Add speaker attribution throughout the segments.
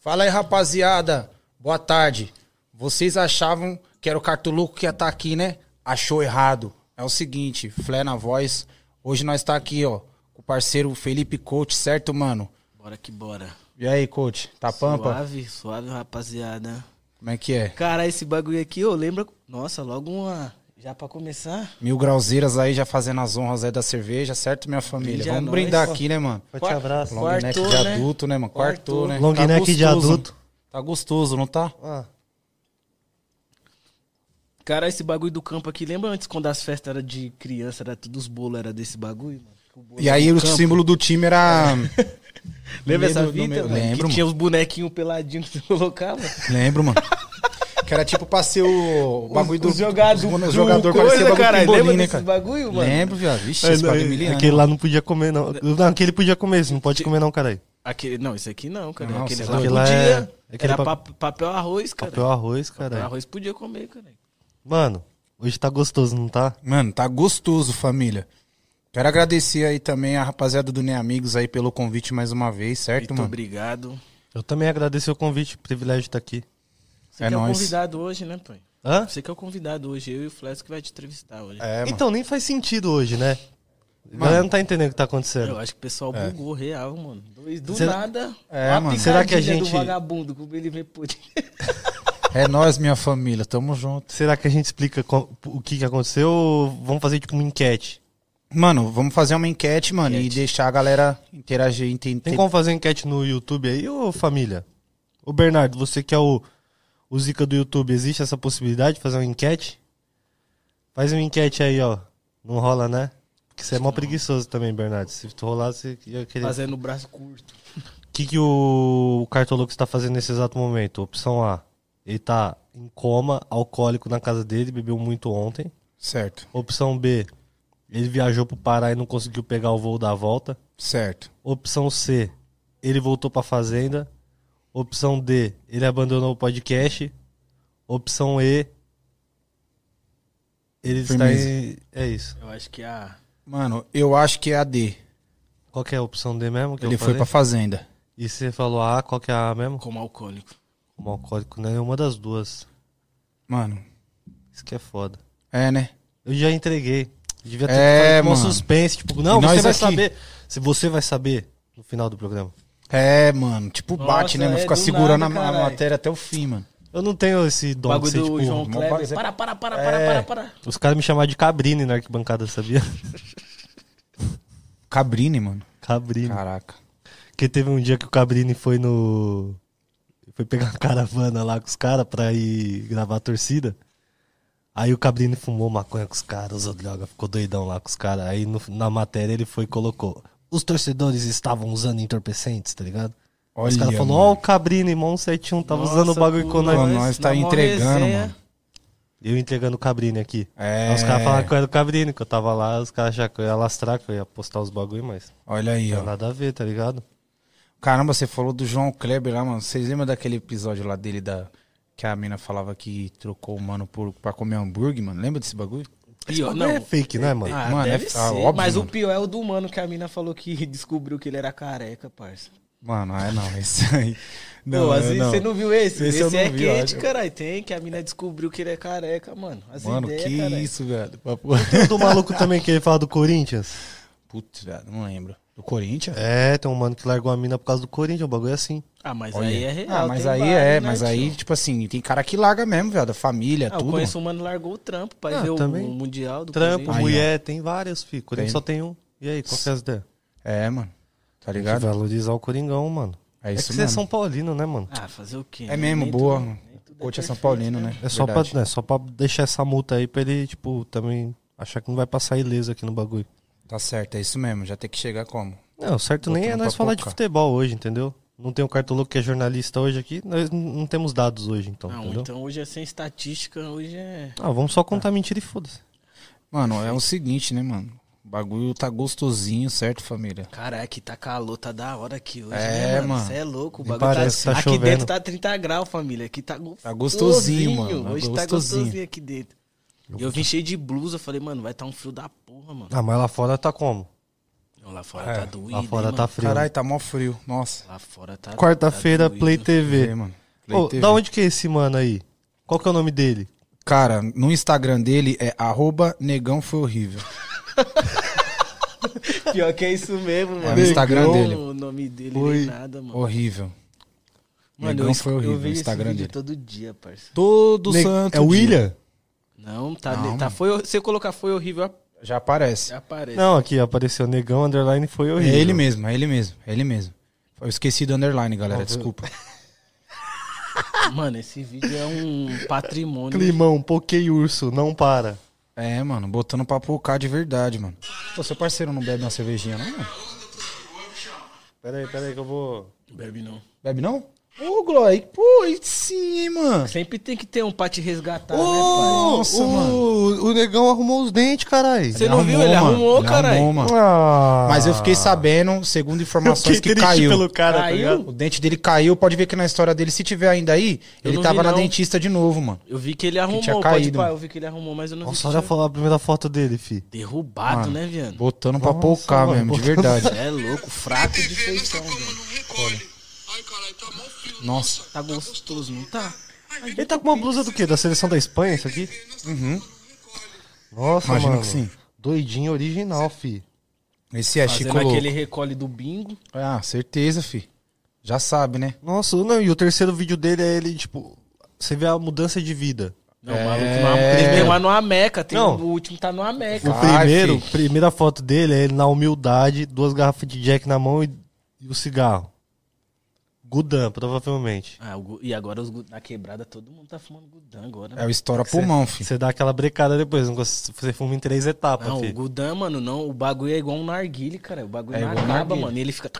Speaker 1: Fala aí, rapaziada. Boa tarde. Vocês achavam que era o Cartuluco que ia estar aqui, né? Achou errado. É o seguinte, Flé na voz. Hoje nós tá aqui, ó, com o parceiro Felipe Coach, certo, mano?
Speaker 2: Bora que bora.
Speaker 1: E aí, coach? Tá pampa?
Speaker 2: Suave, suave, rapaziada.
Speaker 1: Como é que é?
Speaker 2: Cara, esse bagulho aqui, eu lembro. Nossa, logo uma. Já pra começar.
Speaker 1: Mil grauzeiras aí já fazendo as honras aí da cerveja, certo, minha família?
Speaker 2: Brinde a
Speaker 1: Vamos
Speaker 2: nós,
Speaker 1: brindar
Speaker 2: pô.
Speaker 1: aqui, né, mano?
Speaker 3: Forte abraço.
Speaker 1: Long neck
Speaker 2: Quartou,
Speaker 1: de
Speaker 2: né?
Speaker 1: adulto, né, mano? Quartou,
Speaker 2: Quartou.
Speaker 1: né?
Speaker 3: Long neck de
Speaker 1: gostoso,
Speaker 3: adulto.
Speaker 1: Tá gostoso, não tá?
Speaker 3: Ah,
Speaker 2: Cara, esse bagulho do campo aqui, lembra antes quando as festas eram de criança, era tudo os bolos, era desse bagulho, mano? O bolo
Speaker 1: E aí
Speaker 2: do
Speaker 1: o
Speaker 2: campo.
Speaker 1: símbolo do time era.
Speaker 2: Lembra essa
Speaker 1: Medo-
Speaker 2: vida,
Speaker 1: medo-
Speaker 2: mano?
Speaker 1: Lembro,
Speaker 2: que tinha os bonequinhos peladinhos que você colocava.
Speaker 1: Lembro, mano. Que era tipo pra ser o o bagulho do.
Speaker 2: os jogador,
Speaker 1: O jogador parecia bagulho
Speaker 2: caralho.
Speaker 1: pimbolim,
Speaker 2: Lembra
Speaker 1: né,
Speaker 2: desses
Speaker 1: cara?
Speaker 2: bagulho, mano?
Speaker 1: Lembro, viado. Vixe,
Speaker 3: é,
Speaker 1: esse
Speaker 3: não,
Speaker 1: bagulho me lembra.
Speaker 3: aquele lá não podia comer, não. Não, aquele podia comer, você não pode comer, não, caralho.
Speaker 2: Aquele, não, esse aqui não, cara.
Speaker 1: Não,
Speaker 2: aquele
Speaker 1: sei
Speaker 2: lá
Speaker 1: lá.
Speaker 2: podia.
Speaker 3: Aquele lá é- aquele
Speaker 2: Era
Speaker 3: pap-
Speaker 2: pa- papel arroz, cara.
Speaker 3: Papel arroz,
Speaker 2: Papel
Speaker 3: caralho.
Speaker 2: arroz podia comer, cara.
Speaker 3: Mano, hoje tá gostoso, não tá?
Speaker 1: Mano, tá gostoso, família. Quero agradecer aí também a rapaziada do Nem Amigos aí pelo convite mais uma vez, certo,
Speaker 2: Muito
Speaker 1: mano?
Speaker 2: obrigado.
Speaker 3: Eu também agradeço o convite, o privilégio de estar aqui.
Speaker 2: Você
Speaker 1: É
Speaker 2: que é o
Speaker 1: nóis.
Speaker 2: convidado hoje, né, Pai?
Speaker 3: Hã?
Speaker 2: Você que é o convidado hoje, eu e o Flash que vai te entrevistar hoje.
Speaker 1: É, mano.
Speaker 3: então, nem faz sentido hoje, né? A galera não tá entendendo o que tá acontecendo.
Speaker 2: Eu acho que o pessoal bugou real, mano. Do, do
Speaker 3: Será-
Speaker 2: nada,
Speaker 1: É,
Speaker 2: uma
Speaker 1: mano.
Speaker 3: Será que a
Speaker 2: picadinha do
Speaker 3: gente-
Speaker 2: vagabundo, como ele vê por...
Speaker 1: É nós, minha família. Tamo junto.
Speaker 3: Será que a gente explica co- o que, que aconteceu ou vamos fazer tipo uma enquete?
Speaker 1: Mano, vamos fazer uma enquete, mano, e
Speaker 2: Enquete.
Speaker 1: deixar a galera interagir. ente-
Speaker 3: Tem
Speaker 1: ente-
Speaker 3: como fazer enquete no YouTube aí, ô família? Ô Bernardo, você que é o, o Zica do YouTube, existe essa possibilidade de fazer uma enquete? Faz uma enquete aí, ó. Não rola, né? Porque você é mó preguiçoso também, Bernardo. Se tu rolar, você ia querer. O
Speaker 2: Fazendo o braço curto.
Speaker 3: que, que o, o Cartoloco está fazendo nesse exato momento? Opção A. Ele tá em coma, alcoólico na casa dele, bebeu muito ontem.
Speaker 1: Certo,
Speaker 3: Opção B. Ele viajou pro Pará e não conseguiu pegar o voo da volta.
Speaker 1: certo.
Speaker 3: Opção C, ele voltou pra fazenda. Opção D, ele abandonou o podcast. Opção E, ele está
Speaker 1: Firmeza.
Speaker 3: em. É isso.
Speaker 2: Eu acho que a...
Speaker 1: Mano, eu acho que é a D.
Speaker 3: Qual que é a opção D mesmo? Que
Speaker 1: Ele
Speaker 3: eu
Speaker 1: foi
Speaker 3: falei?
Speaker 1: pra fazenda.
Speaker 3: E você falou A, qual que é a A mesmo?
Speaker 2: Como alcoólico.
Speaker 3: Como alcoólico, né? Uma das duas.
Speaker 1: Mano,
Speaker 3: Isso que é foda.
Speaker 1: é, né?
Speaker 3: Eu já entreguei. Devia ter
Speaker 1: É,
Speaker 3: feito um
Speaker 1: mano.
Speaker 3: suspense. Tipo, não,
Speaker 1: E
Speaker 3: você
Speaker 1: nós
Speaker 3: vai
Speaker 1: aqui?
Speaker 3: saber. Se você vai saber no final do programa.
Speaker 1: É, mano, tipo
Speaker 2: Nossa,
Speaker 1: bate, né? Mano?
Speaker 2: é,
Speaker 1: Ficar
Speaker 2: do
Speaker 1: segurando
Speaker 2: nada,
Speaker 1: a ma- a,
Speaker 2: caralho.
Speaker 1: matéria até o fim, mano.
Speaker 3: Eu não tenho esse
Speaker 2: O
Speaker 3: dom de
Speaker 2: bagulho
Speaker 3: ser,
Speaker 2: do
Speaker 3: tipo,
Speaker 2: João
Speaker 1: mó
Speaker 2: Kleber.
Speaker 1: bagulho-
Speaker 2: Para, para, para,
Speaker 3: É.
Speaker 2: para, para, para.
Speaker 3: Os caras me chamaram de Cabrini na arquibancada, sabia?
Speaker 1: Cabrini, mano.
Speaker 3: Cabrini.
Speaker 1: Caraca.
Speaker 3: Porque teve um dia que o Cabrini foi no. Foi pegar uma caravana lá com os caras pra ir gravar a torcida. Aí o Cabrini fumou maconha com os caras, usou droga, ficou doidão lá com os caras. Aí no- na matéria ele foi e colocou. Os torcedores estavam usando entorpecentes, tá ligado? Aí os
Speaker 1: Olha,
Speaker 3: caras falaram,
Speaker 1: mano.
Speaker 3: ó, o Cabrini, irmão 71, tava
Speaker 2: Nossa,
Speaker 3: usando o bagulho com
Speaker 2: pô,
Speaker 3: nós.
Speaker 1: Pô, nós tá
Speaker 2: na mó
Speaker 1: entregando,
Speaker 2: resenha.
Speaker 1: mano.
Speaker 3: Eu entregando o Cabrini aqui.
Speaker 1: É.
Speaker 3: Aí os caras falaram que eu era o Cabrini, que eu tava lá, os caras acharam que eu ia lastrar, que eu ia postar os bagulho, mas
Speaker 1: Olha aí,
Speaker 3: não tem
Speaker 1: ó.
Speaker 3: nada a ver, tá ligado?
Speaker 1: Caramba, você falou do João Kleber lá, mano. Vocês lembram daquele episódio lá dele da. Que a mina falava que trocou o mano por, pra comer hambúrguer, mano? Lembra desse bagulho?
Speaker 2: Pior,
Speaker 3: Não, é
Speaker 2: não.
Speaker 3: fake, né, mano?
Speaker 2: Ah,
Speaker 1: Mano,
Speaker 2: deve
Speaker 1: é-
Speaker 2: ser.
Speaker 1: ah, óbvio,
Speaker 2: Mas
Speaker 1: mano.
Speaker 2: o pior é o do mano que a mina falou que descobriu que ele era careca, parça.
Speaker 1: Mano, ah, não, isso aí.
Speaker 2: Não,
Speaker 1: Não,
Speaker 2: Pô, às
Speaker 1: eu
Speaker 2: vezes
Speaker 1: não.
Speaker 2: você não viu esse.
Speaker 1: Esse
Speaker 2: Esse,
Speaker 1: eu não
Speaker 2: é
Speaker 1: vi, eu
Speaker 2: quente,
Speaker 1: acho.
Speaker 2: caralho. Tem que a mina descobriu que ele é careca, mano. As
Speaker 1: Mano,
Speaker 2: ideias,
Speaker 1: que
Speaker 2: caralho.
Speaker 1: isso, velho.
Speaker 3: Tem o do maluco também que ele fala do Corinthians.
Speaker 1: Putz, velho, não lembro. Do Corinthians?
Speaker 3: É, tem um mano que largou a mina por causa do Corinthians, o bagulho é assim.
Speaker 2: Ah, mas
Speaker 1: Olha.
Speaker 2: aí é real.
Speaker 1: Ah, mas
Speaker 2: tem
Speaker 1: aí
Speaker 2: vários,
Speaker 1: é,
Speaker 2: né,
Speaker 1: mas
Speaker 2: tio?
Speaker 1: aí, tipo assim, tem cara que larga mesmo, velho. Da família,
Speaker 2: Ah, eu
Speaker 1: tudo.
Speaker 2: conheço um mano que largou o trampo pra
Speaker 3: Ah,
Speaker 2: ver o-
Speaker 3: também.
Speaker 2: o Mundial do
Speaker 3: Trampo,
Speaker 2: Corinthians.
Speaker 1: Aí,
Speaker 3: mulher, tem várias, filho. Corinthians
Speaker 1: Tem.
Speaker 3: só tem um. E aí, qual que é as ideias?
Speaker 1: É, mano. Tá
Speaker 3: Tem que
Speaker 1: ligado?
Speaker 3: valorizar o Coringão, mano.
Speaker 1: É
Speaker 3: É,
Speaker 1: isso
Speaker 3: que você é
Speaker 1: mesmo.
Speaker 3: São Paulino, né, mano?
Speaker 2: Ah, fazer o quê?
Speaker 1: É mesmo,
Speaker 2: Nem
Speaker 1: boa.
Speaker 2: tudo-
Speaker 1: mano.
Speaker 2: nem tudo
Speaker 1: O coach é, São
Speaker 2: perfeito,
Speaker 1: Paulino, né?
Speaker 3: É só pra,
Speaker 1: Verdade.
Speaker 3: né, só pra deixar essa multa aí pra ele, tipo, também achar que não vai passar ileso aqui no bagulho.
Speaker 1: Tá certo, é isso mesmo. Já tem que chegar como?
Speaker 3: Não, o certo nem é
Speaker 1: Botando
Speaker 3: nós
Speaker 1: pra
Speaker 3: falar de
Speaker 1: pouca.
Speaker 3: futebol hoje, entendeu? Não tem o Cartoloco que é jornalista hoje aqui, nós n- não temos dados hoje, então,
Speaker 2: Não,
Speaker 3: entendeu?
Speaker 2: então hoje é sem estatística, hoje é.
Speaker 3: Ah, vamos só contar mentira e foda-se.
Speaker 1: Mano, é o seguinte, né, mano? O bagulho tá gostosinho, certo, família?
Speaker 2: Caraca, que tá calor, tá da hora aqui hoje.
Speaker 1: É,
Speaker 2: né,
Speaker 1: mano.
Speaker 2: Você é louco, o
Speaker 3: Nem
Speaker 2: bagulho
Speaker 3: parece que tá
Speaker 2: Aqui
Speaker 3: chovendo.
Speaker 2: dentro tá 30 graus, família. Aqui tá gostosinho.
Speaker 1: Tá gostosinho, mano. Tá
Speaker 2: Hoje tá
Speaker 1: gostosinho.
Speaker 2: gostosinho aqui dentro. Eu vim cheio de blusa, falei, mano, vai tá um frio da porra. porra, mano.
Speaker 3: Ah, mas lá fora tá como?
Speaker 2: Não, lá fora
Speaker 1: É,
Speaker 2: tá
Speaker 1: lá
Speaker 2: doído.
Speaker 3: Lá
Speaker 2: hein,
Speaker 3: fora
Speaker 2: mano?
Speaker 3: tá frio.
Speaker 1: Caralho, tá mó frio. Nossa.
Speaker 2: Lá fora tá.
Speaker 3: Quarta-feira,
Speaker 2: tá doído.
Speaker 3: Play TV.
Speaker 1: É, mano. Play
Speaker 3: Ô,
Speaker 1: TV.
Speaker 3: da onde que é esse mano aí? Qual que é o nome dele?
Speaker 1: Cara, no Instagram dele é arroba negão foi horrível.
Speaker 2: Pior que é isso mesmo, mano.
Speaker 1: no Instagram
Speaker 2: Negão,
Speaker 1: dele.
Speaker 2: O nome dele
Speaker 3: Oi.
Speaker 2: nem nada, mano.
Speaker 1: Horrível.
Speaker 2: mano,
Speaker 1: Negão foi horrível,
Speaker 2: eu vejo
Speaker 1: o Instagram
Speaker 2: esse vídeo
Speaker 1: dele.
Speaker 2: todo dia, parça.
Speaker 1: Todo
Speaker 3: Ne-
Speaker 1: santo
Speaker 3: é o
Speaker 1: dia.
Speaker 3: William?
Speaker 2: Não, tá.
Speaker 1: Não,
Speaker 2: tá
Speaker 1: mano.
Speaker 2: foi, se eu colocar foi horrível, ap-
Speaker 1: Já aparece.
Speaker 2: aparece.
Speaker 3: Não, aqui apareceu Negão Underline foi
Speaker 1: É
Speaker 3: horrível.
Speaker 1: ele mesmo, é ele mesmo, é ele mesmo. Eu esqueci do underline, galera, desculpa.
Speaker 2: Mano, esse vídeo é um patrimônio.
Speaker 3: Climão, Poké Urso, não para.
Speaker 1: É, mano, botando pra pocar de verdade, mano. Pô, seu parceiro não bebe uma cervejinha, não? mano?
Speaker 3: Pera aí, pera aí que eu vou.
Speaker 2: Bebe não.
Speaker 1: Bebe não? Ô, Glória, pô, aí sim, hein, mano.
Speaker 2: Sempre tem que ter um pra te resgatar, né, pai?
Speaker 3: Ô,
Speaker 1: Nossa,
Speaker 3: o- Uh, O Negão arrumou os dentes, caralho.
Speaker 2: Você não viu? Ele arrumou, caralho.
Speaker 1: mano.
Speaker 3: Ah.
Speaker 1: Mas eu fiquei sabendo, segundo informações, que caiu.
Speaker 3: pelo cara,
Speaker 2: Caiu?
Speaker 3: tá ligado?
Speaker 1: O dente dele caiu, pode ver que na história dele, se tiver ainda aí,
Speaker 2: Eu
Speaker 1: ele
Speaker 2: não
Speaker 1: tava
Speaker 2: vi,
Speaker 1: na
Speaker 2: não.
Speaker 1: dentista de novo, mano.
Speaker 2: Eu vi que ele arrumou,
Speaker 1: tinha
Speaker 2: pode
Speaker 1: caído,
Speaker 2: pá,
Speaker 1: mano.
Speaker 2: eu vi que ele arrumou, mas eu não
Speaker 3: Nossa,
Speaker 2: vi. que
Speaker 3: olha
Speaker 2: tinha-
Speaker 3: a primeira foto dele, fi.
Speaker 2: Derrubado, né, viado?
Speaker 1: Botando pra
Speaker 3: Nossa,
Speaker 1: poucar
Speaker 3: mano,
Speaker 1: mesmo, de
Speaker 3: botando-
Speaker 1: verdade.
Speaker 2: Cê é louco, fraco de feição, velho.
Speaker 1: Nossa.
Speaker 2: Tá gostoso, não tá?
Speaker 3: Ele tá com uma blusa do quê? Da seleção da Espanha, isso aqui?
Speaker 1: Uhum.
Speaker 3: Nossa,
Speaker 1: Imagino
Speaker 3: mano.
Speaker 1: que sim.
Speaker 3: Doidinho original, fi.
Speaker 1: Esse é
Speaker 2: Fazendo
Speaker 1: Chico Louco.
Speaker 2: aquele recolhe do bingo.
Speaker 1: Ah, certeza, fi. Já sabe, né?
Speaker 3: Nossa, não, e o terceiro vídeo dele é ele, tipo, você vê a mudança de vida.
Speaker 2: Não,
Speaker 1: É.
Speaker 2: maluco, não, tem uma no Ameca, tem
Speaker 3: Não.
Speaker 2: o último tá no Ameca.
Speaker 3: O
Speaker 1: Vai,
Speaker 3: primeiro,
Speaker 1: fi.
Speaker 3: primeira foto dele é ele na humildade, duas garrafas de Jack na mão e, e o cigarro. Gudan, provavelmente.
Speaker 2: Ah, o gu- e agora os, gu- na quebrada todo mundo tá fumando Gudan agora.
Speaker 1: É o estoura pulmão, fi.
Speaker 3: Você dá aquela brecada depois, não cons- você fuma em três etapas,
Speaker 2: Não,
Speaker 3: fi.
Speaker 2: o Gudan, mano, não. O bagulho é igual um narguile, cara. O bagulho
Speaker 1: É
Speaker 2: não
Speaker 1: igual
Speaker 2: acaba,
Speaker 1: narguilé.
Speaker 2: mano. E ele fica.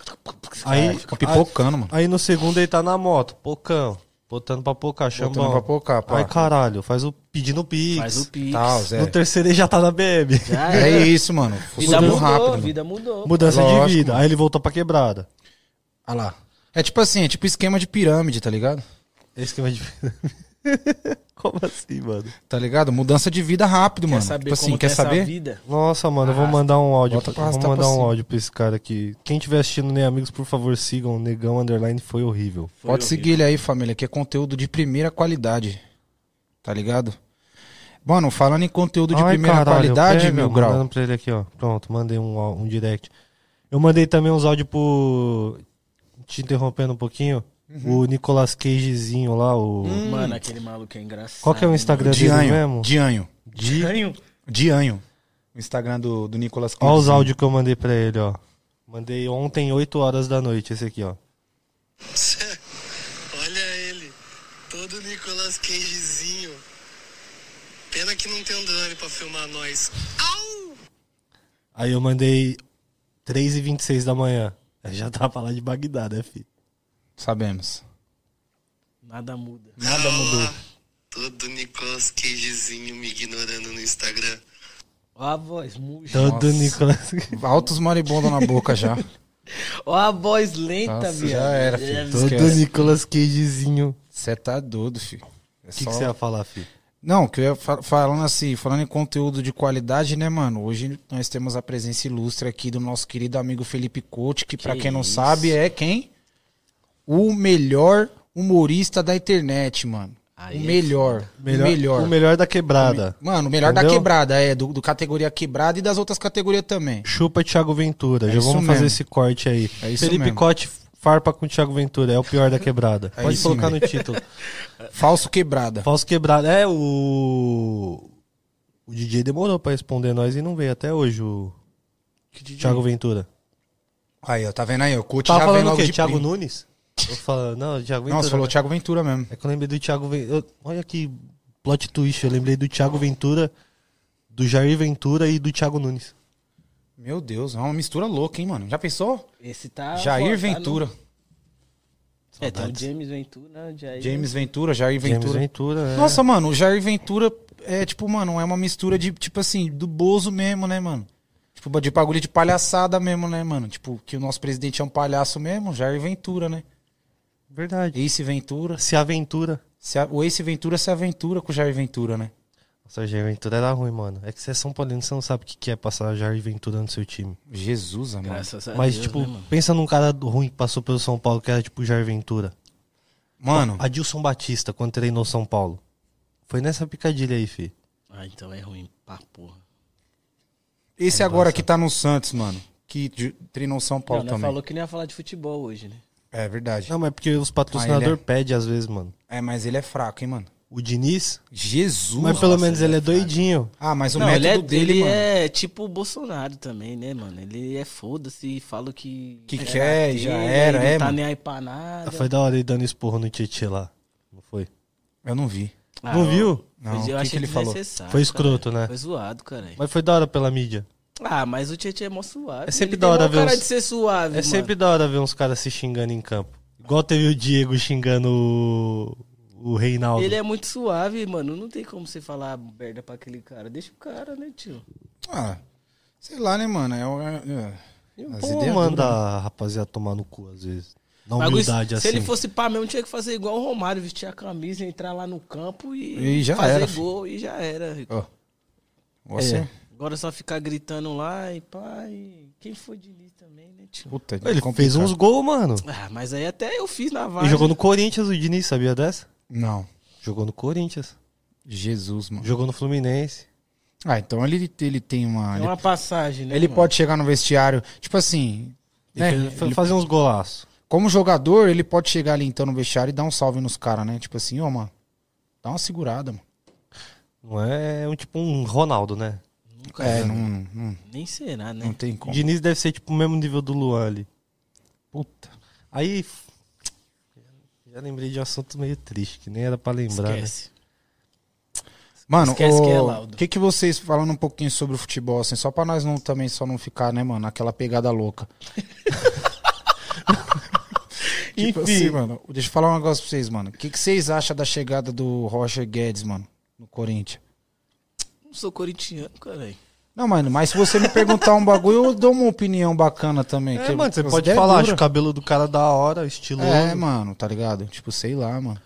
Speaker 3: Aí,
Speaker 1: Fica pipocando, mano.
Speaker 3: aí no segundo ele tá na moto, pocão. Botando pra pocar,
Speaker 1: Botando
Speaker 3: chambão.
Speaker 1: pra poucar, pá.
Speaker 3: Ai, caralho, faz o pedindo pix.
Speaker 2: Faz o pix.
Speaker 1: Tal, Zé.
Speaker 3: No terceiro ele já tá na BM.
Speaker 2: Já
Speaker 1: É
Speaker 2: era.
Speaker 1: isso, mano.
Speaker 2: Vida
Speaker 1: Subiu
Speaker 2: mudou,
Speaker 1: rápido. mano.
Speaker 2: vida mudou.
Speaker 3: Mudança
Speaker 1: Lógico,
Speaker 3: de vida. Aí ele voltou pra quebrada.
Speaker 1: Ah lá. É tipo assim, é tipo esquema de pirâmide, tá ligado?
Speaker 3: Esse esquema de vida. como assim, mano?
Speaker 1: Tá ligado? Mudança de vida rápido,
Speaker 2: Quer
Speaker 1: mano.
Speaker 2: saber
Speaker 1: Tipo assim,
Speaker 2: como
Speaker 1: quer
Speaker 2: que é essa
Speaker 1: saber?
Speaker 2: vida?
Speaker 3: Nossa, mano, eu vou mandar um áudio.
Speaker 1: Bota
Speaker 3: Pra,
Speaker 1: pra
Speaker 3: vou
Speaker 1: arrastar
Speaker 3: mandar
Speaker 1: pra
Speaker 3: um
Speaker 1: cima.
Speaker 3: áudio pra esse cara aqui. Quem estiver assistindo Nem Amigos, por favor, sigam. Negão Underline foi horrível.
Speaker 2: Foi
Speaker 1: Pode
Speaker 2: horrível.
Speaker 1: seguir ele aí, família, que é conteúdo de primeira qualidade. Tá ligado? Mano, falando em conteúdo de
Speaker 3: Ai,
Speaker 1: primeira
Speaker 3: caralho,
Speaker 1: qualidade,
Speaker 3: pega,
Speaker 1: meu grau.
Speaker 3: Mandando pra ele aqui, ó. Pronto, mandei um, au- um direct. Eu mandei também uns áudios pro. Te interrompendo um pouquinho.
Speaker 1: Uhum.
Speaker 3: O Nicolas Cagezinho lá, o.
Speaker 1: Hum,
Speaker 2: Mano, aquele maluco é engraçado.
Speaker 3: Qual que é o Instagram dele mesmo?
Speaker 1: Dianho. Dianho.
Speaker 2: Ganho.
Speaker 1: Dianho. O Instagram do, do Nicolas
Speaker 3: Ó os
Speaker 1: Cage.
Speaker 3: áudios que eu mandei pra ele, ó. Mandei ontem, 8 horas da noite, esse aqui, ó.
Speaker 4: Olha ele, todo Nicolas Cagezinho. Pena que não tem um drone pra filmar nós. Au!
Speaker 3: Aí eu mandei 3 e 26 da manhã. Aí Já tava lá de Bagdá, né, fi?
Speaker 1: Sabemos.
Speaker 2: Nada muda.
Speaker 1: Nada mudou.
Speaker 4: Todo Nicolas Cagezinho me ignorando no Instagram.
Speaker 2: Ó a voz murcha.
Speaker 3: Todo
Speaker 1: Nossa.
Speaker 3: Nicolas.
Speaker 1: Altos maribondos na boca já.
Speaker 2: Ó a voz lenta,
Speaker 1: Nossa,
Speaker 2: viado.
Speaker 1: já era,
Speaker 2: É,
Speaker 1: filho.
Speaker 3: Todo
Speaker 1: Esquece.
Speaker 3: Nicolas Cagezinho.
Speaker 1: Você tá doido, filho. É
Speaker 3: O que
Speaker 1: só-
Speaker 3: você ia falar, fi?
Speaker 1: Não, que eu ia fa- falando assim, falando em conteúdo de qualidade, né, mano? Hoje nós temos a presença ilustre aqui do nosso querido amigo Felipe Couto, que, pra
Speaker 2: Que
Speaker 1: quem não
Speaker 2: isso.
Speaker 1: sabe é quem? O melhor humorista da internet, mano.
Speaker 2: Aí
Speaker 1: o
Speaker 2: é
Speaker 1: melhor,
Speaker 3: Melhor-
Speaker 1: O melhor.
Speaker 3: O melhor da quebrada.
Speaker 1: Mano, o melhor da
Speaker 3: Entendeu?
Speaker 1: quebrada, é, do, do categoria quebrada e das outras categorias também.
Speaker 3: Chupa Thiago Ventura.
Speaker 1: É
Speaker 3: Já
Speaker 1: isso
Speaker 3: vamos fazer
Speaker 1: mesmo.
Speaker 3: esse corte aí.
Speaker 1: É isso
Speaker 3: Felipe
Speaker 1: mesmo.
Speaker 3: Cote farpa com Thiago Ventura. É o pior da quebrada.
Speaker 1: É
Speaker 3: Pode
Speaker 1: isso
Speaker 3: colocar
Speaker 1: mesmo.
Speaker 3: no título.
Speaker 1: Falso quebrada.
Speaker 3: Falso quebrado. É, o. O DJ demorou pra responder nós e não veio até hoje o Thiago Ventura.
Speaker 1: Aí, ó, tá vendo aí? O Couto
Speaker 3: Tava
Speaker 1: já vem
Speaker 3: falando o
Speaker 1: logo
Speaker 3: quê?
Speaker 1: de
Speaker 3: Thiago né?
Speaker 1: primo.
Speaker 3: Nunes? Eu falando, não, Thiago Ventura.
Speaker 1: Não, você falou Thiago Ventura mesmo.
Speaker 3: É que eu lembrei do Thiago Ventura. Olha que plot twist. Eu lembrei do Thiago Ventura, do Jair Ventura e do Thiago Nunes.
Speaker 1: Meu Deus, é uma mistura louca, hein, mano? Já pensou?
Speaker 2: Esse tá.
Speaker 1: Jair
Speaker 2: pô, tá
Speaker 1: Ventura.
Speaker 2: no- É, tem o James Ventura, o Jair.
Speaker 1: James Ventura, Jair
Speaker 3: James
Speaker 1: Ventura.
Speaker 3: um Ventura. é.
Speaker 1: Nossa, mano, o Jair Ventura é tipo, mano, é uma mistura de, tipo assim, do Bozo mesmo, né, mano? Tipo, de bagulho de palhaçada mesmo, né, mano? Tipo, que o nosso presidente é um palhaço mesmo, Jair Ventura, né?
Speaker 3: Verdade.
Speaker 1: Ace Ventura.
Speaker 3: Se aventura.
Speaker 1: Se a- o Ace Ventura se aventura com o Jair Ventura, né?
Speaker 3: Nossa, Jair Ventura era ruim, mano. É que você é São Paulino, você não sabe o que que é passar Jair Ventura no seu time.
Speaker 1: Jesus, amor.
Speaker 2: Graças a
Speaker 3: Mas,
Speaker 2: Deus,
Speaker 3: tipo,
Speaker 2: né, mano?
Speaker 3: pensa num cara ruim que passou pelo São Paulo, que era tipo Jair Ventura.
Speaker 1: Mano,
Speaker 3: Adilson Batista, quando treinou São Paulo. Foi nessa picadilha aí, fi.
Speaker 2: Ah, então é ruim pra porra.
Speaker 1: esse agora que tá no Santos, mano, que de- treinou São Paulo
Speaker 2: Não, nós
Speaker 1: também.
Speaker 2: falou que nem ia falar de futebol hoje, né?
Speaker 1: É verdade.
Speaker 3: Não, mas é porque os patrocinadores
Speaker 1: Ah,
Speaker 3: pedem às vezes, mano.
Speaker 1: É, mas ele é fraco, hein, mano.
Speaker 3: O Diniz,
Speaker 1: Jesus.
Speaker 3: mas pelo menos ele é doidinho.
Speaker 1: Ah, mas o
Speaker 2: não,
Speaker 1: método
Speaker 2: ele, é,
Speaker 1: dele,
Speaker 2: ele
Speaker 1: mano,
Speaker 2: é tipo o Bolsonaro também, né, mano? Ele é foda-se e fala o que.
Speaker 1: Que
Speaker 2: era
Speaker 1: quer, já
Speaker 2: dele,
Speaker 1: era,
Speaker 2: não
Speaker 1: é,
Speaker 2: tá
Speaker 1: mano.
Speaker 2: nem aí pra nada.
Speaker 3: Foi da hora ele dando esporro no Tietchan lá. Não foi?
Speaker 1: eu não vi.
Speaker 2: Ah,
Speaker 3: não
Speaker 2: ó,
Speaker 3: viu?
Speaker 1: Não,
Speaker 2: mas
Speaker 1: o que
Speaker 2: eu
Speaker 1: que
Speaker 2: achei
Speaker 1: ele falou?
Speaker 2: desnecessário, tá?
Speaker 3: Foi escroto,
Speaker 2: cara.
Speaker 3: né?
Speaker 2: Foi zoado, cara.
Speaker 3: Mas foi da hora pela mídia.
Speaker 2: Ah, mas o Tietchan é mó suave.
Speaker 3: É sempre
Speaker 2: Ele
Speaker 3: da
Speaker 2: tem
Speaker 3: hora
Speaker 2: mó
Speaker 3: ver
Speaker 2: cara
Speaker 3: os-
Speaker 2: de ser suave,
Speaker 3: É sempre da hora ver uns caras se xingando em campo. Igual teve o Diego xingando o, o Reinaldo.
Speaker 2: Ele é muito suave, mano. Não tem como você falar merda pra aquele cara. Deixa o cara, né, tio?
Speaker 1: Ah, sei lá, né, mano? É, o- é- é- as
Speaker 3: Pô,
Speaker 1: ideias
Speaker 3: manda
Speaker 1: duras, né?
Speaker 3: a rapaziada tomar no cu às vezes. Na
Speaker 2: Bagulho,
Speaker 3: humildade
Speaker 2: se
Speaker 3: assim.
Speaker 2: ele fosse pá mesmo, tinha que fazer igual o Romário, vestir a camisa, entrar lá no campo e,
Speaker 1: E já
Speaker 2: fazer
Speaker 1: era,
Speaker 2: gol e já era.
Speaker 1: Ó, Você.
Speaker 3: É.
Speaker 2: Agora é só ficar gritando lá e pá. E... Quem foi de Diniz também, né, tio?
Speaker 1: Puta, é
Speaker 3: Ele fez
Speaker 1: complicado.
Speaker 3: uns gols, mano.
Speaker 2: Ah, mas aí até eu fiz na
Speaker 3: Ele
Speaker 2: vaga.
Speaker 3: jogou no Corinthians, o Diniz, sabia dessa?
Speaker 1: Não.
Speaker 3: Jogou no Corinthians.
Speaker 1: Jesus, mano.
Speaker 3: Jogou no Fluminense.
Speaker 1: Ah, então ele, ele tem uma.
Speaker 2: É
Speaker 1: Ele,
Speaker 2: uma passagem, né?
Speaker 1: ele
Speaker 2: mano?
Speaker 1: pode chegar no vestiário. Tipo assim.
Speaker 3: Ele
Speaker 2: É.
Speaker 1: né?
Speaker 3: fez-
Speaker 1: Ele-
Speaker 3: fazer uns golaços.
Speaker 1: como jogador, ele pode chegar ali então no vestiário e dar um salve nos caras, né? Tipo assim, ô, mano. Dá uma segurada, mano.
Speaker 3: Não é um tipo um Ronaldo, né?
Speaker 2: Nunca
Speaker 1: É,
Speaker 2: vi.
Speaker 1: não, não,
Speaker 2: Nem será, né?
Speaker 1: não tem
Speaker 3: O
Speaker 1: como.
Speaker 3: Diniz deve ser tipo o mesmo nível do Luan ali.
Speaker 1: Puta.
Speaker 3: Aí. f- Já lembrei de um assunto meio triste, que nem era pra lembrar, né?
Speaker 2: Esquece.
Speaker 1: Mano,
Speaker 2: Esquece que é
Speaker 1: o
Speaker 2: laudo.
Speaker 1: que, que vocês falando um pouquinho sobre o futebol, assim, só pra nós não também só não ficar, né, mano, aquela pegada louca. tipo
Speaker 3: Enfim.
Speaker 1: assim, mano, deixa eu falar um negócio pra vocês, mano. O que, que vocês acham da chegada do Roger Guedes, mano, no Corinthians?
Speaker 2: Não sou corintiano, caralho.
Speaker 1: Não, mano, mas se você me perguntar um bagulho, eu dou uma opinião bacana também.
Speaker 3: né? É,
Speaker 1: que
Speaker 3: mano, você
Speaker 1: as
Speaker 3: pode
Speaker 1: ideias
Speaker 3: falar,
Speaker 1: duras.
Speaker 3: acho o cabelo do cara da hora, estiloso.
Speaker 1: É, mano, tá ligado? Tipo, sei lá, mano.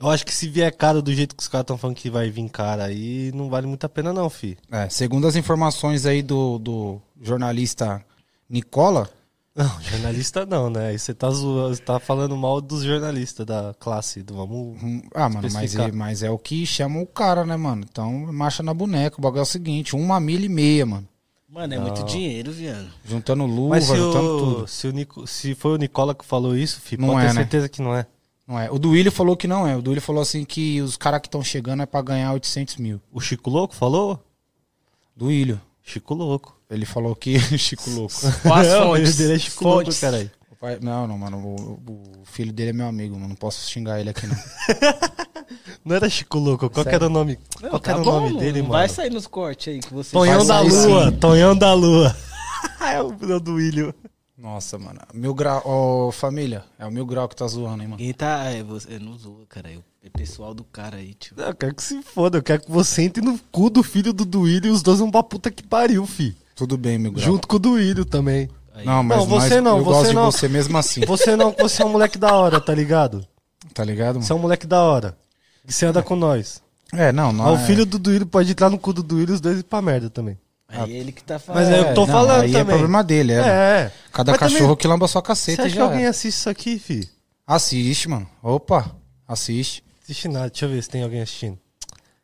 Speaker 3: Eu acho que se vier cara do jeito que os caras estão falando que vai vir cara aí, não vale muito a pena não, fi.
Speaker 1: É, segundo as informações aí do, do jornalista Nicola,
Speaker 3: Não, jornalista não, né? Aí você tá, zoando, você tá falando mal dos jornalistas da classe do Vamos.
Speaker 1: Hum, Ah, mano, mas é,
Speaker 3: Especificar.
Speaker 1: mas é o que chama o cara, né, mano? Então, marcha na boneca. O bagulho é o seguinte: uma milha e meia, mano.
Speaker 2: Mano, é muito dinheiro, viado.
Speaker 1: Juntando luva,
Speaker 3: Mas se,
Speaker 1: juntando
Speaker 3: o,
Speaker 1: tudo.
Speaker 3: se, o Nico, se foi o Nicola que falou isso, fi,
Speaker 1: Não
Speaker 3: pode
Speaker 1: é,
Speaker 3: ter
Speaker 1: né?
Speaker 3: certeza que não é.
Speaker 1: Não é. O Duílio falou que não é. O Duílio falou assim que os caras que estão chegando é pra ganhar 800 mil.
Speaker 3: O Chico Louco falou?
Speaker 1: Duílio.
Speaker 3: Chico Louco.
Speaker 1: Ele falou que. Chico louco.
Speaker 2: Quais
Speaker 3: Não, o
Speaker 2: fontes?
Speaker 3: filho dele é Chico
Speaker 2: Fontes.
Speaker 3: Louco, caralho.
Speaker 1: O pai- Não, não, mano. O, o filho dele é meu amigo, mano. Não posso xingar ele aqui, não.
Speaker 3: Não era Chico Louco, qual que
Speaker 1: Sério.
Speaker 3: era o nome?
Speaker 2: Não,
Speaker 3: Qual que
Speaker 2: tá
Speaker 3: era o
Speaker 2: bom,
Speaker 3: nome
Speaker 2: não
Speaker 3: dele, mano?
Speaker 2: Vai sair nos cortes aí que você
Speaker 3: Tonhão
Speaker 1: Vai
Speaker 3: da
Speaker 1: sair
Speaker 3: Lua,
Speaker 1: sim.
Speaker 3: Tonhão da Lua. é o Bruno do William.
Speaker 1: Nossa, mano. Mil grau. Ô, família. É o mil grau que tá zoando, hein, mano.
Speaker 2: Quem tá. É, você, é, não zoa, cara. É o é pessoal do cara aí, tio.
Speaker 3: Não, eu quero que se foda, eu quero que você entre no cu do filho do Duílio e os dois vão pra puta que pariu, fi.
Speaker 1: Tudo bem, mil grau.
Speaker 3: Junto com o Duílio também.
Speaker 2: Aí.
Speaker 1: Não, mas
Speaker 3: Não, você
Speaker 1: nós-
Speaker 3: não,
Speaker 1: eu
Speaker 3: você
Speaker 1: gosto
Speaker 3: não.
Speaker 1: de você mesmo assim.
Speaker 3: Você não, você é um moleque da hora, tá ligado?
Speaker 1: Tá ligado,
Speaker 3: Você
Speaker 1: mano?
Speaker 3: é um moleque da hora. Que você anda com nós.
Speaker 1: É, não, não.
Speaker 3: Ah, o
Speaker 1: é-
Speaker 3: filho do Duílio pode entrar no cu do Duílio e os dois ir pra merda também.
Speaker 2: Aí é ele que tá falando.
Speaker 3: Ah, Mas é, eu que tô
Speaker 1: não,
Speaker 3: falando
Speaker 1: aí é
Speaker 3: também.
Speaker 1: problema dele, é.
Speaker 3: É.
Speaker 1: Cada
Speaker 3: Mas
Speaker 1: cachorro
Speaker 3: também-
Speaker 1: que lamba sua
Speaker 3: Você
Speaker 1: caceta
Speaker 3: acha
Speaker 1: já.
Speaker 3: que alguém
Speaker 1: é.
Speaker 3: assiste isso aqui, fi?
Speaker 1: Assiste, mano. Opa, assiste.
Speaker 3: Assiste nada, deixa eu ver se tem alguém assistindo.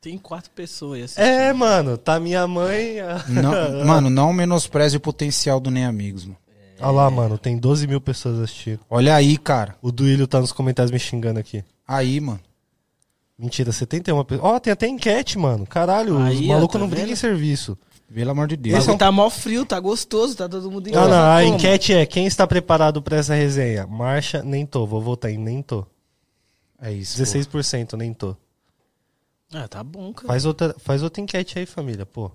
Speaker 2: Tem quatro pessoas aí assistindo.
Speaker 3: É, mano, tá minha mãe. a-
Speaker 1: Não- mano, não menospreze o potencial do Nem Amigos, mano.
Speaker 3: Olha lá, mano, tem 12 mil pessoas assistindo.
Speaker 1: Olha aí, cara.
Speaker 3: O Duílio tá nos comentários me xingando aqui.
Speaker 1: Aí, mano.
Speaker 3: Mentira, 71 pessoas. Ó, tem até enquete, mano. Caralho,
Speaker 2: Aí,
Speaker 3: os
Speaker 2: ó,
Speaker 3: malucos
Speaker 2: tá
Speaker 3: não brigam
Speaker 2: vendo?
Speaker 3: em serviço.
Speaker 1: Pelo amor de Deus.
Speaker 2: Esse tá mó frio, tá gostoso, tá todo mundo em
Speaker 3: Ah, Não,
Speaker 2: casa.
Speaker 3: não, a
Speaker 2: Como?
Speaker 3: enquete é quem está preparado pra essa resenha? Marcha, nem tô. Vou votar em nem tô.
Speaker 1: É isso. pô.
Speaker 3: 16%, nem tô.
Speaker 2: Ah, tá bom, cara.
Speaker 3: Faz outra, faz outra enquete aí, família, pô.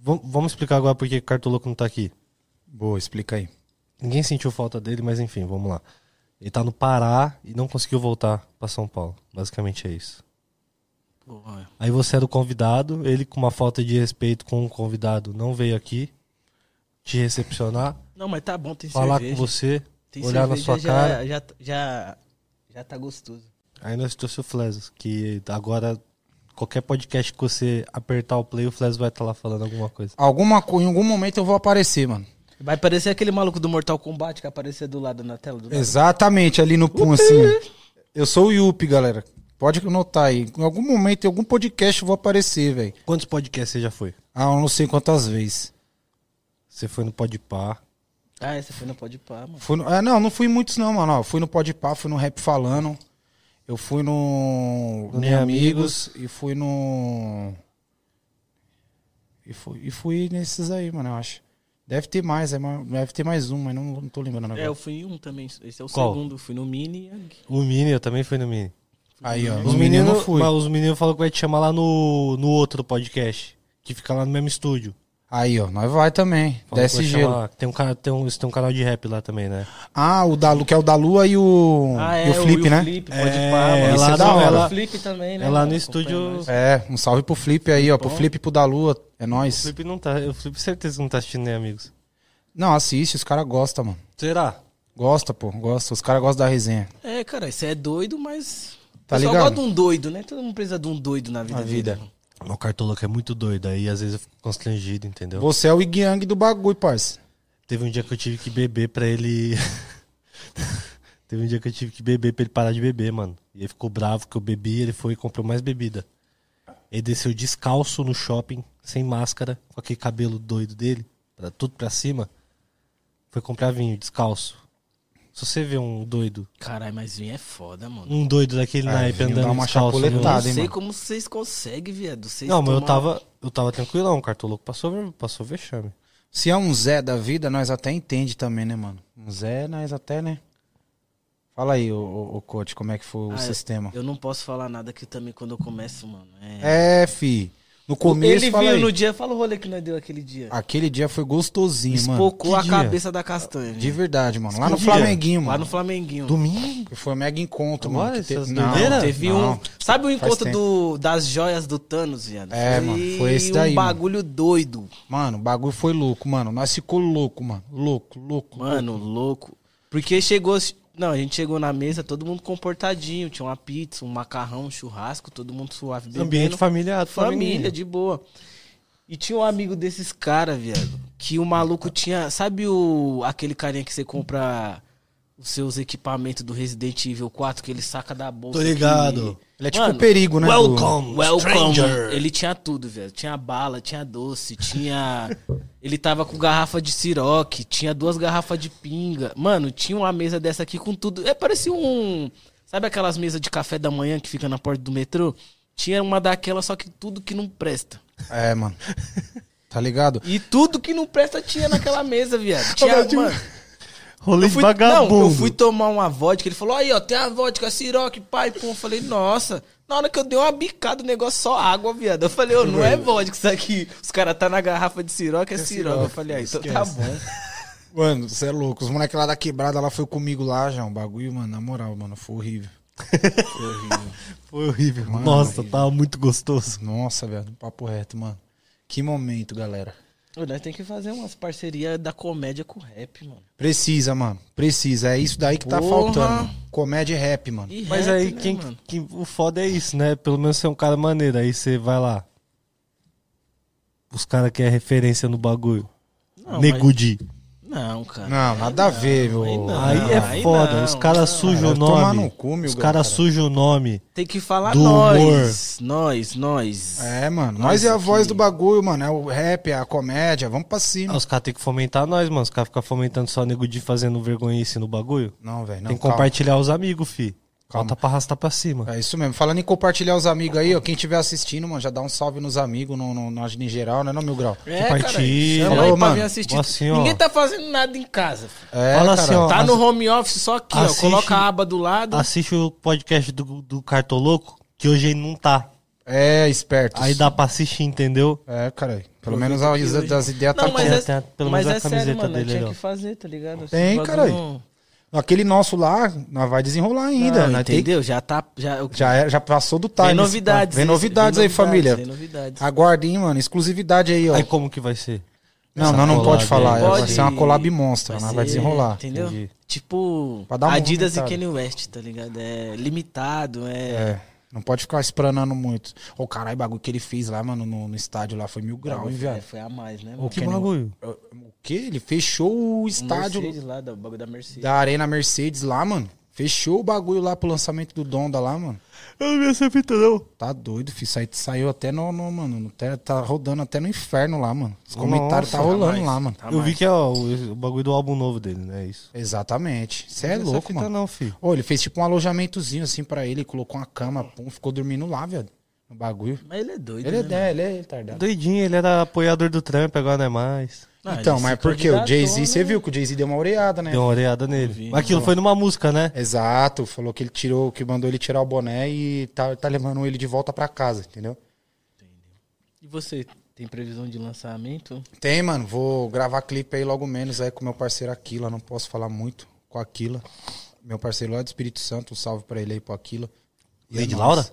Speaker 3: Vam- vamos explicar agora por que o Cartoloco não tá aqui.
Speaker 1: Boa, explica aí.
Speaker 3: Ninguém sentiu falta dele, mas enfim, vamos lá. Ele tá no Pará e não conseguiu voltar pra São Paulo. Basicamente é isso.
Speaker 2: Pô, é.
Speaker 3: Aí você era o convidado, ele com uma falta de respeito com o convidado não veio aqui te recepcionar,
Speaker 2: Não, mas tá bom, tem
Speaker 3: falar
Speaker 2: cerveja.
Speaker 3: com você,
Speaker 2: Tem
Speaker 3: olhar na
Speaker 2: cerveja,
Speaker 3: sua
Speaker 2: já,
Speaker 3: cara.
Speaker 2: Já, já, já tá gostoso.
Speaker 3: Aí nós trouxe o Flesas, que agora Qualquer podcast que você apertar o play, o Flash vai estar lá falando alguma coisa.
Speaker 1: Alguma coisa, em algum momento eu vou aparecer, mano.
Speaker 2: Vai parecer aquele maluco do Mortal Kombat que aparecia do lado na tela do lado.
Speaker 1: Exatamente, ali no pum, assim. Eu sou o Yupi, galera. Pode notar aí. Em algum momento, em algum podcast, eu vou aparecer, velho.
Speaker 3: Quantos podcasts você já foi?
Speaker 1: Ah, eu não sei quantas vezes.
Speaker 3: Você foi no Podpah.
Speaker 2: Ah, essa foi no Pode Pá, mano.
Speaker 1: Fui no- ah, não, não fui em muitos, não, mano. Ó, fui no Podpah, fui no Rap Falando. Eu fui no.
Speaker 3: No
Speaker 1: Nem Amigos. E fui no. E fui, e fui nesses aí, mano, eu acho. Deve ter mais, é, ma- deve ter mais um, mas não, não tô lembrando agora.
Speaker 2: É, eu fui em um também. Esse é o
Speaker 3: Qual?
Speaker 2: segundo. Fui no Mini. e-
Speaker 3: O Mini, eu também fui no Mini.
Speaker 1: Aí, ó.
Speaker 3: Os
Speaker 1: Os meninos
Speaker 3: meninos
Speaker 1: não fui.
Speaker 3: Mas os meninos falaram que vai te chamar lá no, no outro podcast. Que fica lá no mesmo estúdio.
Speaker 1: Aí, ó, nós vai também.
Speaker 3: Falou que
Speaker 1: Desce
Speaker 3: vai
Speaker 1: gelo.
Speaker 3: chamar- Tem um, cara- tem, um, tem um canal de rap lá também, né?
Speaker 1: Ah, o da Lu, que é o da Lua e o,
Speaker 2: Ah, é,
Speaker 1: e o Flip,
Speaker 2: Will
Speaker 1: né?
Speaker 2: Flip, pode
Speaker 3: É,
Speaker 2: pá, mano.
Speaker 1: é
Speaker 2: Esse
Speaker 1: lá
Speaker 2: da
Speaker 1: no-
Speaker 2: hora.
Speaker 1: ela-
Speaker 2: Flip também, né?
Speaker 3: é lá no
Speaker 2: mano?
Speaker 3: estúdio-
Speaker 2: Acompanha nós.
Speaker 1: É, um salve pro Flip aí, ó. Pro Flip e pro da Lua. É
Speaker 3: O
Speaker 1: nóis.
Speaker 3: Flip não tá. O Flip certeza que não tá assistindo, né, amigos?
Speaker 1: Não, assiste, os caras gostam, mano.
Speaker 3: Será?
Speaker 1: Gosta, pô, gosta. Os caras gostam da resenha.
Speaker 2: É, cara, isso é doido, mas.
Speaker 1: Tá
Speaker 2: eu
Speaker 1: ligado?
Speaker 2: Só gosto de um doido, né? Todo mundo precisa de um doido na vida.
Speaker 1: Na
Speaker 2: dele,
Speaker 1: vida.
Speaker 2: mano.
Speaker 3: Meu cartoloco é muito doido, aí às vezes eu fico constrangido, entendeu?
Speaker 1: Você é o Ig Yang do bagulho, parça.
Speaker 3: Teve um dia que eu tive que beber pra ele. Teve um dia que eu tive que beber pra ele parar de beber, mano. E ele ficou bravo que eu bebi, ele foi e comprou mais bebida. Ele desceu descalço no shopping, sem máscara, com aquele cabelo doido dele, pra, tudo pra cima. Foi comprar vinho, descalço. Se você vê um doido,
Speaker 2: Caralho, mas vinho é foda, mano.
Speaker 3: um doido daquele
Speaker 1: Ah,
Speaker 3: naipe
Speaker 1: vinho dá
Speaker 3: andando
Speaker 1: uma
Speaker 3: descalço. no-
Speaker 2: Eu
Speaker 1: chapuletada.
Speaker 2: não
Speaker 1: Nada, hein,
Speaker 2: sei
Speaker 1: mano?
Speaker 2: como vocês conseguem, viado. Vocês
Speaker 3: Não, mas eu
Speaker 2: tomam-
Speaker 3: tava, eu tava tranquilão, o cartoloco passou, passou vexame.
Speaker 1: Se é um Zé da vida, nós até entende também, né, mano? Um Zé, nós até, né? Fala aí, o, coach, como é que foi o
Speaker 2: Ah, eu-
Speaker 1: sistema.
Speaker 2: Eu não posso falar nada que também quando eu começo, mano. É.
Speaker 1: É, fi. No começo,
Speaker 2: Ele
Speaker 1: fala
Speaker 2: viu
Speaker 1: aí.
Speaker 2: no dia, fala o rolê que nós deu aquele dia.
Speaker 1: Aquele dia foi gostosinho, mano.
Speaker 2: Espocou
Speaker 3: que
Speaker 2: a
Speaker 3: dia?
Speaker 2: cabeça da castanha.
Speaker 1: De
Speaker 2: né?
Speaker 1: verdade, mano. Lá no
Speaker 3: Que dia?
Speaker 1: Flamenguinho,
Speaker 2: Lá
Speaker 1: mano.
Speaker 2: no Flamenguinho.
Speaker 3: Domingo?
Speaker 1: Que Foi um mega encontro,
Speaker 3: Agora,
Speaker 1: mano. que
Speaker 3: essas
Speaker 1: Não,
Speaker 3: doideiras?
Speaker 2: Teve
Speaker 1: Ah, não.
Speaker 2: um. Sabe o encontro
Speaker 1: tempo.
Speaker 2: do, das joias do Thanos, viado?
Speaker 1: É, mano, foi esse daí,
Speaker 2: um
Speaker 1: mano.
Speaker 2: bagulho doido.
Speaker 1: Mano, o bagulho foi louco, mano. Nós ficou louco, mano. Louco, louco.
Speaker 2: Mano, louco. Porque chegou. Não, a gente chegou na mesa, todo mundo comportadinho. Tinha uma pizza, um macarrão, um churrasco, todo mundo suave. Bebendo.
Speaker 3: Ambiente familiar,
Speaker 2: Família, de boa. E tinha um amigo desses caras, viado. Que o maluco tinha. Sabe o aquele carinha que você compra os seus equipamentos do Resident Evil 4 que ele saca da bolsa?
Speaker 3: Tô ligado.
Speaker 2: aqui?
Speaker 1: Ele é tipo o perigo, né? do-
Speaker 3: Welcome,
Speaker 2: Welcome.
Speaker 3: stranger.
Speaker 2: Ele tinha tudo, velho. Tinha bala, tinha doce, tinha. Ele tava com garrafa de siroque, tinha duas garrafas de pinga. Mano, tinha uma mesa dessa aqui com tudo. É, parecia um. Sabe aquelas mesas de café da manhã que fica na porta do metrô? Tinha uma daquela, só que tudo que não presta.
Speaker 1: É, mano. Tá ligado?
Speaker 2: E tudo que não presta tinha naquela mesa, viado. Tinha, mano,
Speaker 3: Rolê
Speaker 2: eu
Speaker 3: de
Speaker 2: fui,
Speaker 3: vagabundo.
Speaker 2: não, eu fui tomar uma vodka, ele falou, aí, ó, tem a vodka, Ciroc, pai, pum. Eu falei, nossa. Na hora que eu dei uma bicada, o negócio só água, viado. Eu falei, ô, não é vodka isso aqui. Os caras tá na garrafa de Ciroc, é Ciroc. Eu falei, ah, então tá bom.
Speaker 1: Mano, você é louco. Os moleques lá da quebrada, lá foi comigo lá, já. Um bagulho, mano, na moral, mano, foi horrível.
Speaker 3: Foi horrível.
Speaker 1: Mano,
Speaker 3: Nossa, tava muito gostoso.
Speaker 1: Nossa, velho, papo reto, mano. Que momento, galera.
Speaker 2: Ô, Nós tem que fazer umas parcerias da comédia com o rap, mano.
Speaker 1: Precisa, mano. Precisa. É isso daí que tá
Speaker 2: Porra.
Speaker 1: faltando. Mano. Comédia e rap, mano.
Speaker 2: E
Speaker 3: Mas
Speaker 2: rap,
Speaker 3: aí,
Speaker 2: né,
Speaker 3: quem,
Speaker 2: mano?
Speaker 3: quem- o foda é isso, né? Pelo menos você é um cara maneiro. Aí você vai lá. Os caras que é referência no bagulho.
Speaker 2: Não,
Speaker 3: Negudi.
Speaker 2: Não, cara.
Speaker 1: Não, nada a ver, meu.
Speaker 2: aí não.
Speaker 3: Aí é
Speaker 2: aí
Speaker 3: foda.
Speaker 2: não,
Speaker 3: os caras
Speaker 2: não.
Speaker 3: sujam
Speaker 1: Vai
Speaker 3: o
Speaker 1: tomar no
Speaker 3: nome.
Speaker 1: cu, meu
Speaker 3: os
Speaker 1: cara.
Speaker 3: caras sujam o nome.
Speaker 2: Tem que falar
Speaker 3: Do
Speaker 2: nós. Nós, nós.
Speaker 1: É, mano.
Speaker 2: Nós
Speaker 1: Nós é a
Speaker 2: aqui.
Speaker 1: voz do bagulho, mano. É o rap, é a comédia. Vamos pra
Speaker 3: Ah,
Speaker 1: cima.
Speaker 3: Os caras têm que fomentar nós, mano. Os caras ficam fomentando só Negudi fazendo vergonhice no bagulho.
Speaker 1: Não, velho. Não,
Speaker 3: Tem que
Speaker 1: calma.
Speaker 3: compartilhar os amigos, fi.
Speaker 1: Calma.
Speaker 3: Bota pra arrastar pra cima.
Speaker 1: É isso mesmo. Falando em compartilhar os amigos aí, ó. Quem estiver assistindo, mano, já dá um salve nos amigos, no, no, no- em geral, né, não, meu grau?
Speaker 2: É,
Speaker 3: Compartilha.
Speaker 2: cara, chama
Speaker 1: Falou,
Speaker 2: aí pra
Speaker 1: mano.
Speaker 2: vir assistir.
Speaker 3: Assim, ó.
Speaker 2: Ninguém tá fazendo nada em casa. filho.
Speaker 1: É,
Speaker 3: Fala
Speaker 1: cara.
Speaker 3: assim, ó.
Speaker 2: Tá
Speaker 3: Ass-
Speaker 2: no home office só aqui,
Speaker 3: assiste-
Speaker 2: ó. Coloca a aba do lado.
Speaker 3: Assiste o podcast do, do Cartoloco, que hoje ele não tá.
Speaker 1: É, espertos.
Speaker 3: Aí dá pra assistir, entendeu?
Speaker 1: É, cara. Pelo menos as,
Speaker 2: hoje-
Speaker 1: as ideias tá
Speaker 2: um Não, mas
Speaker 1: com-
Speaker 2: é,
Speaker 3: Tem a- pelo
Speaker 2: mas
Speaker 3: menos a
Speaker 2: é sério,
Speaker 3: camiseta
Speaker 2: mano.
Speaker 3: dele
Speaker 2: tinha
Speaker 3: ali, ó.
Speaker 2: que fazer, tá ligado? Assim,
Speaker 1: Tem,
Speaker 2: o bagulho
Speaker 1: caralho.
Speaker 2: não-
Speaker 1: Aquele nosso lá, nós vai desenrolar ainda.
Speaker 2: Não,
Speaker 1: nós tem que-
Speaker 2: entendeu? Já tá. Já, eu-
Speaker 1: já, é- já passou do time.
Speaker 2: Vem novidades.
Speaker 1: Vem
Speaker 2: esse-
Speaker 1: novidades aí, família.
Speaker 2: Vem novidades. né?
Speaker 1: Aguardem, mano. Exclusividade aí, ó.
Speaker 3: Aí como que vai ser?
Speaker 1: não,
Speaker 3: essa
Speaker 1: não, não
Speaker 3: colada
Speaker 1: pode falar.
Speaker 3: aí,
Speaker 1: é, Vai
Speaker 2: pode-
Speaker 1: ser uma collab monstra.
Speaker 2: Vai
Speaker 1: nós vai
Speaker 2: ser,
Speaker 1: desenrolar.
Speaker 2: Entendeu?
Speaker 3: Entendi.
Speaker 2: Tipo,
Speaker 1: Pra dar um uma
Speaker 2: Adidas e
Speaker 1: movimentada.
Speaker 2: Kanye West, tá ligado? É limitado, é.
Speaker 1: É. Não pode ficar esplanando muito. Ô, caralho, o bagulho que ele fez lá, mano, no, no estádio lá foi mil graus, hein,
Speaker 2: É,
Speaker 1: viado?
Speaker 2: foi a mais, né?
Speaker 3: Ô,
Speaker 2: mano?
Speaker 3: que
Speaker 1: Kenny-
Speaker 3: bagulho.
Speaker 1: O quê? Ele fechou o
Speaker 2: Um
Speaker 1: estádio
Speaker 2: Mercedes lá, da- o bagulho da Mercedes.
Speaker 1: da Arena Mercedes lá, mano. Fechou o bagulho lá pro lançamento do Donda lá, mano.
Speaker 3: Eu não vi essa fita, não.
Speaker 1: Tá doido, filho. Sai- saiu até no, no mano. no te- tá rodando até no inferno lá, mano. Os comentários tá
Speaker 3: Nossa,
Speaker 1: rolando
Speaker 2: mais.
Speaker 1: lá, mano.
Speaker 2: Tá
Speaker 3: eu vi
Speaker 2: mais.
Speaker 3: que é ó, o, o bagulho do álbum novo dele, né? Isso.
Speaker 1: Exatamente. Você é
Speaker 3: Não vi essa
Speaker 1: louco,
Speaker 3: fita
Speaker 1: mano.
Speaker 3: não, filho.
Speaker 1: Ô, ele fez tipo um alojamentozinho assim pra ele, colocou uma cama, pum, ficou dormindo lá, velho. No bagulho.
Speaker 2: Mas ele é doido,
Speaker 1: Ele é,
Speaker 2: né,
Speaker 1: é, ele é retardado.
Speaker 3: Doidinho, ele era apoiador do Trump, agora não é mais.
Speaker 2: mano? Ah,
Speaker 1: então,
Speaker 2: ele
Speaker 1: mas
Speaker 2: se
Speaker 1: porque o
Speaker 2: candidatou,
Speaker 1: Jay-Z,
Speaker 2: né?
Speaker 1: você viu que o Jay-Z deu uma oreada, né?
Speaker 3: Deu uma olhada nele.
Speaker 2: É. vi,
Speaker 3: Mas aquilo foi numa música, né?
Speaker 1: É, Exato, falou que ele tirou, que mandou ele tirar o boné e tá, tá levando ele de volta pra casa, entendeu?
Speaker 2: E você, tem previsão de lançamento?
Speaker 1: Tem, mano, vou gravar clipe aí logo menos aí com meu parceiro Aquila, não posso falar muito com Aquila. Meu parceiro lá do Espírito Santo, um salve pra ele aí pro Aquila. E é
Speaker 3: Lady
Speaker 1: nóis.
Speaker 3: Laura?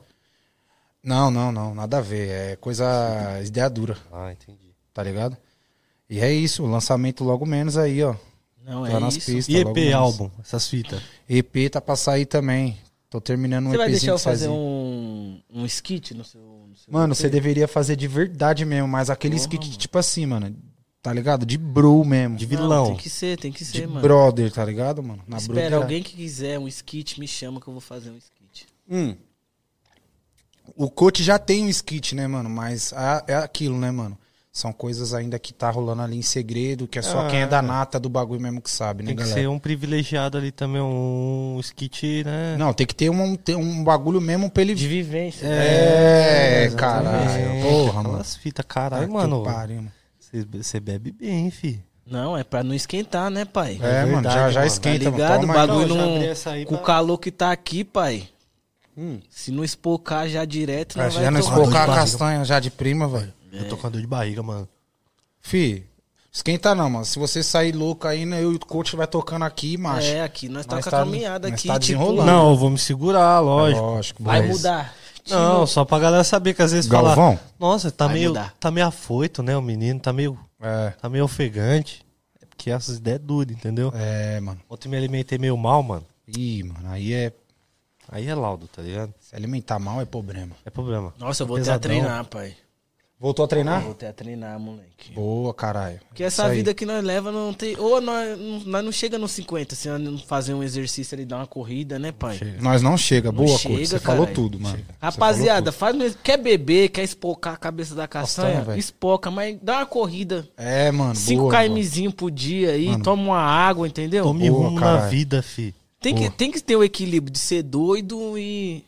Speaker 1: Não, não, não, nada a ver, é coisa ideia dura,
Speaker 3: Ah, entendi.
Speaker 1: tá ligado? E é isso, lançamento logo menos aí, ó.
Speaker 2: Não,
Speaker 1: Tá
Speaker 2: é
Speaker 1: nas
Speaker 2: isso.
Speaker 1: pistas.
Speaker 3: E
Speaker 1: Tá logo
Speaker 3: EP,
Speaker 1: mais.
Speaker 3: álbum, essas fitas.
Speaker 1: EP tá pra sair também. Tô terminando um
Speaker 2: Você vai deixar
Speaker 1: EPzinho
Speaker 2: eu
Speaker 1: de
Speaker 2: fazer
Speaker 1: sozinho.
Speaker 2: um, um skit no seu... no seu
Speaker 1: Mano,
Speaker 2: EP?
Speaker 1: você deveria fazer de verdade mesmo, mas aquele
Speaker 2: Porra,
Speaker 1: skit
Speaker 2: mano.
Speaker 1: tipo assim, mano, tá ligado? De bro mesmo.
Speaker 3: De
Speaker 1: De,
Speaker 2: Não,
Speaker 3: vilão.
Speaker 2: tem que ser, tem que ser, mano.
Speaker 1: brother, tá ligado, mano? Na
Speaker 2: Espera,
Speaker 1: brother.
Speaker 2: alguém que quiser um skit, me chama que eu vou fazer um skit.
Speaker 1: Hum. O coach já tem um skit, né, mano? Mas a- é aquilo, né, mano? São coisas ainda que tá rolando ali em segredo, que é só
Speaker 3: Ah,
Speaker 1: quem é da nata do bagulho mesmo que sabe, né,
Speaker 3: Tem que
Speaker 1: galera?
Speaker 3: ser um privilegiado ali também, um skit, né?
Speaker 1: Não, tem que ter um, ter um bagulho mesmo pra ele.
Speaker 2: De vivência.
Speaker 1: É, caralho.
Speaker 3: Exatamente.
Speaker 1: Porra, mano.
Speaker 3: Aquelas fitas, caralho,
Speaker 1: Tá que
Speaker 3: mano.
Speaker 1: pariu, mano.
Speaker 3: Você bebe bem, fi.
Speaker 2: Não, é pra não esquentar, né, pai?
Speaker 1: É, mano,
Speaker 3: verdade,
Speaker 1: já, já
Speaker 3: mano.
Speaker 1: esquenta,
Speaker 2: Tá
Speaker 1: mano.
Speaker 2: ligado?
Speaker 1: Toma
Speaker 2: O
Speaker 1: aí.
Speaker 2: bagulho
Speaker 3: Não, já
Speaker 2: não-
Speaker 3: abri essa aí
Speaker 2: Com o
Speaker 3: pra-
Speaker 2: calor que tá aqui, pai.
Speaker 1: Hum.
Speaker 2: Se não espocar já direto, não
Speaker 1: Ah,
Speaker 2: vai
Speaker 1: já não
Speaker 2: tomar.
Speaker 3: espocar.
Speaker 1: espocar a
Speaker 3: barriga.
Speaker 1: castanha já de prima, velho.
Speaker 3: Eu
Speaker 2: É.
Speaker 3: tô com a dor de barriga, mano.
Speaker 1: Fi, esquenta não, mano. Se você sair louco ainda, eu e o coach vai tocando aqui, macho.
Speaker 2: É, aqui, nós tá
Speaker 1: Nós
Speaker 2: com a
Speaker 1: tá-
Speaker 2: caminhada
Speaker 1: nós
Speaker 2: aqui,
Speaker 1: tá
Speaker 2: tipo,
Speaker 1: desenrolando. Pulando.
Speaker 3: Não, eu vou me segurar, lógico.
Speaker 1: Lógico,
Speaker 2: vai
Speaker 1: mas-
Speaker 2: mudar.
Speaker 3: Não, só pra galera saber que às vezes fala.
Speaker 1: É Galvão?
Speaker 3: Nossa, tá
Speaker 2: Vai
Speaker 3: meio,
Speaker 2: mudar.
Speaker 3: tá meio afoito, né? O menino tá meio,
Speaker 1: É,
Speaker 3: tá meio ofegante. É porque essas ideias é duras, entendeu?
Speaker 1: é, mano.
Speaker 3: Ontem eu me alimentei meio mal, mano.
Speaker 1: Ih, mano, aí é.
Speaker 3: Aí é laudo, tá ligado?
Speaker 1: Se alimentar mal é problema.
Speaker 3: É problema.
Speaker 2: Nossa, eu vou
Speaker 3: Pesadão.
Speaker 2: até treinar, pai.
Speaker 1: Voltou a
Speaker 2: Eu
Speaker 1: treinar?
Speaker 2: vou até treinar, moleque.
Speaker 1: Boa, caralho.
Speaker 2: Porque essa
Speaker 1: Isso aí.
Speaker 2: vida que nós leva não tem. Ou nós não, nós não chega nos 50, se nós não fazer um exercício ali, dar uma corrida, né, pai?
Speaker 1: Nós não chega.
Speaker 2: Não
Speaker 1: Boa,
Speaker 2: chega,
Speaker 1: coach. Você
Speaker 2: caralho.
Speaker 1: falou tudo, mano. Você
Speaker 2: Rapaziada, faz mesmo. Quer beber, quer espocar a cabeça da castanha?
Speaker 1: velho.
Speaker 2: espoca, mas dá uma corrida.
Speaker 1: falou tudo. É, mano.
Speaker 2: 5
Speaker 1: boa,
Speaker 2: KMzinho por dia aí,
Speaker 1: Mano.
Speaker 2: toma uma água, entendeu?
Speaker 3: Tome
Speaker 1: Boa,
Speaker 3: rumo na
Speaker 1: caralho.
Speaker 3: vida, fi.
Speaker 2: Tem que,
Speaker 1: Boa.
Speaker 2: tem que ter o equilíbrio de ser doido e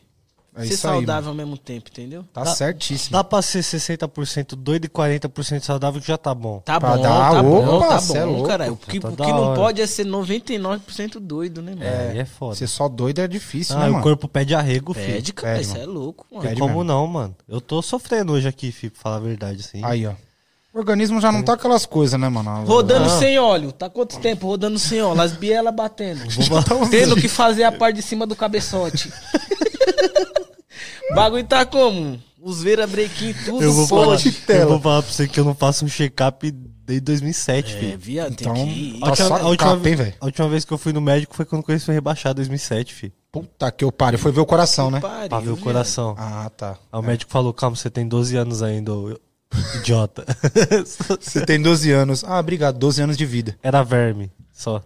Speaker 1: boa. É
Speaker 2: ser
Speaker 1: isso aí,
Speaker 2: saudável ao mesmo tempo, entendeu?
Speaker 1: mano. Tá
Speaker 3: Dá-
Speaker 1: certíssimo.
Speaker 3: Dá pra ser 60% doido e 40% saudável que já tá bom.
Speaker 2: Tá
Speaker 1: Pra
Speaker 2: bom,
Speaker 1: dar-
Speaker 2: tá bom,
Speaker 1: Opa,
Speaker 2: tá bom,
Speaker 1: cê é louco,
Speaker 2: cara. O que,
Speaker 3: tá
Speaker 2: o
Speaker 3: da
Speaker 2: que não
Speaker 3: hora.
Speaker 2: pode é ser 99% doido, né, mano?
Speaker 3: É, aí é foda.
Speaker 1: Ser só doido é difícil,
Speaker 3: ah,
Speaker 1: né,
Speaker 3: e o
Speaker 1: mano?
Speaker 3: corpo pede arrego, fi.
Speaker 2: Pede, cara,
Speaker 1: pede,
Speaker 2: isso
Speaker 1: mano.
Speaker 2: é louco, mano.
Speaker 1: Pede
Speaker 3: Como
Speaker 1: mesmo.
Speaker 3: não, mano? Eu tô sofrendo hoje aqui, fi, pra falar a verdade, assim.
Speaker 1: Aí, ó. O organismo já não tá aquelas coisas, né, mano?
Speaker 2: Rodando
Speaker 3: Não.
Speaker 2: sem óleo, tá quanto tempo rodando sem óleo? As bielas batendo.
Speaker 3: Vou
Speaker 1: Tá
Speaker 3: botar um-
Speaker 2: Tendo que fazer a parte de cima do cabeçote. Bagulho tá como? Os veira brequim, tudo
Speaker 3: Eu vou, falar,
Speaker 2: pode.
Speaker 3: eu vou falar pra você que eu não faço um check-up desde 2007,
Speaker 2: É,
Speaker 3: filho.
Speaker 2: viado,
Speaker 1: Então,
Speaker 2: tem que ir.
Speaker 1: tá só capa, hein, velho?
Speaker 3: a última vez que eu fui no médico foi quando o Corinthians foi rebaixado, 2007, filho.
Speaker 1: Puta que eu pariu. Foi ver o coração, né?
Speaker 2: Pariu,
Speaker 3: Pra ver o
Speaker 2: viado.
Speaker 3: coração.
Speaker 1: Ah, tá.
Speaker 3: Aí o médico falou, calma, você tem 12 anos ainda, ô idiota.
Speaker 1: Você tem 12 anos. Ah, obrigado. 12 anos de vida.
Speaker 3: Era verme, só.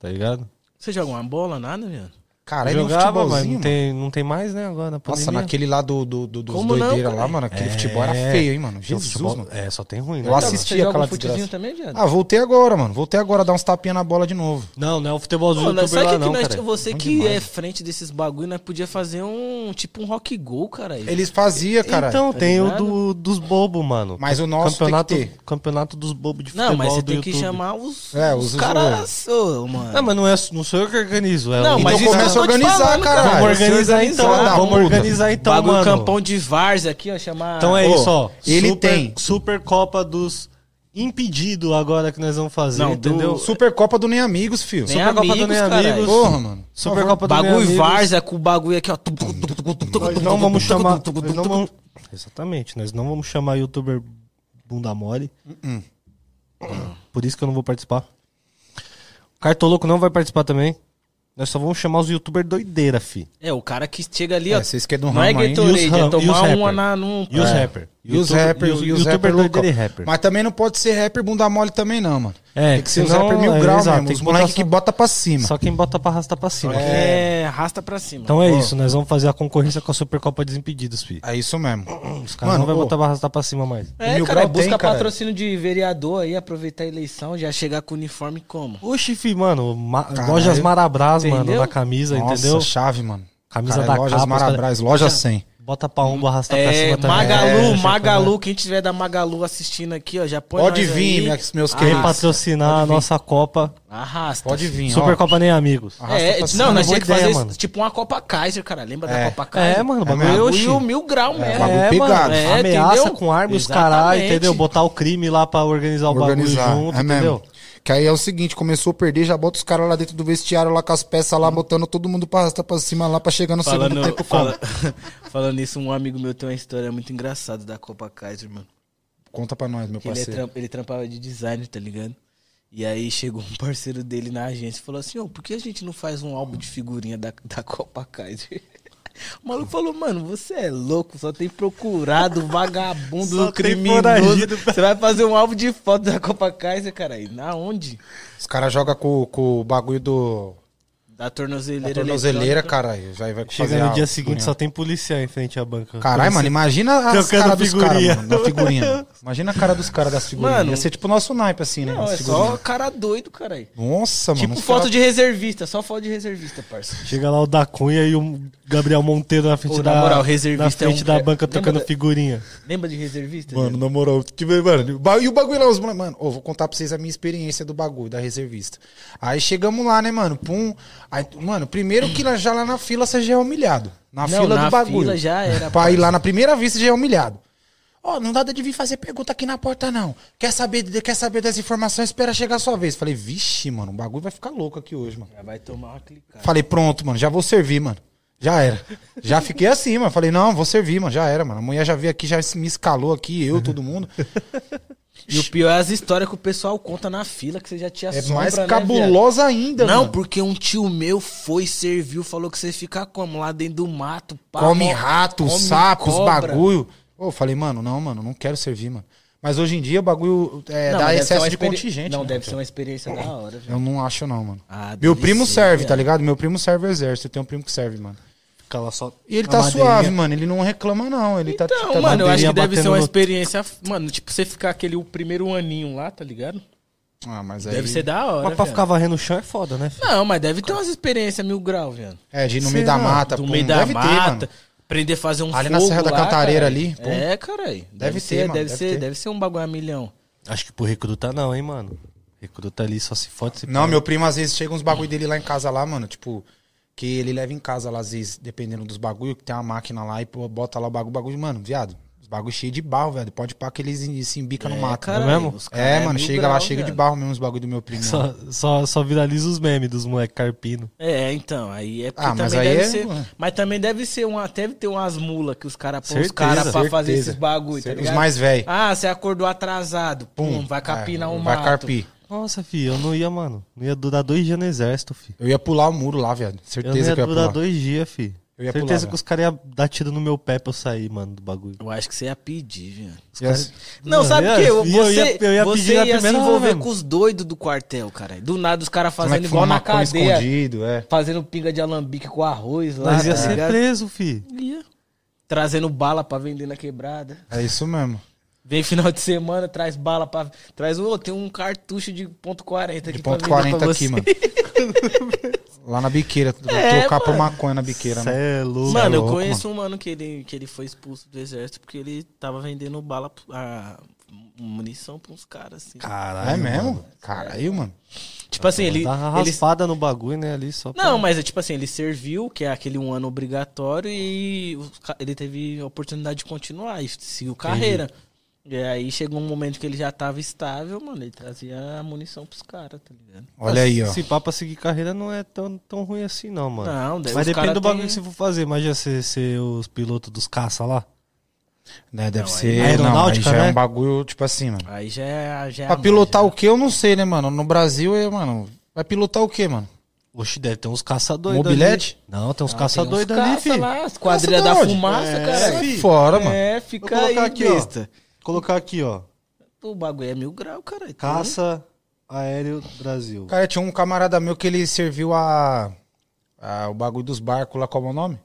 Speaker 3: Tá ligado?
Speaker 2: Você joga uma bola, nada, viado?
Speaker 1: Cara, ele
Speaker 3: Jogava,
Speaker 1: um
Speaker 3: mas não
Speaker 1: futebolzinho, mano.
Speaker 3: tem, não tem mais, né, agora na
Speaker 1: Nossa,
Speaker 3: pandemia.
Speaker 1: naquele lá do, do, do, dos
Speaker 2: Como não,
Speaker 1: doideira lá,
Speaker 2: cara?
Speaker 1: mano. Aquele
Speaker 3: É.
Speaker 1: futebol era feio, hein, mano.
Speaker 3: Então,
Speaker 1: Jesus,
Speaker 3: futebol-
Speaker 1: mano.
Speaker 3: É, só tem ruim, né?
Speaker 1: Eu
Speaker 3: cara?
Speaker 1: assisti
Speaker 2: Você joga
Speaker 1: aquela
Speaker 2: um futezinho
Speaker 1: desgraça.
Speaker 2: também, viado?
Speaker 1: Ah, voltei agora, mano. Voltei agora, dar uns tapinha na bola de novo.
Speaker 3: Não, não é o futebol
Speaker 2: Pô,
Speaker 3: do youtuber
Speaker 2: nós, sabe
Speaker 3: lá,
Speaker 2: que,
Speaker 3: não,
Speaker 2: nós-
Speaker 3: cara.
Speaker 2: você
Speaker 1: Bom
Speaker 2: que
Speaker 1: demais.
Speaker 2: é frente desses bagulho, nós podia fazer um tipo um rock gol, cara.
Speaker 1: Eles faziam, cara.
Speaker 3: Então,
Speaker 2: Tá
Speaker 3: tem o
Speaker 2: ligado?
Speaker 3: do- dos bobos, mano.
Speaker 1: mas o nosso
Speaker 3: campeonato,
Speaker 1: tem que ter.
Speaker 3: campeonato dos bobos de é futebol
Speaker 2: não, mas você
Speaker 3: do
Speaker 2: tem que
Speaker 3: YouTube.
Speaker 2: chamar os,
Speaker 1: É,
Speaker 2: os,
Speaker 1: os- os-
Speaker 2: caras, ô, mano.
Speaker 3: Não, mas não, é, não sou eu que organizo. É
Speaker 2: Não,
Speaker 1: Então
Speaker 3: o-
Speaker 2: mas isso
Speaker 1: começa
Speaker 2: que
Speaker 1: a
Speaker 2: eu tô te
Speaker 1: organizar,
Speaker 2: falando,
Speaker 1: caralho.
Speaker 3: Vamos
Speaker 1: se
Speaker 3: organizar então,
Speaker 1: organizar,
Speaker 3: vamos
Speaker 1: muda.
Speaker 3: organizar então,
Speaker 2: é bagulho
Speaker 3: mano.
Speaker 2: campão de Vars aqui, ó, chamar.
Speaker 3: Então é
Speaker 1: Ô,
Speaker 3: isso, ó.
Speaker 1: ele
Speaker 3: Super-
Speaker 1: tem.
Speaker 3: Supercopa dos impedido agora que nós vamos fazer,
Speaker 2: Não, do-
Speaker 3: entendeu?
Speaker 1: Supercopa do Nem Amigos, filho.
Speaker 2: Nem
Speaker 3: Supercopa
Speaker 2: amigos,
Speaker 3: do Nem
Speaker 2: caralho.
Speaker 3: Amigos.
Speaker 1: Porra, mano.
Speaker 3: Supercopa do
Speaker 2: bagulho
Speaker 3: Nem Amigos.
Speaker 2: Varza com o bagulho aqui, ó. Tum, tum, tum, tum, tum, tum,
Speaker 3: Nós
Speaker 2: tum,
Speaker 3: não
Speaker 2: tum,
Speaker 3: vamos
Speaker 2: tum,
Speaker 3: chamar.
Speaker 2: tum, tum,
Speaker 3: nós não
Speaker 2: tum,
Speaker 3: vamos- Exatamente, nós não vamos chamar youtuber bunda mole.
Speaker 1: Uh-uh.
Speaker 3: Por isso que eu não vou participar. Cartoloco não vai participar também. Nós só vamos chamar os youtubers doideira, fi.
Speaker 2: É, o cara que chega ali,
Speaker 1: É,
Speaker 2: ó.
Speaker 1: vocês querem de um
Speaker 2: Não é
Speaker 1: ramo aí?
Speaker 3: E os
Speaker 2: Gatorade,
Speaker 3: ram-
Speaker 2: é
Speaker 3: e os
Speaker 2: tomar
Speaker 3: rapper?
Speaker 2: uma na, num...
Speaker 3: É. E os rapper.
Speaker 1: E os
Speaker 3: Youtuber-
Speaker 1: rappers,
Speaker 3: you-
Speaker 1: e os
Speaker 3: youtuber
Speaker 1: rappers loucão.
Speaker 3: doideira e rapper.
Speaker 1: Mas também não pode ser rapper bunda mole também não, mano.
Speaker 3: É,
Speaker 1: tem que ser os
Speaker 3: senão-
Speaker 1: rappers mil
Speaker 3: é,
Speaker 1: graus
Speaker 3: exato,
Speaker 1: mesmo,
Speaker 3: tem
Speaker 1: os
Speaker 3: que botar
Speaker 1: moleque
Speaker 3: só-
Speaker 1: que bota pra cima.
Speaker 3: Só quem bota pra arrastar pra cima.
Speaker 2: É, arrasta pra cima.
Speaker 3: Então é isso, nós vamos fazer a concorrência com a Supercopa Desimpedidos, fi.
Speaker 1: É isso mesmo.
Speaker 3: Os caras não
Speaker 1: Mano,
Speaker 3: vai
Speaker 1: ô.
Speaker 3: botar pra arrastar pra cima mais.
Speaker 1: O
Speaker 2: É,
Speaker 1: Mil
Speaker 2: cara,
Speaker 1: Grau tem,
Speaker 2: busca
Speaker 1: cara.
Speaker 2: patrocínio de vereador aí, aproveitar a eleição, já chegar com o uniforme como?
Speaker 3: Oxi, fi, mano, ma-
Speaker 1: Caralho.
Speaker 3: lojas Marabras, mano,
Speaker 2: Entendeu?
Speaker 3: da camisa,
Speaker 1: Nossa, é
Speaker 3: entendeu?
Speaker 1: chave, mano.
Speaker 3: Camisa
Speaker 1: Cara, é
Speaker 3: da
Speaker 1: lojas
Speaker 3: capa, os cara-
Speaker 1: Marabras, loja 100.
Speaker 3: Bota pra ombro, arrasta Tá pra
Speaker 2: É,
Speaker 3: cima também.
Speaker 2: Magalu,
Speaker 3: É, já
Speaker 2: Magalu, quem tiver da Magalu assistindo aqui, ó, já põe
Speaker 1: Pode
Speaker 2: nós
Speaker 1: vir,
Speaker 2: aí. Ah,
Speaker 1: meus- meus
Speaker 3: Quem
Speaker 1: Arrasta,
Speaker 3: patrocinar a nossa Copa,
Speaker 2: Arrasta.
Speaker 1: Pode vir, ó.
Speaker 3: Supercopa Nem Amigos.
Speaker 1: Ah, arrasta
Speaker 2: É,
Speaker 1: pra
Speaker 2: é,
Speaker 1: cima.
Speaker 2: não, nós
Speaker 3: Boa
Speaker 2: tinha que
Speaker 3: ideia,
Speaker 2: fazer
Speaker 3: mano.
Speaker 2: tipo uma Copa Kaiser, cara. Lembra
Speaker 1: É.
Speaker 2: da Copa Kaiser?
Speaker 3: É, mano, bagulho
Speaker 1: mesmo.
Speaker 2: Eu
Speaker 3: oxi.
Speaker 2: e o mil grau mesmo.
Speaker 1: bagulho
Speaker 3: É,
Speaker 1: pegado.
Speaker 3: mano,
Speaker 2: É,
Speaker 3: ameaça
Speaker 2: entendeu?
Speaker 3: com arma e os caralho,
Speaker 2: Exatamente.
Speaker 3: entendeu? Botar o crime lá pra
Speaker 1: é um
Speaker 3: organizar o
Speaker 1: organizar.
Speaker 3: bagulho junto,
Speaker 1: é
Speaker 3: entendeu?
Speaker 1: mesmo. Que aí é o seguinte, começou a perder, já bota os caras lá dentro do vestiário, lá com as peças lá, botando todo mundo pra arrastar pra cima lá, pra chegar no segundo tempo.
Speaker 2: Falando,
Speaker 1: como?
Speaker 2: fala- falando isso, um amigo meu tem uma história muito engraçada da Copa Kaiser, mano.
Speaker 1: Conta pra nós, meu
Speaker 2: Que ele, é
Speaker 1: parceiro.
Speaker 2: tram- ele trampava de designer, tá ligado? E aí chegou um parceiro dele na agência e falou assim, ô, por que a gente não faz um álbum de figurinha da, da Copa Kaiser? O maluco falou, mano, você é louco, só tem procurado,
Speaker 3: Só
Speaker 2: vagabundo,
Speaker 3: tem
Speaker 2: criminoso.
Speaker 3: foragido.
Speaker 2: Você vai fazer um álbum de foto da Copa Kaiser, cara. E na onde?
Speaker 1: Os caras jogam com, com o bagulho do.
Speaker 2: Da tornozeleira.
Speaker 1: Da tornozeleira,
Speaker 2: eletrônica.
Speaker 1: caralho. Já vai fazer
Speaker 3: Chega no
Speaker 1: a-
Speaker 3: dia seguinte, só tem policial em frente à banca.
Speaker 1: Caralho, mano, imagina as
Speaker 3: Trocando
Speaker 1: caras dos caras,
Speaker 3: figurinha.
Speaker 1: mano. Da figurinha. Imagina a cara dos caras das figurinhas.
Speaker 2: Mano.
Speaker 1: Ia ser tipo o nosso naipe, assim, né?
Speaker 2: Não,
Speaker 1: as
Speaker 2: é
Speaker 1: figurinhas.
Speaker 2: só cara doido, caralho.
Speaker 1: Nossa, mano.
Speaker 2: Tipo
Speaker 1: os
Speaker 2: foto
Speaker 1: caras-
Speaker 2: de reservista, só foto de reservista, parça.
Speaker 3: Chega lá o da Cunha e o Gabriel Monteiro na frente
Speaker 2: Ô, na
Speaker 3: da,
Speaker 2: moral,
Speaker 3: na
Speaker 2: reservista é
Speaker 3: frente
Speaker 2: um-
Speaker 3: da banca
Speaker 2: Lembra
Speaker 3: tocando
Speaker 2: da-
Speaker 3: figurinha.
Speaker 2: Lembra de reservista? né?
Speaker 1: Mano, na moral, tipo, mano, ba- e o bagulho lá, os moleques, mano, ô, vou contar pra vocês a minha experiência do bagulho, da reservista. Aí chegamos lá, né, mano, pum, aí, mano, primeiro que lá- já lá na fila você já é humilhado, na
Speaker 2: Não,
Speaker 1: fila
Speaker 2: na
Speaker 1: do bagulho.
Speaker 2: fila já era,
Speaker 1: Pra ir lá na primeira vista já é humilhado. Ó, não dá de vir fazer pergunta aqui na porta, não. Quer saber, de- quer saber das informações, espera chegar a sua vez. Falei, vixe, mano, o bagulho vai ficar louco aqui hoje, mano.
Speaker 2: Já vai tomar uma clicada.
Speaker 1: Falei, pronto, mano, já vou servir, mano. Já era. Já fiquei assim, mano. Falei, não, vou servir, mano. Já era, mano. A mulher já veio aqui, já se- me escalou aqui, eu, todo mundo.
Speaker 2: E o pior é as histórias que o pessoal conta na fila, que você já tinha
Speaker 1: É
Speaker 2: sombra,
Speaker 1: mais
Speaker 2: né, viado?
Speaker 1: cabulosa ainda,
Speaker 2: Não,
Speaker 1: mano.
Speaker 2: porque um tio meu foi, serviu, falou que você fica como? Lá dentro do mato, pá.
Speaker 1: Come
Speaker 2: mó-
Speaker 1: rato,
Speaker 2: come
Speaker 1: sapos,
Speaker 2: cobra.
Speaker 1: bagulho. Ô, eu falei, mano, não, mano, não quero servir, mano. Mas hoje em dia o bagulho é, dá
Speaker 2: Não, mas deve ser
Speaker 1: excesso
Speaker 2: uma
Speaker 1: de
Speaker 2: experi-
Speaker 1: contingente.
Speaker 2: Não,
Speaker 1: né,
Speaker 2: deve ser
Speaker 1: cara?
Speaker 2: uma experiência da hora, velho.
Speaker 1: Eu não acho, não, mano.
Speaker 2: Ah,
Speaker 1: Meu
Speaker 2: deve
Speaker 1: primo
Speaker 2: ser,
Speaker 1: serve,
Speaker 2: viado.
Speaker 1: tá ligado? Meu primo serve o exército. Eu tenho um primo que serve, mano.
Speaker 3: Fica lá só.
Speaker 1: E ele
Speaker 3: na
Speaker 1: tá
Speaker 3: madeirinha.
Speaker 1: suave, mano. Ele não reclama, não. Ele tá.
Speaker 2: Então,
Speaker 1: tá
Speaker 2: mano, eu acho
Speaker 3: bandeirinha
Speaker 2: que deve ser
Speaker 3: batendo
Speaker 2: uma
Speaker 3: no-
Speaker 2: experiência. Mano, tipo, você ficar aquele o primeiro aninho lá, tá ligado?
Speaker 1: Ah, mas aí...
Speaker 2: Deve ser da hora.
Speaker 3: Mas pra
Speaker 2: viado.
Speaker 3: ficar varrendo o chão é foda, né? filho?
Speaker 2: Não, mas deve ter umas experiências mil grau, velho.
Speaker 1: É, de ir no meio da
Speaker 3: Será?
Speaker 1: mata.
Speaker 2: do
Speaker 1: pum,
Speaker 2: meio da
Speaker 1: deve ter, mano.
Speaker 2: mata, aprender a fazer um
Speaker 1: Ali na
Speaker 2: fogo
Speaker 1: Serra da
Speaker 2: lá,
Speaker 1: Cantareira
Speaker 2: caralho.
Speaker 1: ali, pô.
Speaker 2: É, caralho. Deve,
Speaker 1: Deve
Speaker 2: ser,
Speaker 1: ter, mano,
Speaker 2: deve,
Speaker 1: deve
Speaker 2: ser,
Speaker 1: ter.
Speaker 2: deve ser um bagulho a milhão.
Speaker 3: Acho que pro recruta não, hein, mano. Recruta ali só se fode, se
Speaker 1: Não,
Speaker 3: fode.
Speaker 1: meu primo às vezes chega uns bagulho dele lá em casa lá, mano, tipo, que ele leva em casa lá às vezes, dependendo dos bagulho, que tem uma máquina lá e pô, bota lá o bagulho, bagulho, mano, viado, os bagulho cheio de barro, velho, pode pá que eles en- se embicam
Speaker 2: É,
Speaker 1: no mato.
Speaker 2: caralho,
Speaker 3: mesmo?
Speaker 2: os caras
Speaker 1: É, mano,
Speaker 2: mil
Speaker 1: chega
Speaker 2: grau,
Speaker 1: lá, chega de
Speaker 2: velho.
Speaker 1: barro mesmo os bagulho do meu primo.
Speaker 3: Só, só, só viraliza os memes dos moleque carpino.
Speaker 2: É, então, aí é porque
Speaker 1: Ah, mas
Speaker 2: também
Speaker 1: aí
Speaker 2: deve
Speaker 1: é-
Speaker 2: ser. Mas também deve ser uma. Deve ter umas mulas que os caras põem os
Speaker 3: Certeza,
Speaker 2: caras pra fazer
Speaker 1: certeza.
Speaker 2: esses bagulho, tá
Speaker 1: Os
Speaker 2: ligado?
Speaker 1: mais velho.
Speaker 2: Ah, você acordou atrasado. Pum, vai capinar um
Speaker 1: é, Vai
Speaker 2: mato.
Speaker 1: carpir.
Speaker 3: Nossa, filho, eu não ia, mano. Não ia durar dois dias no exército, filho.
Speaker 1: Eu ia pular o muro lá, viado.
Speaker 3: Eu não
Speaker 1: Certeza
Speaker 3: ia
Speaker 1: que eu ia pular.
Speaker 3: durar dois dias, fi.
Speaker 1: Eu ia pular,
Speaker 3: Certeza
Speaker 1: velho.
Speaker 3: que os caras iam dar tiro no meu pé pra eu sair, mano, do bagulho.
Speaker 2: Eu acho que você ia pedir, velho.
Speaker 3: Os
Speaker 1: Ia-
Speaker 3: caras-
Speaker 2: Não, sabe o
Speaker 3: ia-
Speaker 2: que?
Speaker 3: eu ia-
Speaker 2: Você,
Speaker 3: eu ia pedir
Speaker 2: você
Speaker 3: na
Speaker 2: ia se
Speaker 3: primeira hora,
Speaker 2: envolver
Speaker 3: mano.
Speaker 2: com os doidos do quartel, cara. Do nada os caras
Speaker 1: Como é
Speaker 2: fazendo
Speaker 1: que
Speaker 2: igual
Speaker 1: fuma
Speaker 2: na
Speaker 1: maconha
Speaker 2: cadeia.
Speaker 1: escondido, é.
Speaker 2: Fazendo pinga de alambique com arroz lá.
Speaker 3: Nós ia
Speaker 2: tá
Speaker 3: ser
Speaker 2: ligado?
Speaker 3: preso, fi.
Speaker 2: Ia. Trazendo bala pra vender na quebrada.
Speaker 1: É isso mesmo.
Speaker 2: Vem final de semana, traz bala pra. Traz. Ô, tem um cartucho de ponto .40 aqui
Speaker 1: De ponto
Speaker 2: pra
Speaker 1: 40
Speaker 2: vender pra
Speaker 1: aqui,
Speaker 2: você.
Speaker 1: mano. Lá na biqueira,
Speaker 2: É,
Speaker 1: trocar por
Speaker 2: mano.
Speaker 1: maconha na biqueira,
Speaker 3: Cê
Speaker 1: né?
Speaker 3: é louco.
Speaker 2: Mano, eu
Speaker 1: louco,
Speaker 2: conheço um mano que ele, que ele foi expulso do exército porque ele tava vendendo bala, a, munição pra uns caras, assim.
Speaker 3: Caralho.
Speaker 1: É mesmo?
Speaker 3: mano.
Speaker 1: Caralho, mano.
Speaker 2: tipo
Speaker 1: é
Speaker 2: assim, ele,
Speaker 3: Dá uma
Speaker 2: ele
Speaker 3: raspada no bagulho, né? Ali só. pra-
Speaker 2: Não, mas é tipo assim, ele serviu, que é aquele um ano obrigatório, e os ca- ele teve a oportunidade de continuar, e seguiu carreira. E aí chegou um momento que ele já tava estável, mano, ele trazia a munição pros caras, tá ligado?
Speaker 1: Olha aí, ó.
Speaker 3: Se pá pra seguir carreira não é tão, tão ruim assim, não, mano.
Speaker 2: Não, daí
Speaker 3: Mas
Speaker 2: os cara
Speaker 3: depende do bagulho
Speaker 2: tem-
Speaker 3: que você for fazer. Imagina ser, ser os pilotos dos caça lá.
Speaker 1: Né, deve
Speaker 2: Não, aí-
Speaker 1: ser. não, aí
Speaker 3: Aeronáutica,
Speaker 1: já é
Speaker 3: né?
Speaker 1: um bagulho, tipo assim, mano.
Speaker 2: Aí já é. Já é a
Speaker 1: Pra
Speaker 2: mãe,
Speaker 1: pilotar
Speaker 2: já.
Speaker 1: o que eu não sei, né, mano? No Brasil, é, mano. Vai pilotar o que, mano?
Speaker 3: Oxe, deve ter uns caçadores.
Speaker 1: Mobilete?
Speaker 3: Não, tem uns
Speaker 2: Ah, Tem uns
Speaker 3: caçadores ali,
Speaker 2: caça
Speaker 3: filho.
Speaker 2: lá, as Quadrilha
Speaker 1: Caça
Speaker 2: da
Speaker 1: da onde?
Speaker 2: fumaça,
Speaker 3: É,
Speaker 2: cara.
Speaker 3: fi.
Speaker 1: Fora, mano.
Speaker 2: É,
Speaker 3: Vou
Speaker 2: fica aí,
Speaker 3: colocar aqui,
Speaker 2: besta.
Speaker 3: ó. Colocar aqui, ó.
Speaker 2: O bagulho é mil grau, cara.
Speaker 3: Caça Aéreo Brasil.
Speaker 1: Cara, tinha um camarada meu que ele serviu a. a- o bagulho dos barcos lá, como é o nome?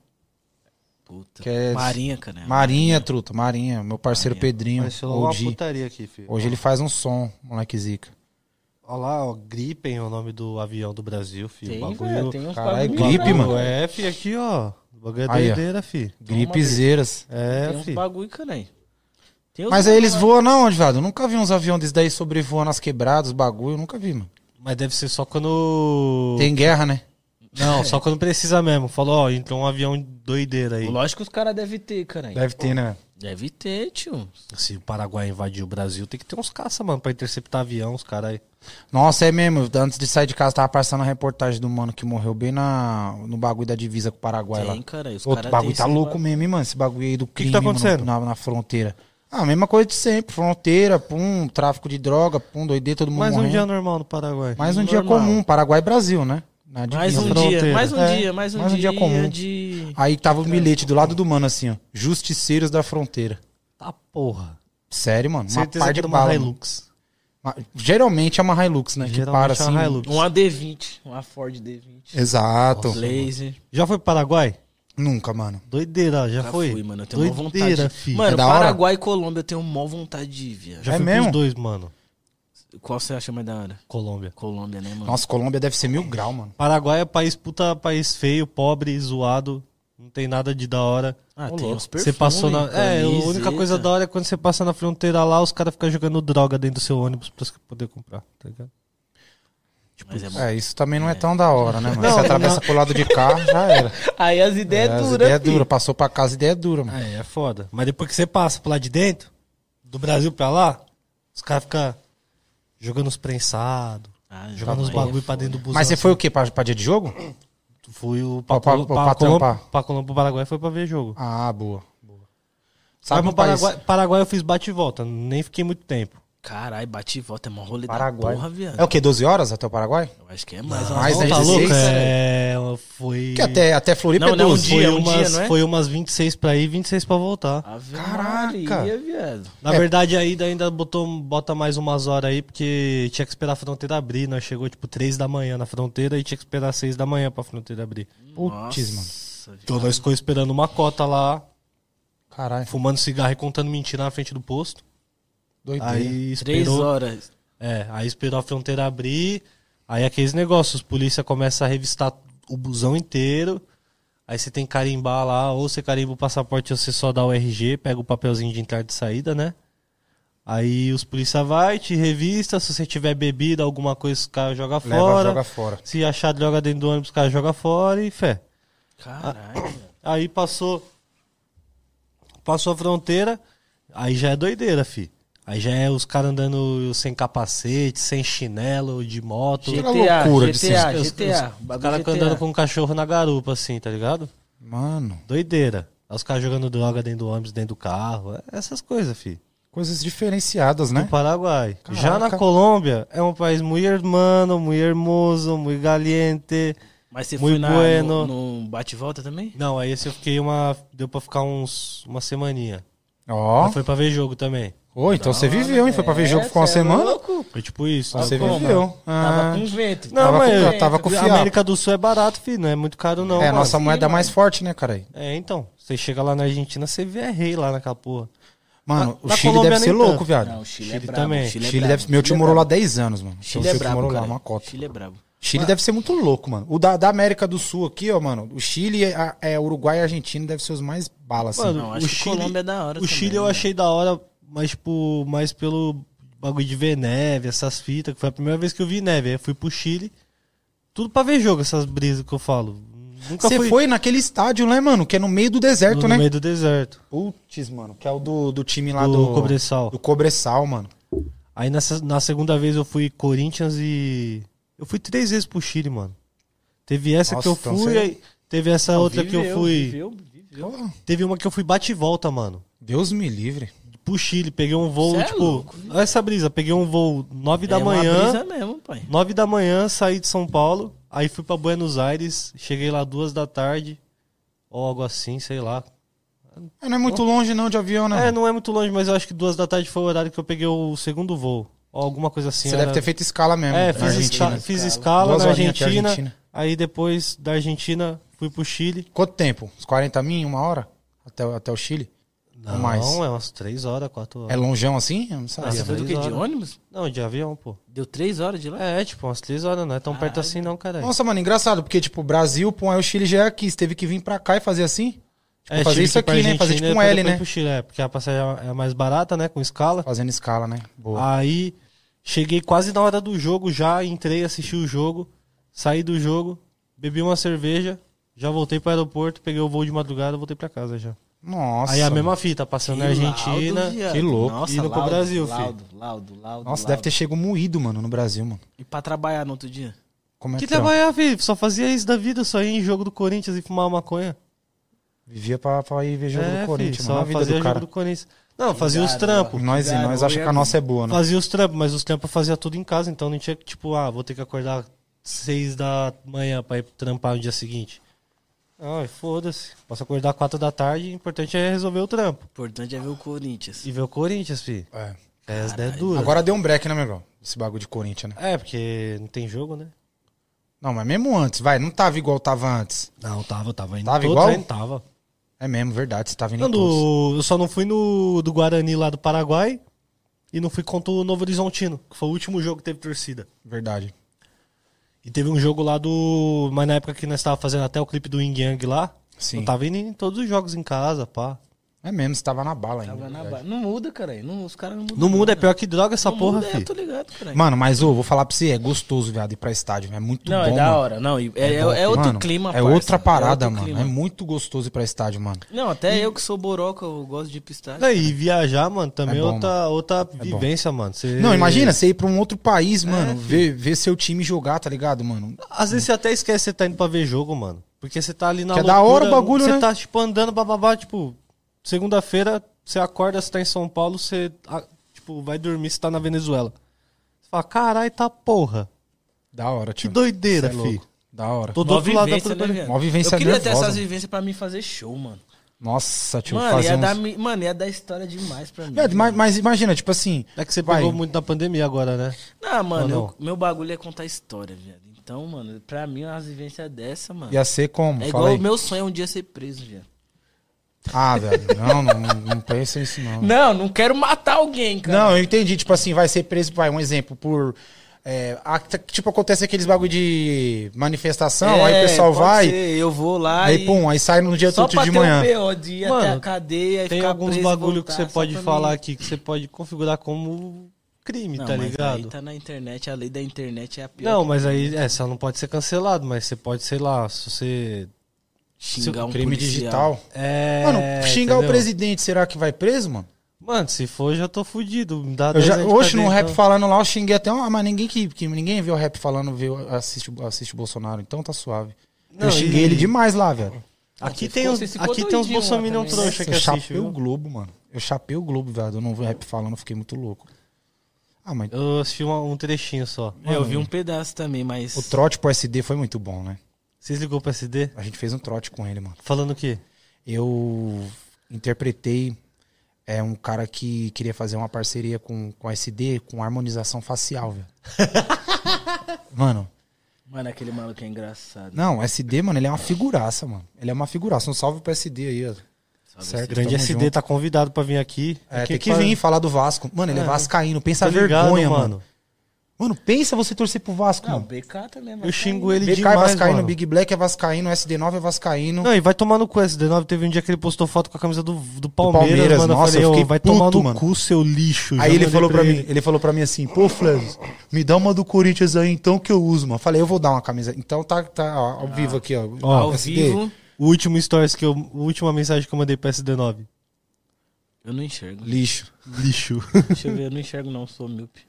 Speaker 2: Puta.
Speaker 1: Que é-
Speaker 2: Marinha, cara.
Speaker 1: Marinha, truta, Marinha. Meu parceiro
Speaker 2: Marinha.
Speaker 1: Pedrinho.
Speaker 3: Vai ser logo uma
Speaker 1: OG.
Speaker 3: putaria aqui, filho.
Speaker 1: Hoje ele faz um som, moleque zica.
Speaker 3: Olha lá, ó. Gripen é o nome do avião do Brasil, filho.
Speaker 2: Tem,
Speaker 3: o bagulho.
Speaker 2: velho, tem uns
Speaker 1: Caralho,
Speaker 2: bagulho
Speaker 1: gripe,
Speaker 2: caralho,
Speaker 1: mano.
Speaker 2: velho.
Speaker 3: É, fi, aqui, ó. O bagulho é
Speaker 1: Aí, ó.
Speaker 3: doideira, fi.
Speaker 1: Gripezeiras.
Speaker 3: É,
Speaker 2: Tem uns
Speaker 3: fi.
Speaker 2: bagulho, caralho. Tem uns
Speaker 1: Mas é aí eles
Speaker 2: bagulho-
Speaker 1: voam na onde, viado? Eu nunca vi uns aviões desses daí sobrevoando as quebradas, os bagulho. Eu nunca vi, mano.
Speaker 3: Mas deve ser só quando.
Speaker 1: Tem guerra, né?
Speaker 3: Não, só quando precisa mesmo. Falou, ó, entrou um avião doideira aí.
Speaker 2: Lógico que os caras devem ter, caralho.
Speaker 1: Deve ter, né?
Speaker 2: Deve ter, tio.
Speaker 3: Se o Paraguai invadir o Brasil, tem que ter uns caça, mano, pra interceptar avião, os caras aí.
Speaker 1: Nossa, é mesmo. Antes de sair de casa, tava passando a reportagem do mano que morreu bem na, no bagulho da divisa com o Paraguai lá.
Speaker 2: tem, cara. Os
Speaker 1: O
Speaker 2: cara
Speaker 1: bagulho
Speaker 2: tem
Speaker 1: tá
Speaker 2: esse
Speaker 1: louco
Speaker 2: bagulho.
Speaker 1: mesmo, hein, mano? Esse bagulho aí do
Speaker 3: que
Speaker 1: crime
Speaker 3: tá
Speaker 1: mano,
Speaker 3: acontecendo?
Speaker 1: na, na fronteira. Ah, mesma coisa de sempre. Fronteira, pum, tráfico de droga, pum, doideira, todo mundo
Speaker 3: Mais um
Speaker 1: morrendo.
Speaker 3: dia normal no Paraguai.
Speaker 1: Mais um dia
Speaker 2: normal.
Speaker 1: comum, Paraguai e Brasil, né? Na
Speaker 2: Mais
Speaker 1: divisa.
Speaker 2: um dia,
Speaker 3: fronteira.
Speaker 2: mais um
Speaker 1: É,
Speaker 2: dia, mais um,
Speaker 1: mais um
Speaker 2: dia,
Speaker 1: dia comum.
Speaker 2: de...
Speaker 1: Aí tava o bilhete do lado do mano assim, ó. Justiceiros da fronteira.
Speaker 3: Tá porra.
Speaker 1: Sério, mano. Uma
Speaker 3: Certeza
Speaker 1: par
Speaker 3: que
Speaker 1: de
Speaker 3: era uma
Speaker 1: bala. mano.
Speaker 3: Hilux.
Speaker 1: Ma- Geralmente é uma Hilux, né? que
Speaker 3: Geralmente
Speaker 1: para
Speaker 3: é
Speaker 1: assim.
Speaker 3: uma Hilux.
Speaker 2: Uma D20, uma um Ford
Speaker 1: É,
Speaker 2: D20.
Speaker 1: Exato.
Speaker 2: Blazer.
Speaker 3: Já foi pro Paraguai?
Speaker 1: Nunca, mano.
Speaker 3: Doideira, já,
Speaker 2: Já
Speaker 3: foi?
Speaker 2: fui, mano. Eu tenho mó vontade.
Speaker 3: Doideira, fi.
Speaker 2: Mano,
Speaker 1: É da hora?
Speaker 2: Paraguai e Colômbia eu tenho mó vontade de ir, viado.
Speaker 3: já
Speaker 1: É
Speaker 3: fui
Speaker 1: mesmo?
Speaker 3: pros dois, mano.
Speaker 2: Qual você acha mais da hora?
Speaker 3: Colômbia.
Speaker 2: Colômbia, né, mano?
Speaker 1: Nossa, Colômbia deve ser mil grau, mano.
Speaker 3: Paraguai é país puta, país feio, pobre, zoado. Não tem nada de da hora.
Speaker 2: Ah,
Speaker 1: Ô,
Speaker 2: tem
Speaker 1: louco.
Speaker 2: uns
Speaker 3: Você
Speaker 2: perfumes,
Speaker 3: passou na. É, a
Speaker 2: camiseta.
Speaker 3: única coisa da hora é quando você passa na fronteira lá, os caras ficam jogando droga dentro do seu ônibus pra você poder comprar, tá ligado?
Speaker 2: Mas é bom.
Speaker 1: É, isso também não é tão da hora, né, mano?
Speaker 3: Não,
Speaker 1: Você atravessa
Speaker 3: não.
Speaker 1: pro lado de cá, já era.
Speaker 2: Aí as ideias
Speaker 1: é, as
Speaker 2: duram,
Speaker 1: ideias
Speaker 2: filho.
Speaker 1: duras. Passou pra casa, ideia dura,
Speaker 2: Ah,
Speaker 1: mano.
Speaker 3: É, é foda. Mas depois que você passa pro lado de dentro, do Brasil pra lá, os caras ficam jogando os prensados,
Speaker 2: Ah,
Speaker 3: jogando os
Speaker 2: aí é
Speaker 3: bagulho pra dentro do busão.
Speaker 1: Mas você foi o quê? Pra, pra dia de jogo?
Speaker 3: assim. Fui o
Speaker 1: Pra-
Speaker 3: pra,
Speaker 1: pra-
Speaker 3: Colom-
Speaker 1: pra
Speaker 3: pra Colom-
Speaker 1: trampar.
Speaker 3: pra Colom- pro Paraguai foi pra ver jogo.
Speaker 1: Ah, boa. boa.
Speaker 3: Sabe
Speaker 1: Sabe
Speaker 3: pro
Speaker 1: um país...
Speaker 3: Paraguai, Paraguai eu fiz bate e volta, nem fiquei muito tempo.
Speaker 2: Caralho, bate e volta, é mó rolê
Speaker 1: Paraguai.
Speaker 2: da porra, viado.
Speaker 1: É o quê? 12 horas até o Paraguai?
Speaker 2: Eu acho que é mais.
Speaker 1: Não,
Speaker 2: umas
Speaker 1: mais,
Speaker 2: voltas.
Speaker 1: né,
Speaker 3: tá
Speaker 1: 16?
Speaker 3: louco? É, foi.
Speaker 1: Que até, até Floripa
Speaker 2: Não,
Speaker 1: é
Speaker 2: não,
Speaker 1: 12.
Speaker 2: um
Speaker 3: foi,
Speaker 2: dia, um
Speaker 3: umas,
Speaker 2: dia, não é?
Speaker 3: foi umas 26 pra ir e 26 pra voltar.
Speaker 2: Ave
Speaker 1: Caraca.
Speaker 2: Maria, viado.
Speaker 3: Na
Speaker 1: É.
Speaker 3: verdade, a ida ainda botou, bota mais umas horas aí, porque tinha que esperar a fronteira abrir. Nós chegou tipo 3 da manhã na fronteira e tinha que esperar 6 da manhã pra fronteira abrir.
Speaker 1: Putz, mano.
Speaker 2: Nossa, viado.
Speaker 3: Então nós ficou esperando uma cota lá,
Speaker 1: Caralho,
Speaker 3: fumando cigarro e contando mentira na frente do posto.
Speaker 1: doideira.
Speaker 3: Aí
Speaker 2: Três
Speaker 3: esperou,
Speaker 2: horas.
Speaker 3: é, aí esperou a fronteira abrir. Aí aqueles negócios, os polícia começa a revistar o busão inteiro. Aí você tem que carimbar lá, ou você carimba o passaporte ou você só dá o RG, pega o papelzinho de entrada e saída, né? Aí os polícia vai, te revista, se você tiver bebida, alguma coisa, os caras jogam
Speaker 1: Leva,
Speaker 3: fora.
Speaker 1: joga fora.
Speaker 3: Se achar droga dentro do ônibus, os caras jogam fora e fé.
Speaker 2: Caralho, velho.
Speaker 3: Aí passou. Passou a fronteira. Aí já é doideira, fi. Aí já é os caras andando sem capacete, sem chinelo, de moto.
Speaker 2: GTA,
Speaker 1: Chega loucura de
Speaker 2: GTA,
Speaker 3: Os- os-
Speaker 2: GTA.
Speaker 3: Os caras andando com um cachorro na garupa, assim, tá ligado?
Speaker 1: Mano,
Speaker 3: Doideira. Aí Os caras jogando droga dentro do ônibus, dentro do carro. é Essas coisas, fi.
Speaker 1: coisas diferenciadas, né?
Speaker 3: No Paraguai.
Speaker 1: Caraca.
Speaker 3: Já na Colômbia, é um país muito hermano, muito hermoso, muito caliente.
Speaker 2: Mas você
Speaker 3: Muito
Speaker 2: foi na,
Speaker 3: bueno.
Speaker 2: no, no bate-volta também?
Speaker 3: Não, aí esse eu fiquei uma. Deu pra ficar uns. Uma semaninha.
Speaker 1: Ó,
Speaker 3: Mas foi pra ver jogo também.
Speaker 1: Ô, então você viveu, hein? Foi pra ver jogo, ficou uma
Speaker 2: cê é
Speaker 1: semana?
Speaker 2: louco.
Speaker 3: Foi tipo isso.
Speaker 1: Você
Speaker 3: Não,
Speaker 1: viveu. Ah.
Speaker 2: Tava com um vento.
Speaker 3: Não,
Speaker 1: Tava
Speaker 3: mas
Speaker 1: com-
Speaker 3: eu-
Speaker 1: tava com
Speaker 3: a
Speaker 1: fiapo.
Speaker 3: América do Sul é barato, filho. Não é muito caro, não.
Speaker 1: É, a
Speaker 3: mano.
Speaker 2: assim,
Speaker 1: nossa moeda é mais forte, né, cara?
Speaker 3: É, então. Você chega lá na Argentina, você vê é rei lá naquela porra.
Speaker 1: Mano,
Speaker 3: Na- na
Speaker 1: o Chile
Speaker 3: Colômbia
Speaker 1: deve ser
Speaker 3: nem
Speaker 1: louco,
Speaker 3: Tá tanto.
Speaker 1: viado.
Speaker 2: Não, o Chile,
Speaker 3: Chile
Speaker 2: é brabo.
Speaker 3: também.
Speaker 2: o Chile, é
Speaker 1: Chile
Speaker 2: brabo,
Speaker 1: deve... Meu tio
Speaker 2: é
Speaker 1: morou lá
Speaker 2: brabo.
Speaker 1: 10 anos, mano.
Speaker 2: Chile
Speaker 1: Meu
Speaker 2: é
Speaker 1: tio
Speaker 2: brabo,
Speaker 1: morou lá,
Speaker 2: cara.
Speaker 1: uma cota.
Speaker 2: Chile é brabo.
Speaker 1: Chile deve ser muito louco, mano. O da, da América do Sul aqui, ó, mano. O Chile, é, é Uruguai e Argentina deve ser os mais balas, assim.
Speaker 3: Mano,
Speaker 2: Não,
Speaker 3: o
Speaker 2: acho que
Speaker 3: Chile-
Speaker 2: Colômbia é da hora
Speaker 3: o
Speaker 2: também,
Speaker 3: Chile eu
Speaker 2: né?
Speaker 3: achei da hora, mas, tipo, mais pelo bagulho de ver neve, essas fitas, que foi a primeira vez que eu vi neve. Aí eu fui pro Chile, tudo pra ver jogo, essas brisas que eu falo. Nunca
Speaker 1: Você
Speaker 3: fui
Speaker 1: foi naquele estádio, né, mano? Que é no meio do
Speaker 3: no,
Speaker 1: deserto,
Speaker 3: no
Speaker 1: né?
Speaker 3: meio do deserto,
Speaker 1: Putz, mano, que é o do, do time lá
Speaker 3: do,
Speaker 1: do...
Speaker 3: Cobressal.
Speaker 1: Do Cobressal, mano.
Speaker 3: Aí nessa, na segunda vez eu fui Corinthians e. Eu fui três vezes pro Chile, mano. Teve essa
Speaker 1: Nossa,
Speaker 3: que eu
Speaker 1: então
Speaker 3: fui,
Speaker 1: você-
Speaker 3: aí teve essa outra que eu
Speaker 2: Viveu,
Speaker 3: fui.
Speaker 2: viveu, viveu.
Speaker 1: Pô,
Speaker 3: Teve uma que eu fui bate e volta, mano.
Speaker 1: Deus me livre.
Speaker 3: Pro Chile, peguei um voo,
Speaker 2: Cê é
Speaker 3: tipo.
Speaker 2: louco,
Speaker 3: olha essa brisa, peguei um voo 9
Speaker 2: É
Speaker 3: da
Speaker 2: uma brisa
Speaker 3: manhã.
Speaker 2: mesmo, pai.
Speaker 3: 9 da manhã, saí de São Paulo. Aí fui pra Buenos Aires, cheguei lá duas da tarde, ou algo assim, sei lá.
Speaker 1: É, não é muito longe não de avião, né?
Speaker 3: É, não é muito longe, mas eu acho que duas da tarde foi o horário que eu peguei o segundo voo. Ou alguma coisa assim.
Speaker 1: Você
Speaker 3: era-
Speaker 1: deve ter feito escala mesmo.
Speaker 3: É,
Speaker 1: na
Speaker 3: fiz,
Speaker 1: Argentina.
Speaker 3: esca- fiz escala
Speaker 1: Duas
Speaker 3: na
Speaker 1: horinhas até a
Speaker 3: Argentina,
Speaker 1: Argentina.
Speaker 3: Aí depois da Argentina fui pro Chile.
Speaker 1: Quanto tempo? Uns 40 mil, uma hora? Até, até o Chile? Ou
Speaker 3: Não,
Speaker 1: mais?
Speaker 3: é umas três horas, quatro
Speaker 1: É
Speaker 3: horas.
Speaker 1: longeão assim? Eu não
Speaker 2: Ah,
Speaker 1: sabia.
Speaker 2: você foi do quê? De
Speaker 3: horas.
Speaker 2: ônibus?
Speaker 3: Não, de avião, pô.
Speaker 2: Deu três horas de lá?
Speaker 3: É, tipo, umas três horas, não é tão perto
Speaker 2: Caralho.
Speaker 3: assim não, cara.
Speaker 1: Nossa, mano, engraçado, porque, tipo, Brasil, pum, aí o Chile já é aqui. Você teve que vir pra cá e fazer assim? Tipo,
Speaker 3: é,
Speaker 1: fazer
Speaker 3: tive
Speaker 1: isso
Speaker 3: que ir pra
Speaker 1: aqui, né? Fazer
Speaker 3: Argentina
Speaker 1: tipo
Speaker 3: e
Speaker 1: um
Speaker 3: depois
Speaker 1: L,
Speaker 3: eu fui
Speaker 1: né?
Speaker 3: pro Chile, é, porque a passagem é mais barata, né, com escala.
Speaker 1: Fazendo escala, né?
Speaker 3: Ah,
Speaker 1: Boa.
Speaker 3: Aí cheguei quase na hora do jogo já, entrei, assisti o jogo, saí do jogo, bebi uma cerveja, já voltei pro aeroporto, peguei o voo de madrugada, voltei pra casa já.
Speaker 1: Nossa.
Speaker 3: Aí é a mesma fita, passando na Argentina.
Speaker 2: viado.
Speaker 1: que louco.
Speaker 2: Nossa,
Speaker 3: Indo pro
Speaker 2: laudo,
Speaker 3: Brasil, filho.
Speaker 2: laudo, Laudo, laudo,
Speaker 1: Nossa,
Speaker 2: laudo.
Speaker 1: deve ter chegado moído, mano, no Brasil, mano.
Speaker 2: E pra trabalhar no outro dia?
Speaker 1: Como é que,
Speaker 3: que
Speaker 1: é?
Speaker 3: trabalhar, filho? Só fazia isso da vida, só ia em jogo do Corinthians e fumar maconha.
Speaker 1: Vivia pra, pra ir ver jogo
Speaker 3: é,
Speaker 1: do Corinthians,
Speaker 3: filho,
Speaker 1: mano.
Speaker 3: só
Speaker 1: A vida
Speaker 3: fazia
Speaker 1: do
Speaker 3: jogo
Speaker 1: cara.
Speaker 3: do Corinthians. Não, fazia os
Speaker 2: garoto.
Speaker 3: trampos.
Speaker 1: Nós,
Speaker 2: Cara,
Speaker 1: nós
Speaker 2: eu
Speaker 1: achamos que
Speaker 2: ia-
Speaker 1: a nossa é boa, né?
Speaker 3: Fazia os trampos, mas os trampos eu fazia tudo em casa, então não tinha que, tipo, ah, vou ter que acordar seis da manhã pra ir trampar no dia seguinte. Ai, foda-se. Posso acordar quatro da tarde, o importante é resolver o trampo.
Speaker 2: O importante é ver o Corinthians.
Speaker 3: E ver o Corinthians, fi.
Speaker 1: É.
Speaker 3: É, as ideias duras.
Speaker 1: Agora deu um break, né, meu irmão? Esse bagulho de Corinthians, né?
Speaker 3: É, porque não tem jogo, né?
Speaker 1: Não, mas mesmo antes, vai, não tava igual tava antes.
Speaker 3: Não, tava, tava indo.
Speaker 1: Tava
Speaker 3: todo
Speaker 1: igual?
Speaker 3: treino, tava.
Speaker 1: É mesmo, verdade, você tava indo
Speaker 3: Não,
Speaker 1: em todos.
Speaker 3: do- eu só não fui no do Guarani lá do Paraguai e não fui contra o Novo Horizontino, que foi o último jogo que teve torcida.
Speaker 1: Verdade.
Speaker 3: E teve um jogo lá do. Mas na época que nós tava fazendo até o clipe do Ying Yang lá.
Speaker 1: Sim.
Speaker 3: Eu tava indo em todos os jogos em casa, pá.
Speaker 1: É mesmo, você tava na bala ainda.
Speaker 2: Tava na
Speaker 1: verdade.
Speaker 2: ba- Não muda, cara. Não, os caras não mudam.
Speaker 3: No mundo é
Speaker 2: não.
Speaker 3: pior que droga essa
Speaker 2: Não
Speaker 3: porra,
Speaker 2: muda, é,
Speaker 3: filho.
Speaker 2: tô ligado, cara.
Speaker 1: Mano, mas ô, vou falar pra você, é gostoso, viado, ir pra estádio. É muito
Speaker 2: não,
Speaker 1: bom.
Speaker 2: é da
Speaker 1: mano.
Speaker 2: hora. Não, e- é, é,
Speaker 1: bom.
Speaker 2: é outro
Speaker 1: Mano,
Speaker 2: clima,
Speaker 1: É
Speaker 2: parça.
Speaker 1: outra parada,
Speaker 2: outro
Speaker 1: mano.
Speaker 2: clima.
Speaker 1: É muito gostoso ir pra estádio, mano.
Speaker 2: Não, até eu que sou boroca, eu gosto de ir pro estádio.
Speaker 3: Não, E viajar, mano, também é
Speaker 1: É bom,
Speaker 3: outra, outra vivência, mano.
Speaker 2: É.
Speaker 3: Você-
Speaker 1: Não, imagina, você ir pra um outro país, mano, ver, ver seu time jogar, tá ligado, mano?
Speaker 3: Às vezes você até esquece que você tá indo pra ver jogo, mano. Porque você tá ali na
Speaker 1: Que é da hora o bagulho,
Speaker 3: você
Speaker 1: né?
Speaker 3: tá, tipo, andando bababá, tipo, segunda-feira, você acorda, você tá em São Paulo, você, ah, tipo, vai dormir, você tá na Venezuela. Você fala, caralho, tá porra.
Speaker 1: Da hora,
Speaker 3: Que
Speaker 1: tio.
Speaker 3: doideira,
Speaker 1: Cê é
Speaker 3: fi.
Speaker 1: louco. Da hora.
Speaker 3: Tô do
Speaker 2: Mó
Speaker 3: outro lado da
Speaker 2: vivência, né,
Speaker 3: Floripa-
Speaker 2: viado?
Speaker 1: Mó vivência
Speaker 2: Eu queria ter
Speaker 1: nervosa,
Speaker 2: essas
Speaker 1: mano.
Speaker 2: vivências pra mim fazer show, mano.
Speaker 1: Nossa, tio,
Speaker 2: Mano, é
Speaker 1: fazer
Speaker 2: ia
Speaker 1: uns...
Speaker 2: dar, mi- mano, ia dar história demais pra mim.
Speaker 1: Viado, mas, mas imagina, tipo assim...
Speaker 3: É que você
Speaker 1: vai,
Speaker 3: pegou muito na pandemia agora, né?
Speaker 2: Não, mano,
Speaker 3: Ou não?
Speaker 2: eu- meu bagulho é contar história, viado. Então, mano, pra mim, uma vivência dessa, mano.
Speaker 1: Ia ser como? Fala
Speaker 2: É igual
Speaker 1: aí.
Speaker 2: o meu sonho é um dia ser preso, viado.
Speaker 1: Ah, velho, não, não, não pensa nisso, não.
Speaker 2: Não, não quero matar alguém, cara.
Speaker 1: Não, eu entendi. Tipo assim, vai ser preso, vai, um exemplo, por. é, a- tipo, acontece aqueles bagulho de manifestação, aí
Speaker 3: É,
Speaker 1: o pessoal
Speaker 2: É, pode
Speaker 1: vai,
Speaker 2: ser, eu vou lá
Speaker 1: aí
Speaker 2: e...
Speaker 1: pum, aí sai no dia
Speaker 2: só
Speaker 1: todo
Speaker 2: pra
Speaker 1: de
Speaker 2: ter
Speaker 1: manhã.
Speaker 2: um PO de ir até
Speaker 3: Mano,
Speaker 2: a cadeia e
Speaker 3: Tem
Speaker 2: ficar
Speaker 3: alguns
Speaker 2: preso e
Speaker 3: bagulho que
Speaker 2: voltar,
Speaker 3: você
Speaker 2: só
Speaker 3: pode
Speaker 2: pra mim.
Speaker 3: falar aqui que você pode configurar como crime,
Speaker 2: Não,
Speaker 3: tá
Speaker 2: mas
Speaker 3: ligado?
Speaker 2: Aí tá na internet, a lei da internet é a pior.
Speaker 3: Não, mas aí, é, só não pode ser cancelado, mas você pode, sei lá, se você.
Speaker 2: xingar um
Speaker 1: crime
Speaker 2: policial.
Speaker 1: digital.
Speaker 3: É.
Speaker 1: mano, xingar o
Speaker 3: entendeu?
Speaker 1: presidente, será que vai preso, mano?
Speaker 3: Mano, se for, já tô fudido. Me dá
Speaker 1: Eu
Speaker 3: 10
Speaker 1: já,
Speaker 3: Tá anos de
Speaker 1: hoje no
Speaker 3: cadeia,
Speaker 1: rap
Speaker 3: então.
Speaker 1: falando lá, eu xinguei até uma, mas ninguém que, que ninguém vê o rap falando, vê, assiste, o- assiste o Bolsonaro, então tá suave.
Speaker 3: Não,
Speaker 1: eu xinguei
Speaker 3: e-
Speaker 1: ele demais lá, velho.
Speaker 3: Aqui
Speaker 2: Você
Speaker 3: tem
Speaker 2: ficou-
Speaker 3: uns,
Speaker 2: você ficou
Speaker 3: aqui tem uns
Speaker 2: doidinho lá
Speaker 3: bolsominion
Speaker 2: também, né?
Speaker 3: trouxa que
Speaker 1: Eu
Speaker 3: assiste.
Speaker 1: chapei
Speaker 3: viu?
Speaker 1: o Globo, mano. Eu chapei o Globo, velho. Eu não vi o rap falando, eu fiquei muito louco. Ah, mas
Speaker 3: Eu assisti uma- um trechinho só.
Speaker 2: É, eu vi um pedaço também, mas...
Speaker 1: O trote pro SD foi muito bom, né?
Speaker 3: Vocês ligou pro SD?
Speaker 1: A gente fez um trote com ele, mano.
Speaker 3: Falando o quê?
Speaker 1: Eu interpretei é, um cara que queria fazer uma parceria com, com a SD com harmonização facial, velho. mano,
Speaker 2: Mano, aquele maluco é engraçado.
Speaker 1: não, o SD, mano, ele é uma figuraça, mano. Ele é uma figuraça. Um salve pro SD aí, ó.
Speaker 2: Salve,
Speaker 1: Certo?
Speaker 3: Grande
Speaker 1: É Tamo
Speaker 3: SD
Speaker 1: junto.
Speaker 3: tá convidado pra vir aqui.
Speaker 1: É,
Speaker 3: Aqui
Speaker 1: tem que
Speaker 3: pra-
Speaker 1: vir falar do Vasco. Mano, ele é,
Speaker 3: É,
Speaker 1: vascaíno. Pensa
Speaker 3: Tá
Speaker 1: a
Speaker 3: ligado,
Speaker 1: vergonha, mano.
Speaker 3: mano.
Speaker 1: Mano, pensa você torcer pro Vasco,
Speaker 2: Não, o
Speaker 1: mano.
Speaker 2: BK também.
Speaker 3: Eu xingo ele
Speaker 1: BK é
Speaker 3: demais,
Speaker 1: vascaíno,
Speaker 3: mano.
Speaker 1: Big Black é vascaíno, SD9 é vascaíno.
Speaker 3: Não, e vai tomar no cu. SD9 teve um dia que ele postou foto com a camisa do, do Palmeiras,
Speaker 1: Palmeiras,
Speaker 3: mano.
Speaker 1: nossa,
Speaker 3: eu
Speaker 1: eu
Speaker 3: falei,
Speaker 1: fiquei
Speaker 3: ô, vai
Speaker 1: puto,
Speaker 3: tomar no
Speaker 1: mano.
Speaker 3: cu, seu lixo. Já
Speaker 1: Aí ele
Speaker 3: mandei
Speaker 1: falou pra mim,
Speaker 3: ele.
Speaker 1: ele falou para mim assim, pô, Flavis, me dá uma do Corinthians aí então que eu uso, mano. Falei, eu vou dar uma camisa. Então tá, tá ó, ao vivo aqui, ó.
Speaker 3: Ah. Ó,
Speaker 2: Ao
Speaker 1: SD.
Speaker 2: vivo,
Speaker 3: O último stories que eu. A última mensagem que eu mandei pro SD9.
Speaker 2: eu não enxergo.
Speaker 1: Lixo.
Speaker 3: Lixo.
Speaker 2: Deixa eu ver, eu não enxergo não, sou míope.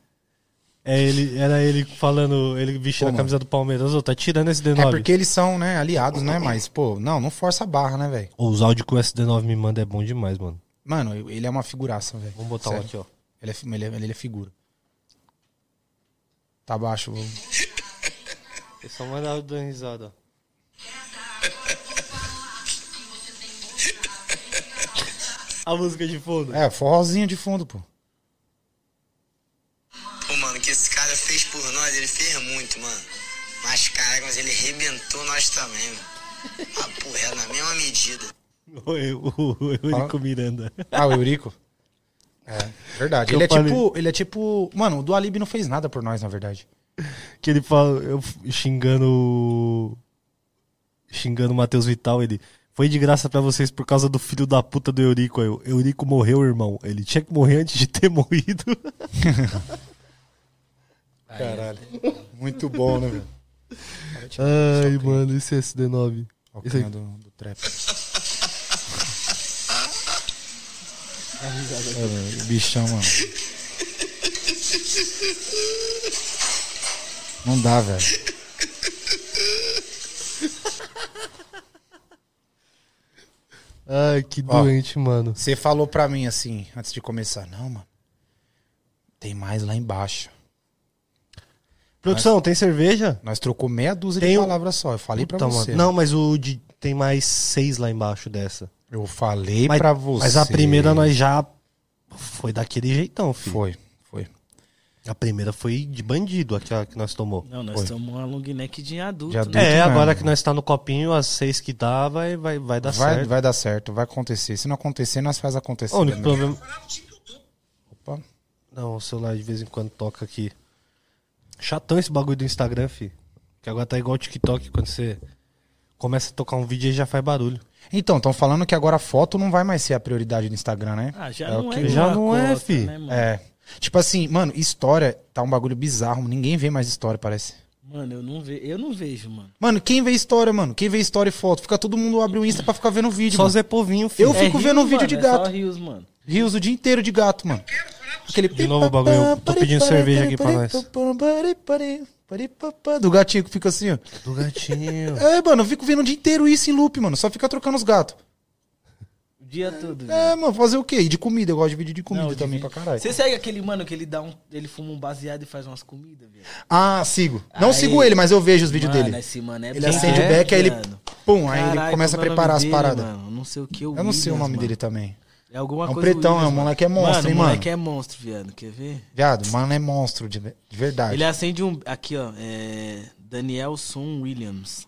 Speaker 3: É ele, era ele falando, ele vestindo
Speaker 1: Pô,
Speaker 3: a
Speaker 1: mano.
Speaker 3: camisa do Palmeiras. Ô, tá tirando esse
Speaker 1: É
Speaker 3: SD9.
Speaker 1: porque eles são, né, aliados, né? Mas, pô, não, não força a barra, né, velho?
Speaker 3: Ô, os áudios que o SD9 me manda é bom demais, mano.
Speaker 1: Mano, eu- ele é uma figuraça, velho.
Speaker 3: Vamos botar um
Speaker 1: Sério.
Speaker 3: aqui, ó.
Speaker 1: Ele é, fi- ele, é, ele é figura. Tá baixo, vou...
Speaker 3: Eu só mandava dando risada. A música de fundo.
Speaker 1: É, forrozinho de fundo, pô.
Speaker 4: Pô, mano, o que esse cara fez por nós, ele fez muito, mano. Mas, caraca, mas ele arrebentou nós também, mano. Ah, porra, é na mesma medida.
Speaker 3: O Eurico Miranda.
Speaker 1: Ah, o Eurico. É, verdade.
Speaker 3: Eu
Speaker 1: Ele é,
Speaker 3: falei.
Speaker 1: tipo, ele é tipo. Mano, o Dualib não fez nada por nós, na verdade.
Speaker 3: Que ele fala, eu f- xingando. o- Xingando o Matheus Vital, ele. Foi de graça pra vocês por causa do filho da puta do Eurico. Aí, eu, Eurico morreu, irmão. Ele tinha que morrer antes de ter morrido.
Speaker 1: Caralho. Muito bom, né, velho?
Speaker 3: Ai, mano, esse SD9.
Speaker 1: Ó, o
Speaker 3: Esse aí.
Speaker 1: canhão é, né, do, do trap. Cara, É, bichão, mano. Não dá, velho.
Speaker 3: Ai, que
Speaker 1: Ó.
Speaker 3: doente, mano.
Speaker 1: Você falou pra mim assim, antes de começar, não, mano. Tem mais lá embaixo.
Speaker 3: Produção, tem cerveja?
Speaker 1: Nós trocou meia dúzia
Speaker 3: Tem
Speaker 1: de
Speaker 3: um-
Speaker 1: palavras só. Eu falei pra
Speaker 3: Puta, mano.
Speaker 1: você.
Speaker 3: Não, mas o de- tem mais seis lá embaixo dessa.
Speaker 1: Eu falei
Speaker 3: Mas,
Speaker 1: pra você.
Speaker 3: mas a primeira nós já. Foi daquele jeitão, filho.
Speaker 1: Foi, foi.
Speaker 3: A primeira foi de bandido, aquela que nós tomou.
Speaker 2: Não, nós
Speaker 1: Foi.
Speaker 2: estamos uma long neck de adulto.
Speaker 1: De adulto.
Speaker 2: né?
Speaker 1: Muito
Speaker 3: É,
Speaker 1: mesmo.
Speaker 3: agora que nós tá no copinho, as seis que dá, vai, vai, vai dar
Speaker 1: vai,
Speaker 3: Tá certo.
Speaker 1: vai dar certo, vai acontecer. Se não acontecer, nós faz acontecer.
Speaker 3: O único
Speaker 1: né?
Speaker 3: problema.
Speaker 1: Opa.
Speaker 3: Não, o celular de vez em quando toca aqui. Chatão esse bagulho do Instagram, fi. Que agora tá igual o TikTok, quando você começa a tocar um vídeo aí já faz barulho.
Speaker 1: Então, estão falando que agora a foto não vai mais ser a prioridade do Instagram, né?
Speaker 2: Ah, já
Speaker 1: É o
Speaker 2: não
Speaker 1: que-
Speaker 2: é.
Speaker 3: já
Speaker 2: uma
Speaker 3: não é,
Speaker 2: cota,
Speaker 3: fi.
Speaker 2: né, mano?
Speaker 1: É. Tipo assim, mano, história tá um bagulho bizarro. Ninguém vê mais história, parece.
Speaker 2: Mano, eu não, ve... eu não vejo, mano.
Speaker 1: Mano, quem vê história, mano? Quem vê história e foto? Fica todo mundo abre o Insta pra ficar vendo vídeo.
Speaker 3: Só
Speaker 1: mano.
Speaker 3: Zé Povinho, fi.
Speaker 1: Eu fico vendo um vídeo
Speaker 2: mano,
Speaker 1: de
Speaker 2: é
Speaker 1: gato.
Speaker 2: Só rios, mano.
Speaker 1: Rios o dia inteiro de gato, mano. Aquele
Speaker 3: De novo o bagulho, eu tô pedindo cerveja aqui pra nós.
Speaker 1: Do gatinho que fica assim, ó.
Speaker 3: Do gatinho.
Speaker 1: É, mano, eu fico vendo o dia inteiro isso em loop, mano. Só fica trocando os gatos.
Speaker 2: O dia todo. né?
Speaker 1: É, mano, fazer o quê? E de comida, eu gosto de vídeo de comida
Speaker 2: Não, de
Speaker 1: também
Speaker 2: vídeo.
Speaker 1: pra caralho.
Speaker 2: Você segue aquele mano que ele dá um. Ele fuma um baseado e faz umas comidas, velho.
Speaker 1: Ah, sigo. Não
Speaker 2: Aí.
Speaker 1: sigo ele, mas eu vejo os vídeos
Speaker 2: Mano,
Speaker 1: dele.
Speaker 2: Esse mano é
Speaker 1: Ele
Speaker 2: brabo,
Speaker 1: acende o beck, aí ele.
Speaker 2: mano.
Speaker 1: Pum, aí ele
Speaker 2: Caralho,
Speaker 1: começa a
Speaker 2: como é o
Speaker 1: preparar
Speaker 2: nome
Speaker 1: as
Speaker 2: dele,
Speaker 1: paradas.
Speaker 2: Mano, não sei o que.
Speaker 1: Eu não sei o
Speaker 2: Williams,
Speaker 1: nome
Speaker 2: mano.
Speaker 1: dele também.
Speaker 2: É alguma
Speaker 1: É um
Speaker 2: coisa
Speaker 1: pretão,
Speaker 2: Williams,
Speaker 1: é um moleque é
Speaker 2: mano.
Speaker 1: monstro, hein,
Speaker 2: o
Speaker 1: mano?
Speaker 2: moleque é monstro, viado. Quer ver?
Speaker 1: Viado, mano, é monstro de, de verdade.
Speaker 2: Ele
Speaker 1: Ele,
Speaker 2: acende um. Aqui, ó. É. Danielson Williams.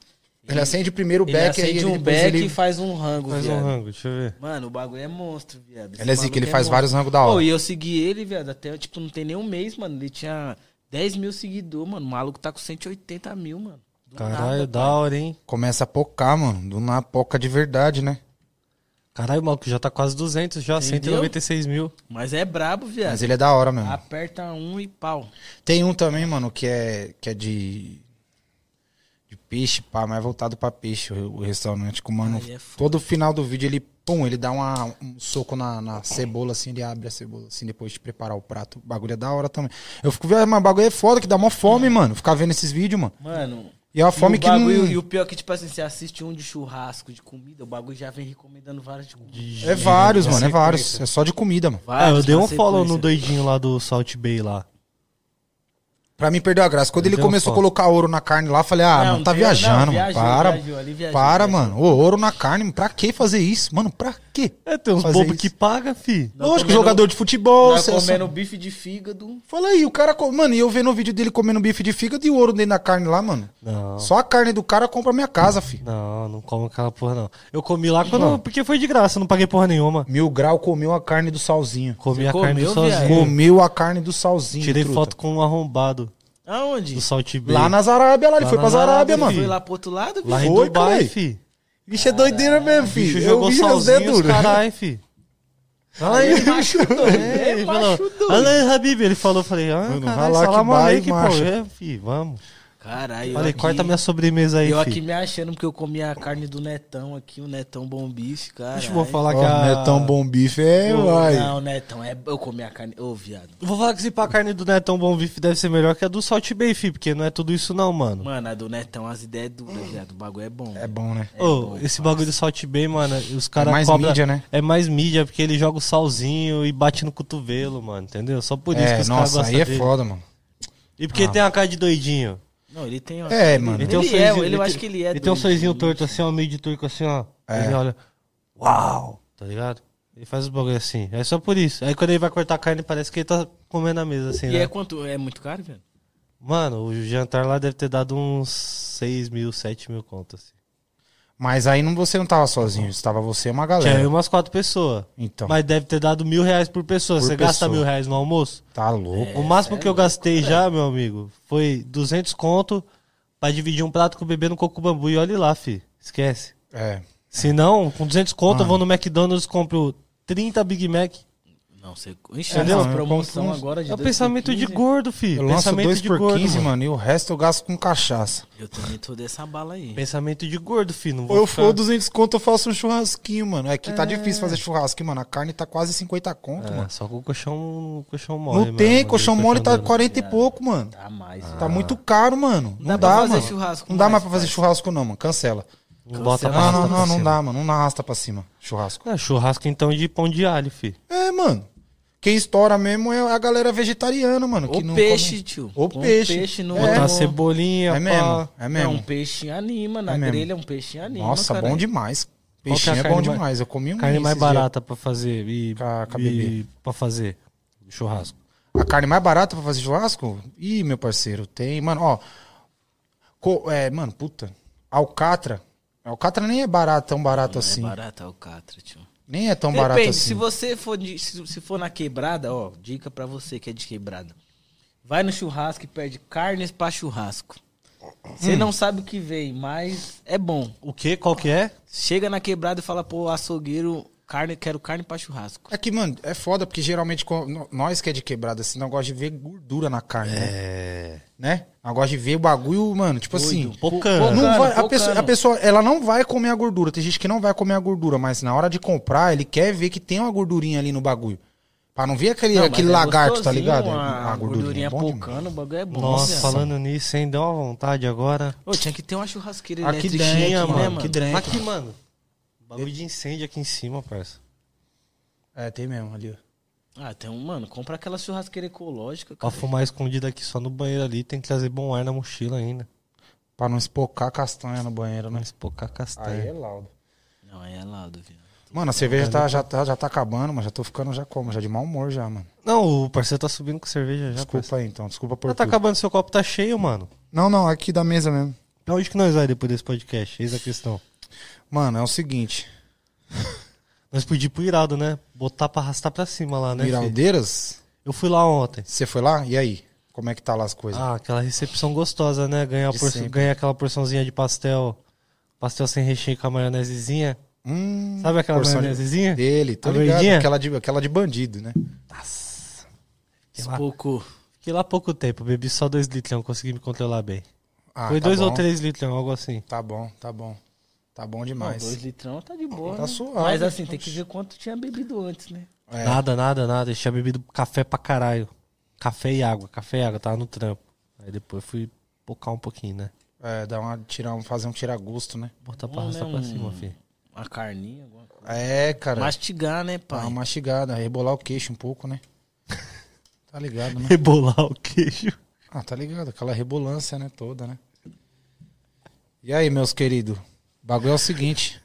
Speaker 1: acende primeiro o
Speaker 2: Ele
Speaker 1: beck, aí
Speaker 2: acende
Speaker 1: ele
Speaker 2: um
Speaker 1: depois
Speaker 2: beck
Speaker 1: ele...
Speaker 2: e faz um rango,
Speaker 3: Faz um
Speaker 2: viado.
Speaker 3: rango, deixa eu ver.
Speaker 2: Mano, o bagulho é monstro, viado. Esse
Speaker 1: Ele é zica,
Speaker 2: maluco
Speaker 1: ele faz
Speaker 2: monstro.
Speaker 1: vários rangos da
Speaker 2: Pô,
Speaker 1: hora.
Speaker 2: e eu segui ele, viado, até, tipo, não tem nem um mês, mano. Ele tinha 10 mil seguidores, mano. O maluco tá com 180 mil, mano. Do
Speaker 3: Caralho,
Speaker 2: nada.
Speaker 3: da hora, hein?
Speaker 1: Começa a pocar, mano. Do na poca de verdade, né?
Speaker 3: Caralho, maluco, já tá quase 200 já,
Speaker 2: Entendeu?
Speaker 3: 196 mil.
Speaker 2: Mas é brabo, viado.
Speaker 1: Mas ele é da hora mesmo.
Speaker 2: Aperta um e pau.
Speaker 1: Tem um também, mano, que é, que é de. De peixe, pá, mais voltado pra peixe, o, o restaurante. Com, mano,
Speaker 2: Aí é foda.
Speaker 1: todo final do vídeo ele, pum, ele dá uma- um soco na, na cebola, assim, ele abre a cebola, assim, depois de preparar o prato. O bagulho é da hora também. Eu fico vendo, mas o bagulho é foda, que dá mó fome, mano, ficar vendo esses vídeos, mano.
Speaker 2: Mano.
Speaker 1: E é uma fome
Speaker 2: e o
Speaker 1: que não.
Speaker 2: bagulho- E o pior é que, tipo assim, você assiste um de churrasco, de comida, o bagulho já vem recomendando vários de comida.
Speaker 1: É vários, mano, é vários. É só de comida, mano.
Speaker 3: Ah, eu
Speaker 2: Vários
Speaker 3: dei um
Speaker 2: pra
Speaker 3: follow no
Speaker 2: sequência.
Speaker 3: doidinho lá do Salt Bay lá.
Speaker 1: Pra mim perdeu a graça. Quando ele
Speaker 3: Ele deu uma
Speaker 1: começou a
Speaker 3: fome.
Speaker 1: colocar ouro na carne lá, eu falei, ah,
Speaker 2: Não,
Speaker 1: mano, tá
Speaker 2: não,
Speaker 1: viajando,
Speaker 2: não,
Speaker 1: mano.
Speaker 2: viajou,
Speaker 1: Para,
Speaker 2: viajou, ele viajou,
Speaker 1: para,
Speaker 2: viajou.
Speaker 1: mano. Ô, ouro na carne, pra que fazer isso? Mano, pra quê?
Speaker 3: É, tem uns
Speaker 1: Fazer
Speaker 3: bobos
Speaker 1: isso.
Speaker 3: que paga, fi.
Speaker 2: Nós
Speaker 1: Lógico,
Speaker 2: comendo-
Speaker 1: jogador de futebol,
Speaker 2: Nós
Speaker 1: Celso.
Speaker 2: Tá comendo bife de fígado.
Speaker 1: Fala aí, o cara. co- Mano, e eu vendo o vídeo dele comendo bife de fígado e o ouro dentro da carne lá, mano.
Speaker 3: Não.
Speaker 1: Só a carne do cara compra minha casa, filho.
Speaker 3: Não, não como aquela porra, não. Eu comi lá quando. Porque foi de graça, não paguei porra nenhuma.
Speaker 1: Mil Grau comeu a carne do salzinho.
Speaker 3: Comi
Speaker 2: Você
Speaker 3: a carne
Speaker 2: comeu,
Speaker 3: sozinho.
Speaker 2: viado?
Speaker 1: Comeu a carne do salzinho.
Speaker 3: Tirei
Speaker 1: truta.
Speaker 3: foto com um arrombado
Speaker 2: Aonde?
Speaker 3: do Salt Bay.
Speaker 1: Lá na Zarábia, lá. Ele
Speaker 3: Lá
Speaker 1: foi
Speaker 3: na
Speaker 1: pra Zarábia,
Speaker 3: Arábia,
Speaker 1: mano.
Speaker 2: Foi lá pro outro lado, bicho.
Speaker 3: Lá em
Speaker 1: Foi,
Speaker 3: Dubai,
Speaker 1: caralho.
Speaker 3: fi.
Speaker 1: Bicho, é doideira mesmo,
Speaker 3: O bicho
Speaker 1: filho. Eu
Speaker 3: jogou
Speaker 1: vi os dedos
Speaker 3: sozinho os
Speaker 1: duros.
Speaker 3: carai, fi. Aí,
Speaker 2: Machutou,
Speaker 3: é,
Speaker 2: é,
Speaker 3: ele falou,
Speaker 2: machutou.
Speaker 3: Alê, Habib, ele falou, falei, ah,
Speaker 1: Mano, vai
Speaker 3: caralho,
Speaker 1: lá que
Speaker 3: salam
Speaker 1: vai,
Speaker 3: aleikum, pô,
Speaker 1: macho.
Speaker 3: é, fi, vamos.
Speaker 2: Caralho, eu
Speaker 3: Falei,
Speaker 2: aqui-
Speaker 3: corta minha sobremesa aí,
Speaker 2: Eu
Speaker 3: fi.
Speaker 2: aqui me achando porque eu comi a carne do Netão aqui, o Netão bom bife, cara.
Speaker 3: Deixa eu vou falar
Speaker 1: Ó,
Speaker 3: que a...
Speaker 1: Não é tão bom bife, é, vai.
Speaker 2: Não, Netão, é... eu comi a carne. Ô, viado.
Speaker 3: Vou falar que se pá, a carne do Netão Bom Bife deve ser melhor que a do Salt Bay, fi, porque não é tudo isso não, mano.
Speaker 2: Mano, a do Netão, as ideias duras, viado. O bagulho é bom.
Speaker 1: É bom, né?
Speaker 3: Ô,
Speaker 2: bom,
Speaker 3: esse bagulho do Salt Bay, mano, os caras
Speaker 1: mais
Speaker 3: cobra...
Speaker 1: mídia, né?
Speaker 3: É mais mídia, porque ele joga o salzinho e bate no cotovelo, mano, entendeu? Só por isso que
Speaker 1: É,
Speaker 3: os caras
Speaker 1: nossa,
Speaker 3: gostam
Speaker 1: aí é
Speaker 3: dele.
Speaker 1: foda, mano.
Speaker 3: E porque tem a cara de doidinho.
Speaker 2: Não, ele tem.
Speaker 1: É, mano.
Speaker 3: Então
Speaker 2: Ele, ele é, eu acho que ele é.
Speaker 3: um Ele tem um
Speaker 2: doido.
Speaker 3: sorrisinho torto assim, ó, meio de turco assim, ó.
Speaker 1: É.
Speaker 3: Ele olha, uau, tá ligado? Ele faz os bagulho assim. É só por isso. Aí quando ele vai cortar a carne, parece que ele tá comendo a mesa assim,
Speaker 2: E
Speaker 3: né?
Speaker 2: é quanto? É muito caro, velho?
Speaker 3: Mano, o jantar lá deve ter dado uns 6 mil, 7 mil contas. Assim.
Speaker 1: Mas aí não, você não tava sozinho, estava você e uma
Speaker 3: Tinha
Speaker 1: galera.
Speaker 3: eu e umas quatro pessoas.
Speaker 1: Então,
Speaker 3: Mas deve ter dado mil reais por pessoa.
Speaker 1: Por
Speaker 3: Você gasta
Speaker 1: pessoa.
Speaker 3: mil reais no almoço?
Speaker 1: tá louco.
Speaker 2: É,
Speaker 3: o máximo que eu gastei
Speaker 2: né?
Speaker 3: já, meu amigo, foi 200 conto pra dividir um prato com o bebê no coco bambu. E olha lá, fi. Esquece.
Speaker 1: É.
Speaker 3: Se não, com 200 conto, eu
Speaker 1: Mano.
Speaker 3: vou no McDonald's e compro 30 Big Mac. um
Speaker 2: Não, você. Ixi,
Speaker 1: Entendeu?
Speaker 2: essa promoção
Speaker 1: Eu compro uns-
Speaker 2: agora de.
Speaker 3: É o
Speaker 2: 2,15,
Speaker 3: pensamento de gordo, filho.
Speaker 1: Eu lanço
Speaker 3: pensamento
Speaker 1: dois
Speaker 3: de
Speaker 1: por
Speaker 3: gordo,
Speaker 1: 15,
Speaker 3: mano.
Speaker 1: mano, e o resto eu gasto com cachaça.
Speaker 2: Eu também tô dessa bala aí.
Speaker 3: Pensamento de gordo, filho. Não vou
Speaker 1: Ou eu
Speaker 3: ficar-
Speaker 1: for 200 conto, eu faço um churrasquinho, mano. É que tá difícil fazer churrasco, hein, mano. A carne tá quase 50 conto,
Speaker 3: É,
Speaker 1: mano.
Speaker 3: só com o colchão, o colchão mole.
Speaker 1: Não
Speaker 3: mano.
Speaker 1: tem,
Speaker 3: Mano, É.
Speaker 1: colchão
Speaker 3: o
Speaker 1: mole tá
Speaker 3: duro.
Speaker 1: 40 e pouco, mano.
Speaker 2: Tá mais.
Speaker 3: Ah.
Speaker 1: Tá muito caro, mano. Não, dá,
Speaker 2: pra fazer
Speaker 1: mano.
Speaker 2: churrasco
Speaker 1: Não dá mais
Speaker 2: mais,
Speaker 1: pra fazer
Speaker 2: pai.
Speaker 1: churrasco, não, mano. Cancela.
Speaker 3: Não bota
Speaker 2: Cancela.
Speaker 3: pra
Speaker 1: Não,
Speaker 3: arrastar
Speaker 1: não,
Speaker 3: pra
Speaker 1: não, não
Speaker 3: cima.
Speaker 1: dá, mano. Não arrasta pra cima. Churrasco.
Speaker 3: É, churrasco então de pão de alho, filho.
Speaker 1: É, mano. Quem estoura mesmo é a galera vegetariana, mano. que
Speaker 2: O
Speaker 1: não
Speaker 2: peixe,
Speaker 1: come-
Speaker 2: tio.
Speaker 1: O
Speaker 2: Com
Speaker 1: peixe.
Speaker 2: no
Speaker 1: É.
Speaker 3: Botar
Speaker 2: amor.
Speaker 3: cebolinha,
Speaker 1: É
Speaker 3: pá.
Speaker 1: mesmo, é
Speaker 2: Não, um
Speaker 1: mesmo.
Speaker 2: peixe anima. Na
Speaker 1: É mesmo.
Speaker 2: grelha, um peixe anima.
Speaker 1: Nossa,
Speaker 2: cara.
Speaker 1: bom demais.
Speaker 3: Qual que é a
Speaker 1: Peixinho é,
Speaker 3: carne
Speaker 1: bom
Speaker 3: mais-
Speaker 1: demais. Eu comi um
Speaker 3: Carne mais
Speaker 1: esses dias.
Speaker 3: barata pra fazer e,
Speaker 1: Ca- ca-
Speaker 3: e pra fazer churrasco.
Speaker 1: A carne mais barata pra fazer churrasco? Ih, meu parceiro, tem. Mano, ó. co- é, mano, puta. Alcatra. Alcatra nem é barato, tão barato
Speaker 2: Não
Speaker 1: assim.
Speaker 2: É barata alcatra, tio.
Speaker 1: Nem é tão
Speaker 2: Depende,
Speaker 1: barato
Speaker 2: se
Speaker 1: assim.
Speaker 2: você for, de- se, se for na quebrada, ó, dica pra você que é de quebrada. Vai no churrasco e pede carnes pra churrasco.
Speaker 1: Hum.
Speaker 2: Você não sabe o que vem, mas é bom.
Speaker 3: O que? Qual que é?
Speaker 2: Chega na quebrada e fala, pô, açougueiro, carne, quero carne pra churrasco.
Speaker 1: É que, mano, é foda, porque geralmente co- no- nós que é de quebrada, assim, não gosta de ver gordura na carne, né?
Speaker 3: É.
Speaker 1: né? Não gosta de ver o bagulho, mano, tipo assim.
Speaker 3: Pocano.
Speaker 1: Não
Speaker 2: Cano,
Speaker 1: vai- a,
Speaker 2: pô,
Speaker 1: pessoa,
Speaker 2: cano.
Speaker 1: a pessoa, ela não vai comer a gordura. Tem gente que não vai comer a gordura, mas na hora de comprar, ele quer ver que tem uma gordurinha ali no bagulho. Pra não ver aquele,
Speaker 2: Não,
Speaker 1: aquele
Speaker 2: mas é
Speaker 1: lagarto, tá
Speaker 2: gostosinho,
Speaker 1: ligado?
Speaker 2: A,
Speaker 1: A
Speaker 2: gordurinha
Speaker 1: é bom demais.
Speaker 2: pocando, o bagulho é bom.
Speaker 3: Nossa,
Speaker 2: né?
Speaker 3: falando nisso, hein? Deu uma vontade agora.
Speaker 2: Ô, tinha que ter uma churrasqueira
Speaker 1: Ah, que
Speaker 2: eletricinha
Speaker 1: danha,
Speaker 2: aqui, né,
Speaker 1: mano,
Speaker 2: mano?
Speaker 1: que danha.
Speaker 3: Aqui, mano. Bagulho de incêndio aqui em cima, parça.
Speaker 1: É, tem mesmo ali. ó.
Speaker 2: Ah, tem um, mano, compra aquela churrasqueira ecológica,
Speaker 3: Pra
Speaker 2: cara.
Speaker 3: fumar escondido aqui só no banheiro ali, tem que trazer bom ar na mochila ainda.
Speaker 1: Pra não espocar castanha no banheiro, né?
Speaker 3: Mas pouca
Speaker 1: Aí é
Speaker 3: castanha.
Speaker 1: laudo.
Speaker 2: Não, aí é lado, viu?
Speaker 1: Mano, a cerveja
Speaker 2: é
Speaker 1: tá, já, tá, já tá acabando, mas já tô ficando já como, já de mau humor já, mano.
Speaker 3: Não, o parceiro tá subindo com cerveja já,
Speaker 1: Desculpa
Speaker 3: parça.
Speaker 1: aí então, desculpa por
Speaker 3: Ah, tá
Speaker 1: tudo.
Speaker 3: acabando, seu copo tá cheio, mano.
Speaker 1: Não, não, é aqui da mesa mesmo.
Speaker 3: Pra onde que nós vai depois desse podcast? Eis a questão.
Speaker 1: Mano, é o seguinte,
Speaker 3: Nós podíamos ir pro irado, né? Botar pra arrastar pra cima lá,
Speaker 2: é
Speaker 3: né? filho?
Speaker 1: Miraldeiras,
Speaker 3: Eu fui lá ontem.
Speaker 1: você foi lá? E aí? Como é que tá lá as coisas?
Speaker 3: Ah, aquela recepção gostosa, né? Ganhar, a
Speaker 1: De
Speaker 3: porção-
Speaker 1: sempre.
Speaker 3: ganhar aquela porçãozinha de pastel. Pastel sem recheio com a maionesezinha.
Speaker 1: hum,
Speaker 3: Sabe aquela
Speaker 1: porção de-
Speaker 3: maionesezinha?
Speaker 1: dele, tô
Speaker 3: A
Speaker 1: ligado,
Speaker 3: verdinha?
Speaker 1: aquela de, aquela de bandido, né?
Speaker 3: Sei lá.
Speaker 2: Pouco.
Speaker 3: Fiquei lá pouco tempo, bebi só dois litros, não consegui me controlar bem.
Speaker 1: Ah,
Speaker 3: Foi
Speaker 1: tá
Speaker 3: dois
Speaker 1: bom,
Speaker 3: ou três litros, algo assim.
Speaker 1: Tá bom, tá bom. Tá bom
Speaker 2: Não,
Speaker 1: demais.
Speaker 2: dois litrão tá de boa.
Speaker 1: Tá
Speaker 2: né?
Speaker 1: suave.
Speaker 2: Mas assim, tem que ver quanto tinha bebido antes, né?
Speaker 1: É.
Speaker 3: Nada, nada, nada. Eu tinha bebido café pra caralho. Café e água, café e água, tava no trampo. Aí depois fui pocar um pouquinho, né?
Speaker 1: É, dá uma, tirar, um- fazer um tiragosto, né?
Speaker 3: Botar pra
Speaker 2: Bom,
Speaker 3: arrastar
Speaker 2: né,
Speaker 3: pra
Speaker 2: um-
Speaker 3: cima, filho.
Speaker 2: Uma carninha, alguma coisa.
Speaker 1: É, cara.
Speaker 2: Mastigar, né,
Speaker 1: Dá
Speaker 2: pai?
Speaker 1: uma mastigada, rebolar o queixo um pouco, né? Tá ligado, né?
Speaker 3: Rebolar o queijo.
Speaker 1: Ah, tá ligado, aquela rebolância, né, toda, né? E aí, meus queridos? O bagulho é o seguinte.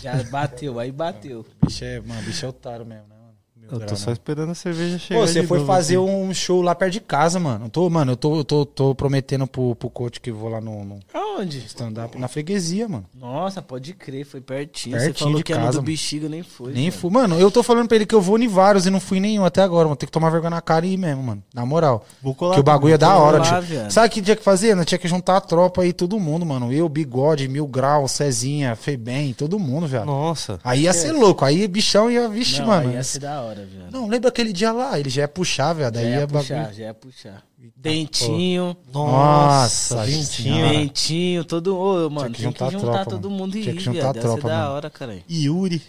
Speaker 2: Já bateu, aí bateu.
Speaker 1: Bicho é, mano, bicho é otário mesmo, né, mano? Mil
Speaker 3: Eu
Speaker 1: grau,
Speaker 3: tô
Speaker 1: né?
Speaker 3: só esperando a cerveja chegar.
Speaker 1: Pô, você
Speaker 3: de
Speaker 1: foi
Speaker 3: novo
Speaker 1: fazer
Speaker 3: aqui.
Speaker 1: um show lá perto de casa, mano. Eu tô, mano, eu tô, eu tô, tô prometendo pro, pro coach que eu vou lá no, no
Speaker 2: Aonde?
Speaker 1: stand-up, na freguesia, mano.
Speaker 2: Nossa, pode crer, foi pertinho. Você
Speaker 1: Pertinho
Speaker 2: falou
Speaker 1: de
Speaker 2: que
Speaker 1: casa,
Speaker 2: era do
Speaker 1: mano.
Speaker 2: bexiga, nem foi.
Speaker 1: Nem
Speaker 2: mano.
Speaker 1: fui. Mano, eu tô falando pra ele que eu vou em vários e não fui em nenhum até agora, mano. Tem que tomar vergonha na cara e ir mesmo, mano. Na moral.
Speaker 3: Vou colar
Speaker 1: que o bagulho é da
Speaker 2: vou
Speaker 1: hora,
Speaker 2: lá,
Speaker 1: tio.
Speaker 2: viado.
Speaker 1: Sabe o que tinha que fazer? Nós tinha que juntar a tropa aí, todo mundo, mano. Eu, Bigode, Mil Grau, Cezinha, Febem, todo mundo, velho.
Speaker 3: Nossa.
Speaker 1: Aí ia ser louco. Aí bichão ia, vixe,
Speaker 2: é Não,
Speaker 1: mano.
Speaker 2: aí ia ser da hora, viu?
Speaker 1: Não, lembra aquele dia lá? Ele já ia puxar, velho.
Speaker 2: já
Speaker 1: Daí
Speaker 2: ia
Speaker 1: ia
Speaker 2: puxar,
Speaker 1: bagulho.
Speaker 2: já ia puxar. Dentinho,
Speaker 1: Nossa,
Speaker 3: Nossa,
Speaker 1: gente
Speaker 3: Dentinho.
Speaker 1: senhora.
Speaker 2: dentinho, todo ô, mano. Tinha que juntar,
Speaker 1: a tropa,
Speaker 2: todo
Speaker 1: mano.
Speaker 2: mundo e
Speaker 1: Tinha
Speaker 2: ir,
Speaker 1: que juntar a
Speaker 2: viado. Ia ser
Speaker 1: tropa,
Speaker 2: da
Speaker 1: mano.
Speaker 2: hora, caralho.
Speaker 3: Yuri.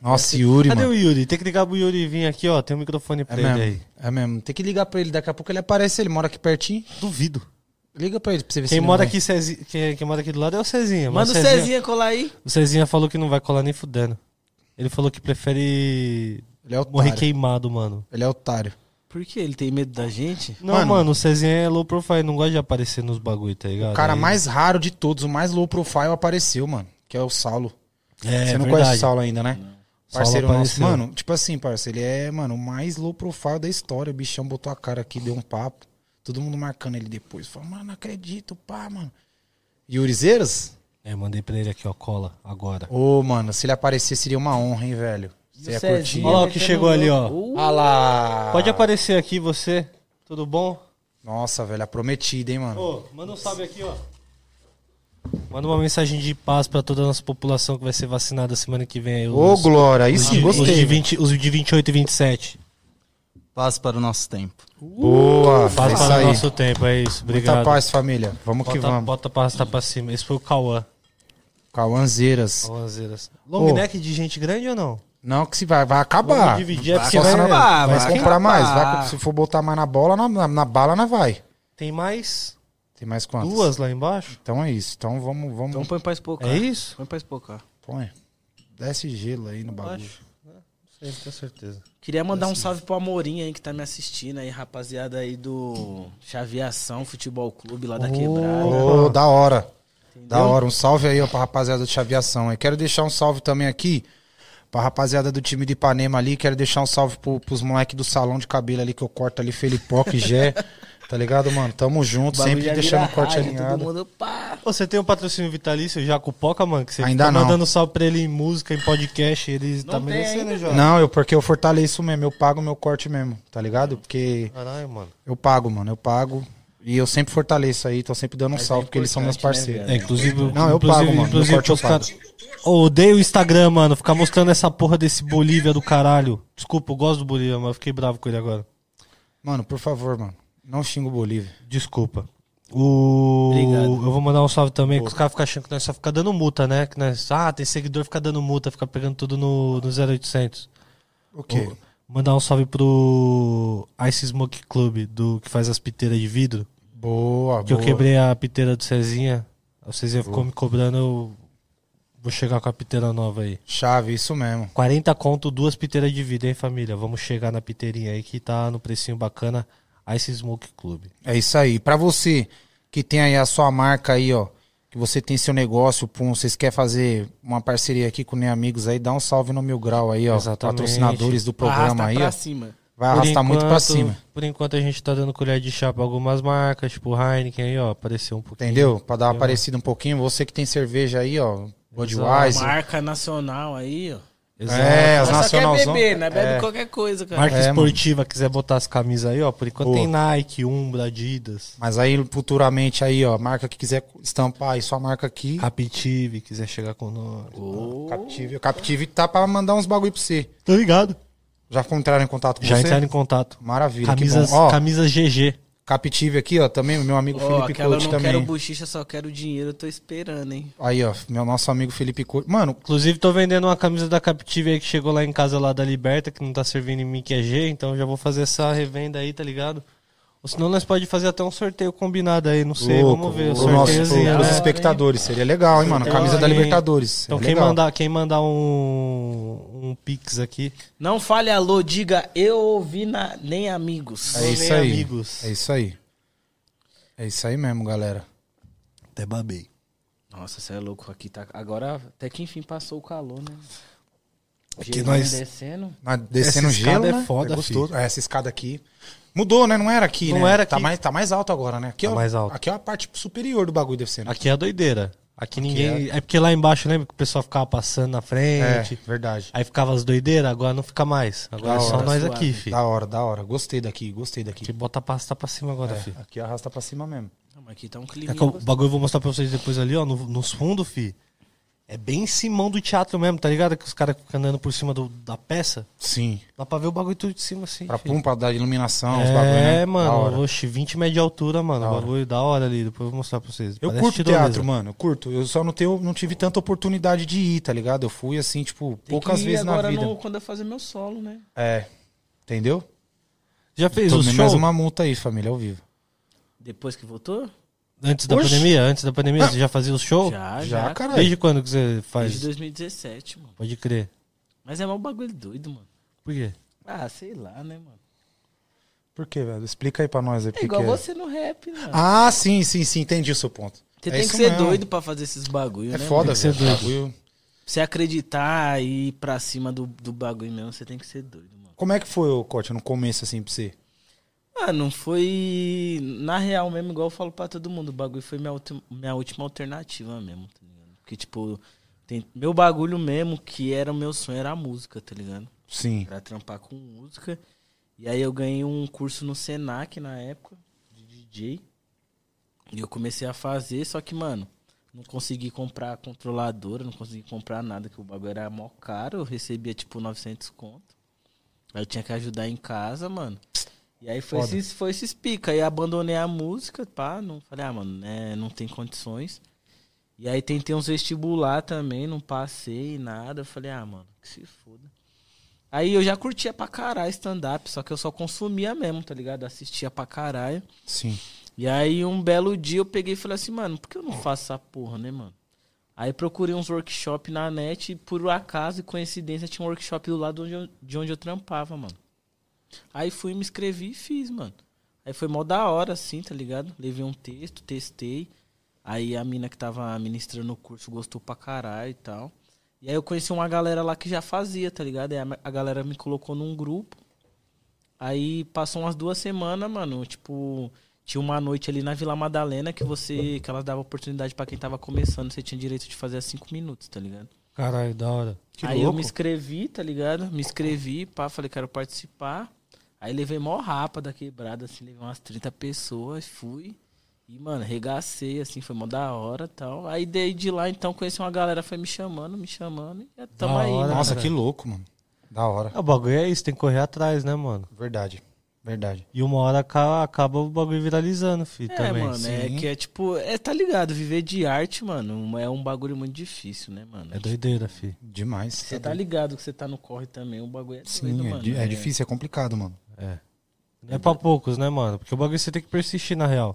Speaker 1: Nossa, Yuri,
Speaker 3: Cadê
Speaker 1: mano.
Speaker 3: o Yuri? Tem que ligar pro Yuri vir aqui, ó. Tem um microfone pra
Speaker 1: É
Speaker 3: ele
Speaker 1: mesmo,
Speaker 3: aí.
Speaker 1: é mesmo. Tem que ligar pra ele. Daqui a pouco ele aparece. Ele mora aqui pertinho.
Speaker 3: Duvido.
Speaker 1: Liga pra ele pra você ver se
Speaker 3: Quem
Speaker 1: ele é.
Speaker 3: mora
Speaker 1: vem.
Speaker 3: aqui, Cezi- quem, quem mora aqui do lado é o Cezinha. mas
Speaker 2: Manda o Cezinha colar aí.
Speaker 3: O Cezinha falou que não vai colar nem fudendo. Ele falou que prefere
Speaker 1: Ele é
Speaker 3: morrer
Speaker 1: otário.
Speaker 3: queimado, mano.
Speaker 1: Ele é otário.
Speaker 2: Por que ele tem medo da gente?
Speaker 3: Não,
Speaker 1: Mano.
Speaker 3: mano, o Cezinha é low profile, não gosta de aparecer nos bagulho, tá ligado?
Speaker 1: O cara
Speaker 3: Aí-
Speaker 1: mais raro de todos, o mais low profile apareceu, mano. Que é o Saulo.
Speaker 3: É,
Speaker 1: Você não
Speaker 3: verdade.
Speaker 1: conhece o Saulo ainda, né?
Speaker 3: Saulo
Speaker 1: Parceiro nosso.
Speaker 3: apareceu.
Speaker 1: Mano, tipo assim, parceiro, ele é, mano, o mais low profile da história. O bichão botou a cara aqui, deu um papo. Todo mundo marcando ele depois. Falou, mano, não acredito, pá, mano. E Urizeiras?
Speaker 3: É, mandei pra ele aqui, ó, cola, agora.
Speaker 1: Ô, mano, se ele aparecer seria uma honra, hein, velho. Você
Speaker 2: E o
Speaker 1: ia
Speaker 2: Cezinha
Speaker 1: curtir.
Speaker 3: Olha lá o que
Speaker 2: metendo
Speaker 3: chegou
Speaker 2: um
Speaker 3: ali,
Speaker 2: louco. Uh,
Speaker 1: Ah lá.
Speaker 3: Pode aparecer aqui você, tudo bom?
Speaker 1: Nossa, velho, a prometida, hein, mano.
Speaker 3: Ô, manda um salve aqui, ó. Manda uma mensagem de paz pra toda a nossa população que vai ser vacinada semana que vem aí.
Speaker 1: Ô,
Speaker 3: os-
Speaker 1: Glória, aí
Speaker 3: os
Speaker 1: sim,
Speaker 3: de- Os de,
Speaker 1: gostei.
Speaker 3: 20, os de 28 e 27.
Speaker 5: Paz para o nosso tempo.
Speaker 1: Boa,
Speaker 3: Paz
Speaker 1: é isso
Speaker 3: para o
Speaker 1: aí.
Speaker 3: nosso tempo, é isso. Obrigado.
Speaker 1: Muita paz, família. Vamos que
Speaker 3: Bota,
Speaker 1: vamos.
Speaker 3: bota a pasta pra cima. Esse foi o Cauã.
Speaker 1: Cauanzeiras.
Speaker 3: Cauãzeiras. Long
Speaker 1: Ô.
Speaker 3: neck de gente grande ou não?
Speaker 1: Não, que se vai, vai acabar.
Speaker 3: Vamos dividir, é
Speaker 1: Vai
Speaker 3: porque
Speaker 1: só
Speaker 3: vai-
Speaker 1: se não-
Speaker 5: vai
Speaker 1: vai se
Speaker 5: acabar.
Speaker 1: comprar mais. Vai, se for botar mais na bola, na, na, na bala, não vai.
Speaker 3: Tem mais
Speaker 1: Tem mais quantas?
Speaker 3: duas lá embaixo?
Speaker 1: Então é isso. Então vamos. vamos
Speaker 2: Então põe pra espocar.
Speaker 3: É isso?
Speaker 2: Põe pra espocar.
Speaker 1: põe. Desce gelo aí no bagulho.
Speaker 3: Sim, tenho certeza.
Speaker 2: Queria
Speaker 1: É
Speaker 2: mandar um salve pro Amorim aí que tá me assistindo aí, rapaziada aí do Chaveação Futebol Clube lá da Quebrada.
Speaker 1: Ô, da hora. Da hora. Um salve aí ó, pra rapaziada do Chaviação. Eu quero deixar um salve também aqui pra rapaziada do time de Ipanema ali. Quero deixar um salve pro, pros moleques do salão de cabelo ali que eu corto ali, Felipoca e Gé. Tá ligado, mano? Tamo junto, sempre deixando o corte
Speaker 2: Todo
Speaker 1: alinhado. Tá
Speaker 2: mundo, pá.
Speaker 3: Ô, Você tem um patrocínio vitalício já com o Poca, mano? Que você
Speaker 1: Ainda
Speaker 3: tá
Speaker 1: não.
Speaker 3: mandando salve pra ele em música, em podcast. Ele tá
Speaker 2: tem
Speaker 3: merecendo,
Speaker 2: ainda,
Speaker 3: já.
Speaker 1: Não, eu porque eu fortaleço mesmo, eu pago meu corte mesmo, tá ligado? Porque
Speaker 3: Caralho, mano.
Speaker 1: eu pago, mano, eu pago. E eu sempre fortaleço aí, tô sempre dando um salve, porque eles são meus parceiros.
Speaker 3: É, inclusive.
Speaker 1: Não, eu
Speaker 3: inclusive,
Speaker 1: pago, mano.
Speaker 3: Inclusive,
Speaker 1: Meu corte eu
Speaker 3: os caras. Ô, odeio o Instagram, mano. Ficar mostrando essa porra desse Bolívia do caralho. Desculpa, eu gosto do Bolívia, mas eu fiquei bravo com ele agora.
Speaker 1: É. Mano, por favor, mano. Não xinga o Bolívia.
Speaker 3: Desculpa. O...
Speaker 2: Obrigado.
Speaker 3: Eu vou mandar um salve também, que os caras ficam achando que nós só fica dando multa, né? Que nós... Ah, tem seguidor fica dando multa, fica pegando tudo no, no 0800.
Speaker 1: O quê?
Speaker 3: Mandar um salve pro Ice Smoke Club, do que faz as piteiras de vidro.
Speaker 1: Boa,
Speaker 3: Que
Speaker 1: boa.
Speaker 3: eu quebrei a piteira do Cezinha. O Cezinha ficou me cobrando, eu vou chegar com a piteira nova aí.
Speaker 1: Chave, isso mesmo.
Speaker 3: 40 conto, duas piteiras de vidro, hein, família? Vamos chegar na piteirinha aí que tá no precinho bacana. Ice Smoke Club.
Speaker 1: É isso aí. Pra você que tem aí a sua marca aí, ó, que você tem seu negócio, pum, vocês querem fazer uma parceria aqui com Nem Amigos aí, dá um salve no Mil Grau aí, ó.
Speaker 3: Exatamente.
Speaker 1: Patrocinadores do programa
Speaker 2: Arrasta
Speaker 1: aí,
Speaker 2: pra
Speaker 1: ó.
Speaker 2: cima.
Speaker 1: Vai
Speaker 3: Por
Speaker 1: arrastar tá muito pra
Speaker 3: enquanto-
Speaker 1: cima.
Speaker 3: Por enquanto a gente tá dando colher de chá pra algumas marcas, tipo Heineken aí, ó, apareceu um pouquinho.
Speaker 1: Entendeu? Pra dar uma parecida um pouquinho, você que tem cerveja aí, ó, Budweiser.
Speaker 2: Marca nacional aí, ó.
Speaker 3: Exato.
Speaker 1: É, um- as
Speaker 2: Nós só quer
Speaker 1: nacionalzão.
Speaker 2: beber, né? Bebe
Speaker 1: É.
Speaker 2: qualquer coisa, cara.
Speaker 3: Marca
Speaker 1: É, mano.
Speaker 3: esportiva, quiser botar as camisas aí, ó, por enquanto
Speaker 1: Boa.
Speaker 3: tem Nike, Umbra, Adidas,
Speaker 1: Mas aí, futuramente aí, ó, marca que quiser estampar aí sua marca aqui.
Speaker 3: Ah. Raptive, quiser chegar com nós.
Speaker 1: Captive. O Captive tá pra mandar uns bagulho pra você.
Speaker 3: Tô ligado.
Speaker 1: Já entraram em contato com
Speaker 3: Já
Speaker 1: você?
Speaker 3: entraram em contato.
Speaker 1: Maravilha,
Speaker 3: Camisas,
Speaker 1: que bom. Ó,
Speaker 3: camisas GG.
Speaker 1: Captive aqui, ó, também, o meu amigo
Speaker 2: Ó,
Speaker 1: Felipe
Speaker 2: aquela eu
Speaker 1: Couto
Speaker 2: não
Speaker 1: também.
Speaker 2: quero bochicha, só quero dinheiro, eu tô esperando, hein?
Speaker 1: Aí, ó, meu nosso amigo Felipe Couto. Mano,
Speaker 3: Inclusive, tô vendendo uma camisa da Captive aí que chegou lá em casa lá da Liberta, que não tá servindo em mim, que é G, então já vou fazer essa revenda aí, tá ligado? Ou senão nós pode fazer até um sorteio combinado aí, não sei, vamos ver.
Speaker 1: pro nosso, pro,
Speaker 3: sorteiozinho,
Speaker 1: pros
Speaker 3: né?
Speaker 1: espectadores. Seria legal, hein, mano?
Speaker 3: Sorteio,
Speaker 1: Camisa da
Speaker 3: hein?
Speaker 1: Libertadores.
Speaker 3: Então
Speaker 1: é
Speaker 3: quem
Speaker 1: legal.
Speaker 3: mandar, quem mandar um, um pix aqui,
Speaker 2: Não fale alô, diga eu ouvi na nem amigos.
Speaker 1: É isso
Speaker 3: nem
Speaker 1: aí.
Speaker 3: amigos.
Speaker 1: É isso aí. É isso aí mesmo, galera.
Speaker 3: até babei.
Speaker 2: Nossa, você é louco aqui. Tá... Agora até que enfim passou o calor, né?
Speaker 3: que
Speaker 2: Gelinho
Speaker 3: nós-
Speaker 2: descendo.
Speaker 1: Mas descendo
Speaker 3: Essa escada
Speaker 1: gelo,
Speaker 3: é
Speaker 1: né?
Speaker 3: foda,
Speaker 1: gostoso. É, essa escada aqui. Mudou, né? Não era aqui,
Speaker 3: Não
Speaker 1: né?
Speaker 3: era
Speaker 1: Tá
Speaker 3: aqui.
Speaker 1: mais, tá mais alto agora, né? Aqui
Speaker 3: Tá
Speaker 1: é, o-
Speaker 3: mais alto.
Speaker 1: Aqui é a parte superior do bagulho deve ser. né?
Speaker 3: Aqui é a doideira. Aqui, ninguém. É. porque lá embaixo, lembra que o pessoal ficava passando na
Speaker 1: É,
Speaker 3: frente?
Speaker 1: verdade.
Speaker 3: Aí ficava as doideiras, agora não fica mais.
Speaker 1: Da
Speaker 3: Agora é só
Speaker 1: hora.
Speaker 3: nós
Speaker 2: Suave.
Speaker 3: aqui, fi.
Speaker 1: Da hora, da hora. Gostei daqui, gostei
Speaker 3: Que
Speaker 1: daqui.
Speaker 3: bota a pasta pra cima agora, fi.
Speaker 1: Aqui arrasta pra cima mesmo.
Speaker 2: Não, mas aqui tá um clima.
Speaker 3: É que o bagulho eu vou mostrar pra vocês depois ali, ó, no- nos fundos, fi. É bem Simão do teatro mesmo, tá ligado? Que os caras ficam andando por cima do- da peça.
Speaker 1: Sim.
Speaker 3: Dá pra ver o bagulho tudo de cima, assim.
Speaker 1: Pra
Speaker 3: fi.
Speaker 1: pum, pra dar iluminação, os bagulho, né?
Speaker 3: É,
Speaker 1: Da hora.
Speaker 3: mano, oxe, 20 metros de altura, mano.
Speaker 1: Da hora.
Speaker 3: bagulho da hora ali, depois eu vou mostrar pra vocês.
Speaker 1: Eu
Speaker 3: Parece
Speaker 1: curto
Speaker 3: tirolesa.
Speaker 1: teatro, mano. Eu curto. Eu só não, tenho, não tive tanta oportunidade de ir, tá ligado? Eu fui, assim, tipo, poucas vezes na vida.
Speaker 2: Não, quando eu fazer meu solo, né?
Speaker 1: É. Entendeu?
Speaker 3: Já fez o
Speaker 1: Tomei mais
Speaker 3: show?
Speaker 1: uma multa aí, família, ao vivo.
Speaker 2: Depois que voltou?
Speaker 3: Antes da
Speaker 1: Oxe.
Speaker 3: pandemia? Antes da pandemia, você já fazia o show?
Speaker 2: Já,
Speaker 1: já,
Speaker 2: Ah, já.
Speaker 1: caralho.
Speaker 3: Desde quando que você faz?
Speaker 2: Desde 2017, mano.
Speaker 3: Pode crer.
Speaker 2: Mas é um bagulho doido, mano.
Speaker 3: Por quê?
Speaker 2: Ah, sei lá, né, mano?
Speaker 1: Por quê, velho? Explica aí pra nós aí. por
Speaker 2: É
Speaker 1: que
Speaker 2: igual
Speaker 1: que é.
Speaker 2: você no rap, né?
Speaker 1: Ah, sim, sim, sim. Entendi o seu ponto.
Speaker 2: Você
Speaker 1: É
Speaker 2: tem que
Speaker 1: isso
Speaker 2: ser
Speaker 1: mesmo.
Speaker 2: doido pra fazer esses bagulho,
Speaker 1: É
Speaker 2: né?
Speaker 1: foda,
Speaker 3: Tem que ser
Speaker 1: velho.
Speaker 3: doido.
Speaker 1: Bagulho-
Speaker 2: Você acreditar e ir pra cima do, do bagulho mesmo, você tem que ser doido, mano.
Speaker 1: Como é que foi o corte no começo, assim, pra você?
Speaker 2: Ah, não foi. Na real mesmo, igual eu falo pra todo mundo, o bagulho foi minha, ulti- minha última alternativa mesmo, tá ligado? Porque, tipo, tem- meu bagulho mesmo, que era o meu sonho, era a música, tá ligado?
Speaker 1: Sim.
Speaker 2: Era trampar com música. E aí eu ganhei um curso no Senac na época, de DJ. E eu comecei a fazer, só que, mano, não consegui comprar controladora, não consegui comprar nada, que o bagulho era mó caro. Eu recebia, tipo, 900 conto. Aí eu tinha que ajudar em casa, mano. E aí foi
Speaker 1: Foda.
Speaker 2: esses, foi esses pica. Aí abandonei a música, pá. Não, falei, ah, mano, né, não tem condições. E aí tentei uns vestibular também, não passei nada. Eu Falei, ah, mano, que se foda. Aí eu já curtia pra caralho stand-up, só que eu só consumia mesmo, tá ligado? Assistia pra caralho.
Speaker 1: Sim.
Speaker 2: E aí um belo dia eu peguei e falei assim, mano, por que eu não faço essa porra, né, mano? Aí procurei uns workshops na net e por acaso e coincidência tinha um workshop do lado onde eu- de onde eu trampava, mano. Aí fui, me inscrevi e fiz, mano. Aí foi mó da hora, assim, tá ligado? Levei um texto, testei. Aí a mina que tava ministrando o curso gostou pra caralho e tal. E aí eu conheci uma galera lá que já fazia, tá ligado? Aí a, a galera me colocou num grupo. Aí passou umas duas semanas, mano. Tipo, tinha uma noite ali na Vila Madalena que você. que ela dava oportunidade pra quem tava começando. Você tinha direito de fazer cinco minutos, tá ligado?
Speaker 3: Caralho, da hora. Que
Speaker 2: aí eu
Speaker 3: louco.
Speaker 2: me inscrevi, tá ligado? Me inscrevi, pá, falei, quero participar. Aí levei mó rapa da quebrada, assim, levei umas 30 pessoas, fui. E, mano, regacei, assim, foi mó da hora e tal. Aí daí de lá, então, conheci uma galera, foi me chamando, me chamando, e é, tamo
Speaker 3: Da
Speaker 2: aí.
Speaker 3: hora,
Speaker 2: mano.
Speaker 1: Nossa,
Speaker 3: caralho.
Speaker 1: que louco, mano. Da hora.
Speaker 3: É, O bagulho é isso, tem que correr atrás, né, mano?
Speaker 1: Verdade. Verdade.
Speaker 3: E uma hora ca- acaba o bagulho viralizando, filho,
Speaker 2: É,
Speaker 3: também.
Speaker 2: mano, é
Speaker 1: sim.
Speaker 2: que é tipo, é, tá ligado, viver de arte, mano, é um bagulho muito difícil, né, mano?
Speaker 3: É doideira, filho.
Speaker 1: Demais.
Speaker 2: Você tá ligado que você tá no corre também, o bagulho é
Speaker 1: Sim,
Speaker 2: doido,
Speaker 1: é,
Speaker 2: mano.
Speaker 1: di- é difícil, é complicado, mano.
Speaker 3: É pra poucos, né, mano? Porque o bagulho você tem que persistir, na real.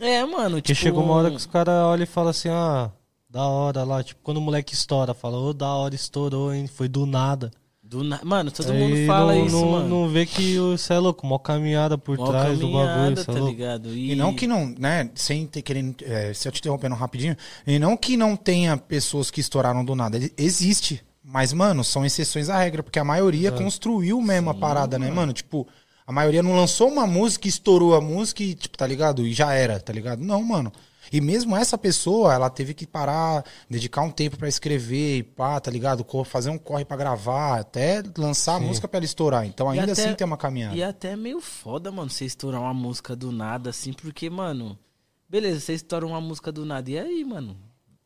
Speaker 2: É, mano,
Speaker 3: Porque
Speaker 2: tipo...
Speaker 3: chega uma hora que os caras olham e falam assim, ah, da hora lá. Tipo, quando o moleque estoura, fala, ô, da hora, estourou, hein? Foi do nada.
Speaker 2: do na- Mano, todo
Speaker 3: Aí
Speaker 2: mundo fala
Speaker 3: não,
Speaker 2: isso,
Speaker 3: não,
Speaker 2: mano.
Speaker 3: Não vê que você é louco, mó caminhada por
Speaker 2: Mó
Speaker 3: trás do bagulho,
Speaker 2: caminhada,
Speaker 3: cê é
Speaker 2: tá
Speaker 3: louco.
Speaker 2: ligado?
Speaker 1: E, não que não, né? Sem ter querendo. é, se eu te interrompendo rapidinho. E não que não tenha pessoas que estouraram do nada. ele- Existe. Mas, mano, são exceções à regra. Porque a maioria construiu mesmo a parada, né, mano? Tipo, a maioria não lançou uma música, estourou a música e, tipo, tá ligado? E já era, tá ligado? Não, mano. E mesmo essa pessoa, ela teve que parar, dedicar um tempo pra escrever e pá, tá ligado? Cor- Fazer um corre pra gravar, até lançar a música pra ela estourar. Então,
Speaker 2: E
Speaker 1: ainda
Speaker 2: até-
Speaker 1: assim tem uma caminhada.
Speaker 2: E é até meio foda, mano, você estourar uma música do nada, assim, porque, mano. Beleza, você estoura uma música do nada. E aí, mano?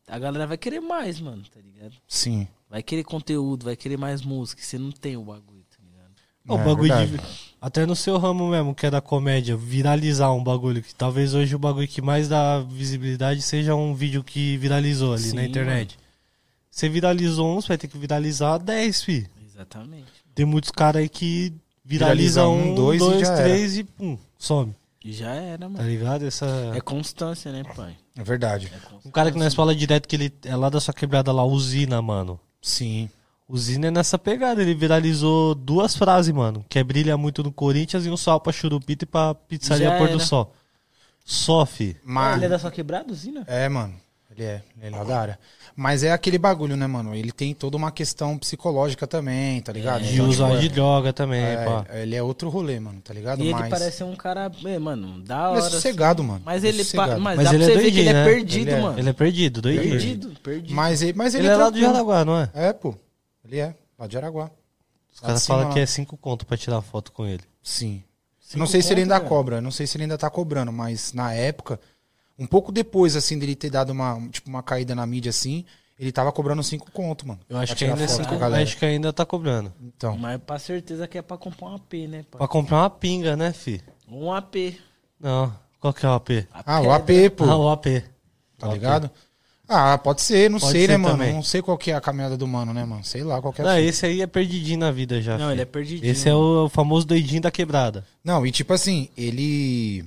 Speaker 2: A galera vai querer mais, mano, tá ligado?
Speaker 1: Sim.
Speaker 2: Vai querer conteúdo, vai querer mais música. e Você não tem o bagulho, tá ligado?
Speaker 3: O
Speaker 1: É,
Speaker 3: bagulho de-
Speaker 1: verdade.
Speaker 3: Até no seu ramo mesmo, que é da comédia, viralizar um bagulho, que talvez hoje o bagulho que mais dá visibilidade seja um vídeo que viralizou ali
Speaker 2: Sim,
Speaker 3: na internet. Você viralizou um, você vai ter que viralizar 10, fi.
Speaker 2: Exatamente.
Speaker 3: Tem muitos caras aí que viraliza,
Speaker 1: Viraliza
Speaker 3: um,
Speaker 1: um, dois e
Speaker 3: dois,
Speaker 1: já era.
Speaker 3: três e pum, some.
Speaker 2: E já era,
Speaker 3: Tá
Speaker 2: mano.
Speaker 3: ligado? Essa...
Speaker 2: É constância, né, pai?
Speaker 1: É verdade.
Speaker 2: É constância.
Speaker 3: Um cara que nós fala direto que ele é lá da sua quebrada lá, usina, mano.
Speaker 1: Sim.
Speaker 3: Usina é nessa pegada, ele viralizou duas frases, mano. Que é brilha muito no Corinthians e um sal pra churupita e pra pizzaria
Speaker 2: Já
Speaker 3: pôr do
Speaker 2: era.
Speaker 3: sol. Só, fi.
Speaker 1: Mas...
Speaker 2: Ele é da sua quebrada, Zina?
Speaker 1: É, mano. Ele é, ele é lá da área. Mas é aquele bagulho, né, mano? Ele tem toda uma questão psicológica também, tá ligado?
Speaker 3: De
Speaker 1: Então, tipo,
Speaker 3: usar
Speaker 1: é-
Speaker 3: de droga também, pá.
Speaker 1: é, ele é outro rolê, mano, tá ligado?
Speaker 2: E ele
Speaker 1: mas
Speaker 2: parece ser um cara, é, mano, da hora.
Speaker 1: ele é sossegado, mano.
Speaker 2: Mas
Speaker 1: É
Speaker 2: ele, pa-
Speaker 1: sossegado.
Speaker 2: mas,
Speaker 3: Mas
Speaker 2: dá
Speaker 3: ele é
Speaker 2: pra você ver que ele
Speaker 3: doidinho,
Speaker 2: é
Speaker 3: né?
Speaker 2: perdido,
Speaker 1: Ele é-
Speaker 2: mano.
Speaker 3: Ele é perdido, doido. Ele,
Speaker 2: assim, Perdido, perdido.
Speaker 1: Mas, ele- mas ele,
Speaker 3: é lá do
Speaker 1: tranquilo.
Speaker 3: Jaraguá, não é?
Speaker 1: É, pô. Ele é, lá de Jaraguá. Assim,
Speaker 3: Os
Speaker 1: Lá
Speaker 3: caras
Speaker 1: de cima,
Speaker 3: falam que
Speaker 1: lá.
Speaker 3: é cinco conto pra tirar foto com ele.
Speaker 1: Sim.
Speaker 2: Cinco
Speaker 1: não sei se ele
Speaker 2: conto,
Speaker 1: ainda
Speaker 2: cara.
Speaker 1: cobra, não sei se ele ainda tá cobrando, mas na época, um pouco depois, assim, dele ter dado uma, tipo, uma caída na mídia, assim, ele tava cobrando cinco conto, mano.
Speaker 3: Eu acho
Speaker 1: pra
Speaker 3: que,
Speaker 1: tirar
Speaker 3: ainda é
Speaker 1: foto
Speaker 3: cinco-
Speaker 1: com a galera.
Speaker 3: acho que ainda tá cobrando.
Speaker 1: Então,
Speaker 2: Mas pra certeza que é pra comprar um AP, né? pai?
Speaker 3: Pra comprar uma pinga, né, fi?
Speaker 2: Um AP.
Speaker 3: Não. Qual que é o AP?
Speaker 1: ah, o
Speaker 2: pedra.
Speaker 1: AP, pô.
Speaker 3: Ah, o AP.
Speaker 1: Tá
Speaker 3: Ok.
Speaker 1: ligado? Ah, pode ser, não
Speaker 3: Pode
Speaker 1: sei,
Speaker 3: ser
Speaker 1: né, mano?
Speaker 3: também.
Speaker 1: Não sei qual que é a caminhada do mano, né, mano? Sei lá qual que é a
Speaker 3: Não,
Speaker 1: fita.
Speaker 3: esse aí é perdidinho na vida já.
Speaker 2: Não,
Speaker 3: fi.
Speaker 2: ele é perdidinho.
Speaker 3: Esse é o famoso doidinho da quebrada.
Speaker 1: Não, e tipo assim, ele.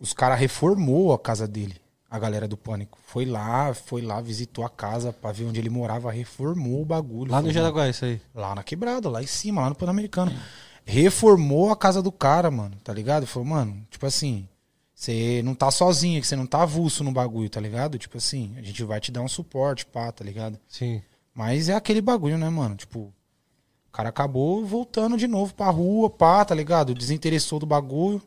Speaker 1: Os caras reformou a casa dele, a galera do Pânico. Foi lá, foi lá, visitou a casa pra ver onde ele morava, reformou o bagulho.
Speaker 3: Lá no
Speaker 1: Foi
Speaker 2: Ah.
Speaker 3: Jaraguá, isso aí.
Speaker 1: Lá na quebrada, lá em cima, lá no Pan-Americano. reformou a casa do cara, mano, tá ligado? Falou, mano, tipo assim, você não tá sozinho, que você não tá avulso no bagulho, tá ligado? Tipo assim, a gente vai te dar um suporte, pá, tá ligado?
Speaker 3: Sim.
Speaker 1: Mas é aquele bagulho, né, mano? Tipo, o cara acabou voltando de novo pra rua, pá, tá ligado? Desinteressou do bagulho.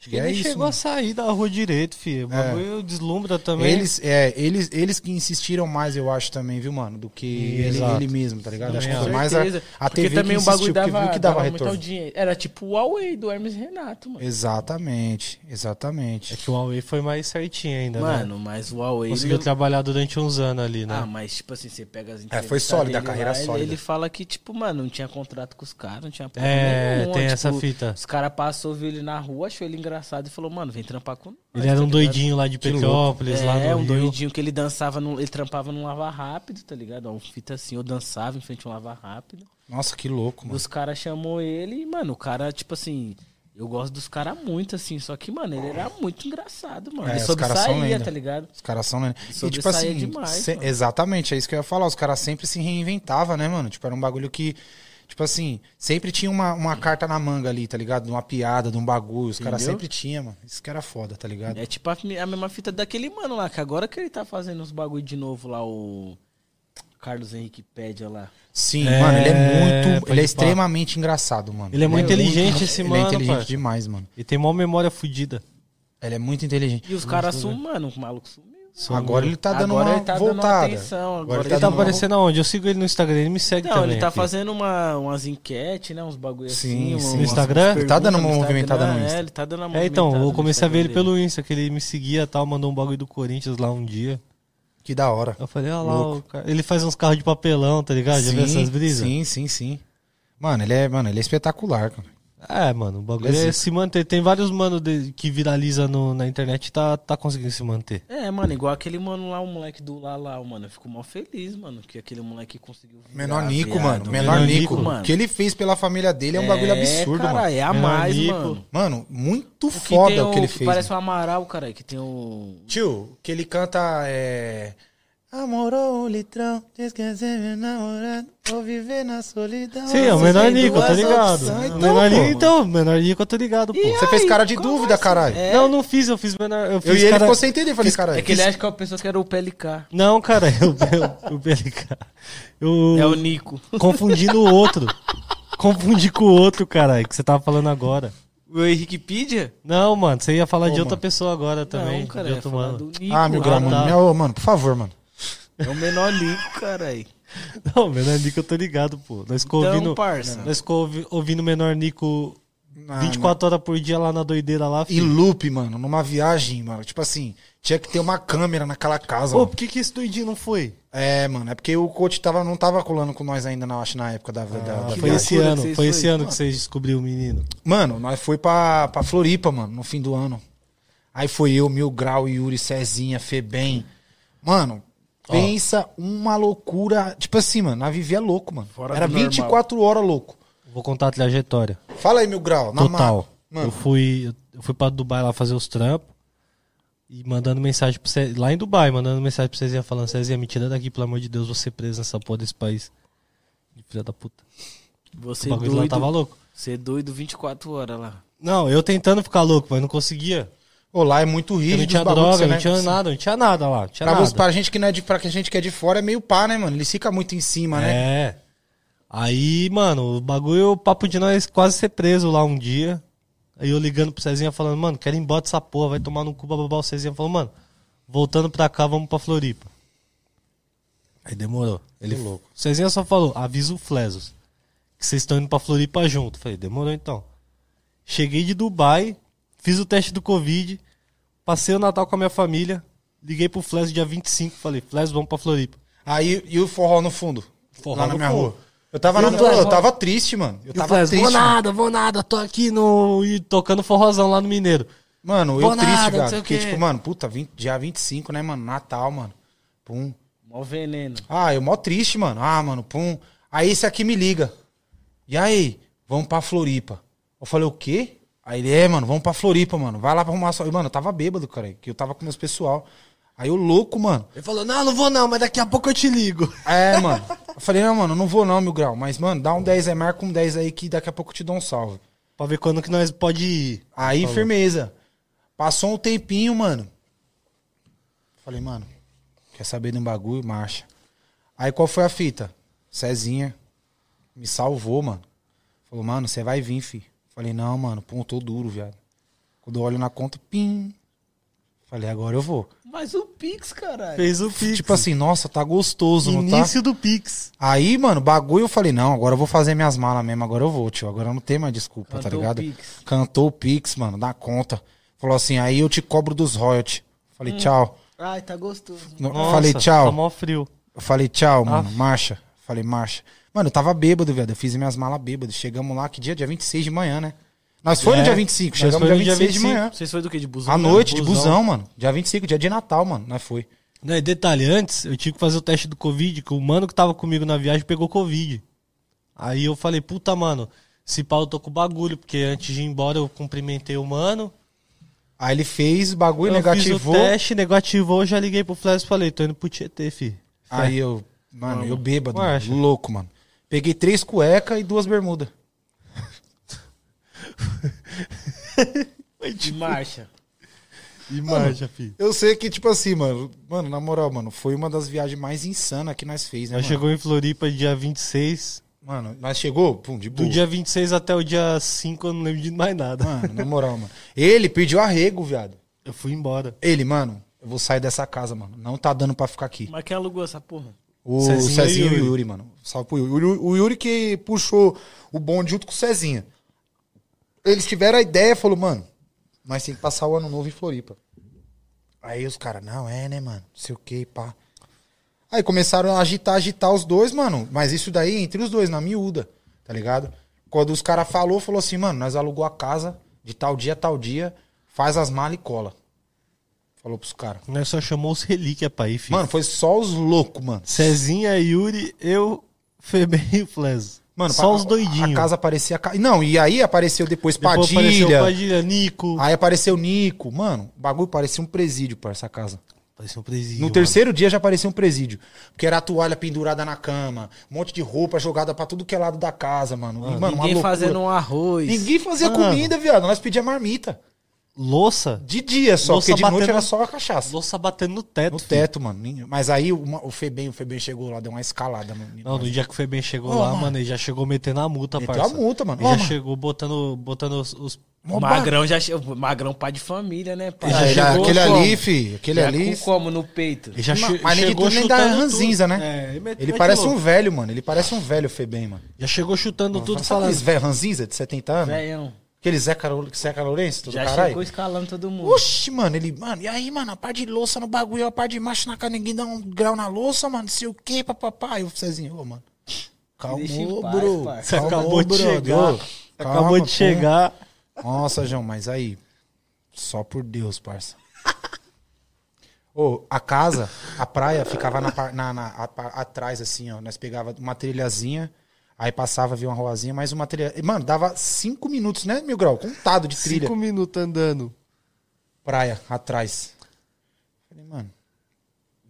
Speaker 3: Acho
Speaker 1: E
Speaker 3: que ele
Speaker 1: é isso,
Speaker 3: chegou
Speaker 2: né?
Speaker 1: mano.
Speaker 3: a sair da rua direito, filho. O
Speaker 2: É.
Speaker 3: bagulho deslumbra também.
Speaker 1: Eles, é, eles, eles que insistiram mais, eu acho, também, viu, mano? Do que ele,
Speaker 3: Exato.
Speaker 1: ele mesmo, tá ligado?
Speaker 3: Também
Speaker 1: Acho que
Speaker 3: acho.
Speaker 1: foi mais a,
Speaker 2: Certeza.
Speaker 1: a
Speaker 2: Porque
Speaker 1: TV
Speaker 2: também
Speaker 1: que
Speaker 2: o bagulho
Speaker 1: insistiu, porque
Speaker 2: dava,
Speaker 1: viu que dava,
Speaker 2: dava muita
Speaker 1: retorno.
Speaker 2: audiência. Era tipo o Huawei do Hermes Renato, mano.
Speaker 1: Exatamente,
Speaker 3: É
Speaker 1: exatamente.
Speaker 3: que o Huawei foi mais certinho ainda, né?
Speaker 2: Mano, mas o Huawei...
Speaker 3: Conseguiu trabalhar durante uns anos ali, né? É,
Speaker 2: Ah, mas tipo assim, você pega as
Speaker 1: foi
Speaker 2: entrevistas
Speaker 1: sólida, a
Speaker 2: dele
Speaker 1: carreira
Speaker 2: lá, ele-
Speaker 1: sólida.
Speaker 2: Ele fala que, tipo, mano, não tinha contrato com os caras, não tinha porra
Speaker 3: é,
Speaker 2: nenhuma,
Speaker 3: tem
Speaker 2: tipo,
Speaker 3: essa fita.
Speaker 2: Os caras passou, viu ele na rua, achou ele engraçado e falou, mano, vem trampar com nós,
Speaker 3: Ele era
Speaker 2: tá
Speaker 3: um
Speaker 2: ligado?
Speaker 3: doidinho lá de Petrópolis,
Speaker 2: é,
Speaker 3: lá no
Speaker 2: um
Speaker 3: Rio.
Speaker 2: doidinho que ele dançava, no, ele trampava num lava rápido, tá ligado? Ó, Um fita assim, eu dançava em frente a um lava rápido.
Speaker 1: Nossa, que louco,
Speaker 2: E
Speaker 1: mano.
Speaker 2: os caras chamou ele e, mano, o cara, tipo assim, eu gosto dos caras muito, assim, só que, mano, ele era muito engraçado, mano.
Speaker 1: É,
Speaker 2: ele
Speaker 1: os
Speaker 2: soube
Speaker 1: caras são
Speaker 2: sair,
Speaker 1: lenda.
Speaker 2: tá ligado?
Speaker 1: Os caras são, né? E tipo
Speaker 2: Sobressaía
Speaker 1: assim,
Speaker 2: demais,
Speaker 1: se-
Speaker 2: mano.
Speaker 1: exatamente, é isso que eu ia falar. Os caras sempre se reinventavam, né, mano? Tipo, era um bagulho que, tipo assim, sempre tinha uma, uma carta na manga ali, tá ligado? De uma piada, de um bagulho. Os caras
Speaker 2: Entendeu?
Speaker 1: sempre tinham, mano. Isso que era foda, tá ligado?
Speaker 2: É tipo a, a mesma fita daquele mano lá, que agora que ele tá fazendo os bagulho de novo lá, o Carlos Henrique Pédia lá.
Speaker 1: Sim,
Speaker 3: É,
Speaker 1: mano, ele é muito.
Speaker 3: pode
Speaker 1: Ele é
Speaker 3: pá.
Speaker 1: extremamente engraçado, mano.
Speaker 3: Ele é muito inteligente,
Speaker 1: muito-
Speaker 3: esse
Speaker 1: ele
Speaker 3: mano,
Speaker 1: é inteligente
Speaker 3: pai.
Speaker 1: demais, mano.
Speaker 3: E tem mó memória fodida.
Speaker 1: Ele é muito inteligente.
Speaker 2: E os caras sum, mano, o maluco sumiu.
Speaker 1: Agora ele tá dando
Speaker 2: agora
Speaker 1: uma
Speaker 2: ele tá dando uma
Speaker 1: voltada.
Speaker 2: atenção, agora,
Speaker 1: Agora
Speaker 2: ele
Speaker 3: um- Ele tá
Speaker 1: dando uma-
Speaker 3: aparecendo aonde? Eu sigo ele no Instagram, ele me segue
Speaker 2: Não,
Speaker 3: também.
Speaker 2: ele tá
Speaker 3: filho.
Speaker 2: fazendo uma, umas enquetes, né? Uns bagulho
Speaker 1: Sim,
Speaker 2: assim.
Speaker 1: sim.
Speaker 2: umas-
Speaker 3: No Instagram?
Speaker 2: umas
Speaker 1: Ele tá dando uma
Speaker 2: perguntas no
Speaker 1: movimentada
Speaker 2: Instagram,
Speaker 1: no Insta.
Speaker 2: É, ele tá dando uma
Speaker 3: É, então,
Speaker 2: movimentada
Speaker 3: eu
Speaker 2: no
Speaker 3: comecei a ver ele
Speaker 2: Instagram
Speaker 3: pelo Insta, que ele me seguia e tal, mandou um bagulho do Corinthians lá um dia.
Speaker 1: Que da hora.
Speaker 3: Eu falei, olha lá, o cara. ele faz uns carros de papelão, tá ligado? Já viu essas brisas?
Speaker 1: Sim, sim, sim. Mano, ele é, mano, ele é espetacular, cara.
Speaker 3: É, mano, o bagulho
Speaker 1: Ele é
Speaker 3: é
Speaker 1: zica.
Speaker 3: se manter. Tem vários mano de- que viraliza no- na internet e tá, tá conseguindo se manter.
Speaker 2: dele. É, mano, igual aquele mano lá, o moleque do Lalau, mano. Eu fico mó feliz, mano, que aquele moleque conseguiu. virar,
Speaker 1: Menor Nico,
Speaker 2: viado.
Speaker 1: mano. Menor Nico.
Speaker 2: mano.
Speaker 1: O que ele fez pela família dele é um bagulho absurdo,
Speaker 2: cara,
Speaker 1: mano.
Speaker 2: É a
Speaker 3: Menor
Speaker 2: mais,
Speaker 3: Nico.
Speaker 2: mano.
Speaker 1: Mano, muito
Speaker 2: que
Speaker 1: foda
Speaker 2: tem
Speaker 1: o que ele
Speaker 2: que
Speaker 1: fez. né?
Speaker 2: Parece
Speaker 1: mano.
Speaker 2: um Amaral, cara, que tem um.
Speaker 1: Tio, que ele canta é. Amorou o litrão, diz que é ser meu namorado, vou viver na solidão.
Speaker 3: Sim, é o
Speaker 1: Você
Speaker 3: menor
Speaker 1: tem
Speaker 3: Nico, eu tô
Speaker 1: duas
Speaker 3: ligado.
Speaker 1: opções.
Speaker 3: O
Speaker 1: Então,
Speaker 3: menor
Speaker 1: pô.
Speaker 3: Nico, então, o menor Nico, eu tô ligado, pô.
Speaker 1: Você fez cara de dúvida, caralho.
Speaker 2: É.
Speaker 3: Não, não fiz, eu fiz menor. Eu fiz
Speaker 1: Eu e ele
Speaker 3: cara-
Speaker 1: ficou sem entender, eu falei, caralho.
Speaker 2: É que ele acha que é uma pessoa que era o PLK.
Speaker 3: Não, cara, eu, eu, eu, PLK. eu,
Speaker 2: É o Nico.
Speaker 3: confundi no outro. confundi com o outro, caralho, que você tava falando agora.
Speaker 2: O Henrique Pidia?
Speaker 3: Não, mano, você ia falar de outra
Speaker 1: mano.
Speaker 3: pessoa agora também.
Speaker 2: Não, cara,
Speaker 3: de
Speaker 2: eu ia
Speaker 3: outro
Speaker 2: falar
Speaker 3: mano.
Speaker 2: do Nico.
Speaker 1: Ah, meu
Speaker 2: lá,
Speaker 1: grau,
Speaker 3: tá.
Speaker 1: mano. Ô, mano, por favor, mano.
Speaker 2: É o menor Nico, caralho.
Speaker 3: Não, menor Nico, eu tô ligado, pô. Nós ficou
Speaker 2: Então,
Speaker 3: ouvindo.
Speaker 2: parça.
Speaker 3: Nós ficou ouvi- ouvindo menor Nico
Speaker 1: Ah,
Speaker 3: 24 horas por dia lá na doideira lá,
Speaker 1: E
Speaker 3: filho.
Speaker 1: loop, mano, numa viagem, mano. Tipo assim, tinha que ter uma câmera naquela casa.
Speaker 3: Ô,
Speaker 1: mano.
Speaker 3: por que, que esse doidinho não foi?
Speaker 1: É, mano, é porque o coach tava, não tava colando com nós ainda, não, acho, na época da. da- da-
Speaker 3: Ah, foi
Speaker 2: loucura
Speaker 3: esse
Speaker 2: que
Speaker 3: ano,
Speaker 2: vocês
Speaker 3: foi
Speaker 2: foi.
Speaker 3: esse ano que vocês descobriram o menino.
Speaker 1: Mano, nós foi pra, pra Floripa, mano, no fim do ano. Aí foi eu, Mil Grau, Yuri, Cezinha, Febem. Mano, pensa uma loucura. Tipo assim, mano, nós vivia louco, mano.
Speaker 2: Fora
Speaker 1: Era
Speaker 2: do normal.
Speaker 1: 24 horas louco.
Speaker 3: Vou contar a trajetória.
Speaker 1: Fala aí, Mil Grau, na
Speaker 3: Total.
Speaker 1: mata.
Speaker 3: Eu
Speaker 1: Mano,
Speaker 3: fui, eu fui pra Dubai lá fazer os trampos. E mandando mensagem pra você. Lá em Dubai, mandando mensagem pra vocês falando, Cezinha, me tira daqui, pelo amor de Deus, você preso nessa porra desse país. De Filha da puta.
Speaker 2: Você
Speaker 3: O bagulho lá
Speaker 2: doido.
Speaker 3: tava louco.
Speaker 2: Você é doido 24 horas lá.
Speaker 3: Não, eu tentando ficar louco, mas não conseguia.
Speaker 1: ô, lá é muito
Speaker 3: Porque
Speaker 1: rígido.
Speaker 3: não tinha
Speaker 1: os bagulho que
Speaker 3: droga,
Speaker 1: você,
Speaker 3: não
Speaker 1: né?
Speaker 3: tinha nada, não tinha nada lá. Não tinha
Speaker 1: Pra,
Speaker 3: nada.
Speaker 1: você, pra gente que não é de, pra gente que é de fora é meio pá, né, mano? Eles ficam muito em cima, né?
Speaker 3: É. Aí, mano, o bagulho, o papo de nós quase ser preso lá um dia. Aí eu ligando pro Cezinha falando, mano, quero ir embora dessa porra, vai tomar no cu bababá. O Cezinha falou, mano, voltando pra cá, vamos pra Floripa. Aí demorou. Ele louco. O Cezinha só falou, avisa o Flesos. Que vocês estão indo pra Floripa junto. Falei, demorou então. Cheguei de Dubai, fiz o teste do Covid, passei o Natal com a minha família, liguei pro Flesos dia 25, falei, Flesos, vamos pra Floripa.
Speaker 1: Aí e o forró no fundo.
Speaker 3: Forró
Speaker 1: lá na
Speaker 3: no
Speaker 1: minha
Speaker 3: fundo.
Speaker 1: rua. Eu tava,
Speaker 3: E
Speaker 1: na,
Speaker 3: o Flash?
Speaker 1: eu tava triste, mano. Eu
Speaker 3: E o
Speaker 1: tava
Speaker 3: Flash,
Speaker 1: triste.
Speaker 3: vou
Speaker 1: mano.
Speaker 3: nada, vou nada, tô aqui no. E tocando forrozão lá no Mineiro.
Speaker 1: Mano,
Speaker 3: Vou
Speaker 1: eu triste,
Speaker 3: nada, não
Speaker 1: viado.
Speaker 3: sei o
Speaker 1: Porque,
Speaker 3: quê.
Speaker 1: tipo, mano, puta, 20, dia 25, né, mano? Natal, mano. Pum.
Speaker 2: Mó veneno.
Speaker 1: Ah, eu mó triste, mano. Ah, mano, pum. Aí esse aqui me liga. E aí, vamos pra Floripa. Eu falei, o quê? Aí ele, é, mano, vamos pra Floripa, mano. Vai lá pra arrumar sua. Mano, eu tava bêbado, cara, que eu tava com meus pessoal. Aí o louco, mano.
Speaker 3: Ele falou, não, não vou não, mas daqui a pouco eu te ligo.
Speaker 1: É, mano. Eu falei, não, mano, não vou não, mil grau. Mas, mano, dá um 10 aí, marca um 10 aí que daqui a pouco eu te dou um salve.
Speaker 3: Pra ver quando que nós pode ir.
Speaker 1: Aí,
Speaker 3: Falou.
Speaker 1: firmeza. Passou um tempinho, mano. Falei, mano, quer saber de um bagulho? Marcha. Aí qual foi a fita? Cezinha me salvou, mano. Falou, mano, você vai vir, fi. Falei, não, mano, pontou duro, viado. Quando eu olho na conta, pim. Falei, agora eu vou.
Speaker 2: Mas o Pix, caralho.
Speaker 3: Fez o Pix.
Speaker 1: Tipo assim, nossa, tá gostoso, não tá?
Speaker 3: Início do Pix.
Speaker 1: Aí, mano, bagulho, eu falei, não, agora eu vou fazer minhas malas mesmo, agora eu vou, tio. Agora não tem mais desculpa, tá
Speaker 2: Cantou o
Speaker 1: ligado?
Speaker 2: Pix.
Speaker 1: Cantou o Pix, mano, dá conta. Falou assim, aí eu te cobro dos royalties.
Speaker 2: Hum.
Speaker 1: Falei, tchau.
Speaker 2: Ai, tá gostoso.
Speaker 1: No-
Speaker 3: Nossa,
Speaker 1: falei,
Speaker 3: Tá
Speaker 1: tchau.
Speaker 3: mó frio.
Speaker 1: Eu falei, tchau, mano. Marcha. Falei, marcha. Mano, eu tava bêbado, velho. Eu fiz minhas malas bêbado. Chegamos lá, que dia? Dia 26 de manhã, né? Nós foi
Speaker 3: É,
Speaker 1: no dia 25,
Speaker 3: nós
Speaker 1: chegamos
Speaker 3: foi
Speaker 1: dia
Speaker 3: no dia
Speaker 1: 26 de
Speaker 3: 25.
Speaker 1: manhã.
Speaker 2: Vocês foi do que? De busão?
Speaker 1: À noite, de
Speaker 3: busão.
Speaker 1: busão, mano. Dia 25, dia de Natal, mano. Nós foi.
Speaker 3: Não, e detalhe, antes eu tive que fazer o teste do Covid, que o mano que tava comigo na viagem pegou Covid. Aí eu falei, puta, mano, se pau eu tô com bagulho, porque antes de ir embora eu cumprimentei o mano.
Speaker 1: Aí ele fez o bagulho,
Speaker 3: eu
Speaker 1: negativou.
Speaker 3: fiz o teste, negativou, eu já liguei pro Flash e falei, tô indo pro Tietê, fi.
Speaker 1: Aí
Speaker 3: É.
Speaker 1: eu, mano, eu bêbado,
Speaker 3: Marcha.
Speaker 1: mano, louco, mano. Peguei três cueca e duas bermudas.
Speaker 2: De marcha.
Speaker 3: E marcha, fi.
Speaker 1: Eu sei que, tipo assim, mano, mano, na moral, mano, foi uma das viagens mais insanas que nós fez, né,
Speaker 3: Nós
Speaker 1: mano?
Speaker 3: chegou em Floripa dia 26.
Speaker 1: Mano, nós chegou, pum, de
Speaker 3: Do
Speaker 1: boa.
Speaker 3: dia 26 até o dia 5 eu não lembro de mais nada.
Speaker 1: Mano, na moral, mano. Ele pediu arrego, viado.
Speaker 3: Eu fui embora.
Speaker 1: Ele, mano, eu vou sair dessa casa, mano. Não tá dando pra ficar aqui.
Speaker 2: Mas quem alugou essa porra?
Speaker 1: O
Speaker 3: Cezinho
Speaker 1: Cezinho, e
Speaker 3: e
Speaker 1: o
Speaker 3: Yuri.
Speaker 1: Yuri, mano. Salve pro Yuri. O Yuri- O Yuri que puxou o bonde junto com o Cezinha. Eles tiveram a ideia, falou, mano, nós tem que passar o ano novo em Floripa. Aí os caras, não, é, né, mano? Não sei o que, pá. Aí começaram a agitar, agitar os dois, mano. Mas isso daí é entre os dois, na miúda, tá ligado? Quando os caras falou, falou assim, mano, nós alugou a casa de tal dia a tal dia, faz as malas e cola. Falou pros caras.
Speaker 3: Nós só chamou os relíquias pra ir, fi.
Speaker 1: Mano, foi só os loucos, mano.
Speaker 3: Cezinha, Yuri, eu, Febem e o Flash.
Speaker 1: Mano,
Speaker 3: só
Speaker 1: pa-
Speaker 3: os doidinhos.
Speaker 1: A casa aparecia. ca- Não, e aí apareceu depois,
Speaker 3: Depois
Speaker 1: Padilha. Ah.
Speaker 3: apareceu Padilha, Nico.
Speaker 1: Aí apareceu Nico. Mano, o bagulho parecia um presídio, parça, essa casa.
Speaker 3: Parecia um presídio.
Speaker 1: No
Speaker 3: mano.
Speaker 1: terceiro dia já parecia um presídio. Porque era a toalha pendurada na cama, um monte de roupa jogada pra tudo que é lado da casa, mano. E, mano, uma
Speaker 2: Ninguém
Speaker 1: loucura.
Speaker 2: fazendo um arroz.
Speaker 1: Ninguém fazia
Speaker 3: Mano.
Speaker 1: comida, viado. Nós pedíamos marmita.
Speaker 3: Louça?
Speaker 1: De dia só,
Speaker 3: Louça
Speaker 1: porque de noite
Speaker 3: batendo-
Speaker 1: era só a cachaça.
Speaker 3: Louça batendo no teto.
Speaker 1: No
Speaker 3: fi.
Speaker 1: teto, mano. Ninguém- Mas aí uma- o Febem, o Febem chegou lá, deu uma escalada. mano.
Speaker 3: Não, no dia que o Febem chegou
Speaker 1: Ô,
Speaker 3: lá,
Speaker 1: mano.
Speaker 3: mano, ele já chegou metendo a multa,
Speaker 1: Meteu
Speaker 3: parça.
Speaker 1: a multa, mano.
Speaker 3: Ele
Speaker 1: Ô,
Speaker 3: já
Speaker 1: mano.
Speaker 3: chegou botando, botando os... os-
Speaker 1: Mó
Speaker 2: O Magrão já che- o Magrão pai de família, né, pai?
Speaker 3: Ele
Speaker 1: Ah,
Speaker 3: já
Speaker 1: ele-
Speaker 3: chegou
Speaker 1: aquele
Speaker 2: como?
Speaker 1: ali, fi. Aquele
Speaker 2: Já
Speaker 1: ali.
Speaker 2: Com como no peito?
Speaker 3: Ele já
Speaker 1: Mas-
Speaker 3: che
Speaker 1: mas nem de
Speaker 3: chegou
Speaker 1: tudo, nem da
Speaker 3: chutando tudo.
Speaker 1: ranzinza, né?
Speaker 3: É, ele mete-
Speaker 1: Ele
Speaker 3: mete
Speaker 1: parece
Speaker 3: louco.
Speaker 1: um velho, mano. Ele parece um velho, o Febem, mano.
Speaker 3: Já chegou chutando tudo,
Speaker 1: Sabe
Speaker 3: falando...
Speaker 1: aqueles velho ranzinza de 70 anos?
Speaker 2: Velhão.
Speaker 1: Aquele Zeca, Lo- Zeca Lourenço, do
Speaker 2: Já chegou
Speaker 1: caralho?
Speaker 2: escalando todo mundo.
Speaker 1: Oxi, mano, ele, mano, e aí, mano, a parte de louça no bagulho, a parte de macho na cara, ninguém dá um grau na louça, mano, não sei o que, papapá. Aí o Cezinho, ô, mano,
Speaker 2: Deixa em
Speaker 1: calmou,
Speaker 2: paz,
Speaker 1: bro.
Speaker 2: pai.
Speaker 3: Você
Speaker 1: calmou,
Speaker 3: acabou de
Speaker 1: brother,
Speaker 3: chegar.
Speaker 1: ô,
Speaker 3: Acabou
Speaker 1: calma,
Speaker 3: de chegar.
Speaker 1: pô. Nossa, João, mas aí, só por Deus, parça. Ô, a casa, a praia ficava na, par- na- na- a par- atrás, assim, ó. Nós pegava uma trilhazinha, aí passava, via uma ruazinha, mais uma trilha. E, Mano, dava cinco minutos, né, Mil Grau? Contado de trilha.
Speaker 3: Cinco minutos andando.
Speaker 1: Praia, atrás. Falei, mano.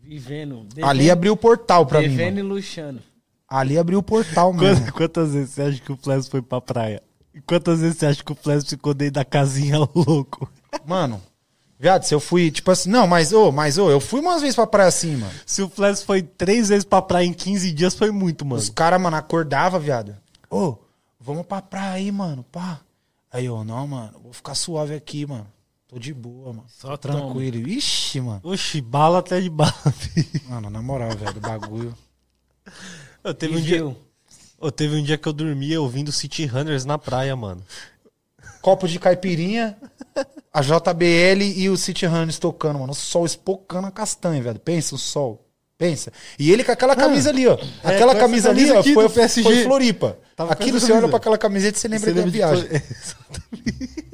Speaker 2: Vivendo.
Speaker 1: Ali abriu o portal pra mim.
Speaker 2: Devendo
Speaker 1: mano.
Speaker 2: e luxando.
Speaker 1: Ali abriu o portal mesmo.
Speaker 3: Quantas, quantas vezes você acha que o Flash foi pra praia? E quantas vezes você acha que o Flash ficou dentro da casinha louco?
Speaker 1: Mano, viado, se eu fui, tipo assim. Não, mas, ô, mas, ô, eu fui umas vezes pra praia assim, mano.
Speaker 3: Se o Flash foi três vezes pra praia em 15 dias, foi muito, mano.
Speaker 1: Os caras, mano, acordava, viado. Ô, vamos pra praia aí, mano, pá. Aí eu, não, mano, vou ficar suave aqui, mano. Tô de boa, mano.
Speaker 2: Só
Speaker 1: tranquilo. Ixi, mano.
Speaker 3: Oxi, bala até de bala, filho.
Speaker 1: Mano, na moral, velho, o bagulho.
Speaker 3: Eu teve, um dia,
Speaker 2: Viveu.
Speaker 3: eu teve um dia que eu dormia ouvindo City Runners na praia, mano.
Speaker 1: Copo de caipirinha, a JBL e o City Runners tocando, mano. O sol espocando a castanha, velho. Pensa o sol. Pensa. E ele com aquela camisa ali, ó.
Speaker 3: Ah. é,
Speaker 1: Aquela
Speaker 3: com essa
Speaker 1: camisa ali,
Speaker 3: camisa
Speaker 1: ó,
Speaker 3: aqui
Speaker 1: foi,
Speaker 3: do PSG.
Speaker 1: foi Floripa.
Speaker 3: Tava com
Speaker 1: Aquilo
Speaker 3: essa
Speaker 1: você olha
Speaker 3: camisa.
Speaker 1: pra aquela camiseta e você lembra da
Speaker 3: Você
Speaker 1: viagem.
Speaker 3: de-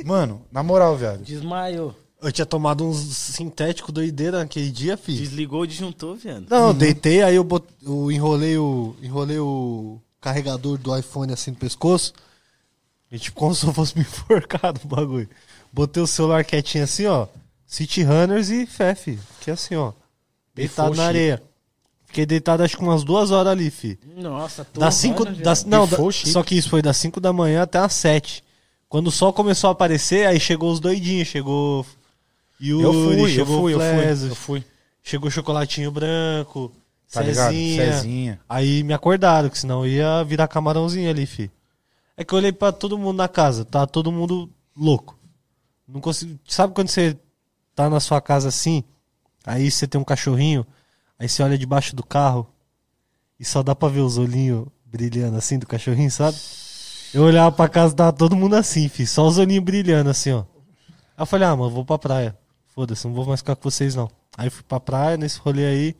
Speaker 1: Mano, na moral, velho.
Speaker 2: Desmaiou.
Speaker 3: Eu tinha tomado um sintético doideira naquele dia, filho.
Speaker 2: Desligou o disjuntor, viado.
Speaker 6: Não, eu
Speaker 1: Uhum.
Speaker 6: deitei, aí eu, bot... eu enrolei, o... enrolei o carregador do iPhone assim no pescoço.
Speaker 3: E tipo, como se eu fosse me enforcar do bagulho. Botei o celular quietinho assim, ó. City Runners e Fef. Que é assim, ó. Deitado
Speaker 1: Pifou,
Speaker 3: na
Speaker 1: Chico.
Speaker 3: areia. Fiquei deitado acho que umas duas horas ali, fi.
Speaker 2: Nossa, tô.
Speaker 3: Das cinco,
Speaker 2: vendo,
Speaker 3: das,
Speaker 2: viado.
Speaker 3: não, da-
Speaker 1: Pifou, Chico.
Speaker 3: só que isso foi das 5 da manhã até as 7. Quando o sol começou a aparecer, aí chegou os doidinhos, chegou Yuri,
Speaker 1: Eu fui, eu
Speaker 3: chegou
Speaker 1: fui, eu fui,
Speaker 3: Flezo,
Speaker 1: eu fui.
Speaker 3: chegou Chocolatinho Branco,
Speaker 1: Tá ligado?
Speaker 3: Cezinha.
Speaker 1: Cezinha.
Speaker 3: Aí me acordaram, que senão eu ia virar camarãozinho ali, fi. É que eu olhei pra todo mundo na casa, tá todo mundo louco. Não consigo. Sabe quando você tá na sua casa assim, aí você tem um cachorrinho, aí você olha debaixo do carro e só dá pra ver os olhinhos brilhando assim do cachorrinho, sabe? Eu olhava pra casa, tava todo mundo assim, fi, só os olhinhos brilhando assim, ó. Aí eu falei, ah, mano, vou pra praia. Foda-se, não vou mais ficar com vocês, não. Aí fui pra praia, nesse rolê aí.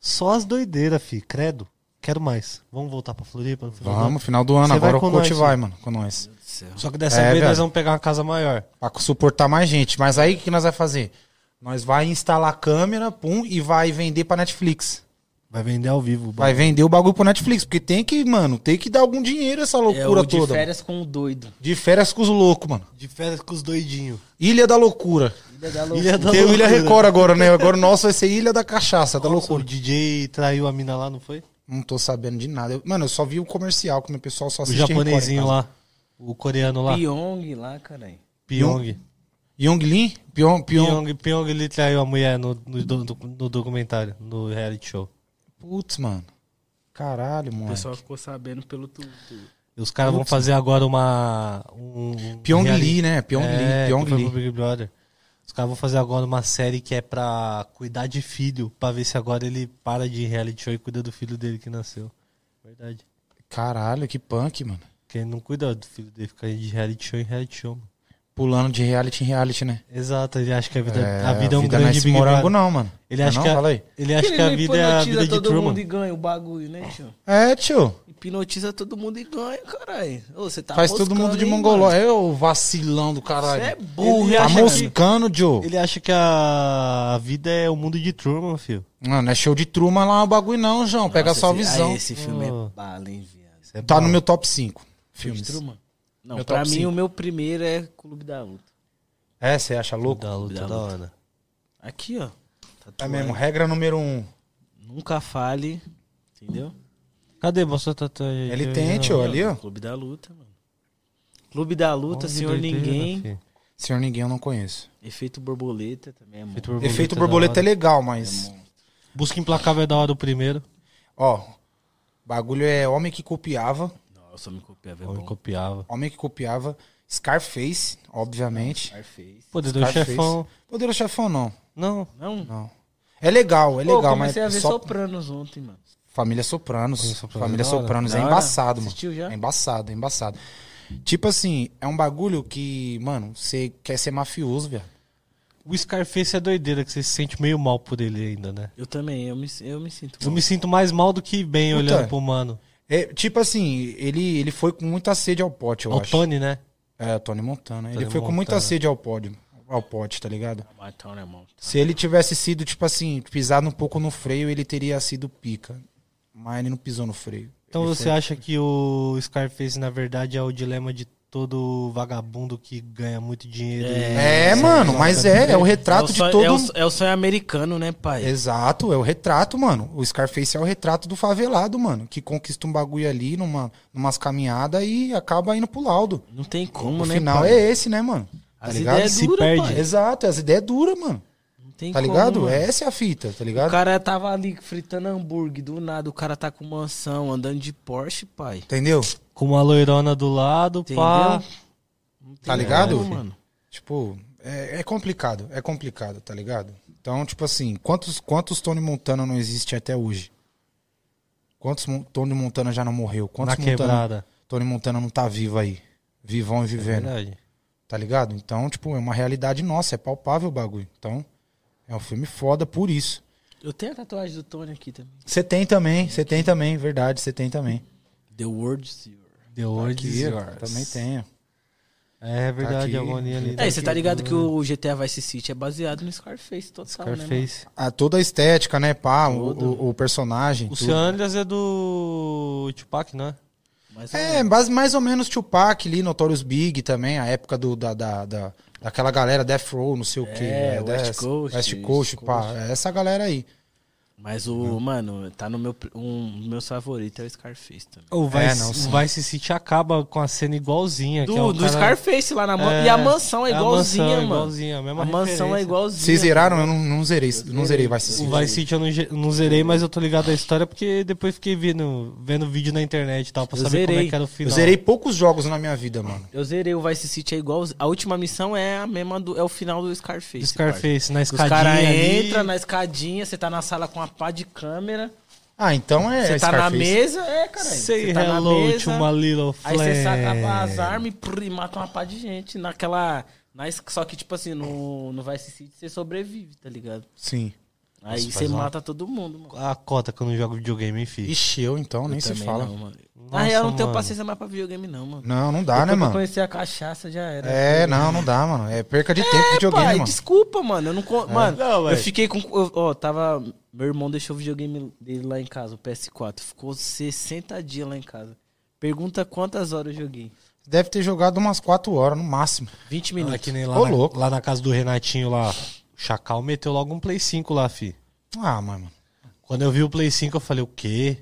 Speaker 3: Só as doideiras, fi, credo. Quero mais. Vamos voltar pra Floripa? no final do ano?
Speaker 1: Vamos, final do ano.
Speaker 3: Uhum. Você vai
Speaker 1: Agora o
Speaker 3: com
Speaker 1: coach
Speaker 3: nós, né?
Speaker 1: vai,
Speaker 3: sim.
Speaker 1: mano, com nós.
Speaker 3: Só que dessa
Speaker 1: É,
Speaker 3: vez nós
Speaker 1: velho.
Speaker 3: vamos pegar uma casa maior.
Speaker 1: Pra suportar mais gente. Mas aí o que nós vai fazer? Nós vai instalar a câmera, pum, e vai vender pra Netflix.
Speaker 3: Vai vender ao vivo.
Speaker 1: Vai vender o bagulho pro Netflix. Porque tem que, mano, tem que dar algum dinheiro essa
Speaker 2: É
Speaker 1: loucura
Speaker 2: o de
Speaker 1: toda. mano.
Speaker 2: férias com o doido.
Speaker 1: De férias com os loucos, mano.
Speaker 3: De férias com os doidinhos.
Speaker 1: Ilha da Loucura.
Speaker 2: Ilha da
Speaker 3: Ilha
Speaker 2: loucura.
Speaker 3: da
Speaker 1: Tem o
Speaker 3: Loucura.
Speaker 1: Ilha Record agora, né? Agora o nosso vai ser Ilha da Cachaça, da
Speaker 3: Nossa, o
Speaker 1: loucura.
Speaker 3: DJ traiu a mina lá, não foi?
Speaker 1: Não tô sabendo de nada. Eu- mano, eu só vi o comercial, que o meu pessoal só
Speaker 3: O
Speaker 1: assiste
Speaker 3: japonesinho
Speaker 1: Record então.
Speaker 3: lá. O coreano lá.
Speaker 2: Pyong lá, caralho.
Speaker 3: Pyong.
Speaker 1: em casa. Yong Lin? Pyong, Pyong.
Speaker 3: Pyong, Pyong, ele traiu a mulher no, no, do- no documentário, no reality show.
Speaker 1: Putz, mano. Caralho,
Speaker 2: O
Speaker 1: mano.
Speaker 2: pessoal ficou sabendo pelo tudo.
Speaker 3: E os caras vão
Speaker 1: Putz.
Speaker 3: fazer agora uma. Um, um
Speaker 1: Pyong
Speaker 3: reality-
Speaker 1: Lee, né? Pyong
Speaker 3: É,
Speaker 1: Lee. Pyong
Speaker 3: que foi pro
Speaker 1: Lee.
Speaker 3: Big Brother. Os caras vão fazer agora uma série que é pra cuidar de filho, pra ver se agora ele para de reality show e cuida do filho dele que nasceu. Verdade.
Speaker 1: Caralho, que punk, mano.
Speaker 3: Porque ele não cuida do filho dele, fica de reality show em reality show. mano.
Speaker 1: Pulando de reality em reality, né?
Speaker 3: Exato, ele acha que a vida é, a
Speaker 1: É,
Speaker 3: vida é um
Speaker 1: não é
Speaker 3: grande
Speaker 1: esse
Speaker 3: Big
Speaker 1: morango,
Speaker 3: Brother.
Speaker 1: não, mano.
Speaker 3: Ele
Speaker 1: É
Speaker 3: acha
Speaker 1: não?
Speaker 3: que
Speaker 1: Fala
Speaker 3: a,
Speaker 1: aí.
Speaker 3: ele acha que a vida é a vida de
Speaker 2: todo
Speaker 3: Truman.
Speaker 2: mundo e ganha o bagulho, né, tio?
Speaker 1: É, tio.
Speaker 2: Hipnotiza todo mundo e ganha, caralho. Ô, Você tá
Speaker 1: Faz todo mundo de mongoló. É o vacilão do
Speaker 2: Você
Speaker 1: caralho.
Speaker 2: é burro,
Speaker 3: Ele
Speaker 2: hein,
Speaker 1: Tá
Speaker 3: acha
Speaker 2: mano?
Speaker 3: que-
Speaker 1: moscando, Joe.
Speaker 3: Ele acha que a a vida é o mundo de Truman, filho.
Speaker 1: Não, não é show de Truman lá o bagulho, não, João. é, Pega
Speaker 2: Nossa,
Speaker 1: só a
Speaker 2: esse-
Speaker 1: visão.
Speaker 2: Ah, esse filme
Speaker 3: Oh.
Speaker 2: é bala, hein, viado.
Speaker 3: Isso é
Speaker 1: Tá
Speaker 3: bom.
Speaker 1: no meu top 5
Speaker 2: Filme de
Speaker 1: filmes.
Speaker 2: Truman? Não,
Speaker 1: Meu
Speaker 2: pra
Speaker 1: top
Speaker 2: mim
Speaker 1: cinco.
Speaker 2: o meu primeiro é Clube da Luta.
Speaker 1: É, você acha louco?
Speaker 3: da luta
Speaker 2: Da
Speaker 3: da
Speaker 2: luta.
Speaker 3: hora.
Speaker 2: Aqui, ó. Tá
Speaker 1: É mesmo, regra número 1. Um.
Speaker 2: Nunca fale, entendeu?
Speaker 3: Cadê? Mostrou a tatuagem.
Speaker 1: Ele tem, tio, ali, ó.
Speaker 2: Clube da Luta, mano. Clube da Luta, Senhor
Speaker 3: né,
Speaker 2: Ninguém.
Speaker 1: Senhor Ninguém eu não conheço.
Speaker 2: Efeito Borboleta também é bom.
Speaker 1: Efeito borboleta é legal, mas.
Speaker 3: Busca Implacável é da hora o primeiro.
Speaker 1: Ó, bagulho é Homem que Copiava.
Speaker 2: Nossa, me copiava, é
Speaker 3: Eu me
Speaker 2: bom.
Speaker 3: copiava.
Speaker 1: Homem que Copiava. Scarface, obviamente.
Speaker 2: Scarface.
Speaker 3: Poder do
Speaker 1: Scarface.
Speaker 3: é chefão.
Speaker 1: Poder do Chefão, não.
Speaker 3: Não.
Speaker 2: Não?
Speaker 1: Não. É legal, é
Speaker 2: Pô,
Speaker 1: legal, mas.
Speaker 2: comecei a ver
Speaker 1: só-
Speaker 2: Sopranos ontem, mano.
Speaker 1: Família Sopranos. Família
Speaker 3: Família Sopranos é da hora.
Speaker 1: Sopranos é
Speaker 2: Da hora.
Speaker 1: embaçado, mano.
Speaker 2: Assistiu já?
Speaker 1: É embaçado, é embaçado. Tipo assim, é um bagulho que, mano, você quer ser mafioso, velho.
Speaker 3: O Scarface é doideira, que você se sente meio mal por ele ainda, né?
Speaker 2: Eu também, eu me, eu me sinto
Speaker 3: Eu
Speaker 2: mal.
Speaker 3: me sinto mais mal do que bem
Speaker 1: Puta.
Speaker 3: olhando pro mano.
Speaker 1: É, tipo assim, ele, ele foi com muita sede ao pote, eu
Speaker 3: Ao
Speaker 1: acho.
Speaker 3: Tony, né?
Speaker 1: É, o Tony Montana. ele
Speaker 3: Tony
Speaker 1: foi com muita
Speaker 3: Montana.
Speaker 1: sede ao pódio, ao pote, tá ligado?
Speaker 2: Matar, né, irmão?
Speaker 1: Se ele tivesse sido, tipo assim, pisado um pouco no freio, ele teria sido pica. Mas ele não pisou no freio.
Speaker 3: Então
Speaker 1: Ele
Speaker 3: você
Speaker 1: foi-
Speaker 3: acha que o Scarface, na verdade, é o dilema de todo vagabundo que ganha muito dinheiro?
Speaker 1: É, mano, mas é, é o
Speaker 2: é o
Speaker 1: retrato de
Speaker 2: sonho-
Speaker 1: todo.
Speaker 2: é, o, é o sonho americano, né, pai?
Speaker 1: Exato, é o retrato, mano. O Scarface é o retrato do favelado, mano, que conquista um bagulho ali numa numas caminhadas e acaba indo pro laudo.
Speaker 2: Não tem como,
Speaker 1: o
Speaker 2: né,
Speaker 1: final
Speaker 2: pai?
Speaker 1: é esse, né, mano?
Speaker 2: As
Speaker 1: ligado?
Speaker 2: ideias
Speaker 3: Se
Speaker 2: duras,
Speaker 3: perde.
Speaker 2: pai.
Speaker 1: Exato, as ideias duras, mano.
Speaker 2: Não tem
Speaker 1: Tá
Speaker 2: como,
Speaker 1: ligado?
Speaker 2: mano.
Speaker 1: Essa é a fita, tá
Speaker 2: O
Speaker 1: ligado?
Speaker 2: cara tava ali fritando hambúrguer, do nada o cara tá com mansão, andando de Porsche, pai.
Speaker 1: Entendeu?
Speaker 3: Com uma loirona do lado,
Speaker 2: Entendeu?
Speaker 3: pá.
Speaker 2: Não tem
Speaker 1: Tá ligado?
Speaker 2: como, mano.
Speaker 1: Tipo, é, é complicado, é complicado, tá ligado? Então, tipo assim, quantos, quantos Tony Montana não existe até hoje? Quantos Mon- Tony Montana já não morreu?
Speaker 3: Na
Speaker 1: Quantos Montana,
Speaker 3: quebrada. É
Speaker 1: Tony Montana não tá vivo aí? Vivão e vivendo,
Speaker 3: Verdade.
Speaker 1: tá ligado? Então, tipo, é uma realidade nossa, é palpável o bagulho. Então, é um filme foda por isso.
Speaker 2: Eu tenho a tatuagem do Tony aqui também.
Speaker 1: Você tem também, você tem também, verdade, você tem também.
Speaker 2: The World Silver.
Speaker 3: The World
Speaker 1: Aqui,
Speaker 3: is
Speaker 1: cara,
Speaker 3: yours.
Speaker 1: também tenho.
Speaker 3: É verdade,
Speaker 1: aqui.
Speaker 3: a agonia ali. Uhum.
Speaker 2: É, você tá ligado que o GTA Vice City é baseado no Scarface total, né, mano?
Speaker 3: Scarface.
Speaker 1: Ah, toda a estética, né, pá, o,
Speaker 2: Tudo.
Speaker 1: o- o personagem.
Speaker 3: O
Speaker 1: tudo.
Speaker 3: San Andreas é do Tupac, né?
Speaker 2: Mas,
Speaker 1: É, mais, mais ou menos Tupac ali, Notorious Big também, a época do, da, da, da- daquela galera Death Row, não sei o quê.
Speaker 2: É,
Speaker 1: né,
Speaker 2: West
Speaker 1: dessa-
Speaker 2: Coast,
Speaker 1: West
Speaker 2: East
Speaker 1: Coast, pá.
Speaker 2: Coast.
Speaker 1: é Essa galera aí.
Speaker 2: Mas o,
Speaker 3: Hum.
Speaker 2: mano, tá no meu. Um dos meus favoritos é o Scarface também.
Speaker 3: O Vice,
Speaker 1: É, não, sim.
Speaker 3: o Vice City acaba com a cena igualzinha.
Speaker 2: Do,
Speaker 3: que é o
Speaker 2: do
Speaker 3: cara-
Speaker 2: Scarface lá na mão.
Speaker 3: É,
Speaker 2: e a mansão é
Speaker 3: a
Speaker 2: igualzinha,
Speaker 3: mansão é
Speaker 2: mano.
Speaker 3: igualzinha, a mesma
Speaker 2: a mansão é
Speaker 3: referência.
Speaker 2: igualzinha.
Speaker 1: Vocês zeraram? Eu não, não zerei. Não zerei, vai se
Speaker 3: O Vice City eu não, ge- não zerei, mas eu tô ligado à história porque depois fiquei vendo, vendo vídeo na internet e tal, pra
Speaker 2: Eu
Speaker 3: saber como é
Speaker 2: zerei.
Speaker 3: que era o
Speaker 1: Eu
Speaker 3: final.
Speaker 1: zerei poucos jogos na minha vida, mano.
Speaker 2: Eu zerei o Vice City, é igual. A última missão é a mesma do. É o final do Scarface. parça.
Speaker 3: Scarface na
Speaker 2: Os
Speaker 3: escadinha
Speaker 2: caras
Speaker 3: ali.
Speaker 2: entram na escadinha, você tá na sala com uma pá de câmera,
Speaker 1: Ah, então é.
Speaker 2: você tá na
Speaker 1: Scarface.
Speaker 2: mesa, é, caralho.
Speaker 3: Say
Speaker 2: Você tá na
Speaker 3: hello é. to
Speaker 2: mesa,
Speaker 3: my little
Speaker 2: aí você saca
Speaker 3: flame.
Speaker 2: as armas e, prrr, e mata uma pá de gente naquela... na es- só que, tipo assim, no, no Vice City você sobrevive, tá ligado?
Speaker 1: Sim.
Speaker 2: Aí
Speaker 3: Nossa,
Speaker 2: você
Speaker 3: faz uma- Ah,
Speaker 2: mata todo mundo, mano.
Speaker 3: A cota que eu não jogo videogame, enfim.
Speaker 1: Ixi, eu então, nem se
Speaker 2: Também
Speaker 1: fala.
Speaker 2: não,
Speaker 1: Não,
Speaker 2: mano. Na
Speaker 3: Nossa,
Speaker 2: real, eu não tenho
Speaker 3: mano.
Speaker 2: paciência mais pra videogame, não, mano.
Speaker 1: não, dá,
Speaker 2: Depois
Speaker 1: né,
Speaker 2: que
Speaker 1: mano?
Speaker 2: Eu conheci a cachaça, já era.
Speaker 1: É, não, não dá, mano. É perca de tempo videogame,
Speaker 2: Pai,
Speaker 1: mano. É.
Speaker 2: desculpa, mano. Eu não. con- Mano,
Speaker 3: Não,
Speaker 2: eu
Speaker 3: mas-
Speaker 2: fiquei com. eu- Ó, tava. Meu irmão deixou o videogame dele lá em casa, o PS4. Ficou 60 dias lá em casa. Pergunta quantas horas eu joguei.
Speaker 1: Deve ter jogado umas 4 horas no máximo.
Speaker 2: 20
Speaker 3: Ah,
Speaker 2: minutos.
Speaker 3: que nem lá,
Speaker 1: Ô,
Speaker 3: na,
Speaker 1: louco.
Speaker 3: lá na casa do Renatinho lá. O Chacal meteu logo um Play 5 lá, fi.
Speaker 1: Ah, mas, mano.
Speaker 3: Quando eu vi o Play 5, eu falei, o quê?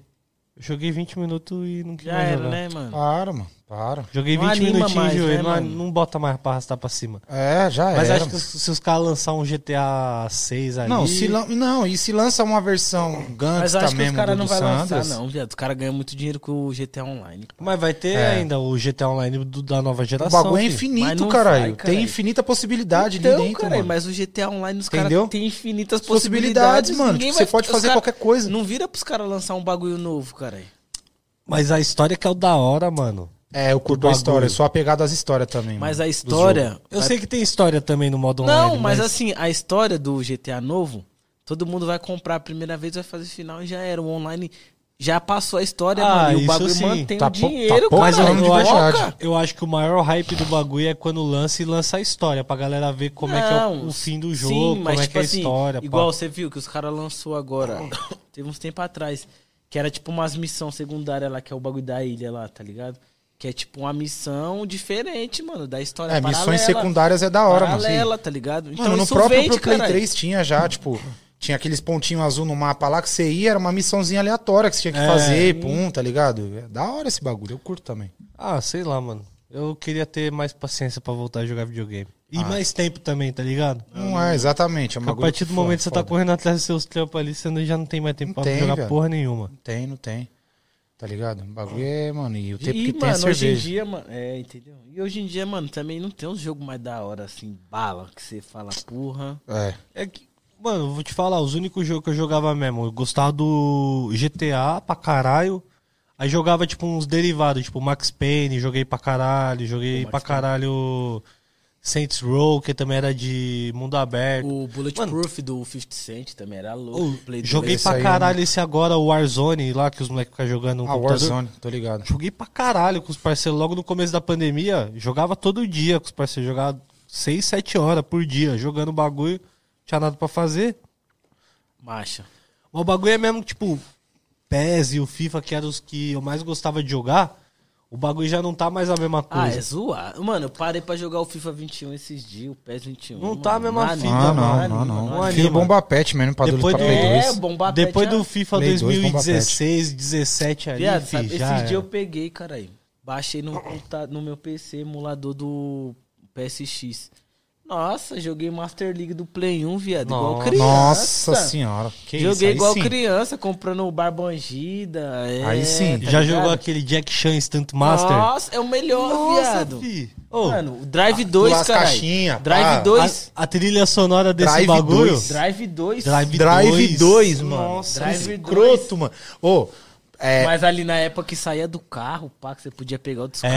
Speaker 3: Eu joguei 20 minutos e não queria
Speaker 2: Já era,
Speaker 3: jogar.
Speaker 2: né, mano?
Speaker 1: Para, mano. Para.
Speaker 3: Joguei
Speaker 2: Não
Speaker 3: 20
Speaker 2: anima
Speaker 3: minutinhos
Speaker 2: mais,
Speaker 3: e
Speaker 2: né,
Speaker 3: ele não,
Speaker 2: mano?
Speaker 3: não bota mais pra arrastar pra cima.
Speaker 1: É, já
Speaker 3: Mas
Speaker 1: era.
Speaker 3: acho que
Speaker 1: mano.
Speaker 3: se os caras lançar um GTA 6 ali...
Speaker 1: Não, se lan- não, e se lança uma versão
Speaker 2: Mas
Speaker 1: gangsta
Speaker 2: acho que os
Speaker 1: Ah, tá mesmo do,
Speaker 2: caras não
Speaker 1: do
Speaker 2: vai
Speaker 1: San
Speaker 2: lançar,
Speaker 1: Andreas.
Speaker 2: não, viado. Os caras ganham muito dinheiro com o GTA Online.
Speaker 3: Mas vai ter
Speaker 1: É.
Speaker 3: ainda o GTA Online do- da nova
Speaker 1: O
Speaker 3: geração.
Speaker 1: bagulho é
Speaker 3: fi.
Speaker 2: um Mas
Speaker 1: infinito,
Speaker 2: não
Speaker 1: caralho.
Speaker 2: vai, caralho.
Speaker 1: Tem infinita possibilidade ali
Speaker 2: Então,
Speaker 1: dentro,
Speaker 2: cara,
Speaker 1: mano.
Speaker 2: mas o GTA Online, os caras
Speaker 1: Entendeu?
Speaker 2: têm infinitas
Speaker 1: Possibilidades,
Speaker 2: possibilidades.
Speaker 1: mano.
Speaker 2: ninguém
Speaker 1: Tipo,
Speaker 2: vai-
Speaker 1: você pode
Speaker 2: os
Speaker 1: fazer
Speaker 2: cara-
Speaker 1: qualquer coisa.
Speaker 2: Não vira pros caras lançar um bagulho novo, cara.
Speaker 3: Mas a história que é o da hora, mano.
Speaker 1: É, eu curto a
Speaker 3: bagulho.
Speaker 1: história, sou apegado às histórias também.
Speaker 2: Mas
Speaker 1: mano,
Speaker 2: a
Speaker 1: do
Speaker 2: história.
Speaker 3: Eu
Speaker 2: vai
Speaker 3: sei que tem história também no modo online.
Speaker 2: Não, mas assim, a história do GTA novo, todo mundo vai comprar a primeira vez, vai fazer final e já era. O online já passou a história,
Speaker 3: Ah,
Speaker 2: mano. E
Speaker 3: isso
Speaker 2: o bagulho
Speaker 3: sim.
Speaker 2: mantém
Speaker 1: Tá
Speaker 2: o
Speaker 1: pou- tá
Speaker 2: dinheiro,
Speaker 1: pouco
Speaker 2: cara.
Speaker 3: Mas eu,
Speaker 1: Caralho,
Speaker 3: eu
Speaker 1: de
Speaker 3: acho,
Speaker 1: verdade.
Speaker 3: eu acho que o maior hype do bagulho é quando lança e lança a história, pra galera ver como é que é o, o fim do jogo, como
Speaker 1: tipo
Speaker 3: é que é a
Speaker 1: assim,
Speaker 2: tipo
Speaker 3: história. pá.
Speaker 2: assim, igual você viu que os caras lançou agora, teve uns tempo atrás, que era tipo umas missão secundária lá, que é o bagulho da ilha lá, tá ligado? Que é tipo uma missão diferente, mano, da história
Speaker 1: É, missões
Speaker 2: paralela,
Speaker 1: secundárias é da hora, mano.
Speaker 2: paralela, tá ligado?
Speaker 1: Mano, no
Speaker 2: isso
Speaker 1: próprio
Speaker 2: vende,
Speaker 1: pro Play
Speaker 2: caralho.
Speaker 1: 3 tinha já, tipo, tinha aqueles pontinhos azul no mapa lá que você ia, era uma missãozinha aleatória que você tinha que
Speaker 3: É.
Speaker 1: fazer, pum, tá ligado? É da hora esse bagulho, eu curto também.
Speaker 3: Ah, sei lá, mano. Eu queria ter mais paciência pra voltar a jogar videogame. E
Speaker 1: Ah.
Speaker 3: mais tempo também, tá ligado?
Speaker 1: Não
Speaker 2: Hum.
Speaker 1: é, exatamente. É um
Speaker 3: Porque a
Speaker 1: bagulho
Speaker 3: partir do
Speaker 1: foda,
Speaker 3: momento que você tá
Speaker 1: foda.
Speaker 3: correndo atrás dos seus trampos ali, você não- já não tem mais tempo
Speaker 1: Não
Speaker 3: pra
Speaker 1: tem,
Speaker 3: jogar
Speaker 1: velho.
Speaker 3: porra nenhuma.
Speaker 1: Não tem, não tem. Tá ligado? O bagulho é, mano, e o tempo
Speaker 2: E,
Speaker 1: que tem é
Speaker 2: mano, hoje em
Speaker 1: cerveja.
Speaker 2: dia, mano. É, entendeu? E hoje em dia, mano, também não tem um jogo mais da hora, assim, bala, que você fala, porra.
Speaker 1: É.
Speaker 3: É que, mano, eu vou te falar, os únicos jogos que eu jogava mesmo, eu gostava do GTA pra caralho. Aí jogava, tipo, uns derivados, tipo Max Payne, joguei pra caralho, joguei pra caralho Saints Row, que também era de mundo aberto.
Speaker 2: O Bulletproof do 50 Cent também era louco.
Speaker 3: Ô,
Speaker 2: Play dois.
Speaker 3: joguei
Speaker 1: esse
Speaker 3: pra
Speaker 1: aí, é um
Speaker 3: caralho esse agora, o Warzone lá, que os moleques ficam jogando no
Speaker 1: Ah,
Speaker 3: computador.
Speaker 1: Warzone, tô ligado.
Speaker 3: Joguei pra caralho com os parceiros logo no começo da pandemia. Jogava todo dia com os parceiros. Jogava 6, 7 horas por dia jogando bagulho. Tinha nada pra fazer.
Speaker 2: Macha.
Speaker 3: Mas o bagulho é mesmo, tipo, PES e o FIFA, que eram os que eu mais gostava de jogar. O bagulho já não tá mais a mesma
Speaker 2: Ah,
Speaker 3: coisa.
Speaker 2: é zoar. Mano, eu parei pra jogar o FIFA 21 esses dias, o PES 21.
Speaker 3: Não
Speaker 2: mano.
Speaker 3: tá a mesma
Speaker 2: anima,
Speaker 3: fita,
Speaker 1: Ah, não,
Speaker 3: mano.
Speaker 1: não,
Speaker 2: anima,
Speaker 1: não.
Speaker 3: Não
Speaker 1: Filho
Speaker 3: anima.
Speaker 1: bomba pet mesmo pra
Speaker 3: Depois
Speaker 1: adulto pra
Speaker 3: do-
Speaker 1: Play
Speaker 2: É,
Speaker 1: 2.
Speaker 2: bomba
Speaker 3: Depois
Speaker 2: pet,
Speaker 3: do FIFA
Speaker 1: Play dois, bomba
Speaker 3: 2016, 17 ali,
Speaker 2: Viado,
Speaker 3: fi,
Speaker 2: sabe,
Speaker 3: já
Speaker 2: esses dias
Speaker 3: era.
Speaker 2: eu peguei, caralho. Baixei no, computa- no meu PC emulador do PSX. Nossa, joguei Master League do Play 1, viado. Igual
Speaker 3: Nossa
Speaker 2: criança.
Speaker 1: Nossa senhora. Que isso,
Speaker 2: Joguei
Speaker 1: aí
Speaker 2: igual
Speaker 1: sim.
Speaker 2: criança, comprando barbangida. é,
Speaker 1: Aí sim.
Speaker 2: tá
Speaker 3: Já
Speaker 2: ligado?
Speaker 3: jogou aquele Jack Chan Instant Master?
Speaker 2: Nossa, é o melhor, viado.
Speaker 3: fi. Ô,
Speaker 2: Mano, o Drive 2,
Speaker 1: as
Speaker 2: cara.
Speaker 1: caixinha, pá.
Speaker 2: Drive 2.
Speaker 3: a, a trilha sonora desse
Speaker 1: Drive
Speaker 3: bagulho...
Speaker 1: dois.
Speaker 2: Drive 2.
Speaker 3: Drive
Speaker 1: Drive 2, mano.
Speaker 3: Nossa,
Speaker 1: Drive
Speaker 2: Drive
Speaker 1: escroto, mano. Ô, é,
Speaker 2: Mas ali na época que saía do carro, pá, que você podia pegar outros
Speaker 3: É.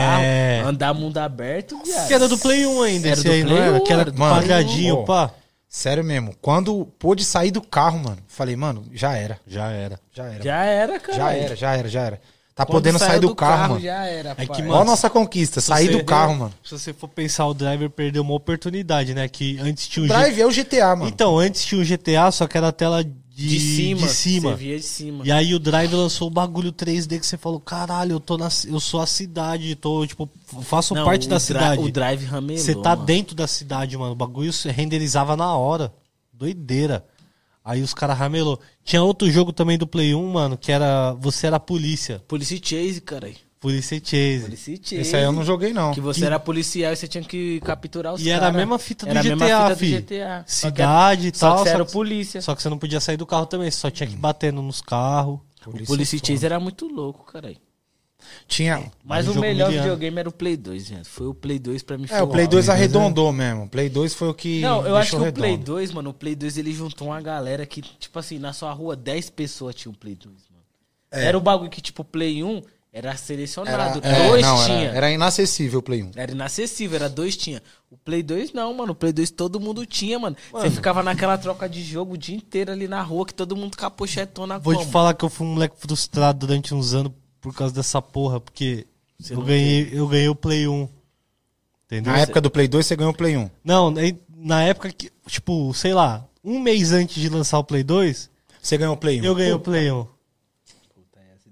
Speaker 2: carros, andar mundo aberto, viado.
Speaker 3: Que era do Play 1 ainda,
Speaker 2: Era
Speaker 3: esse
Speaker 2: do
Speaker 3: aí, não
Speaker 2: Play
Speaker 3: era?
Speaker 2: 1,
Speaker 3: Que era
Speaker 2: era do
Speaker 1: Play 1.
Speaker 3: quadradinho,
Speaker 1: Ó.
Speaker 3: pá.
Speaker 1: Sério mesmo, quando pôde sair do carro, mano, falei, mano, já era,
Speaker 3: Já era.
Speaker 1: já era. Já,
Speaker 2: Já era, cara.
Speaker 1: era, já era, já era. Tá
Speaker 2: Quando
Speaker 1: podendo
Speaker 2: saiu
Speaker 1: sair do, carro, mano.
Speaker 2: Já era,
Speaker 3: É
Speaker 2: pai.
Speaker 3: que,
Speaker 1: Olha a
Speaker 3: mano,
Speaker 1: nossa conquista,
Speaker 3: Se
Speaker 1: sair
Speaker 3: você-
Speaker 1: do carro, mano.
Speaker 3: Se você for pensar, o Driver perdeu uma oportunidade, né? Que antes tinha um G-
Speaker 1: Drive é o GTA, mano.
Speaker 3: Então, antes tinha o GTA, só que era a tela de,
Speaker 2: de cima.
Speaker 3: de cima.
Speaker 2: Você via de cima.
Speaker 3: E aí o Drive lançou o bagulho 3D que você falou, caralho, eu, tô na, ci- eu sou a cidade, tô, tipo, faço
Speaker 2: Não,
Speaker 3: parte
Speaker 2: o
Speaker 3: da
Speaker 2: dri-
Speaker 3: cidade.
Speaker 2: O drive ramelou.
Speaker 3: Você tá
Speaker 2: mano.
Speaker 3: dentro da cidade, mano. O bagulho se renderizava na hora. Doideira. Aí os caras ramelou. Tinha outro jogo também do Play 1, mano, que era. Você era a polícia.
Speaker 2: Police Chase, caralho.
Speaker 3: Polícia e Chase.
Speaker 2: Police Chase.
Speaker 1: Esse aí eu não joguei, não.
Speaker 2: Que você era policial e você tinha que capturar os
Speaker 3: E era a
Speaker 2: cara.
Speaker 3: mesma fita do
Speaker 2: Era a
Speaker 3: GTA,
Speaker 2: mesma fita do
Speaker 3: fi.
Speaker 2: GTA. Só que era-
Speaker 3: Cidade e
Speaker 2: Só
Speaker 3: tal.
Speaker 2: que você
Speaker 3: só
Speaker 2: era o
Speaker 3: que-
Speaker 2: polícia.
Speaker 3: Só que você não podia sair do carro também, você só tinha que
Speaker 1: Uhum.
Speaker 3: ir batendo nos carros.
Speaker 2: O Police Chase era muito louco, caralho.
Speaker 1: Tinha.
Speaker 2: Mas
Speaker 3: um
Speaker 2: o
Speaker 3: jogo
Speaker 2: melhor
Speaker 3: miliano.
Speaker 2: videogame era o Play 2, gente. Foi o Play 2 pra mim. foi
Speaker 1: É, o Play
Speaker 2: auge.
Speaker 1: 2 arredondou mesmo. O Play 2 foi o que.
Speaker 2: Não, eu acho que
Speaker 1: deixou
Speaker 2: o Play
Speaker 1: redondo.
Speaker 2: 2, mano, o Play 2 ele juntou uma galera que, tipo assim, na sua rua 10 pessoas tinham o Play 2, mano.
Speaker 3: É.
Speaker 2: Era o bagulho que, tipo, o Play 1 era selecionado.
Speaker 1: Era, é,
Speaker 2: dois
Speaker 1: não,
Speaker 2: tinha.
Speaker 1: Era,
Speaker 2: Era,
Speaker 1: era inacessível o Play 1.
Speaker 2: inacessível, era dois tinha. O Play 2 não, mano. O Play 2 todo mundo tinha, mano. Você ficava naquela troca de jogo o dia inteiro ali na rua, que todo mundo com a pochetona
Speaker 1: é
Speaker 3: Vou
Speaker 2: como?
Speaker 3: te falar que eu fui um moleque frustrado durante uns anos por causa dessa porra, porque eu ganhei, eu ganhei o Play 1. Entendeu?
Speaker 1: Na época do Play 2, você ganhou o Play 1.
Speaker 3: Não, aí, na época que, tipo, sei lá, um mês antes de lançar o Play 2,
Speaker 1: Você ganhou o um. Play 1.
Speaker 3: eu ganhei o Play 1.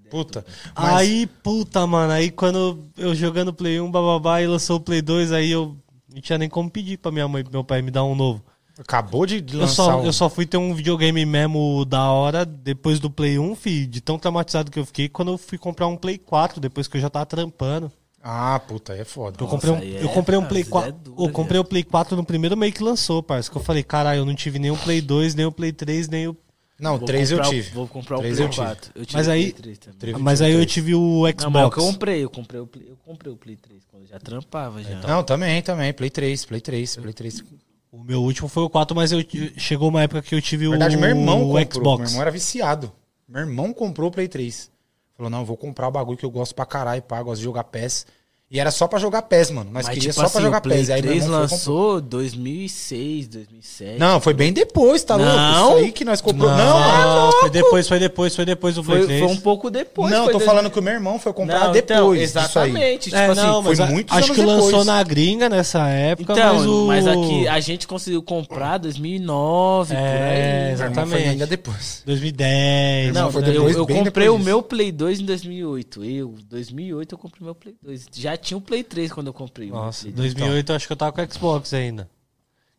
Speaker 1: Puta. Mas
Speaker 3: Aí, puta, mano, aí quando eu jogando Play 1, bababá, e lançou o Play 2, aí eu não tinha nem como pedir pra minha mãe e pro meu pai me dar um novo.
Speaker 1: acabou de lançar
Speaker 3: Eu só,
Speaker 1: o...
Speaker 3: eu só fui ter um videogame mesmo da hora depois do Play 1, fi, de tão traumatizado que eu fiquei, quando eu fui comprar um Play 4, depois que eu já tava trampando.
Speaker 1: Ah, puta, aí é foda.
Speaker 3: Eu comprei um,
Speaker 2: aí
Speaker 3: eu
Speaker 2: é-
Speaker 3: comprei um
Speaker 2: ah,
Speaker 3: Play
Speaker 2: isso
Speaker 3: 4.
Speaker 2: é duro,
Speaker 3: eu comprei o Play 4 no primeiro meio que lançou, parça. Que eu falei, caralho, eu não tive nem o Play 2, nem o Play 3, nem o.
Speaker 1: Não,
Speaker 2: Vou
Speaker 1: 3 eu
Speaker 2: comprar o-
Speaker 1: tive.
Speaker 2: Vou comprar o
Speaker 1: Três eu
Speaker 2: Play
Speaker 1: tive.
Speaker 2: 4. Eu tive
Speaker 3: Mas
Speaker 2: o
Speaker 3: aí-
Speaker 2: Play 3 também.
Speaker 1: Três
Speaker 3: Mas aí eu tive o
Speaker 2: Não, mas é o que eu
Speaker 3: Xbox.
Speaker 2: comprei, eu comprei, o Play- eu comprei o Play 3 quando eu já trampava já.
Speaker 1: Não, também, também. Play 3, Play 3, Play 3.
Speaker 3: O meu último foi o 4, mas eu chegou uma época que eu tive
Speaker 1: Na verdade,
Speaker 3: o,
Speaker 1: meu irmão comprou.
Speaker 3: o
Speaker 1: Meu
Speaker 3: Xbox.
Speaker 1: irmão era viciado. Meu irmão comprou o Play 3. Falou, não, eu vou comprar o bagulho que eu gosto pra caralho, pá, gosto de jogar PES. E era só pra jogar PES, mano. Nós queria só pra jogar
Speaker 2: tipo assim, o Play
Speaker 1: PES. Aí meu
Speaker 2: 3
Speaker 1: irmão foi e comprou.
Speaker 2: lançou 2006, 2007.
Speaker 1: Não, foi bem depois, tá
Speaker 2: Não.
Speaker 1: louco? Isso aí que nós comprou. Não,
Speaker 3: Não,
Speaker 1: mano.
Speaker 3: foi depois, foi depois, foi depois o Play
Speaker 2: foi,
Speaker 3: 3.
Speaker 2: foi um pouco depois.
Speaker 1: não,
Speaker 2: foi
Speaker 1: tô
Speaker 2: 2000.
Speaker 1: falando que o meu irmão foi comprar
Speaker 2: Não,
Speaker 1: depois.
Speaker 2: então,
Speaker 1: disso aí.
Speaker 2: exatamente.
Speaker 3: É,
Speaker 2: tipo
Speaker 3: não,
Speaker 2: assim,
Speaker 3: mas
Speaker 1: foi
Speaker 3: a-
Speaker 1: muitos
Speaker 3: acho
Speaker 1: anos
Speaker 3: que lançou
Speaker 1: depois.
Speaker 3: na gringa nessa época,
Speaker 2: então,
Speaker 3: mas
Speaker 2: mas,
Speaker 3: o.
Speaker 2: aqui a gente conseguiu comprar 2009,
Speaker 3: É,
Speaker 2: por aí.
Speaker 1: Meu irmão foi
Speaker 3: Exatamente.
Speaker 1: ainda depois.
Speaker 3: 2010.
Speaker 1: Não,
Speaker 2: Não,
Speaker 1: foi
Speaker 2: eu-
Speaker 1: depois,
Speaker 2: eu,
Speaker 1: bem
Speaker 2: comprei
Speaker 1: depois
Speaker 2: o
Speaker 1: disso.
Speaker 2: meu Play 2 em 2008. Eu, 2008 eu comprei meu Play 2. Já tinha o Play 3 quando eu comprei. o meu
Speaker 3: Nossa,
Speaker 2: Play
Speaker 1: Então.
Speaker 2: 2.
Speaker 3: 2008 eu acho que eu tava com o Xbox ainda.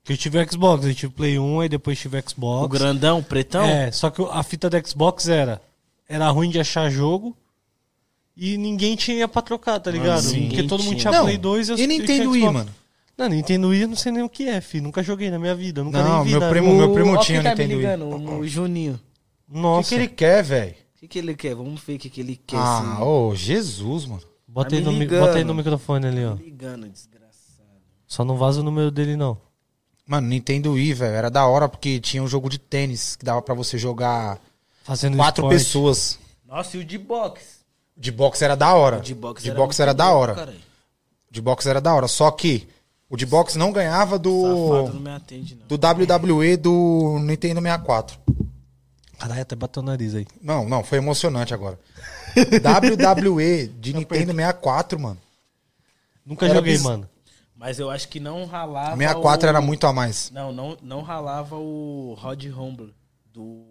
Speaker 3: Que eu tive o Xbox, eu tive Play 1 e depois tive o Xbox.
Speaker 2: Então, O grandão, o pretão?
Speaker 3: É, só que a fita do Xbox era era ruim de achar jogo e ninguém tinha pra trocar, tá ligado?
Speaker 2: sim.
Speaker 3: Porque todo mundo
Speaker 2: Ninguém
Speaker 3: tinha
Speaker 1: tinha.
Speaker 3: Play
Speaker 1: Não,
Speaker 3: 2 eu
Speaker 1: e
Speaker 3: eu
Speaker 1: Nintendo
Speaker 3: tinha
Speaker 1: Wii,
Speaker 3: Xbox.
Speaker 1: mano?
Speaker 3: Não, Nintendo Wii eu não sei nem o que é, filho. Nunca joguei na minha vida, nunca
Speaker 1: Não,
Speaker 3: nem vi
Speaker 1: meu
Speaker 3: na-
Speaker 1: primo-
Speaker 2: O-
Speaker 1: meu primo
Speaker 2: ó
Speaker 1: tinha
Speaker 2: quem tá me
Speaker 1: Nintendo Wii.
Speaker 2: ligando, o Juninho.
Speaker 1: O
Speaker 3: Nossa,
Speaker 1: que, que ele quer, velho?
Speaker 2: O que, que ele quer? Vamos ver o que, que ele quer. assim.
Speaker 1: Ah, ô, Jesus, mano.
Speaker 3: bota,
Speaker 2: tá
Speaker 3: aí
Speaker 2: me
Speaker 3: no, mi-
Speaker 2: ligando.
Speaker 3: bota aí no microfone ali, ó.
Speaker 2: assim. Ligando, desgraçado.
Speaker 3: Só não vaza o número dele, não.
Speaker 1: Mano, Nintendo Wii, velho, era da hora porque tinha um jogo de tênis que dava pra você jogar
Speaker 3: Fazendo
Speaker 1: quatro
Speaker 3: esporte.
Speaker 1: pessoas.
Speaker 2: Nossa, e o de box?
Speaker 1: De boxe era da hora.
Speaker 2: O de box
Speaker 1: de
Speaker 2: era,
Speaker 1: boxe
Speaker 2: muito
Speaker 1: era da
Speaker 2: bom,
Speaker 1: hora.
Speaker 2: caralho.
Speaker 1: De boxe era da hora. Só que o de boxe não ganhava
Speaker 2: Safado não
Speaker 1: do,
Speaker 2: me atende, não.
Speaker 1: do WWE do Nintendo 64.
Speaker 3: Caralho, até bateu o nariz aí.
Speaker 1: Não, não, foi emocionante agora. WWE de
Speaker 5: Tá
Speaker 1: Nintendo 64, mano.
Speaker 3: Nunca
Speaker 1: Era
Speaker 3: joguei,
Speaker 1: bis-
Speaker 3: mano.
Speaker 2: Mas eu acho que não ralava.
Speaker 1: 64
Speaker 2: o-
Speaker 1: era muito a mais.
Speaker 2: Não, não, não ralava o Rod Humble do,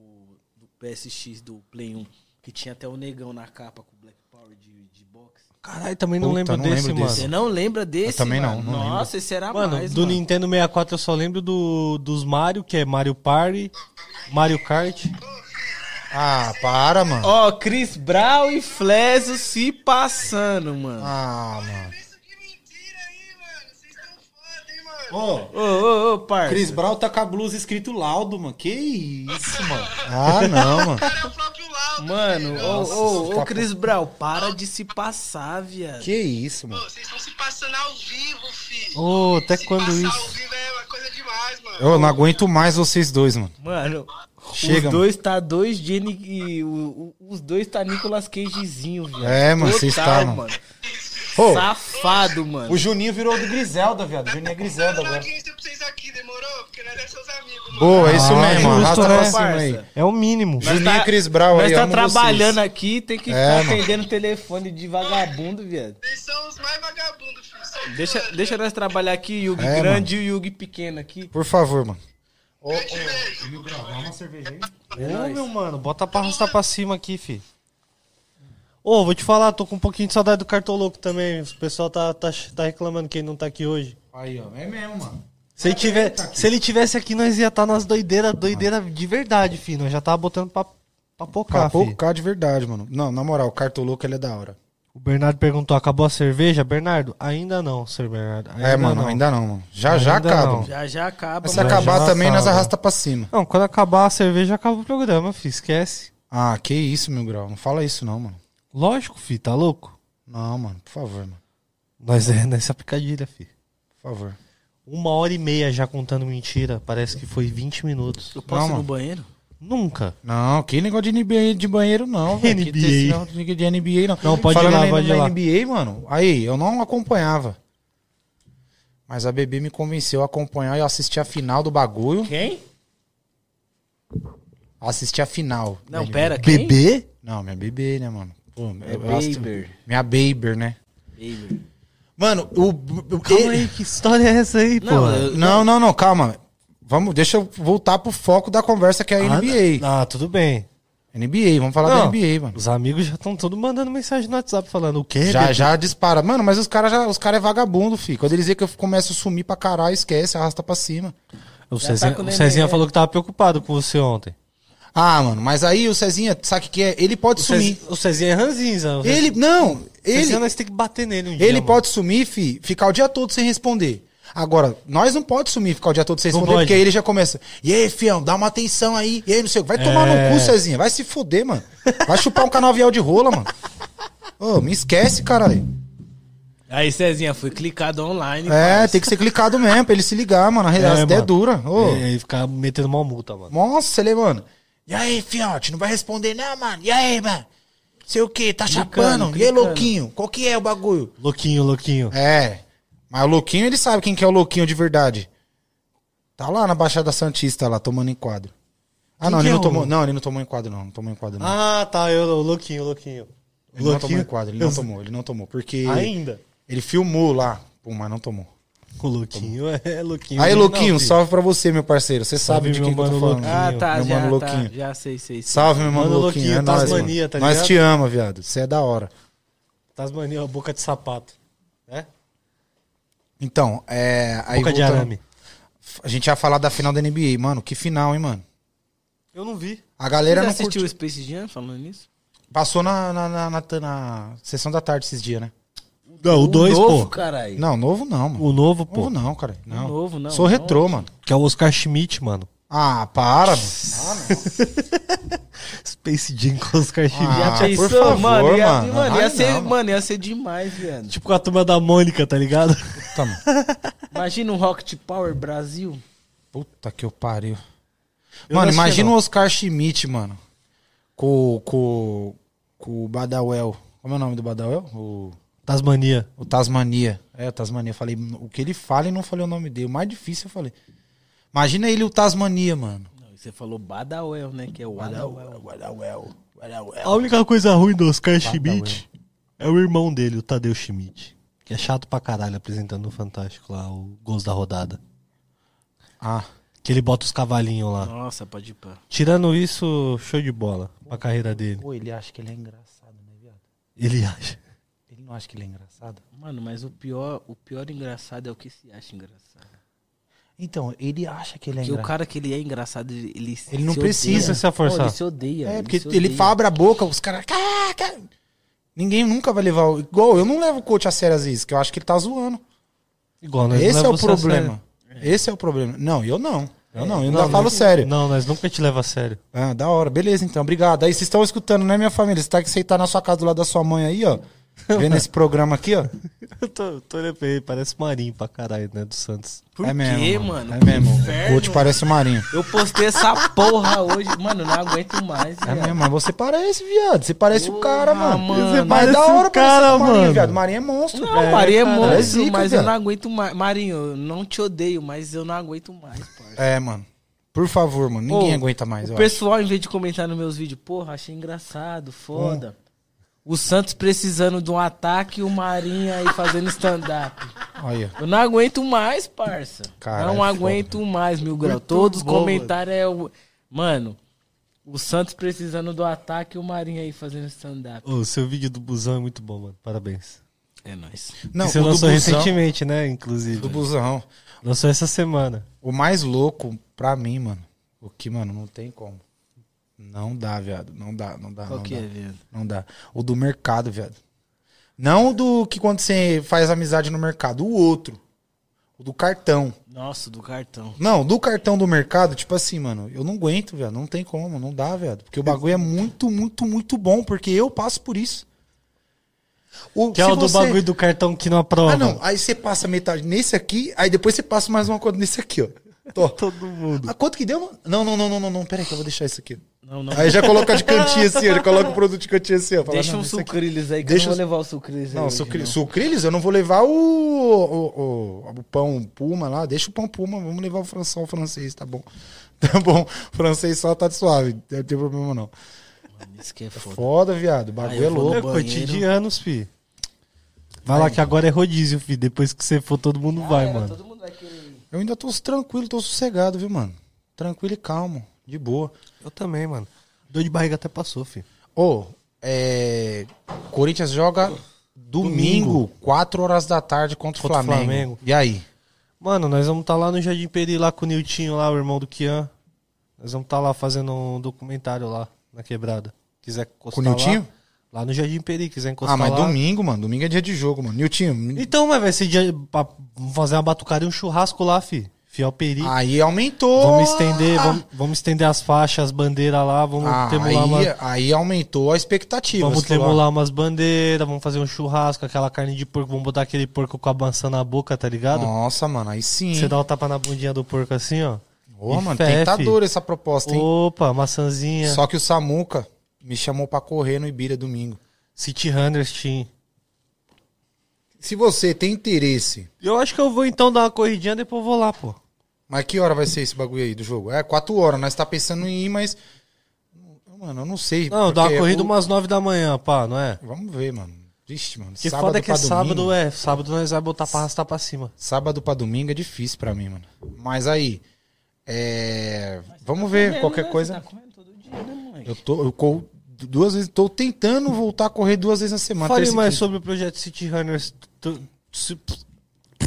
Speaker 2: do PSX, do Play 1. Que tinha até o negão na capa com o Black Power de, de box.
Speaker 3: Caralho, também não
Speaker 1: Puta,
Speaker 3: lembro
Speaker 1: não
Speaker 3: desse,
Speaker 1: lembro
Speaker 3: mano.
Speaker 1: desse.
Speaker 2: Você não lembra desse?
Speaker 1: também não,
Speaker 2: mano?
Speaker 1: não lembro.
Speaker 2: Nossa, esse era
Speaker 3: Mano,
Speaker 2: mais.
Speaker 3: do
Speaker 2: mano.
Speaker 3: Nintendo 64 eu só lembro do, dos Mario, que é Mario Party, Mario Kart.
Speaker 1: Ah, para, mano.
Speaker 2: Ó, Chris Brown e Flésio se passando, mano.
Speaker 1: Ah, mano.
Speaker 4: Isso que mentira aí, mano. Vocês estão foda, hein, mano.
Speaker 2: Ô, ô, ô, parça.
Speaker 5: Chris Brown tá com a blusa escrito laudo, mano. Que isso, mano.
Speaker 1: Ah, não, mano.
Speaker 4: É o próprio Lau.
Speaker 2: Mano,
Speaker 1: Nossa,
Speaker 2: ô, ô,
Speaker 1: tá
Speaker 2: ô, Chris Brown, para de se passar, viado.
Speaker 1: Que isso, mano.
Speaker 4: Vocês estão se passando ao vivo, filho.
Speaker 3: Ô, até
Speaker 4: se
Speaker 3: quando
Speaker 4: passar ao
Speaker 3: isso?
Speaker 4: vivo é uma coisa demais, mano.
Speaker 1: Eu não aguento mais vocês dois, mano.
Speaker 2: Mano, os
Speaker 1: Chega,
Speaker 2: dois tá dois Jenny e o- o- os dois tá Nicolas Cagezinho, viado.
Speaker 1: É, mano, vocês tá, mano. Ô,
Speaker 2: Safado, mano.
Speaker 1: o Juninho virou do Griselda, viado. O Juninho é Griselda
Speaker 4: Vou dar uma
Speaker 2: né?
Speaker 1: agora.
Speaker 4: audiência pra vocês aqui, demorou? Porque nós é seus amigos, mano.
Speaker 1: Boa, é isso
Speaker 3: Ah,
Speaker 1: mesmo.
Speaker 3: justo,
Speaker 1: Arrasta
Speaker 3: né,
Speaker 1: pra cima
Speaker 2: parça?
Speaker 1: aí.
Speaker 3: É o mínimo.
Speaker 1: Juninho e Chris Brown
Speaker 2: nós
Speaker 1: aí,
Speaker 2: tá
Speaker 1: amo
Speaker 2: trabalhando
Speaker 1: vocês.
Speaker 2: aqui, tem que
Speaker 1: É,
Speaker 2: ficar
Speaker 1: mano.
Speaker 2: atendendo o telefone de vagabundo, viado.
Speaker 4: Vocês são os mais vagabundos, filho. São
Speaker 2: Deixa,
Speaker 4: todos.
Speaker 2: deixa nós trabalhar aqui, Yugi
Speaker 1: É,
Speaker 2: grande e o Yugi pequeno aqui.
Speaker 1: Por favor, mano.
Speaker 3: Ô, meu mano, bota pra arrastar pra cima aqui, fi. Ô, vou te falar, tô com um pouquinho de saudade do Cartoloco também. O pessoal tá, tá, tá reclamando que ele não tá aqui hoje.
Speaker 1: Aí, ó. É mesmo, mano.
Speaker 3: Se ele, tiver, se ele tivesse aqui, nós ia estar nas doideiras, doideira de verdade, filho. Nós já tava botando pra, pra
Speaker 1: Pra
Speaker 3: pocar, fi.
Speaker 1: poucar de verdade, mano. Não, na moral, o Cartoloco ele é da hora.
Speaker 3: O Bernardo perguntou, acabou a cerveja? Bernardo, ainda não, senhor Bernardo. Ainda
Speaker 1: é, mano,
Speaker 3: não.
Speaker 1: ainda não, mano. Já já
Speaker 3: Ainda
Speaker 1: acaba.
Speaker 3: não.
Speaker 1: mano.
Speaker 2: Já já acaba.
Speaker 1: Mas se
Speaker 2: mano.
Speaker 1: acabar
Speaker 3: já
Speaker 1: também, nós
Speaker 3: acaba.
Speaker 1: arrasta pra cima.
Speaker 3: Não, quando acabar a cerveja, acaba o programa, fi. Esquece.
Speaker 1: Ah, que isso, meu grau. Não fala isso, não, mano.
Speaker 3: Lógico, fi, tá louco?
Speaker 1: Não, mano, por favor, mano.
Speaker 3: Nós é nessa picadilha, fi.
Speaker 1: Por favor.
Speaker 3: Uma hora e meia já contando mentira. Parece que foi 20 minutos.
Speaker 2: Eu posso
Speaker 1: Não,
Speaker 2: ir no
Speaker 1: mano.
Speaker 2: banheiro?
Speaker 3: Nunca.
Speaker 1: Não, que negócio de NBA de banheiro, não, velho. Que
Speaker 3: NBA.
Speaker 1: desse não- de NBA, não.
Speaker 3: Não, pode ir
Speaker 1: Falando
Speaker 3: lá,
Speaker 1: na-
Speaker 3: pode ir
Speaker 1: na
Speaker 3: lá.
Speaker 1: NBA, mano, aí, eu não acompanhava. Mas a BB me convenceu a acompanhar e eu assisti a final do bagulho.
Speaker 2: Quem?
Speaker 1: Assisti a final.
Speaker 2: Não,
Speaker 1: da
Speaker 2: pera, quem?
Speaker 6: Bebê?
Speaker 1: Não, minha bebê, né, mano? Pô,
Speaker 2: É
Speaker 1: eu gosto-
Speaker 2: Baber.
Speaker 1: Minha Baber, né?
Speaker 2: Baber.
Speaker 1: Mano, o. o-
Speaker 3: Calma
Speaker 1: ele-
Speaker 3: aí, que história é essa aí, pô?
Speaker 2: Não, eu-
Speaker 1: Não, não, não, calma. Vamos, deixa eu voltar pro foco da conversa que é a NBA.
Speaker 3: Ah, tudo bem.
Speaker 1: NBA, vamos falar da
Speaker 3: Não,
Speaker 1: NBA, mano.
Speaker 3: Os amigos já estão todos mandando mensagem no WhatsApp falando o quê?
Speaker 1: Já,
Speaker 3: Bebê?
Speaker 1: já dispara. Mano, mas os caras os cara é vagabundo, fi. Quando eles dizem que eu começo a sumir pra caralho, esquece, arrasta pra cima.
Speaker 3: O
Speaker 2: Já tá
Speaker 3: Cezinha,
Speaker 2: com
Speaker 3: o
Speaker 2: neném,
Speaker 3: Cezinha
Speaker 2: né?
Speaker 3: falou que tava preocupado com você ontem.
Speaker 1: Ah, mano, mas aí o Cezinha, sabe o que é? Ele pode
Speaker 3: O,
Speaker 1: sumir.
Speaker 3: Cez- o Cezinha é ranzinza. O Cezinha-
Speaker 1: Ele, não,
Speaker 3: o Cezinha
Speaker 1: ele,
Speaker 3: nós temos que bater nele um dia.
Speaker 1: ele
Speaker 3: mano.
Speaker 1: pode sumir, fi, ficar o dia todo sem responder. Agora, nós não pode sumir, ficar o dia todo sem
Speaker 3: Não
Speaker 1: responder,
Speaker 3: pode.
Speaker 1: porque aí ele já começa. E aí, fião, dá uma atenção aí. E aí, não sei o que. Vai tomar
Speaker 3: É.
Speaker 1: no cu, Cezinha. Vai se foder, mano. Vai chupar um canavial de rola, mano. Ô, me esquece, caralho.
Speaker 2: Aí, Cezinha, fui clicado online.
Speaker 1: É, tem que ser clicado mesmo, pra ele se ligar, mano. A
Speaker 3: É,
Speaker 1: realidade é,
Speaker 3: mano.
Speaker 1: dura. Ô.
Speaker 3: Ele, ele fica metendo uma multa, mano.
Speaker 1: Nossa, ele, mano. E aí, fiote, não vai responder, não, mano. E aí, mano? Sei o que, tá chapando. E aí,
Speaker 2: clicando.
Speaker 1: louquinho? Qual que é o bagulho?
Speaker 3: Louquinho, louquinho.
Speaker 1: É. Mas o louquinho, ele sabe quem que é o louquinho de verdade. Tá lá na Baixada Santista, lá, tomando enquadro. Ah,
Speaker 3: Quem
Speaker 1: não,
Speaker 3: que
Speaker 1: ele
Speaker 3: é
Speaker 1: não
Speaker 3: o-
Speaker 1: tomou. Não, ele não tomou enquadro, não. Não tomou enquadro, não.
Speaker 3: Ah, tá. Eu, o louquinho, louquinho.
Speaker 1: É. ele não tomou enquadro, ele não tomou, ele não tomou. Porque
Speaker 3: Ainda?
Speaker 1: ele filmou lá, pum, mas não tomou.
Speaker 3: O louquinho é louquinho.
Speaker 1: Aí,
Speaker 3: Não,
Speaker 1: louquinho,
Speaker 3: filho.
Speaker 1: salve pra você, meu parceiro. Você
Speaker 3: Salve,
Speaker 1: sabe de
Speaker 3: meu
Speaker 1: quem que eu tô
Speaker 3: mano
Speaker 1: falando.
Speaker 3: louquinho.
Speaker 2: Ah, tá,
Speaker 1: É, Meu
Speaker 2: já,
Speaker 1: mano
Speaker 2: tá,
Speaker 1: louquinho.
Speaker 2: já sei, sei. sei.
Speaker 1: Salve, meu mano,
Speaker 3: Mano
Speaker 1: louquinho.
Speaker 3: louquinho,
Speaker 1: É nóis,
Speaker 3: Tasmania,
Speaker 1: mano.
Speaker 3: tá
Speaker 1: Nós
Speaker 3: ligado?
Speaker 1: te ama, viado. Você é da hora.
Speaker 3: Tasmania, boca de sapato. É?
Speaker 1: Então, é. Aí
Speaker 3: boca de
Speaker 1: voltando,
Speaker 3: arame.
Speaker 1: A gente ia falar da final da NBA, mano. Que final, hein, mano?
Speaker 3: Eu não vi.
Speaker 1: A galera
Speaker 2: Você
Speaker 1: não
Speaker 2: assistiu
Speaker 1: curtiu.
Speaker 2: o Space Jam falando nisso?
Speaker 1: Passou na, na, na, na- na sessão da tarde esses dias, né?
Speaker 3: Não, o 2,
Speaker 2: novo,
Speaker 3: pô.
Speaker 2: caralho.
Speaker 1: Não, novo não, mano.
Speaker 3: O novo,
Speaker 1: Novo
Speaker 3: pô.
Speaker 1: não, cara. Não.
Speaker 2: Novo não,
Speaker 1: Sou
Speaker 2: não.
Speaker 1: retrô, mano.
Speaker 3: Que é o Oscar Schmidt, mano.
Speaker 1: Ah, para, mano.
Speaker 3: Space Jam com o Oscar Schmidt.
Speaker 1: Ah,
Speaker 2: Já pensou,
Speaker 1: por favor,
Speaker 2: mano? Ia,
Speaker 1: mano.
Speaker 2: mano,
Speaker 1: Ai,
Speaker 2: ia
Speaker 1: não,
Speaker 2: ser,
Speaker 1: mano.
Speaker 2: mano, ia ser demais, viado.
Speaker 3: Tipo com a turma da Mônica, tá ligado?
Speaker 1: Puta, mano.
Speaker 2: Imagina um Rocket Power Brasil.
Speaker 1: Puta que eu pariu.
Speaker 3: Eu não
Speaker 1: mano,
Speaker 3: assisti,
Speaker 1: imagina
Speaker 3: não.
Speaker 1: o Oscar Schmidt, mano. Com, com, com o Badawel. Como é o nome do Badawel? O.
Speaker 3: Tasmania.
Speaker 1: O Tasmania. É, o Tasmania. Falei o que ele fala e não falei o nome dele. O mais difícil eu falei. Imagina ele o Tasmania, mano.
Speaker 2: Não, você falou Badawel, né? Que é o Badawel.
Speaker 1: É,
Speaker 3: A única coisa ruim do
Speaker 1: Tá,
Speaker 3: Oscar Schmidt é o irmão dele, o Tadeu Schmidt. Que é chato pra caralho apresentando o Fantástico lá, o Gols da Rodada.
Speaker 1: Ah,
Speaker 3: Que ele bota os cavalinhos lá.
Speaker 2: Nossa, pode ir pra...
Speaker 3: Tirando isso, show de bola pra carreira dele.
Speaker 1: pô, ele acha que ele é engraçado, né, viado?
Speaker 3: Ele acha.
Speaker 1: Ele não acha que ele é engraçado?
Speaker 2: Mano, mas o pior, o pior engraçado é o que se acha
Speaker 1: É
Speaker 2: engraçado.
Speaker 1: Então, ele acha que ele é
Speaker 2: Porque o
Speaker 1: engraçado.
Speaker 2: cara que ele é engraçado, ele, ele,
Speaker 1: Ele não
Speaker 2: se
Speaker 1: precisa
Speaker 2: odeia.
Speaker 3: se forçar.
Speaker 2: Não, ele se odeia.
Speaker 1: É, porque
Speaker 2: se
Speaker 1: ele
Speaker 2: odeia.
Speaker 1: fa- abre a boca, os caras. "Caraca!" Ninguém nunca vai levar. o- Igual eu não levo o coach a sério às vezes, que eu acho que ele tá zoando.
Speaker 3: Igual nós
Speaker 1: Esse
Speaker 3: não
Speaker 1: é o
Speaker 3: leva você a
Speaker 1: problema. Esse é o problema. Não, eu não. Eu não, eu ainda
Speaker 3: Não,
Speaker 1: falo
Speaker 3: nós-
Speaker 1: sério.
Speaker 3: Não, nós nunca te leva a sério.
Speaker 1: Ah, da hora. Beleza, então. Obrigado. Aí vocês estão escutando, né, minha família? Você tá que você tá na sua casa do lado da sua mãe aí, ó. Vendo esse programa aqui, ó.
Speaker 3: Eu tô, tô olhando pra ele, parece Marinho pra caralho, né, do Santos.
Speaker 2: Por
Speaker 1: é
Speaker 2: quê,
Speaker 1: mesmo,
Speaker 2: mano?
Speaker 1: É
Speaker 2: Que
Speaker 1: mesmo. O
Speaker 2: inferno.
Speaker 1: coach parece o Marinho.
Speaker 2: Eu postei essa porra hoje. Mano, não aguento mais,
Speaker 1: É
Speaker 2: viado.
Speaker 1: mesmo, mas você parece, viado. Você parece o cara,
Speaker 2: Porra,
Speaker 1: mano.
Speaker 2: mano.
Speaker 1: Você
Speaker 3: parece
Speaker 1: mas é da
Speaker 3: o
Speaker 1: hora parece
Speaker 3: cara,
Speaker 1: o Marinho,
Speaker 3: mano.
Speaker 1: viado. Marinho é monstro.
Speaker 2: Não, Marinho é
Speaker 3: cara,
Speaker 2: monstro,
Speaker 1: é zica,
Speaker 2: mas eu
Speaker 1: viado.
Speaker 2: não aguento mais. Marinho, eu não te odeio, mas eu não aguento mais, parça.
Speaker 1: É, mano. Por favor, mano. Ninguém
Speaker 2: Ô,
Speaker 1: aguenta mais,
Speaker 2: O
Speaker 1: eu
Speaker 2: pessoal, em vez de comentar nos meus vídeos, porra, achei engraçado, foda. O Santos precisando de um ataque e o Marinho aí fazendo stand-up.
Speaker 1: acho. Olha.
Speaker 2: Eu não aguento mais, parça.
Speaker 1: Caralho,
Speaker 2: não
Speaker 1: é foda.
Speaker 2: aguento mais, mil grau. Todos os comentários é o. Mano, o Santos precisando do ataque e o Marinho aí fazendo stand-up.
Speaker 3: O seu vídeo do busão é muito bom, mano. Parabéns.
Speaker 2: É nóis.
Speaker 1: Não,
Speaker 3: Você
Speaker 1: o do busão,
Speaker 3: lançou recentemente, né?
Speaker 1: do
Speaker 3: Inclusive.
Speaker 1: busão.
Speaker 3: Lançou essa semana.
Speaker 1: O mais louco pra mim, mano. O que, mano, não tem como. Não dá, viado. Não dá, não dá.
Speaker 2: Qual
Speaker 1: não
Speaker 2: que
Speaker 1: dá.
Speaker 2: é, viado?
Speaker 1: Não dá. O do mercado, viado. Não o do que quando você faz amizade no mercado, o outro. O do cartão.
Speaker 2: Nossa, do cartão.
Speaker 1: Não, do cartão do mercado, tipo assim, mano, eu não aguento, viado. Não tem como, não dá, viado. Porque o bagulho é muito, muito, muito bom, porque eu passo por isso.
Speaker 3: Que é
Speaker 1: se
Speaker 3: o do
Speaker 1: você-
Speaker 3: bagulho do cartão que não aprova.
Speaker 1: Ah, não. Aí você passa metade nesse aqui, aí depois você passa mais uma conta nesse aqui, ó. Tô.
Speaker 3: Todo mundo.
Speaker 1: Ah, quanto que deu? mano? Não, não, não, não, não, não. Pera aí que eu vou deixar isso aqui.
Speaker 2: Não, não.
Speaker 1: Aí já coloca de cantinho assim, ó. ele coloca o produto de cantinho assim, ó. Fala,
Speaker 2: Deixa
Speaker 1: não,
Speaker 2: um
Speaker 1: esse aqui-
Speaker 2: sucrilhos aí, que
Speaker 1: Deixa
Speaker 2: eu não
Speaker 1: o-
Speaker 2: vou levar o sucrilhos aí.
Speaker 1: Não,
Speaker 2: hoje,
Speaker 1: sucrilhos,
Speaker 2: não.
Speaker 1: sucrilhos eu não vou levar o, o, o- o pão puma lá. Deixa o pão puma, vamos levar o francês, o francês, tá bom. Tá bom, o francês só tá suave, não tem problema não.
Speaker 2: Isso que é foda.
Speaker 1: Foda, viado, o bagulho
Speaker 2: Aí
Speaker 1: é
Speaker 2: eu vou
Speaker 1: louco.
Speaker 3: É
Speaker 2: no banheiro.
Speaker 3: cotidianos, fi. Vai lá que agora é rodízio, fi. Depois que você for, Ah, é, todo mundo vai, mano.
Speaker 2: Todo mundo vai querer.
Speaker 1: Eu ainda tô tranquilo, tô sossegado, viu, mano? Tranquilo e calmo, de boa.
Speaker 6: Eu também, mano. Dor de barriga até passou, filho.
Speaker 1: Ô, é... Corinthians joga domingo, 4 horas da tarde contra,
Speaker 3: Contra
Speaker 1: o
Speaker 3: o
Speaker 1: Flamengo.
Speaker 3: Flamengo.
Speaker 1: E aí?
Speaker 3: Mano, nós vamos estar lá no Jardim Peri, lá com o Niltinho, lá, o irmão do Kian. Nós vamos estar lá fazendo um documentário lá, na quebrada. Quiser encostar
Speaker 1: Com o Niltinho?
Speaker 3: Lá, lá no Jardim Peri, quiser encostar
Speaker 1: ah, mas
Speaker 3: lá.
Speaker 1: domingo, mano, domingo é dia de jogo, mano. Niltinho,
Speaker 3: Então, mas vai ser dia pra fazer uma batucada e um churrasco lá, fi. Fiel Peri.
Speaker 1: aí aumentou.
Speaker 3: Vamos estender,
Speaker 1: a-
Speaker 3: vamos, vamos estender as faixas, as bandeiras lá, vamos
Speaker 1: Ah,
Speaker 3: tremular
Speaker 1: aí,
Speaker 3: uma-
Speaker 1: aí aumentou a expectativa.
Speaker 3: Vamos
Speaker 1: sei lá.
Speaker 3: tremular umas bandeiras, vamos fazer um churrasco, aquela carne de porco, vamos botar aquele porco com a maçã na boca, tá ligado?
Speaker 1: Nossa, mano, aí sim.
Speaker 3: Você dá o tapa na bundinha do porco assim, ó.
Speaker 1: Ô,
Speaker 3: E
Speaker 1: mano,
Speaker 3: fé,
Speaker 1: tentadora essa proposta, hein?
Speaker 3: Opa, maçãzinha.
Speaker 1: Só que o Samuca me chamou pra correr no Ibira domingo.
Speaker 3: City Runners Team.
Speaker 1: Se você tem interesse,
Speaker 3: Eu acho que eu vou então dar uma corridinha, depois eu vou lá, pô.
Speaker 1: mas que hora vai ser esse bagulho aí do jogo? É, quatro horas, nós tá pensando em ir, mas. Mano, eu não sei.
Speaker 3: Não, dá uma
Speaker 1: porque
Speaker 3: corrida
Speaker 1: o-
Speaker 3: umas 9 da manhã, pá, não é?
Speaker 1: Vamos ver, mano. Vixe, mano.
Speaker 3: Que
Speaker 1: sábado
Speaker 3: foda que é
Speaker 1: pra domingo.
Speaker 3: sábado, é. Sábado nós vai botar pra arrastar pra cima.
Speaker 1: Sábado pra domingo é difícil pra mim, mano. Mas aí. É... Vamos ver qualquer coisa.
Speaker 2: Tá comendo todo dia, né, moleque?
Speaker 1: Eu tô, eu corro duas vezes, tô tentando voltar a correr duas vezes na semana. Então, é
Speaker 3: Fale
Speaker 1: terça e
Speaker 3: mais
Speaker 1: quinta.
Speaker 3: sobre o projeto City Runners. tu- tu-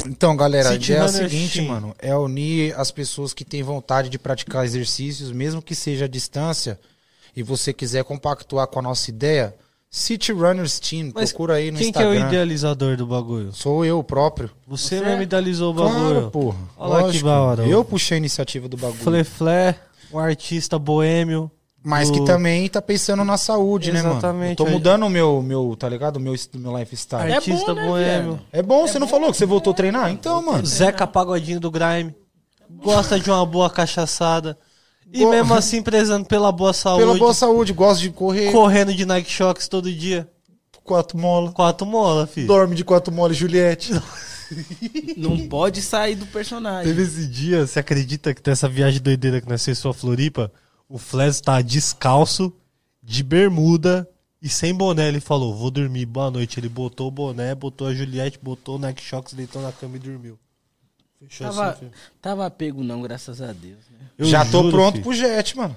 Speaker 1: Então, galera, a
Speaker 3: City
Speaker 1: ideia é a
Speaker 3: Runner
Speaker 1: seguinte,
Speaker 3: Team.
Speaker 1: mano, é unir as pessoas que têm vontade de praticar exercícios, mesmo que seja à distância, e você quiser compactuar com a nossa ideia, City Runners Team,
Speaker 3: Mas
Speaker 1: procura aí no
Speaker 3: Quem que é o
Speaker 1: Instagram.
Speaker 3: idealizador do bagulho?
Speaker 1: Sou eu próprio.
Speaker 3: Você,
Speaker 2: Você? é?
Speaker 3: mesmo idealizou o
Speaker 1: Claro,
Speaker 3: bagulho.
Speaker 1: porra.
Speaker 3: Olha lá que
Speaker 1: Lógico.
Speaker 3: da hora.
Speaker 1: Eu puxei a iniciativa do bagulho.
Speaker 3: Fleflé, um artista boêmio.
Speaker 1: Mas que
Speaker 3: do-
Speaker 1: também tá pensando na saúde, né, mano? Eu
Speaker 3: Exatamente.
Speaker 1: tô mudando o meu, meu, tá ligado? O meu, meu lifestyle.
Speaker 2: É
Speaker 3: Artista
Speaker 2: bom, né,
Speaker 3: boêmio.
Speaker 2: viado?
Speaker 1: É bom, você não falou que você voltou a treinar? Então, mano.
Speaker 3: Zeca Pagodinho do Grime. Gosta de uma boa cachaçada. E
Speaker 1: Go-
Speaker 3: mesmo assim, prezando pela boa saúde.
Speaker 1: Pela boa saúde, gosto de correr.
Speaker 3: Correndo de Nike Shocks todo dia.
Speaker 1: quatro molas.
Speaker 3: Quatro mola, filho.
Speaker 1: Dorme de quatro molas, Juliette.
Speaker 2: Não pode sair do personagem.
Speaker 3: Teve esse dia, você acredita que dessa viagem doideira que nós fez sua Floripa, o Fles tá descalço, de bermuda e sem boné. Ele falou, vou dormir, boa noite. Ele botou o boné, botou a Juliette, botou o Nike Shocks, deitou na cama e dormiu. Fechou
Speaker 2: Tava,
Speaker 3: assim, filho.
Speaker 2: tava pego não, graças a Deus, né?
Speaker 3: Eu
Speaker 1: já tô
Speaker 3: juro,
Speaker 1: pronto
Speaker 3: filho.
Speaker 1: pro jet, mano.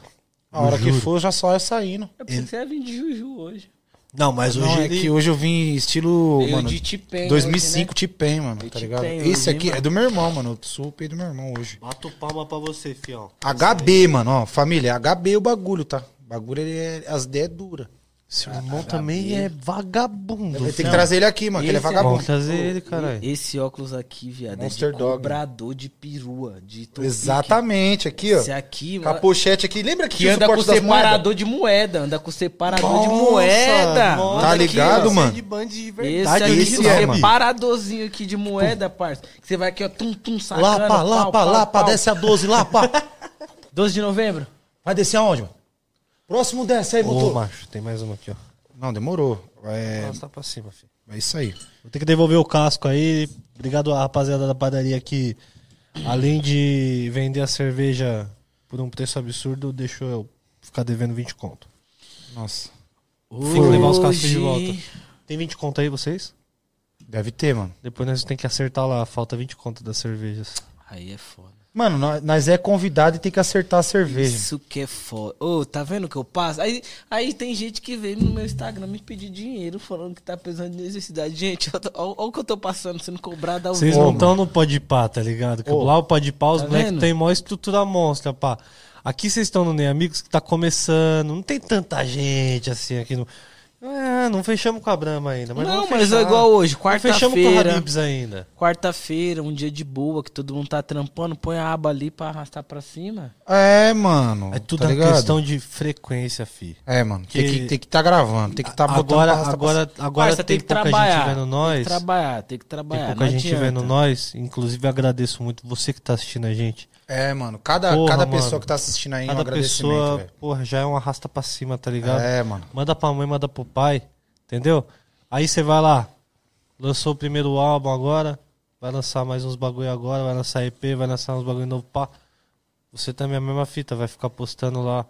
Speaker 1: A
Speaker 3: Eu
Speaker 1: hora que
Speaker 3: juro.
Speaker 1: for, já só é saindo.
Speaker 2: Eu pensei que ia vir de Juju hoje.
Speaker 3: Não, mas hoje
Speaker 1: não, é
Speaker 3: ele...
Speaker 1: que hoje eu vim estilo,
Speaker 2: Veio
Speaker 1: mano,
Speaker 2: de Tipen
Speaker 1: 2005
Speaker 2: hoje, né?
Speaker 1: Tipen, mano,
Speaker 2: Eu
Speaker 1: tá ligado?
Speaker 2: T-Pen
Speaker 1: Esse
Speaker 2: hoje,
Speaker 1: aqui
Speaker 2: hein,
Speaker 1: é
Speaker 2: mano?
Speaker 1: do meu irmão, mano. Eu supe do meu irmão hoje.
Speaker 3: Bato palma pra você, fião.
Speaker 1: HB, mano, ó, família, HB o bagulho, tá? O bagulho, ele é, as ideias é dura.
Speaker 3: Seu irmão também é vagabundo.
Speaker 1: Tem que
Speaker 3: filho.
Speaker 1: trazer ele aqui, mano, que ele é
Speaker 2: Esse é
Speaker 1: vagabundo.
Speaker 3: Vamos trazer ele,
Speaker 2: né?
Speaker 3: caralho.
Speaker 2: E- Esse óculos aqui, viado,
Speaker 1: Monster
Speaker 2: é de
Speaker 1: Dog.
Speaker 2: cobrador de perua, de topique.
Speaker 1: Exatamente, aqui, ó.
Speaker 2: Esse aqui,
Speaker 1: Com a
Speaker 2: mano,
Speaker 1: pochete aqui. Lembra que
Speaker 2: que anda com separador de moeda, anda com separador de
Speaker 1: Nossa,
Speaker 2: moeda.
Speaker 1: nossa. Tá ligado, mano?
Speaker 3: De band Tá de
Speaker 2: Esse
Speaker 3: verdade.
Speaker 2: aqui,
Speaker 1: esse
Speaker 2: esse
Speaker 1: é, mano.
Speaker 2: separadorzinho aqui de moeda, parça. Que você vai aqui, ó, tum, tum, sacando.
Speaker 1: Lapa,
Speaker 2: pau,
Speaker 1: lapa,
Speaker 2: pau,
Speaker 1: lapa,
Speaker 2: pau.
Speaker 1: desce a 12, lapa.
Speaker 2: 12 de novembro?
Speaker 1: Vai descer aonde, mano? Próximo desce aí,
Speaker 3: Ô,
Speaker 1: motor.
Speaker 3: macho, tem mais uma aqui, ó.
Speaker 1: Não, demorou. É,
Speaker 3: Nossa, tá pra cima, filho.
Speaker 1: é isso aí.
Speaker 3: Vou ter que devolver o casco aí. Obrigado à rapaziada da padaria que, além de vender a cerveja por um preço absurdo, deixou eu ficar devendo 20 conto.
Speaker 1: Nossa.
Speaker 3: Tem que levar os cascos de volta. Tem 20 conto aí, vocês?
Speaker 1: Deve ter, mano.
Speaker 3: Depois nós tem que acertar lá. Falta 20 conto das cervejas.
Speaker 2: Aí é foda.
Speaker 7: Mano, nós, nós é convidado e tem que acertar a cerveja.
Speaker 2: Isso que é foda. Ô, tá vendo que eu passo? Aí, aí tem gente que veio no meu Instagram me pedir dinheiro falando que tá precisando de necessidade. Gente, eu tô- ó, ó o que eu tô passando sendo cobrado ao
Speaker 3: Vocês
Speaker 2: vivo.
Speaker 3: não estão no pode pá, tá ligado? Que lá o pode pá, os
Speaker 2: Tá
Speaker 3: moleques
Speaker 2: vendo?
Speaker 3: tem maior estrutura monstra, pá. Aqui vocês estão no Nem Amigos que tá começando, não tem tanta gente assim aqui no. É, não fechamos com a Brahma ainda. Mas
Speaker 2: Não,
Speaker 3: vamos
Speaker 2: mas
Speaker 3: fechar.
Speaker 2: é igual hoje,
Speaker 3: Não fechamos com o
Speaker 2: quarta-feira.
Speaker 3: Habibs ainda.
Speaker 2: Quarta-feira, um dia de boa, que todo mundo tá trampando, põe a aba ali pra arrastar pra cima.
Speaker 1: É, mano.
Speaker 3: É tudo
Speaker 1: tá
Speaker 3: uma
Speaker 1: ligado?
Speaker 3: questão de frequência, fi.
Speaker 1: É, mano. Tem
Speaker 3: que-
Speaker 1: que tem que tá gravando, tem que tá botando
Speaker 3: agora,
Speaker 1: pra arrastar pra
Speaker 3: agora, agora
Speaker 2: Parça,
Speaker 3: tem, pouca gente vendo
Speaker 2: Tem
Speaker 3: nós.
Speaker 2: que trabalhar, tem que
Speaker 3: Tem
Speaker 2: trabalhar.
Speaker 3: pouca
Speaker 2: não
Speaker 3: gente
Speaker 2: adianta.
Speaker 3: vendo nós. Inclusive, agradeço muito você que tá assistindo a gente.
Speaker 1: É, mano. Cada,
Speaker 3: Porra,
Speaker 1: cada
Speaker 3: mano.
Speaker 1: pessoa que tá assistindo aí, um
Speaker 3: Cada
Speaker 1: agradecimento,
Speaker 3: pessoa,
Speaker 1: velho.
Speaker 3: porra, já é um arrasta pra cima, tá ligado?
Speaker 1: É, mano.
Speaker 3: Manda pra mãe, manda pro pai, entendeu? Aí você vai lá, lançou o primeiro álbum agora, vai lançar mais uns bagulho agora, vai lançar EP, vai lançar uns bagulho novo, pá. Você também é a mesma fita, vai ficar postando lá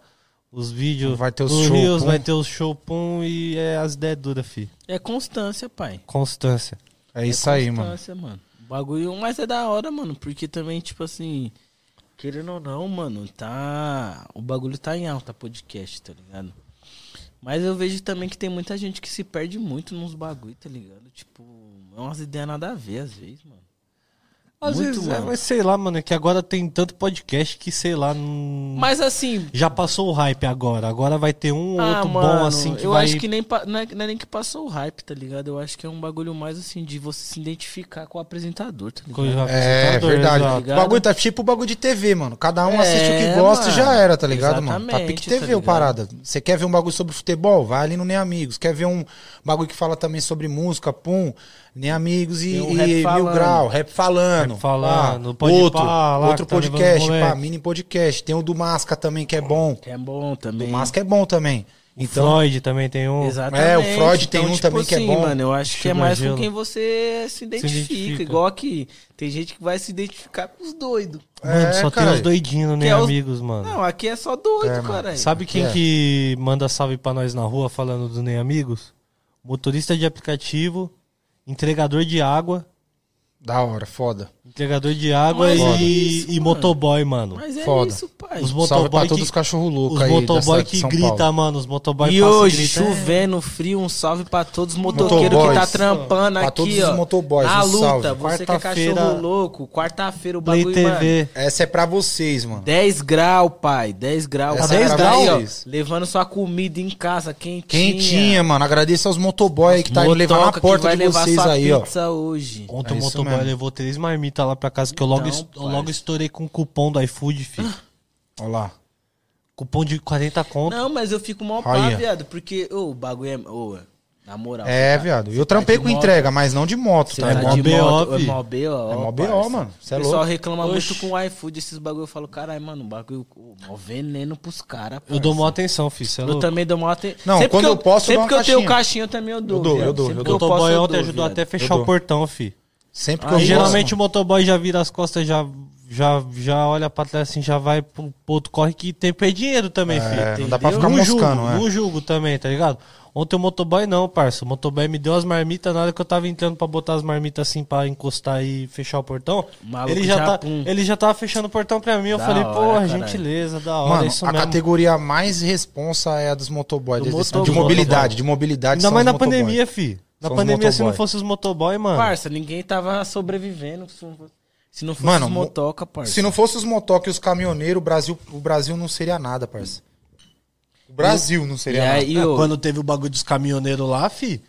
Speaker 3: os vídeos.
Speaker 1: Vai ter os
Speaker 3: no
Speaker 1: show,
Speaker 3: Reels,
Speaker 1: pum.
Speaker 3: vai ter os show, pum, e é as ideias duras, fi.
Speaker 2: É constância, pai.
Speaker 3: Constância.
Speaker 1: É isso aí, mano.
Speaker 2: Constância, mano. O bagulho, mas é da hora, mano, porque também, tipo assim, querendo ou não, mano, tá. O bagulho tá em alta, podcast, tá ligado? Mas eu vejo também que tem muita gente que se perde muito nos bagulho, tá ligado? Tipo, é umas ideias nada a ver, às vezes, mano.
Speaker 3: Às
Speaker 2: Muito,
Speaker 3: vezes, é,
Speaker 2: mano.
Speaker 3: mas sei lá, mano, é que agora tem tanto podcast que, sei lá, não...
Speaker 2: Mas assim,
Speaker 3: já passou o hype agora. Agora vai ter um ou
Speaker 2: Ah,
Speaker 3: outro bom
Speaker 2: mano,
Speaker 3: assim que
Speaker 2: eu
Speaker 3: vai
Speaker 2: acho que nem pa- não é, não é nem que passou o hype, tá ligado? Eu acho que é um bagulho mais assim de você se identificar com o apresentador, tá ligado?
Speaker 3: Coisa assim,
Speaker 1: É,
Speaker 3: apresentador,
Speaker 1: verdade.
Speaker 3: exato.
Speaker 1: O bagulho tá tipo o bagulho de TV, mano. Cada um
Speaker 2: É,
Speaker 1: assiste o que gosta e
Speaker 2: mano.
Speaker 1: já era, tá ligado, mano? Tá
Speaker 2: Exatamente,
Speaker 1: pique TV
Speaker 2: tá
Speaker 1: o parada. Você quer ver um bagulho sobre futebol? Vai ali no Nem Amigos. Quer ver um bagulho que fala também sobre música? Pum. Nem Amigos e,
Speaker 2: Tem um
Speaker 1: e
Speaker 2: rap
Speaker 1: Mil
Speaker 2: falando.
Speaker 1: Grau. Rap falando.
Speaker 3: Rap falando,
Speaker 1: Ah,
Speaker 3: pode
Speaker 1: outro.
Speaker 3: pá, lá
Speaker 1: outro
Speaker 3: que tá levando
Speaker 1: podcast,
Speaker 3: moleque.
Speaker 1: pá. Mini podcast. Tem o do Masca também, que é bom.
Speaker 2: Que é bom
Speaker 1: O
Speaker 2: também.
Speaker 1: Masca é bom também. Então,
Speaker 3: Freud também tem um.
Speaker 2: Exatamente. Então, tipo
Speaker 1: É, o Freud tem um também que é bom.
Speaker 2: mano, eu acho que é
Speaker 3: Sugar
Speaker 2: mais
Speaker 3: Gelo.
Speaker 2: com quem você se identifica,
Speaker 3: identifica.
Speaker 2: Igual aqui. Tem gente que vai se identificar com os doidos.
Speaker 3: Mano,
Speaker 1: É,
Speaker 3: só
Speaker 1: cara.
Speaker 3: tem os doidinhos, né,
Speaker 2: Que é os-
Speaker 3: amigos, mano.
Speaker 2: Não, aqui é só doido,
Speaker 1: É, mano.
Speaker 2: cara.
Speaker 3: Sabe quem
Speaker 1: É.
Speaker 3: que manda salve pra nós na rua falando do Nem Amigos? Motorista de aplicativo, entregador de água,
Speaker 1: da hora, foda.
Speaker 3: entregador de água
Speaker 2: Mas
Speaker 3: e,
Speaker 2: é isso,
Speaker 3: e
Speaker 2: mano.
Speaker 3: motoboy, mano.
Speaker 2: Mas é
Speaker 1: Foda.
Speaker 2: isso, pai.
Speaker 3: Os
Speaker 1: Salve pra
Speaker 3: motoboy
Speaker 1: todos os
Speaker 3: que,
Speaker 1: cachorro loucos
Speaker 3: os
Speaker 1: aí. da
Speaker 3: motoboy
Speaker 1: cidade de
Speaker 3: que
Speaker 1: São
Speaker 3: grita,
Speaker 1: Paulo.
Speaker 3: mano. Os motoboy
Speaker 2: E
Speaker 3: passa
Speaker 2: hoje,
Speaker 3: grita, é.
Speaker 2: chovendo, frio, um salve pra todos os motoqueiros que tá
Speaker 1: Motoboys.
Speaker 2: trampando
Speaker 1: Pra
Speaker 2: aqui,
Speaker 1: todos os
Speaker 2: ó.
Speaker 1: motoboys,
Speaker 2: na
Speaker 1: um
Speaker 2: luta,
Speaker 1: salve.
Speaker 2: você que é
Speaker 3: Quarta-feira-
Speaker 2: cachorro louco, quarta-feira o
Speaker 3: Play
Speaker 2: bagulho, mano.
Speaker 3: TV.
Speaker 1: Essa é pra vocês, mano.
Speaker 2: 10 grau, pai, 10 grau.
Speaker 1: Essa é
Speaker 3: Tá 10
Speaker 2: Aí,
Speaker 1: grau?
Speaker 2: ó, levando sua comida em casa, quentinha.
Speaker 1: Quentinha, mano. Agradeço aos motoboy aí que tá indo
Speaker 2: Motoca
Speaker 1: levar na
Speaker 2: que
Speaker 1: porta
Speaker 2: vai
Speaker 1: de
Speaker 2: levar
Speaker 1: vocês
Speaker 2: sua
Speaker 1: aí, ó.
Speaker 2: pizza hoje.
Speaker 1: É
Speaker 3: Ontem o
Speaker 1: isso
Speaker 3: motoboy
Speaker 1: mesmo.
Speaker 3: levou três marmitas lá pra casa que eu logo,
Speaker 2: Então,
Speaker 3: es- eu logo
Speaker 2: parça.
Speaker 3: estourei com o cupom do iFood, filho.
Speaker 1: Ah. Ó lá.
Speaker 3: Cupom de 40 conto.
Speaker 2: Não, mas eu fico mal pá,
Speaker 1: Olha.
Speaker 2: viado, porque ô, o bagulho é... ô, na moral.
Speaker 1: É,
Speaker 2: você tá-
Speaker 1: viado.
Speaker 2: você
Speaker 1: Eu
Speaker 2: tá
Speaker 1: trampei
Speaker 2: de
Speaker 1: com
Speaker 2: moto,
Speaker 1: entrega, mas não de moto,
Speaker 2: Você
Speaker 1: tá?
Speaker 2: tá
Speaker 1: irmão?
Speaker 2: de
Speaker 3: mó
Speaker 2: moto,
Speaker 3: BO,
Speaker 2: é
Speaker 3: fi.
Speaker 2: mó BO,
Speaker 1: É mó BO,
Speaker 2: parça.
Speaker 1: mano. Cê é
Speaker 2: O pessoal
Speaker 1: louco.
Speaker 2: reclama
Speaker 3: Oxi.
Speaker 2: muito com o iFood, esses bagulho. Eu falo, caralho, mano, o bagulho, o mó veneno pros caras,
Speaker 3: Eu dou maior atenção, filho. Cê é
Speaker 2: Eu
Speaker 3: louco.
Speaker 2: também dou uma atenção.
Speaker 1: Não, quando eu posso, eu
Speaker 2: Sempre
Speaker 1: dou
Speaker 2: que
Speaker 1: uma
Speaker 2: eu tenho
Speaker 1: caixinha.
Speaker 2: caixinha, eu também eu dou.
Speaker 1: Eu dou,
Speaker 2: viado.
Speaker 1: eu dou,
Speaker 2: Sempre
Speaker 1: eu
Speaker 2: que
Speaker 3: O
Speaker 1: dou.
Speaker 2: posso,
Speaker 3: motoboy
Speaker 2: eu
Speaker 3: ontem
Speaker 2: dou,
Speaker 3: ajudou
Speaker 2: viado.
Speaker 3: até a fechar
Speaker 1: Eu
Speaker 3: o
Speaker 1: dou.
Speaker 3: portão, fi.
Speaker 1: Sempre que
Speaker 2: Ah,
Speaker 1: eu
Speaker 3: E
Speaker 1: posso,
Speaker 3: geralmente
Speaker 1: mano.
Speaker 3: o motoboy já vira as costas, já, já, já olha pra trás assim, já vai pro, pro outro corre que tempo é dinheiro também, filho.
Speaker 1: É, não dá pra ficar
Speaker 3: não
Speaker 1: moscando,
Speaker 3: julgo,
Speaker 1: é.
Speaker 3: Não julgo também, tá ligado? Ontem o motoboy não, parça. O motoboy me deu as marmitas na hora que eu tava entrando pra botar as marmitas assim pra encostar e fechar o portão.
Speaker 2: O maluco
Speaker 3: ele, já
Speaker 2: já,
Speaker 3: tá,
Speaker 2: pum.
Speaker 3: ele já tava fechando o portão pra mim. Eu
Speaker 2: Da
Speaker 3: falei,
Speaker 2: hora,
Speaker 3: porra,
Speaker 2: caralho.
Speaker 3: gentileza, da hora,
Speaker 1: Mano,
Speaker 3: isso
Speaker 1: a
Speaker 3: mesmo.
Speaker 1: categoria mais responsa é a dos motoboy.
Speaker 2: é Do
Speaker 1: desde-
Speaker 2: motoboy.
Speaker 1: De mobilidade, de mobilidade.
Speaker 3: Ainda
Speaker 1: são
Speaker 3: mais
Speaker 1: os
Speaker 3: na
Speaker 1: motoboy.
Speaker 3: pandemia, fi. Na
Speaker 1: São os
Speaker 3: pandemia, se não
Speaker 1: motoboy.
Speaker 3: fosse os motoboy, mano.
Speaker 2: Parça, ninguém tava sobrevivendo se não fosse- se não fosse
Speaker 1: Mano,
Speaker 2: os motoca, parça.
Speaker 1: Se não fosse os motoca e os caminhoneiros, o Brasil, o Brasil não seria nada, parça. O Brasil não
Speaker 2: E
Speaker 1: seria nada.
Speaker 2: aí, ô,
Speaker 3: Quando teve o bagulho dos caminhoneiros lá, fi,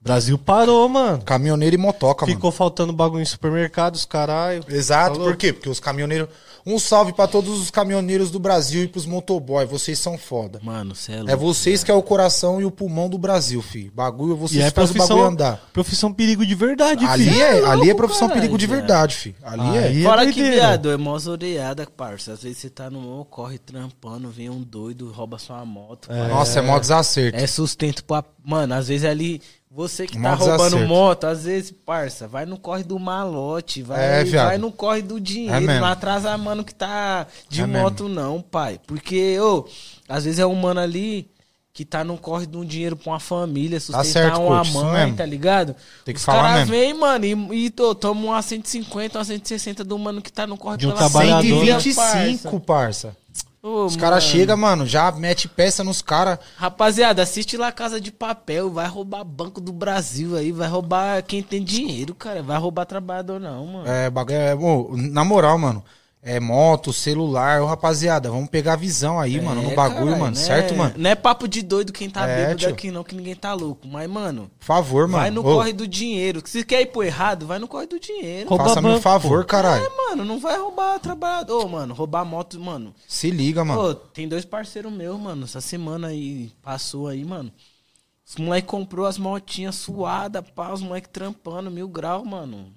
Speaker 3: Brasil parou, mano.
Speaker 1: Caminhoneiro e motoca, mano.
Speaker 3: Ficou faltando bagulho em supermercados, caralho.
Speaker 1: Exato,
Speaker 3: Falou.
Speaker 1: por quê? Porque os caminhoneiros. Um salve pra todos os caminhoneiros do Brasil e pros motoboy, vocês são foda.
Speaker 2: Mano, cê é louco.
Speaker 1: É vocês que é o coração e o pulmão do Brasil, fi. Bagulho, vocês fazem o bagulho andar.
Speaker 3: é profissão perigo de verdade,
Speaker 1: Ali
Speaker 3: filho.
Speaker 1: é, ali é
Speaker 2: louco,
Speaker 1: profissão
Speaker 2: caralho,
Speaker 1: perigo de
Speaker 2: viado.
Speaker 1: verdade, fi. Ali
Speaker 3: Aí
Speaker 1: é.
Speaker 3: é
Speaker 2: Fora que,
Speaker 3: doideira.
Speaker 2: viado, é mó zoreada, parça. Às vezes você tá no meu corre trampando, vem um doido, rouba sua moto. parça.
Speaker 1: Nossa, é mó desacerto.
Speaker 2: É sustento pra. Mano, às vezes é ali. Você que tá
Speaker 1: Mó
Speaker 2: roubando
Speaker 1: desacerto.
Speaker 2: moto, às vezes, parça, vai no corre do malote, vai,
Speaker 1: É, viado.
Speaker 2: vai no corre do
Speaker 1: É
Speaker 2: dinheiro,
Speaker 1: mesmo.
Speaker 2: não atrasa mano que tá de
Speaker 1: É
Speaker 2: moto, não, pai. Porque, ô, às vezes é um mano ali que tá num corre de um dinheiro pra uma família, sustentar
Speaker 1: Tá certo,
Speaker 2: uma
Speaker 1: coach, isso
Speaker 2: mãe,
Speaker 1: mesmo.
Speaker 2: tá ligado?
Speaker 1: Tem que
Speaker 2: Os
Speaker 1: falar mesmo.
Speaker 2: caras vêm, mano, e, e tô, toma uma 150, uma 160 do mano que tá no corre
Speaker 3: De um
Speaker 2: pela
Speaker 3: trabalhador,
Speaker 2: família,
Speaker 3: né?
Speaker 1: 125, parça.
Speaker 2: parça. Ô,
Speaker 1: Os caras
Speaker 2: mano.
Speaker 1: chegam, mano, já mete peça nos caras.
Speaker 2: Rapaziada, assiste lá Casa de Papel, vai roubar Banco do Brasil aí, vai roubar quem tem dinheiro, cara, vai roubar trabalhador não, mano.
Speaker 1: É, bagulho. é, ô, na moral, mano. É moto, celular, ô rapaziada, vamos pegar a visão aí, mano, no
Speaker 2: É,
Speaker 1: bagulho,
Speaker 2: caralho,
Speaker 1: mano,
Speaker 2: né?
Speaker 1: certo, mano?
Speaker 2: Não é papo de doido quem tá
Speaker 1: É,
Speaker 2: bêbado
Speaker 1: tio.
Speaker 2: aqui não, que ninguém tá louco. Mas, mano,
Speaker 1: Por favor, mano.
Speaker 2: vai no
Speaker 1: Ô,
Speaker 2: corre do dinheiro. Se quer ir pro errado, vai no corre do dinheiro.
Speaker 3: Rouba
Speaker 1: Faça-me um
Speaker 3: banco,
Speaker 1: favor, caralho.
Speaker 2: É, mano, não vai roubar trabalhador. Ô, mano, roubar moto, mano.
Speaker 1: Se liga, mano.
Speaker 2: Ô, tem dois parceiros meus, mano, essa semana aí, passou aí, mano. Os moleque comprou as motinhas suadas, pá, os moleque trampando, mil grau, mano.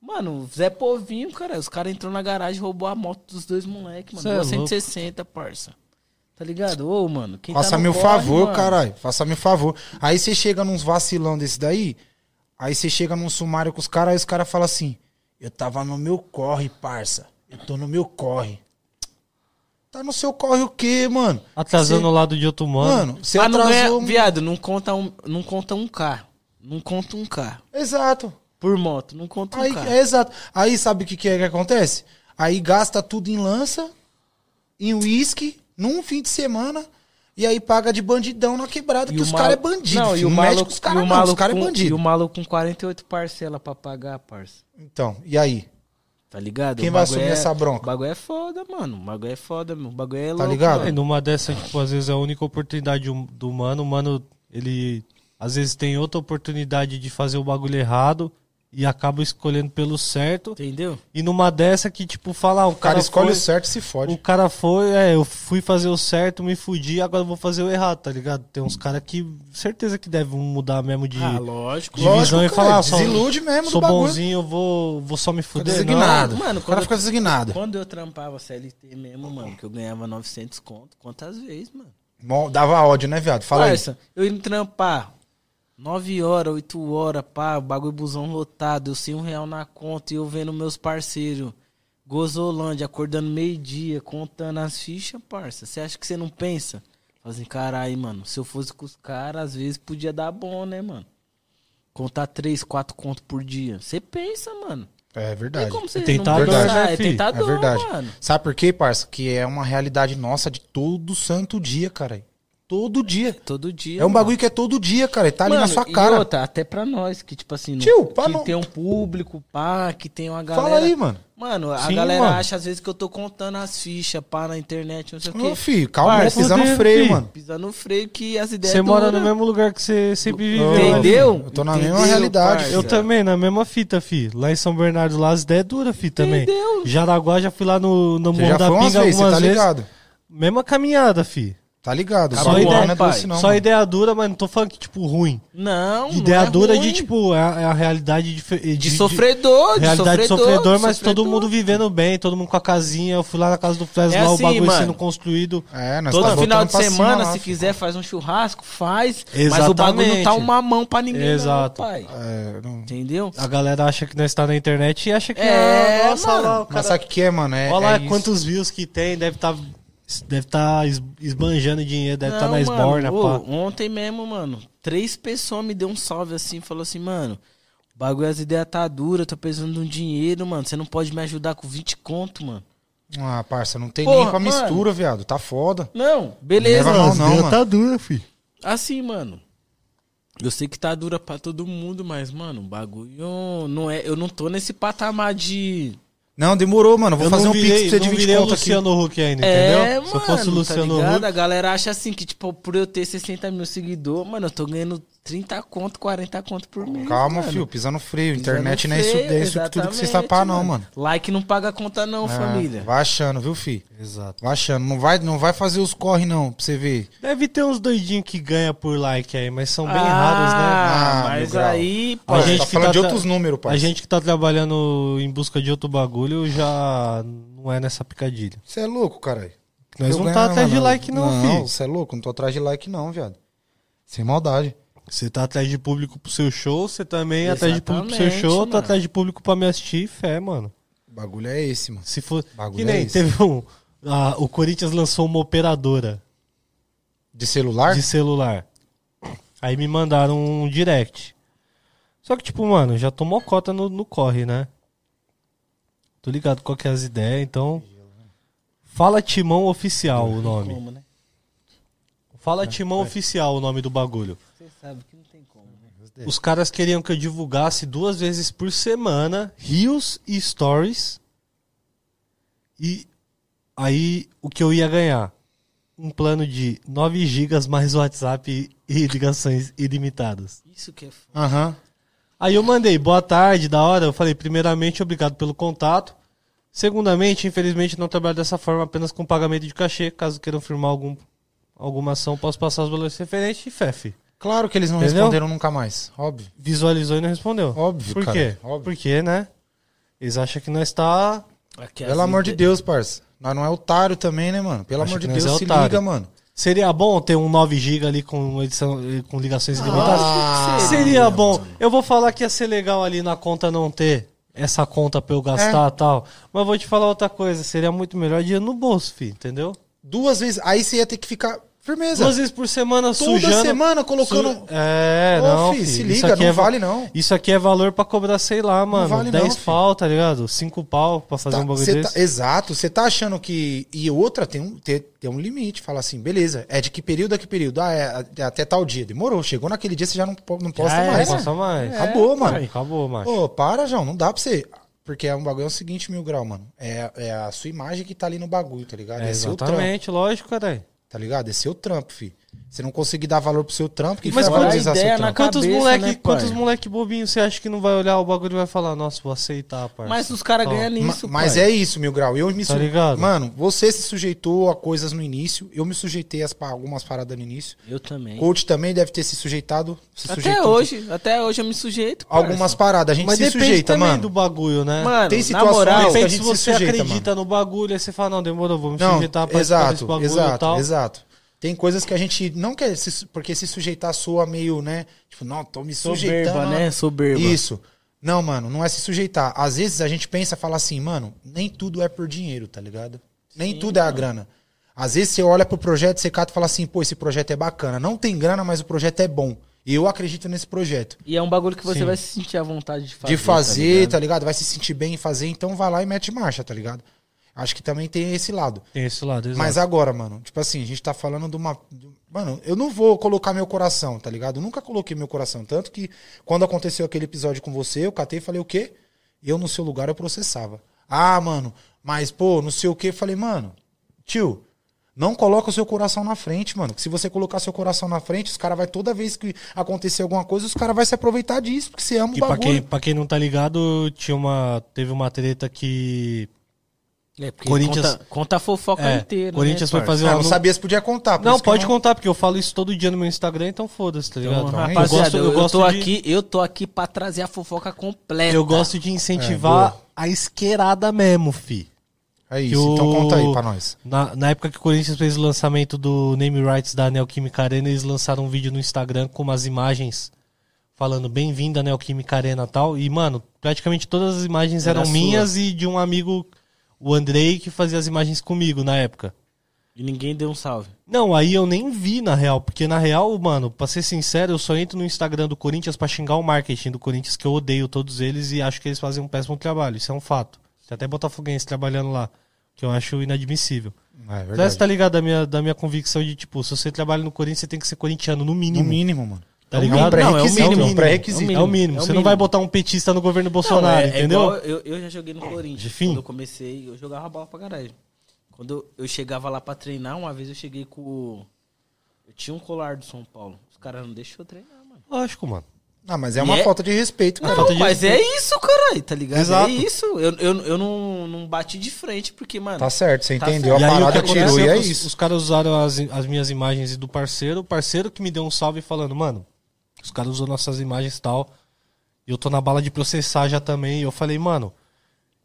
Speaker 2: Mano, Zé Povinho, cara, os caras entrou na garagem e roubou a moto dos dois moleques, mano.
Speaker 3: Cê é
Speaker 2: Duas
Speaker 3: louco.
Speaker 2: 160, parça. Tá ligado? Ô, mano, quem tá no
Speaker 1: Faça-me o
Speaker 2: corre,
Speaker 1: favor,
Speaker 2: mano?
Speaker 1: caralho. Faça-me o favor. Aí você chega num vacilão desse daí, aí você chega num sumário com os caras, aí os caras falam assim: Eu tava no meu corre, parça. Eu tô no meu corre. Tá no seu corre o quê, mano?
Speaker 3: Atrasando
Speaker 1: Cê-
Speaker 3: o lado de outro mano.
Speaker 1: Mano, você
Speaker 2: ah, não ganha,
Speaker 1: atrasou. um-
Speaker 2: viado, não conta um, não conta um K. Não conta um K
Speaker 1: Exato.
Speaker 2: por moto, não conta um
Speaker 1: Aí,
Speaker 2: K.
Speaker 1: é exato. Aí sabe o que, que é que acontece? Aí gasta tudo em lança, em uísque, num fim de semana. E aí paga de bandidão na quebrada, que os
Speaker 2: mal-
Speaker 1: caras é bandido.
Speaker 2: Não, e
Speaker 1: filho.
Speaker 2: o
Speaker 1: Não mexe
Speaker 2: maluco,
Speaker 1: com os
Speaker 2: e o
Speaker 1: caras não,
Speaker 2: maluco
Speaker 1: os caras é
Speaker 2: com- E
Speaker 1: bandido.
Speaker 2: o maluco com 48 parcelas pra pagar, parça.
Speaker 1: Então, e aí?
Speaker 2: Tá ligado?
Speaker 1: Quem
Speaker 2: O
Speaker 1: vai
Speaker 2: bagulho
Speaker 1: assumir
Speaker 2: é-
Speaker 1: essa bronca?
Speaker 2: O bagulho é foda, mano. O bagulho é foda, meu. O bagulho é
Speaker 1: Tá
Speaker 2: louco.
Speaker 1: ligado?
Speaker 3: É,
Speaker 2: mano.
Speaker 3: numa dessa, tipo, às vezes é a única oportunidade do- do mano. O mano, ele às vezes tem outra oportunidade de fazer o bagulho errado e acaba escolhendo pelo certo.
Speaker 2: Entendeu?
Speaker 3: E numa dessa que, tipo, fala, ah, o
Speaker 1: O cara,
Speaker 3: cara,
Speaker 1: escolhe
Speaker 3: foi,
Speaker 1: o certo e se fode.
Speaker 3: O cara foi, é, eu fui fazer o certo, me fudi, agora eu vou fazer o errado, tá ligado? Tem uns caras que, certeza que devem mudar mesmo de,
Speaker 2: Ah, lógico.
Speaker 3: de visão e
Speaker 1: cara,
Speaker 3: falar, ah, só,
Speaker 1: desilude mesmo
Speaker 3: sou
Speaker 1: do bagulho.
Speaker 3: bonzinho, eu vou, vou só me
Speaker 1: Fica
Speaker 3: fuder. Não,
Speaker 1: designado.
Speaker 2: Não, mano,
Speaker 1: o cara
Speaker 2: quando-
Speaker 1: fica designado.
Speaker 2: Quando eu trampava CLT mesmo, mano, que eu ganhava 900 conto, quantas vezes, mano?
Speaker 1: Bom, Dava ódio, né, viado? Fala aí.
Speaker 2: Parça, eu indo trampar 9 horas, 8 horas, pá, o bagulho busão lotado, eu sem um real na conta e eu vendo meus parceiros. Gozolândia, acordando meio-dia, contando as fichas, parça. Você acha que você não pensa? Fala assim, caralho, mano, se eu fosse com os caras, às vezes podia dar bom, né, mano? Contar 3, 4 contos por dia. Você pensa, mano.
Speaker 1: É
Speaker 2: Não tem
Speaker 1: verdade.
Speaker 2: como você
Speaker 3: É
Speaker 2: não
Speaker 3: tentador,
Speaker 2: pensar,
Speaker 3: né,
Speaker 2: É
Speaker 3: fi?
Speaker 1: É
Speaker 2: tentador,
Speaker 1: verdade.
Speaker 2: mano.
Speaker 1: Sabe por quê, parça? Que é uma realidade nossa de todo santo dia, cara. Todo dia.
Speaker 2: Todo dia.
Speaker 1: É um
Speaker 2: mano.
Speaker 1: bagulho que é todo dia, cara. Tá ali na
Speaker 2: Mano,
Speaker 1: sua
Speaker 2: e
Speaker 1: cara.
Speaker 2: outra, até pra nós, que tipo assim, não-
Speaker 1: Tio, pra
Speaker 2: que
Speaker 1: não-
Speaker 2: tem um público, pá, que tem uma galera.
Speaker 1: Fala aí, mano.
Speaker 2: Mano, a
Speaker 1: Sim,
Speaker 2: galera
Speaker 1: mano.
Speaker 2: acha às vezes que eu tô contando as fichas, pá, na internet, não sei o
Speaker 1: Ô,
Speaker 2: quê.
Speaker 1: filho, calma,
Speaker 3: Parça,
Speaker 1: pisar no
Speaker 3: fudeu,
Speaker 1: freio,
Speaker 3: fi.
Speaker 1: mano.
Speaker 2: Pisando no freio que as ideias
Speaker 3: Você mora
Speaker 2: dura.
Speaker 3: no mesmo lugar que você sempre viveu. né, filho?
Speaker 2: Entendeu?
Speaker 1: Eu tô na
Speaker 2: Entendeu,
Speaker 1: mesma realidade,
Speaker 2: parça?
Speaker 3: Eu também, na mesma fita, fi. Lá em São Bernardo, lá as ideias é dura, fi, também.
Speaker 2: Entendeu?
Speaker 3: Jaraguá, já fui lá no, no
Speaker 1: Você
Speaker 3: Morro
Speaker 1: já
Speaker 3: da
Speaker 1: foi umas
Speaker 3: Pinga
Speaker 1: vezes, você
Speaker 3: algumas
Speaker 1: tá
Speaker 3: vezes.
Speaker 1: ligado.
Speaker 3: Mesma caminhada, fi.
Speaker 1: Tá ligado.
Speaker 2: Só
Speaker 1: Só
Speaker 2: ideia,
Speaker 1: ideia, não é
Speaker 2: pai.
Speaker 1: doce, não.
Speaker 3: Só
Speaker 1: mano.
Speaker 3: ideia dura, mas não tô falando que, tipo, ruim.
Speaker 2: Não, não
Speaker 3: ideia
Speaker 2: é
Speaker 3: dura
Speaker 2: ruim.
Speaker 3: de, tipo, é a, é a realidade dife- de,
Speaker 2: De sofredor, de
Speaker 3: Realidade de
Speaker 2: sofredor,
Speaker 3: sofredor,
Speaker 2: de
Speaker 3: mas todo
Speaker 2: sofredor.
Speaker 3: mundo vivendo bem, todo mundo com a casinha. Eu fui lá na casa do Flash,
Speaker 2: É
Speaker 3: lá o
Speaker 2: assim,
Speaker 3: bagulho
Speaker 2: mano.
Speaker 3: sendo construído.
Speaker 1: É, nós tá
Speaker 2: Todo final
Speaker 1: botando
Speaker 2: de
Speaker 1: pra cima
Speaker 2: semana,
Speaker 1: lá,
Speaker 2: se
Speaker 1: filho.
Speaker 2: quiser, faz um churrasco, faz. Mas o bagulho não tá
Speaker 3: Exatamente.
Speaker 2: uma mão pra ninguém,
Speaker 3: Exato.
Speaker 2: não, pai.
Speaker 1: É, não-
Speaker 2: Entendeu?
Speaker 3: A galera acha que nós tá na internet e acha que
Speaker 2: É,
Speaker 3: ah, nossa,
Speaker 2: mano.
Speaker 3: lá, o cara
Speaker 1: Mas sabe o que é, mano? É,
Speaker 3: Olha lá
Speaker 1: é isso.
Speaker 3: quantos views que tem, deve estar deve tá es- esbanjando dinheiro, deve estar
Speaker 2: Não,
Speaker 3: na
Speaker 2: mano,
Speaker 3: esborna,
Speaker 2: ô,
Speaker 3: pá.
Speaker 2: Ontem mesmo, mano, três pessoas me deu um salve assim, falou assim, mano, o bagulho as ideias tá dura, eu tô precisando de um dinheiro, mano, você não pode me ajudar com 20 conto, mano.
Speaker 1: Ah, parça, não tem
Speaker 2: Porra,
Speaker 1: nem pra
Speaker 2: mano.
Speaker 1: mistura, viado. Tá foda.
Speaker 2: Não, beleza.
Speaker 1: Leva Não,
Speaker 6: As
Speaker 1: não,
Speaker 6: ideias
Speaker 1: mano.
Speaker 6: tá dura, fi.
Speaker 2: Assim, mano. Eu sei que tá dura pra todo mundo, mas, mano, o bagulho não é, eu não tô nesse patamar de
Speaker 1: Não, demorou, mano. Vou
Speaker 3: Eu
Speaker 1: fazer
Speaker 3: não
Speaker 1: um
Speaker 3: virei-
Speaker 1: pix pra você de
Speaker 3: não
Speaker 1: 20
Speaker 3: virei o
Speaker 1: conto aqui.
Speaker 3: Luciano Huck ainda,
Speaker 2: É,
Speaker 3: entendeu? Se eu fosse o
Speaker 2: mano, tá
Speaker 3: Luciano
Speaker 2: ligado?
Speaker 3: Huck,
Speaker 2: A galera acha assim que, tipo, por eu ter 60 mil seguidores, mano, eu tô ganhando 30 conto, 40 conto por mês.
Speaker 1: Calma,
Speaker 2: mano.
Speaker 1: filho, pisando no freio.
Speaker 2: Hum. Pisa
Speaker 1: Internet
Speaker 2: no
Speaker 1: não é isso,
Speaker 2: freio,
Speaker 1: é isso que tudo que você
Speaker 2: exatamente,
Speaker 1: sapar, não, mano.
Speaker 2: Like não paga conta, não,
Speaker 1: É,
Speaker 2: família.
Speaker 1: Vai achando, viu, filho? Exato. Vai achando. Não vai, não vai fazer os corre, não, pra você ver.
Speaker 3: deve ter uns doidinhos que ganha por like aí, mas são bem
Speaker 2: Ah,
Speaker 3: raros, né?
Speaker 1: Ah,
Speaker 2: mas
Speaker 1: meu grau.
Speaker 2: aí, pô.
Speaker 3: A
Speaker 1: Pô,
Speaker 3: gente
Speaker 1: tá
Speaker 3: que
Speaker 1: falando
Speaker 3: tá
Speaker 1: de
Speaker 3: tra-
Speaker 1: outros números,
Speaker 3: A
Speaker 1: parça.
Speaker 3: gente que tá trabalhando em busca de outro bagulho já não é nessa picadilha.
Speaker 1: Você é louco, caralho.
Speaker 3: Nós
Speaker 1: Eu
Speaker 3: não tá
Speaker 1: ganho,
Speaker 3: atrás de
Speaker 1: mano.
Speaker 3: like não,
Speaker 1: Não,
Speaker 3: filho.
Speaker 1: você é louco. Não tô atrás de like não, viado. Sem maldade.
Speaker 3: Você tá atrás de público pro seu show, você também é atrás de público pro seu
Speaker 2: Exatamente,
Speaker 3: show, tá
Speaker 2: mano.
Speaker 3: atrás de público pra me assistir, fé, mano.
Speaker 1: O bagulho é esse, mano.
Speaker 3: Se for.
Speaker 1: Bagulho
Speaker 3: Que
Speaker 1: é
Speaker 3: nem
Speaker 1: esse.
Speaker 3: teve um. a- o Corinthians lançou uma operadora
Speaker 1: De celular?
Speaker 3: de celular. Aí me mandaram um direct. Só que, tipo, mano, já tomou cota no, no corre, né? Tô ligado qual que é as ideias, então. Fala Timão Oficial o nome.
Speaker 2: Como, né?
Speaker 3: Fala
Speaker 1: É.
Speaker 3: Timão Oficial o nome do bagulho.
Speaker 2: Você sabe que não tem como, né?
Speaker 3: Os caras queriam que eu divulgasse duas vezes por semana, rios e stories. E aí o que eu ia ganhar? Um plano de 9 gigas mais WhatsApp e ligações ilimitadas.
Speaker 2: Isso que é foda.
Speaker 1: Aham.
Speaker 3: Aí eu mandei, boa tarde, da hora. Eu falei, primeiramente, obrigado pelo contato. Segundamente, infelizmente, não trabalho dessa forma, apenas com pagamento de cachê. Caso queiram firmar algum, alguma ação, posso passar os valores referentes e FEF.
Speaker 1: Claro que eles não
Speaker 3: Entendeu?
Speaker 1: responderam nunca mais. Óbvio.
Speaker 3: visualizou e não respondeu.
Speaker 1: Óbvio,
Speaker 3: Por
Speaker 1: cara,
Speaker 3: quê?
Speaker 1: óbvio.
Speaker 3: Porque, né? Eles acham que nós tá.
Speaker 2: Aqui as
Speaker 1: Pelo amor de
Speaker 2: ide-
Speaker 1: Deus, parça. Nós não é otário também, né, mano? Pelo
Speaker 3: Acho
Speaker 1: amor de
Speaker 3: que nós
Speaker 1: Deus,
Speaker 3: é
Speaker 1: se
Speaker 3: otário.
Speaker 1: liga, mano.
Speaker 3: Seria bom ter um 9GB ali com, edição, com ligações ilimitadas?
Speaker 1: Ah,
Speaker 3: Seria bom. Eu vou falar que ia ser legal ali na conta não ter essa conta pra eu
Speaker 1: É.
Speaker 3: gastar e tal. Mas vou te falar outra coisa. Seria muito melhor dinheiro no bolso, filho, entendeu?
Speaker 1: Duas vezes. Aí você ia ter que ficar. Firmeza.
Speaker 3: Duas vezes por semana
Speaker 1: é. Toda
Speaker 3: sujando.
Speaker 1: semana colocando.
Speaker 3: Su- É,
Speaker 1: Ô,
Speaker 3: não.
Speaker 1: fi,
Speaker 3: filho,
Speaker 1: se
Speaker 3: isso
Speaker 1: liga,
Speaker 3: aqui
Speaker 1: não
Speaker 3: é va-
Speaker 1: vale não.
Speaker 3: Isso aqui é valor pra cobrar, sei lá, mano.
Speaker 1: vale não,
Speaker 3: 10
Speaker 1: fi.
Speaker 3: pau, tá ligado? 5 pau pra fazer
Speaker 1: Tá,
Speaker 3: um bagulho
Speaker 1: cê
Speaker 3: desse.
Speaker 1: tá- exato, você tá achando que. E outra tem um, tem, tem um limite. Fala assim, beleza, é de que período a que período? Ah, é, é até tal dia. Demorou, chegou naquele dia, você já não, po- não posta
Speaker 3: é,
Speaker 1: mais.
Speaker 3: Não posta mais.
Speaker 1: Acabou, mano.
Speaker 3: Acabou, É, macho.
Speaker 1: Pô, para, João, não dá pra você. Porque é um bagulho é o seguinte, mil grau, mano. É, é a sua imagem que tá ali no bagulho, tá ligado?
Speaker 3: É,
Speaker 1: É, seu trampo,
Speaker 3: exatamente, lógico, caralho.
Speaker 1: tá ligado? É seu trampo, fi. Você não conseguir dar valor pro seu trampo, que
Speaker 3: Mas
Speaker 1: vai
Speaker 3: é quando-
Speaker 1: valorizar seu
Speaker 2: ideia
Speaker 1: trampo.
Speaker 2: na
Speaker 3: Quantos
Speaker 2: cabeça,
Speaker 3: moleque,
Speaker 2: né, pai?
Speaker 3: quantos moleque bobinho você acha que não vai olhar o bagulho e vai falar, nossa, vou aceitar, parça.
Speaker 2: Mas os caras
Speaker 3: Ó,
Speaker 2: ganham
Speaker 1: Ma-
Speaker 2: nisso,
Speaker 1: Mas
Speaker 2: pai.
Speaker 1: é isso, Mil Grau. Eu me
Speaker 3: Tá
Speaker 1: su-
Speaker 3: ligado?
Speaker 1: Mano, você se sujeitou a coisas no início. Eu me sujeitei a algumas paradas no início.
Speaker 2: Eu também.
Speaker 1: Coach também deve ter se sujeitado. Se
Speaker 2: Até
Speaker 1: sujeitou
Speaker 2: hoje, até hoje eu me sujeito.
Speaker 1: a Algumas paradas. A gente
Speaker 3: Mas
Speaker 1: se
Speaker 3: depende
Speaker 1: sujeita,
Speaker 3: também
Speaker 1: mano.
Speaker 3: do bagulho, né?
Speaker 2: Mano,
Speaker 1: Tem
Speaker 2: na
Speaker 1: situações
Speaker 2: moral,
Speaker 1: que a
Speaker 3: Depende
Speaker 1: gente
Speaker 3: se você
Speaker 1: se sujeita,
Speaker 3: acredita no bagulho, aí você fala, não, demorou, vou me
Speaker 1: Não,
Speaker 3: sujeitar pra participar desse
Speaker 1: exato,
Speaker 3: bagulho e
Speaker 1: exato,
Speaker 3: tal.
Speaker 1: exato. Tem coisas que a gente não quer, se su- porque se sujeitar soa meio, né? Tipo, não, tô me sujeitando.
Speaker 2: soberba,
Speaker 1: a-
Speaker 2: né? Soberba.
Speaker 1: Isso. Não, mano, não é se sujeitar. Às vezes a gente pensa, fala assim, mano, nem tudo é por dinheiro, tá ligado? Nem tudo é a grana. Às vezes você olha pro projeto, você cata e fala assim, pô, esse projeto é bacana. Não tem grana, mas o projeto é bom. E eu acredito nesse projeto.
Speaker 2: E é um bagulho que você vai se sentir à vontade de
Speaker 1: de
Speaker 2: fazer.
Speaker 1: fazer,
Speaker 2: tá
Speaker 1: tá ligado? Vai se sentir bem em fazer, então vai lá e mete marcha, tá ligado? Acho que também tem esse lado.
Speaker 3: Tem esse lado, exato.
Speaker 1: Mas agora, mano, tipo assim, a gente tá falando de uma. de- Mano, eu não vou colocar meu coração, tá ligado? Eu nunca coloquei meu coração. Tanto que quando aconteceu aquele episódio com você, eu catei e falei o quê? Eu, no seu lugar, eu processava. Ah, mano, mas, pô, não sei o quê. Falei, mano, tio, não coloca o seu coração na frente, mano. Que se você colocar seu coração na frente, os caras vai toda vez que acontecer alguma coisa, os caras vai se aproveitar disso, porque você ama o
Speaker 3: E pra
Speaker 1: é um bagulho.
Speaker 3: quem, pra quem não tá ligado, tinha uma, teve uma treta que...
Speaker 2: É, porque
Speaker 3: Corinthians-
Speaker 2: conta, conta a fofoca
Speaker 3: É,
Speaker 2: inteira. né,
Speaker 3: Corinthians foi
Speaker 2: parça?
Speaker 3: fazer
Speaker 1: Ah,
Speaker 3: uma...
Speaker 1: eu não
Speaker 3: anu-
Speaker 1: sabia se podia contar. por
Speaker 3: Não,
Speaker 1: isso que eu
Speaker 3: pode contar, porque eu falo isso todo dia no meu Instagram, então foda-se, tá ligado?
Speaker 2: Então,
Speaker 1: é
Speaker 2: rapaziada,
Speaker 3: eu gosto, eu
Speaker 2: eu,
Speaker 3: gosto
Speaker 2: tô
Speaker 3: de-
Speaker 2: aqui, eu tô aqui pra trazer a fofoca completa.
Speaker 3: Eu gosto de
Speaker 2: É,
Speaker 3: incentivar a esquerada mesmo, fi.
Speaker 1: É
Speaker 3: Que
Speaker 1: isso,
Speaker 3: o-
Speaker 1: então conta aí pra nós.
Speaker 3: Na, na época que o Corinthians fez o lançamento do Name Rights da Neoquímica Arena, eles lançaram um vídeo no Instagram com umas imagens falando bem-vindo à Neoquímica Arena e tal. E, mano, praticamente todas as imagens
Speaker 2: Era
Speaker 3: eram
Speaker 2: sua.
Speaker 3: minhas e de um amigo, o Andrei, que fazia as imagens comigo na época.
Speaker 2: E ninguém deu um salve.
Speaker 3: Não, aí eu nem vi na real, porque na real, mano, pra ser sincero, eu só entro no Instagram do Corinthians pra xingar o marketing do Corinthians, que eu odeio todos eles e acho que eles fazem um péssimo trabalho. Isso é um fato. Tem até botafoguense trabalhando lá, que eu acho inadmissível.
Speaker 1: É
Speaker 3: Mas
Speaker 1: verdade.
Speaker 3: você tá ligado da minha, da minha convicção de, tipo, se você trabalha no Corinthians, você tem que ser corintiano, no
Speaker 1: No
Speaker 3: mínimo.
Speaker 1: mínimo, mano.
Speaker 3: Tá
Speaker 1: É um
Speaker 3: ligado?
Speaker 1: pré-requisito,
Speaker 3: Não,
Speaker 1: é um
Speaker 3: É o
Speaker 1: pré-requisito.
Speaker 3: mínimo. É o mínimo.
Speaker 2: É o
Speaker 3: Você não vai
Speaker 2: mínimo.
Speaker 3: botar um petista no governo Bolsonaro,
Speaker 2: Não, é- é
Speaker 3: entendeu?
Speaker 2: igual eu, eu já joguei no
Speaker 1: É,
Speaker 2: Corinthians.
Speaker 3: De fim?
Speaker 2: Quando eu comecei, eu jogava bola pra caralho. Quando eu, eu chegava lá pra treinar, uma vez eu cheguei com. o- Eu tinha um colar do São Paulo. Os caras não deixou eu treinar, mano.
Speaker 3: Lógico, mano.
Speaker 1: Ah, mas é uma
Speaker 2: E é-
Speaker 1: falta de respeito, cara.
Speaker 2: Não,
Speaker 3: falta de
Speaker 2: mas é isso, caralho, tá ligado?
Speaker 3: Exato.
Speaker 2: É isso. Eu, eu, eu não, não bati de frente, porque, mano.
Speaker 1: Tá certo, você
Speaker 2: Tá
Speaker 1: entendeu
Speaker 2: certo.
Speaker 1: a
Speaker 3: o
Speaker 1: parada,
Speaker 3: que
Speaker 1: tirou, e
Speaker 3: aconteceu
Speaker 1: é
Speaker 3: é que os-
Speaker 1: isso.
Speaker 3: Os caras usaram as, as minhas imagens e do parceiro, o parceiro que me deu um salve falando, mano, os caras usam nossas imagens e tal. E eu tô na bala de processar já também. E eu falei, mano,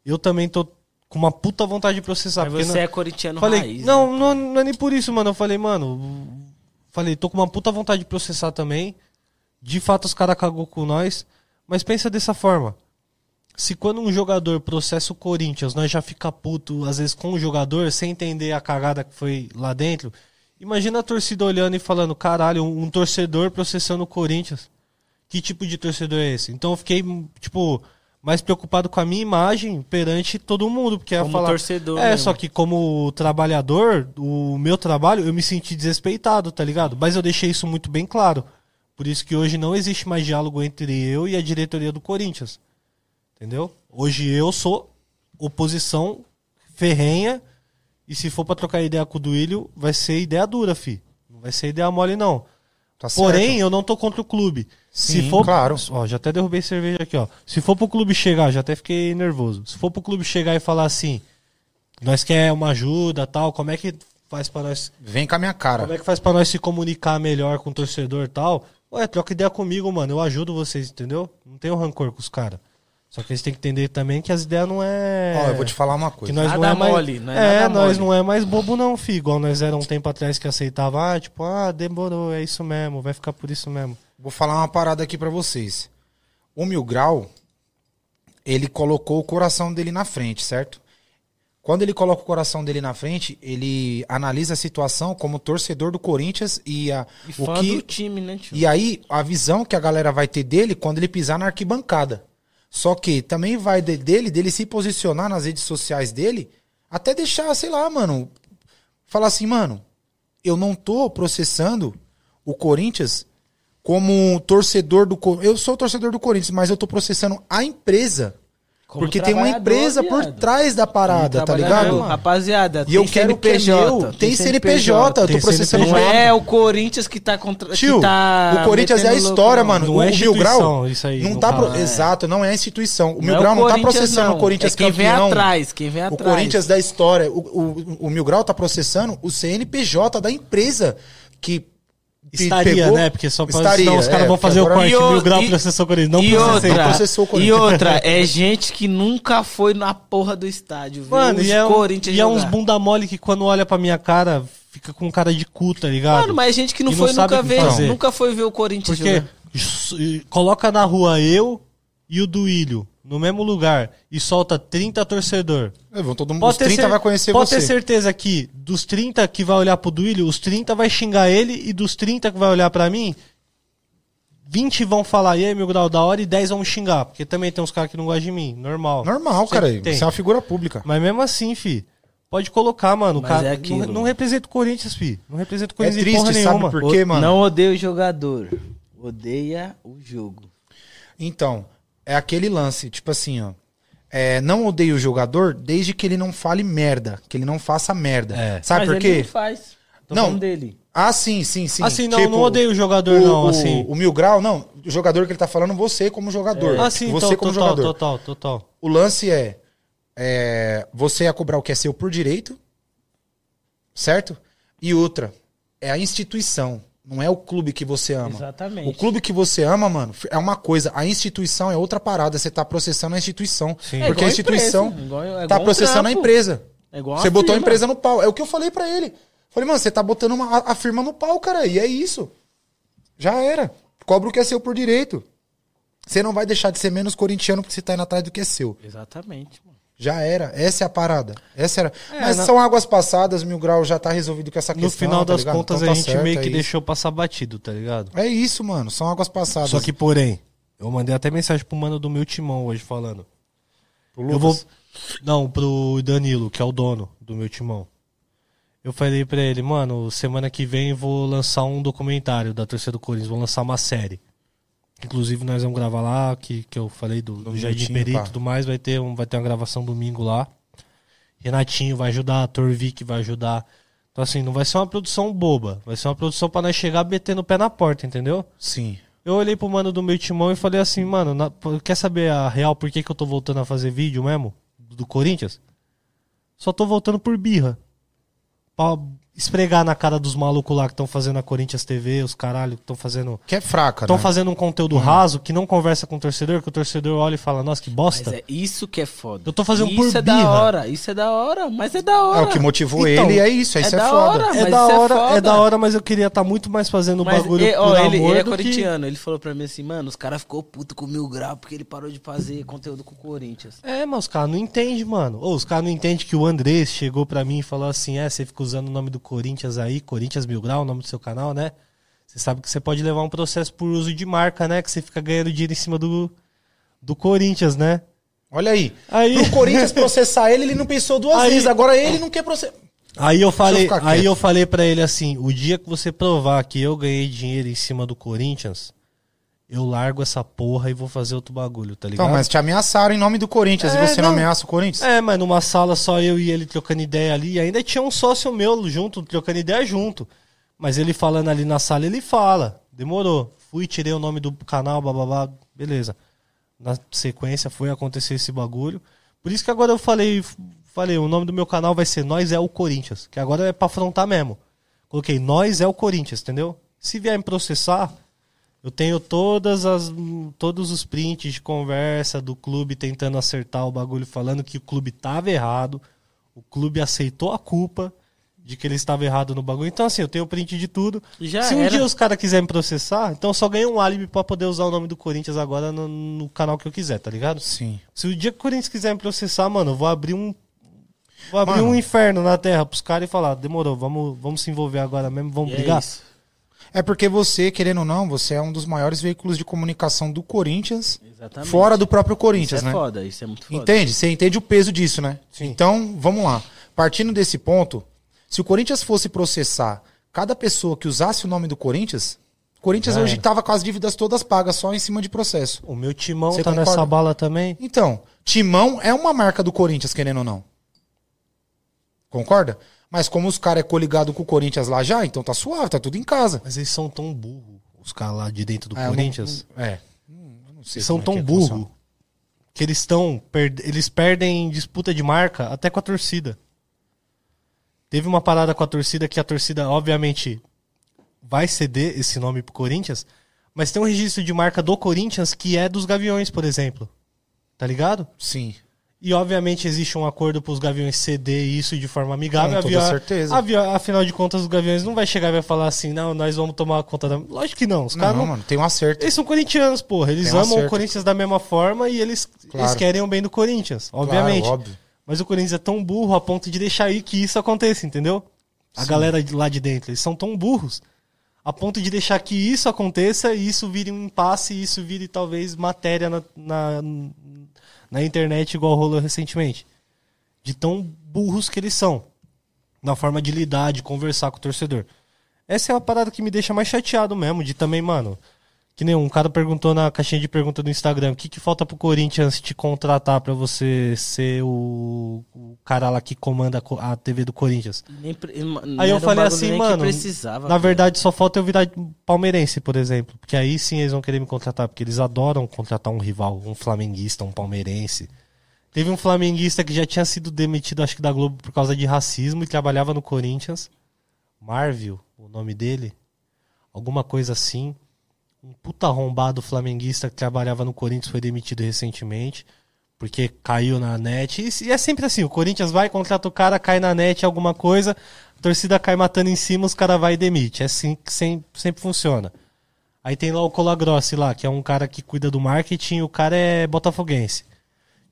Speaker 3: eu também tô com uma puta vontade de processar.
Speaker 2: mas
Speaker 3: porque
Speaker 2: você
Speaker 3: não-
Speaker 2: é corintiano
Speaker 3: falei,
Speaker 2: raiz. né?
Speaker 3: não, não, não é nem por isso, mano. Eu falei, mano, falei, tô com uma puta vontade de processar também. De fato, os caras cagou com nós. Mas pensa dessa forma. Se quando um jogador processa o Corinthians, nós já fica puto, às vezes, com o jogador, sem entender a cagada que foi lá dentro. Imagina a torcida olhando e falando, caralho, um, um torcedor processando o Corinthians. Que tipo de torcedor é esse? Então eu fiquei, m- tipo, mais preocupado com a minha imagem perante todo mundo, porque ia
Speaker 2: Como
Speaker 3: falar.
Speaker 2: torcedor
Speaker 3: É,
Speaker 2: mesmo.
Speaker 3: só que como trabalhador, o meu trabalho, eu me senti desrespeitado, tá ligado? Mas eu deixei isso muito bem claro. Por isso que hoje não existe mais diálogo entre eu e a diretoria do Corinthians. Entendeu? Hoje eu sou oposição ferrenha. E se for pra trocar ideia com o Duílio, vai ser ideia dura, fi. Não vai ser ideia mole, não.
Speaker 7: Tá certo.
Speaker 3: Porém, eu não tô contra o clube.
Speaker 7: Sim,
Speaker 3: se for,
Speaker 7: claro.
Speaker 3: Ó, já até derrubei cerveja aqui, ó. Se for pro clube chegar, já até fiquei nervoso. Se for pro clube chegar e falar assim, nós quer uma ajuda, tal, como é que faz pra nós
Speaker 1: Vem com a minha cara.
Speaker 3: como é que faz pra nós se comunicar melhor com o torcedor e tal? Ué, troca ideia comigo, mano. Eu ajudo vocês, entendeu? Não tenho rancor com os caras. Só que eles têm que entender também que as ideias não é.
Speaker 1: Ó, eu vou te falar uma
Speaker 3: que
Speaker 1: coisa.
Speaker 3: nós não
Speaker 2: Nada
Speaker 3: é mais...
Speaker 2: mole, não é
Speaker 3: é,
Speaker 2: nada
Speaker 3: nós
Speaker 2: mole.
Speaker 3: não é mais bobo, não, fi. Igual nós era um tempo atrás que aceitava, ah, tipo, ah, demorou, é isso mesmo, vai ficar por isso mesmo.
Speaker 1: Vou falar uma parada aqui pra vocês. O Mil Grau, ele colocou o coração dele na frente, certo? Quando ele coloca o coração dele na frente, ele analisa a situação como torcedor do Corinthians e, a,
Speaker 2: E
Speaker 1: o
Speaker 2: fã
Speaker 1: que
Speaker 2: do time, né, tio?
Speaker 1: E é aí, a visão que a galera vai ter dele quando ele pisar na arquibancada. Só que também vai de- dele, dele se posicionar nas redes sociais dele, até deixar, sei lá, mano, falar assim, mano, eu não tô processando o Corinthians como um torcedor do Cor- eu sou torcedor do Corinthians, mas eu tô processando a empresa,
Speaker 2: Como
Speaker 1: porque tem uma
Speaker 2: trabalhador,
Speaker 1: empresa por
Speaker 2: viado.
Speaker 1: trás da parada, tá ligado?
Speaker 2: Trabalhador, Rapaziada,
Speaker 1: E eu quero o que é meu, tem CNPJ, eu tô
Speaker 3: tem
Speaker 1: processando
Speaker 2: Não
Speaker 1: o
Speaker 2: é o Corinthians que tá contra.
Speaker 1: Tio,
Speaker 2: que tá
Speaker 1: o Corinthians é a
Speaker 2: metendo
Speaker 1: história,
Speaker 2: louco,
Speaker 1: mano.
Speaker 3: Não
Speaker 1: o
Speaker 3: é
Speaker 1: Mil Grau
Speaker 3: instituição, isso aí,
Speaker 1: não
Speaker 3: no
Speaker 1: tá
Speaker 3: caso.
Speaker 1: pro- exato, não é a instituição. O Mil
Speaker 2: é
Speaker 1: Grau não tá
Speaker 2: Corinthians,
Speaker 1: processando
Speaker 2: não.
Speaker 1: o Corinthians
Speaker 2: é quem
Speaker 1: campeão.
Speaker 2: vem atrás, quem vem
Speaker 1: O
Speaker 2: atrás.
Speaker 1: Corinthians da história, o, o, o Mil Grau tá processando o CNPJ da empresa que pe-
Speaker 3: Estaria, né? Porque só pra...
Speaker 1: Estaria,
Speaker 3: senão os caras
Speaker 1: é,
Speaker 3: vão
Speaker 1: porque
Speaker 3: fazer o
Speaker 1: agora-
Speaker 3: corte.
Speaker 2: E o-
Speaker 3: Mil grau
Speaker 2: e-
Speaker 3: processou o Corinthians. Não
Speaker 2: e
Speaker 3: processei.
Speaker 2: outra,
Speaker 1: processou o
Speaker 2: e
Speaker 1: Corinthians.
Speaker 2: outra, é gente que nunca foi na porra do estádio, viu?
Speaker 3: Mano,
Speaker 2: Os
Speaker 3: e é, um-
Speaker 2: Corinthians
Speaker 3: e é uns
Speaker 2: jogar.
Speaker 3: bunda mole que quando olha pra minha cara, fica com cara de cu, tá ligado?
Speaker 2: Mano, mas é gente que não
Speaker 3: E não
Speaker 2: foi
Speaker 3: sabe
Speaker 2: nunca
Speaker 3: o que
Speaker 2: ver,
Speaker 3: fazer.
Speaker 2: nunca foi ver o Corinthians
Speaker 3: Porque
Speaker 2: jogar.
Speaker 3: s- e coloca na rua eu e o Duílio no mesmo lugar e solta 30 torcedor.
Speaker 1: É, vão todo mundo,
Speaker 3: Pode
Speaker 1: os 30
Speaker 3: cer-
Speaker 1: vai conhecer
Speaker 3: pode
Speaker 1: você.
Speaker 3: ter certeza que dos 30 que vai olhar pro Duílio, os 30 vai xingar ele e dos 30 que vai olhar pra mim, 20 vão falar, e aí, meu grau da hora, e 10 vão me xingar. Porque também tem uns caras que não gostam de mim, normal.
Speaker 1: Normal,
Speaker 3: Sempre
Speaker 1: cara.
Speaker 3: tem.
Speaker 1: Você é uma figura pública.
Speaker 3: Mas mesmo assim, fi, pode colocar, mano. O
Speaker 2: Mas
Speaker 3: cara
Speaker 2: é
Speaker 3: não,
Speaker 2: aquilo.
Speaker 3: não representa o Corinthians, fi. Não representa
Speaker 1: É
Speaker 3: o Corinthians em porra
Speaker 1: triste,
Speaker 3: nenhuma.
Speaker 1: sabe por quê, mano?
Speaker 2: Não odeia o jogador, odeia o jogo.
Speaker 1: Então, é aquele lance, tipo assim, ó. É, não odeio o jogador desde que ele não fale merda, que ele não faça merda.
Speaker 3: É.
Speaker 1: Sabe
Speaker 2: Mas
Speaker 1: por
Speaker 2: Ele
Speaker 1: quê?
Speaker 2: não faz. Tô
Speaker 1: Não.
Speaker 2: falando dele.
Speaker 1: Ah, sim, sim, sim.
Speaker 3: Assim, não,
Speaker 1: Tipo,
Speaker 3: não odeio o jogador,
Speaker 1: o,
Speaker 3: não,
Speaker 1: o-
Speaker 3: assim.
Speaker 1: o Mil Grau, não. O jogador que ele tá falando, você como
Speaker 2: É.
Speaker 1: jogador.
Speaker 2: Ah,
Speaker 3: assim,
Speaker 1: você
Speaker 3: to-
Speaker 1: como
Speaker 3: total,
Speaker 1: jogador.
Speaker 3: total, total.
Speaker 1: O lance é, é, Você ia cobrar o que é seu por direito. Certo? E outra. É a instituição. Não é o clube que você ama.
Speaker 2: Exatamente.
Speaker 1: O clube que você ama, mano, é uma coisa. A instituição é outra parada. Você tá processando a instituição.
Speaker 2: É
Speaker 1: Porque
Speaker 2: igual
Speaker 1: a instituição
Speaker 2: empresa, igual- é igual
Speaker 1: tá
Speaker 2: um
Speaker 1: processando a
Speaker 2: trampo.
Speaker 1: empresa.
Speaker 2: É igual uma
Speaker 1: Você botou a
Speaker 2: firma.
Speaker 1: empresa no pau. É o que eu falei pra ele. Falei, mano, você tá botando uma, a- a firma no pau, cara. E é isso. Já era. Cobra o que é seu por direito. Você não vai deixar de ser menos corintiano porque você tá indo atrás do que é seu.
Speaker 2: Exatamente, mano.
Speaker 1: Já era. Essa é a parada. Essa era. Mas são águas passadas, mil graus já tá resolvido com essa
Speaker 3: É, No
Speaker 1: questão.
Speaker 3: final
Speaker 1: tá
Speaker 3: das
Speaker 1: ligado?
Speaker 3: contas,
Speaker 1: Então tá
Speaker 3: a gente
Speaker 1: certo,
Speaker 3: meio
Speaker 1: é
Speaker 3: que
Speaker 1: isso.
Speaker 3: deixou passar batido, tá ligado?
Speaker 1: É isso, mano. São águas passadas.
Speaker 3: Só que, porém, eu mandei até mensagem pro mano do meu timão hoje falando.
Speaker 1: Pro
Speaker 3: Eu vou.
Speaker 1: Lucas.
Speaker 3: Não, pro Danilo, que é o dono do meu timão. Eu falei pra ele, mano, semana que vem eu vou lançar um documentário da torcida do Corinthians, vou lançar uma série. Inclusive nós vamos gravar lá, que, que eu falei do, do Jardim
Speaker 1: Minutinho,
Speaker 3: Peri e
Speaker 1: pá.
Speaker 3: tudo mais, vai ter, um, vai ter uma gravação domingo lá. Renatinho vai ajudar, Torvik vai ajudar. Então assim, não vai ser uma produção boba, vai ser uma produção pra nós chegar metendo o pé na porta, entendeu?
Speaker 1: Sim.
Speaker 3: Eu olhei pro mano do meu timão e falei assim, mano, na- pô, quer saber a real por que, que eu tô voltando a fazer vídeo mesmo? Do Corinthians? Só tô voltando por birra. Pra esfregar na cara dos malucos lá que estão fazendo a Corinthians TV, os caralho, que estão fazendo.
Speaker 1: Que é fraca,
Speaker 3: Estão
Speaker 1: né?
Speaker 3: fazendo um conteúdo raso que não conversa com o torcedor, que o torcedor olha e fala, nossa, que
Speaker 2: Mas
Speaker 3: bosta.
Speaker 2: é isso que é foda.
Speaker 3: Eu tô fazendo
Speaker 2: isso
Speaker 3: por
Speaker 2: é
Speaker 3: birra.
Speaker 2: da hora, isso é da hora, mas é da hora.
Speaker 1: É o que motivou
Speaker 3: Então,
Speaker 1: ele, é isso. Isso é,
Speaker 2: da
Speaker 1: foda.
Speaker 2: hora,
Speaker 3: É
Speaker 2: mas
Speaker 3: da
Speaker 2: isso
Speaker 3: hora, é,
Speaker 2: foda.
Speaker 3: da hora, mas eu queria estar muito mais fazendo o
Speaker 2: Mas,
Speaker 3: bagulho
Speaker 2: é,
Speaker 3: por
Speaker 2: ó, ele,
Speaker 3: amor
Speaker 2: ele é
Speaker 3: do que-
Speaker 2: corintiano, ele falou pra mim assim, mano, os caras ficou puto com o Mil Grau porque ele parou de fazer conteúdo com o Corinthians.
Speaker 3: É, mas os caras não entendem, mano. Ou os caras não entendem que o Andrés chegou pra mim e falou assim: é, você fica usando o nome do Corinthians aí, Corinthians Mil Grau, o nome do seu canal, né? Você sabe que você pode levar um processo por uso de marca, né? Que você fica ganhando dinheiro em cima do, do Corinthians, né?
Speaker 1: Olha aí.
Speaker 3: Aí-
Speaker 1: Pro Corinthians processar ele, ele não pensou duas
Speaker 3: Aí-
Speaker 1: vezes. Agora ele não quer processar.
Speaker 3: Aí eu falei,
Speaker 1: ficar
Speaker 3: aí
Speaker 1: quieto.
Speaker 3: eu falei para ele assim: "O dia que você provar que eu ganhei dinheiro em cima do Corinthians, eu largo essa porra e vou fazer outro bagulho, tá ligado?"
Speaker 1: Então, mas te ameaçaram em nome do Corinthians.
Speaker 3: É,
Speaker 1: e você não,
Speaker 3: não.
Speaker 1: ameaça o Corinthians?
Speaker 3: É, mas numa sala só eu e ele trocando ideia ali, e ainda tinha um sócio meu junto, trocando ideia junto. Mas ele falando ali na sala, ele fala. Demorou. Fui, tirei o nome do canal, bababá, beleza. Na sequência foi acontecer esse bagulho. Por isso que agora eu falei, falei, o nome do meu canal vai ser Nós é o Corinthians, que agora é pra afrontar mesmo. Coloquei Nós é o Corinthians, entendeu? Se vier me processar, eu tenho todas as todos os prints de conversa do clube tentando acertar o bagulho, falando que o clube tava errado, o clube aceitou a culpa de que ele estava errado no bagulho. Então assim, eu tenho print de tudo.
Speaker 2: Já
Speaker 3: Se um
Speaker 2: era.
Speaker 3: dia os caras quiserem me processar, então eu só ganho um álibi pra poder usar o nome do Corinthians agora no, no canal que eu quiser, tá ligado?
Speaker 1: Sim.
Speaker 3: Se o dia que o Corinthians quiser me processar, mano, eu vou abrir um vou abrir
Speaker 1: Mano.
Speaker 3: um inferno na terra pros caras e falar, demorou, vamos vamos se envolver agora mesmo, vamos
Speaker 2: E é
Speaker 3: brigar.
Speaker 2: isso.
Speaker 1: É porque você, querendo ou não, você é um dos maiores veículos de comunicação do Corinthians,
Speaker 2: Exatamente.
Speaker 1: fora do próprio
Speaker 2: isso
Speaker 1: Corinthians,
Speaker 2: é
Speaker 1: né?
Speaker 2: foda, isso é muito foda.
Speaker 1: Entende? Você entende o peso disso, né? Então, vamos lá. Partindo desse ponto, se o Corinthians fosse processar cada pessoa que usasse o nome do Corinthians, o Corinthians
Speaker 3: Já
Speaker 1: hoje
Speaker 3: era.
Speaker 1: estava com as dívidas todas pagas só em cima de processo.
Speaker 3: O meu timão
Speaker 1: Você
Speaker 3: tá
Speaker 1: concorda?
Speaker 3: nessa bala também.
Speaker 1: Então, Timão é uma marca do Corinthians, querendo ou não. Concorda? Mas como os caras é coligado com o Corinthians lá já, então tá suave, tá tudo em casa.
Speaker 3: Mas eles são tão burro, os caras lá de dentro do
Speaker 1: Ah, eu não-
Speaker 3: Corinthians.
Speaker 1: É. Hum, eu não sei
Speaker 3: Eles são
Speaker 1: como é
Speaker 3: tão
Speaker 1: que
Speaker 3: burro
Speaker 1: funciona.
Speaker 3: que eles estão per- eles perdem disputa de marca até com a torcida. Teve uma parada com a torcida que a torcida obviamente vai ceder esse nome pro Corinthians, mas tem um registro de marca do Corinthians que é dos Gaviões, por exemplo. Tá ligado?
Speaker 1: Sim.
Speaker 3: E obviamente existe um acordo para os Gaviões ceder isso de forma amigável.
Speaker 1: Com toda
Speaker 3: Avia-
Speaker 1: certeza.
Speaker 3: avia- afinal de contas, os Gaviões não vai chegar e vai falar assim, não, nós vamos tomar conta da. Lógico que não. Os
Speaker 1: Não,
Speaker 3: caras não-
Speaker 1: mano, tem um acerto.
Speaker 3: Eles são corintianos, porra. Eles
Speaker 1: Tem um
Speaker 3: amam o
Speaker 1: acerto.
Speaker 3: Corinthians da mesma forma e eles,
Speaker 1: Claro.
Speaker 3: eles querem o bem do Corinthians, obviamente.
Speaker 1: Claro, óbvio.
Speaker 3: Mas o Corinthians é tão burro a ponto de deixar aí que isso aconteça, entendeu? A galera de lá de dentro, eles são tão burros a ponto de deixar que isso aconteça e isso vire um impasse e isso vire talvez matéria na, na, na internet igual rolou recentemente. De tão burros que eles são na forma de lidar, de conversar com o torcedor. Essa é uma parada que me deixa mais chateado mesmo, de também, mano. Que nem um cara perguntou na caixinha de pergunta do Instagram, o que, que falta pro Corinthians te contratar pra você ser o, o cara lá que comanda a co- a TV do Corinthians?
Speaker 2: Nem pre- ma- não
Speaker 3: Aí
Speaker 2: era
Speaker 3: eu
Speaker 2: um
Speaker 3: falei
Speaker 2: bagulho
Speaker 3: assim,
Speaker 2: nem que
Speaker 3: mano,
Speaker 2: precisava,
Speaker 3: na
Speaker 2: pô.
Speaker 3: verdade só falta eu virar palmeirense, por exemplo, porque aí sim eles vão querer me contratar, porque eles adoram contratar um rival, um flamenguista, um palmeirense. Teve um flamenguista que já tinha sido demitido, acho que da Globo, por causa de racismo e trabalhava no Corinthians. Marvel, o nome dele. Alguma coisa assim. Um puta arrombado flamenguista que trabalhava no Corinthians foi demitido recentemente. Porque caiu na net. E se- E é sempre assim: o Corinthians vai, contrata o cara, cai na net alguma coisa, a torcida cai matando em cima, os caras vai e demite. É assim que sempre, sempre funciona. Aí tem lá o Colagrossi lá, que é um cara que cuida do marketing, o cara é botafoguense.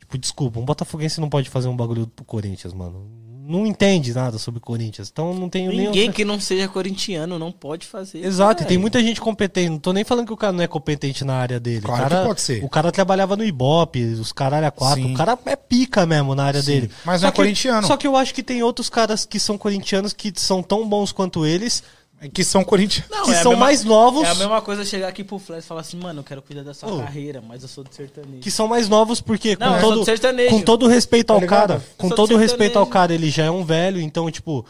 Speaker 3: Tipo, desculpa, um botafoguense não pode fazer um bagulho pro Corinthians, mano. Não entende nada sobre Corinthians, então não tenho nenhum...
Speaker 2: Ninguém que não seja corintiano não pode fazer. isso, É.
Speaker 3: Exato, e tem
Speaker 1: É.
Speaker 2: velho.
Speaker 3: muita gente competente. Não tô nem falando que o cara não é competente na área dele.
Speaker 1: Claro
Speaker 3: o cara,
Speaker 1: que pode ser.
Speaker 3: O cara trabalhava no Ibope, os caralho a quatro.
Speaker 1: Sim.
Speaker 3: O cara é pica mesmo na área dele.
Speaker 1: mas não é
Speaker 3: que-
Speaker 1: corintiano.
Speaker 3: Só que eu acho que tem outros caras que são corintianos que são tão bons quanto eles,
Speaker 1: É Que são Corinthians.
Speaker 2: Não,
Speaker 3: que
Speaker 2: é a
Speaker 3: são
Speaker 2: mesma-
Speaker 3: mais novos.
Speaker 2: É a mesma coisa eu chegar aqui pro Flash e falar assim, mano, eu quero cuidar da sua
Speaker 3: Ô.
Speaker 2: carreira, mas eu sou do sertanejo.
Speaker 3: Que são mais novos porque
Speaker 2: Não,
Speaker 3: com,
Speaker 2: eu sou do
Speaker 3: todo,
Speaker 2: sertanejo.
Speaker 3: com todo respeito ao
Speaker 1: Tá ligado?
Speaker 3: cara, com
Speaker 2: sou do
Speaker 3: todo respeito ao
Speaker 2: sertanejo.
Speaker 3: cara, ele já é um velho, então tipo,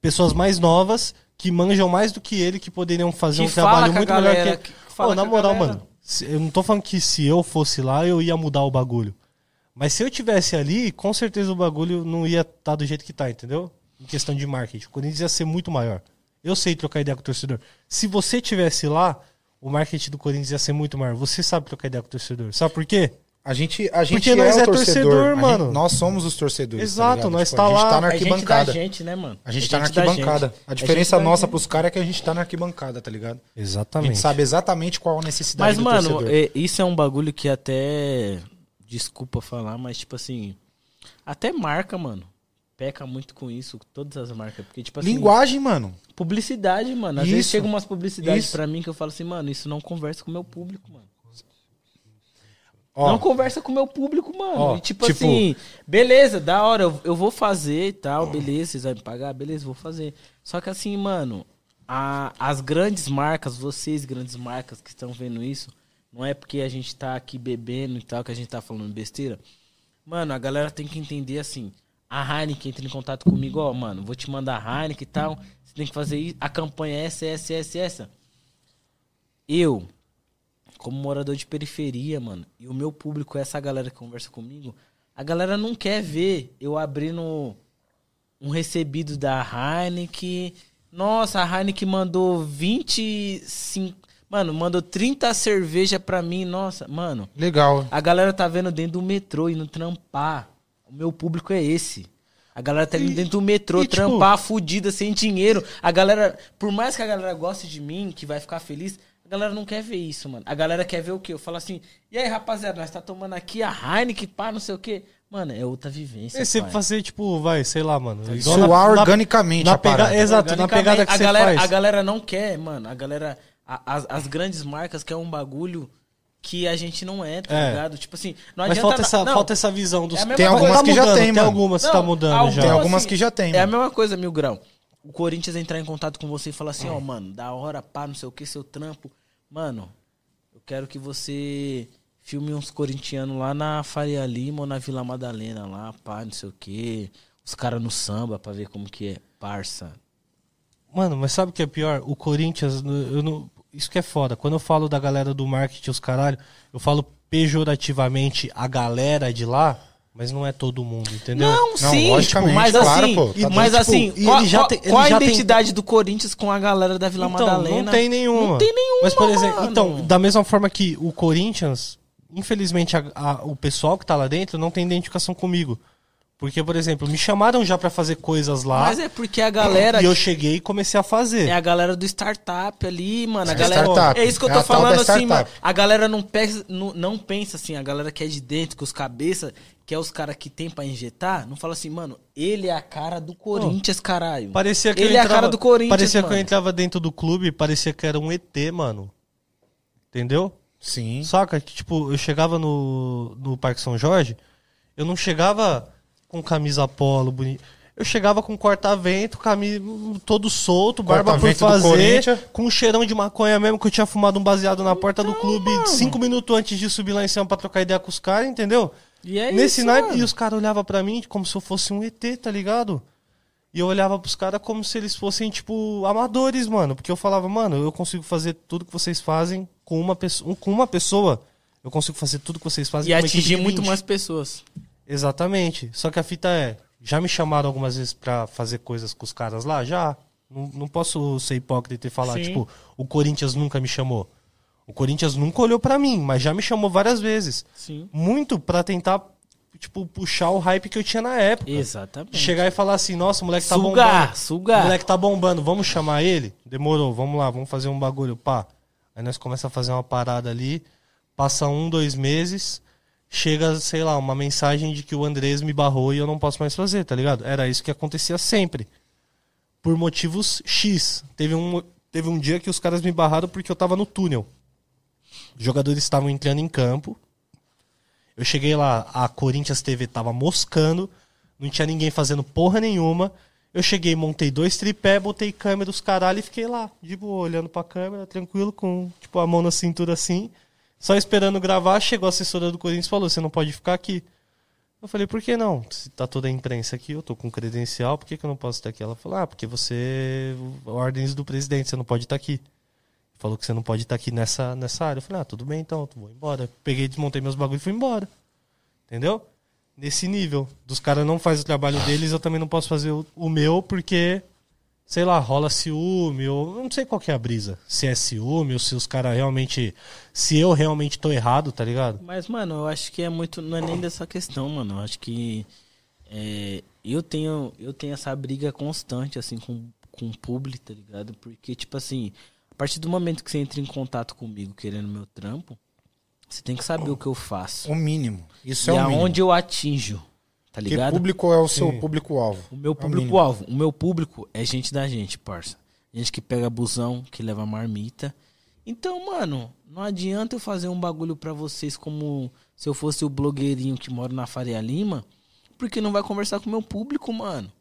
Speaker 3: pessoas mais novas que manjam mais do que ele que poderiam fazer
Speaker 2: Que
Speaker 3: um
Speaker 2: fala
Speaker 3: trabalho
Speaker 2: com a
Speaker 3: muito
Speaker 2: galera,
Speaker 3: melhor que,
Speaker 2: que fala
Speaker 3: Pô, na
Speaker 2: com a
Speaker 3: moral,
Speaker 2: galera.
Speaker 3: mano, se- eu não tô falando que se eu fosse lá eu ia mudar o bagulho. Mas se eu tivesse ali, com certeza o bagulho não ia estar do jeito que tá, entendeu? Em questão de marketing. O Corinthians ia ser muito maior. Eu sei trocar ideia com o torcedor. Se você tivesse lá, o marketing do Corinthians ia ser muito maior. Você sabe trocar ideia com o torcedor. Sabe por quê?
Speaker 1: A gente, a gente
Speaker 3: Porque nós é torcedor,
Speaker 1: A gente-
Speaker 3: mano.
Speaker 1: nós somos os torcedores.
Speaker 3: Exato,
Speaker 1: ligado?
Speaker 3: nós
Speaker 1: a
Speaker 3: tá
Speaker 1: gente
Speaker 3: lá.
Speaker 1: tá na
Speaker 2: É gente da
Speaker 1: arquibancada.
Speaker 2: gente, né, mano?
Speaker 1: A gente
Speaker 2: É
Speaker 1: tá na
Speaker 2: gente da
Speaker 1: arquibancada.
Speaker 2: gente.
Speaker 1: A
Speaker 2: É
Speaker 1: diferença
Speaker 2: gente da
Speaker 1: nossa
Speaker 2: gente.
Speaker 1: pros caras é que a gente tá na arquibancada, tá ligado? A
Speaker 3: Exatamente.
Speaker 1: gente sabe exatamente qual a necessidade
Speaker 2: Mas,
Speaker 1: do
Speaker 2: mano,
Speaker 1: torcedor.
Speaker 2: é- isso é um bagulho que até. Desculpa falar, mas, tipo assim. Até marca, mano. peca muito com isso, todas as marcas. Porque, tipo assim,
Speaker 7: Linguagem, mano.
Speaker 2: publicidade, mano. Às vezes
Speaker 7: Isso.
Speaker 2: chegam umas publicidades
Speaker 7: Isso.
Speaker 2: pra mim que eu falo assim, mano, isso não conversa com o meu público, mano.
Speaker 7: Ó,
Speaker 2: Não conversa com o meu público, mano.
Speaker 7: Ó,
Speaker 2: E, tipo,
Speaker 7: tipo-
Speaker 2: assim, beleza, da hora, eu, eu vou fazer e tal, beleza, vocês vão me pagar, beleza, vou fazer. Só que assim, mano, a- as grandes marcas, vocês grandes marcas que estão vendo isso, não é porque a gente tá aqui bebendo e tal, que a gente tá falando besteira. Mano, a galera tem que entender assim, a Heineken entra em contato comigo, ó, mano, vou te mandar a Heineken e tal, você tem que fazer isso, a campanha é essa, essa, essa, essa. Eu, como morador de periferia, mano, e o meu público, é essa galera que conversa comigo, a galera não quer ver eu abrindo um recebido da Heineken. Nossa, a Heineken mandou 25. Mano, mandou 30 cerveja pra mim. Nossa, mano.
Speaker 7: Legal.
Speaker 2: A galera tá vendo dentro do metrô, indo trampar. O meu público é esse. A galera tá indo dentro do metrô,
Speaker 3: e, tipo-
Speaker 2: trampar, fudida, sem dinheiro. A galera, por mais que a galera goste de mim, que vai ficar feliz, a galera não quer ver isso, mano. A galera quer ver o quê? Eu falo assim, e aí, rapaziada, nós tá tomando aqui a Heineken, pá, não sei o quê. Mano, é outra vivência,
Speaker 3: É sempre
Speaker 2: pai.
Speaker 3: fazer, tipo, vai, sei lá, mano. igual na-
Speaker 7: Suar
Speaker 3: na-
Speaker 7: organicamente
Speaker 3: na
Speaker 7: a
Speaker 3: pega-
Speaker 7: parada.
Speaker 3: Exato, na
Speaker 2: Organicamente,
Speaker 3: pegada que
Speaker 2: a
Speaker 3: você
Speaker 2: galera,
Speaker 3: faz.
Speaker 2: A galera não quer, mano. A galera. a- as, as grandes marcas querem um bagulho que a gente não é, tá
Speaker 3: É.
Speaker 2: ligado? Tipo assim, não
Speaker 3: Mas
Speaker 2: adianta.
Speaker 3: falta
Speaker 2: na-
Speaker 3: essa,
Speaker 2: não,
Speaker 3: falta essa visão dos
Speaker 2: É a mesma
Speaker 3: Tem
Speaker 2: coisa.
Speaker 3: algumas
Speaker 7: Tá
Speaker 3: que já
Speaker 7: mudando,
Speaker 3: tem,
Speaker 7: tem
Speaker 3: mano.
Speaker 7: algumas
Speaker 3: algumas que tá mudando já.
Speaker 7: Tem algumas que já tem,
Speaker 2: É a
Speaker 7: mano.
Speaker 2: mesma coisa, Mil Grão. O Corinthians entrar em contato com você e falar assim, ó, mano, da hora, pá, não sei o que, seu trampo. Mano, eu quero que você filme uns corintianos lá na Faria Lima ou na Vila Madalena, lá, pá, não sei o que. Os caras no samba pra ver como que é. Parça.
Speaker 3: Mano, mas sabe o que é pior? O Corinthians, eu não- isso que é foda. Quando eu falo da galera do marketing, os caralho, eu falo pejorativamente a galera de lá, mas não é todo mundo, entendeu?
Speaker 2: Não, sim, tipo,
Speaker 7: logicamente,
Speaker 2: mas
Speaker 7: claro,
Speaker 2: assim,
Speaker 7: pô, tá doido.
Speaker 2: mas
Speaker 3: Tipo,
Speaker 2: assim,
Speaker 3: e
Speaker 2: qual,
Speaker 3: ele já
Speaker 2: qual-
Speaker 3: tem- ele
Speaker 2: qual a
Speaker 3: já tem-
Speaker 2: identidade do Corinthians com a galera da Vila Madalena?
Speaker 3: Então, Não tem nenhuma.
Speaker 2: Não tem nenhuma,
Speaker 3: Mas, por exemplo,
Speaker 2: mano.
Speaker 3: então, da mesma forma que o Corinthians, infelizmente a- a- o pessoal que tá lá dentro não tem identificação comigo. Porque, por exemplo, me chamaram já pra fazer coisas lá.
Speaker 2: Mas é porque a galera
Speaker 3: E eu cheguei e comecei a fazer.
Speaker 2: É a galera do startup ali, mano. A
Speaker 7: É
Speaker 2: galera,
Speaker 7: startup.
Speaker 2: é isso que eu
Speaker 7: É
Speaker 2: tô
Speaker 7: a tal
Speaker 2: falando
Speaker 7: da
Speaker 2: assim, mano.
Speaker 7: startup.
Speaker 2: A galera não pensa, não, não pensa assim, a galera que é de dentro, que os cabeça, que é os caras que tem pra injetar, não fala assim, mano, ele é a cara do Corinthians, caralho.
Speaker 3: Parecia que
Speaker 2: ele
Speaker 3: eu
Speaker 2: é a
Speaker 3: entrava,
Speaker 2: cara do Corinthians,
Speaker 3: Parecia que eu
Speaker 2: mano.
Speaker 3: entrava dentro do clube, parecia que era um ET, mano. Entendeu?
Speaker 7: Sim.
Speaker 3: Saca? Que, tipo, eu chegava no, no Parque São Jorge, eu não chegava com camisa polo bonita. Eu chegava com corta-vento, caminho todo solto, barba por
Speaker 7: Corta-vento do
Speaker 3: fazer,
Speaker 7: Corinthians.
Speaker 3: com um cheirão de maconha mesmo, que eu tinha fumado um baseado na porta do clube cinco minutos antes de subir lá em cima pra trocar ideia com os caras, entendeu?
Speaker 2: E é
Speaker 3: Nesse
Speaker 2: isso,
Speaker 3: naipe,
Speaker 2: mano.
Speaker 3: e os caras olhavam pra mim como se eu fosse um ET, tá ligado? E eu olhava pros caras como se eles fossem, tipo, amadores, mano. Porque eu falava, mano, eu consigo fazer tudo que vocês fazem com uma pessoa. Com uma pessoa, eu consigo fazer tudo que vocês fazem
Speaker 2: E
Speaker 3: com uma equipe
Speaker 2: atingir
Speaker 3: de
Speaker 2: muito
Speaker 3: 20."
Speaker 2: mais pessoas.
Speaker 3: Exatamente. Só que a fita é, já me chamaram algumas vezes pra fazer coisas com os caras lá, já. Não, não posso ser hipócrita e falar,
Speaker 2: Sim.
Speaker 3: tipo, o Corinthians nunca me chamou. O Corinthians nunca olhou pra mim, mas já me chamou várias vezes.
Speaker 2: Sim.
Speaker 3: Muito pra tentar, tipo, puxar o hype que eu tinha na época. De
Speaker 2: Exatamente.
Speaker 3: Chegar e falar assim, nossa, o moleque tá
Speaker 2: sugar,
Speaker 3: bombando. O
Speaker 2: sugar.
Speaker 3: moleque tá bombando, vamos chamar ele? Demorou, vamos lá, vamos fazer um bagulho, pá. Aí nós começamos a fazer uma parada ali, passa um, dois meses, chega, sei lá, uma mensagem de que o Andrés me barrou e eu não posso mais fazer, tá ligado? Era isso que acontecia sempre. Por motivos X. Teve um, teve um dia que os caras me barraram porque eu tava no túnel. Os jogadores estavam entrando em campo. Eu cheguei lá, a Corinthians TV tava moscando, não tinha ninguém fazendo porra nenhuma. Eu cheguei, montei dois tripé, botei câmera, os caralho, e fiquei lá, de boa, olhando pra câmera, tranquilo, com tipo a mão na cintura assim, só esperando gravar. Chegou a assessora do Corinthians e falou: Você não pode ficar aqui. Eu falei: Por que não? Se tá toda a imprensa aqui, eu tô com credencial, por que, que eu não posso estar aqui? Ela falou: Ah, porque você. Ordens do presidente, você não pode estar aqui. Falou que você não pode estar aqui nessa, nessa área. Eu falei, ah, tudo bem então, eu vou embora. Peguei, desmontei meus bagulhos e fui embora. Entendeu? Nesse nível. Dos caras não fazem o trabalho deles, eu também não posso fazer o, o meu, porque, sei lá, rola ciúme, ou eu não sei qual que é a brisa. Se é ciúme, ou se os caras realmente. Se eu realmente tô errado, tá ligado?
Speaker 2: Mas, mano, eu acho que é muito. Não é nem dessa questão, mano. Eu acho que. é, eu, tenho, eu tenho essa briga constante, assim, com, com o público, tá ligado? Porque, tipo assim, a partir do momento que você entra em contato comigo querendo meu trampo, você tem que saber o que eu faço.
Speaker 7: O mínimo. Isso é
Speaker 2: e
Speaker 7: o mínimo.
Speaker 2: aonde eu atinjo. Tá
Speaker 1: Porque
Speaker 2: ligado?
Speaker 1: público é o seu público-alvo.
Speaker 2: O meu
Speaker 1: É o mínimo.
Speaker 2: público-alvo, o meu público é gente da gente, parça. Gente que pega busão, que leva marmita. Então, mano, não adianta eu fazer um bagulho pra vocês como se eu fosse o blogueirinho que mora na Faria Lima, porque não vai conversar com o meu público, mano.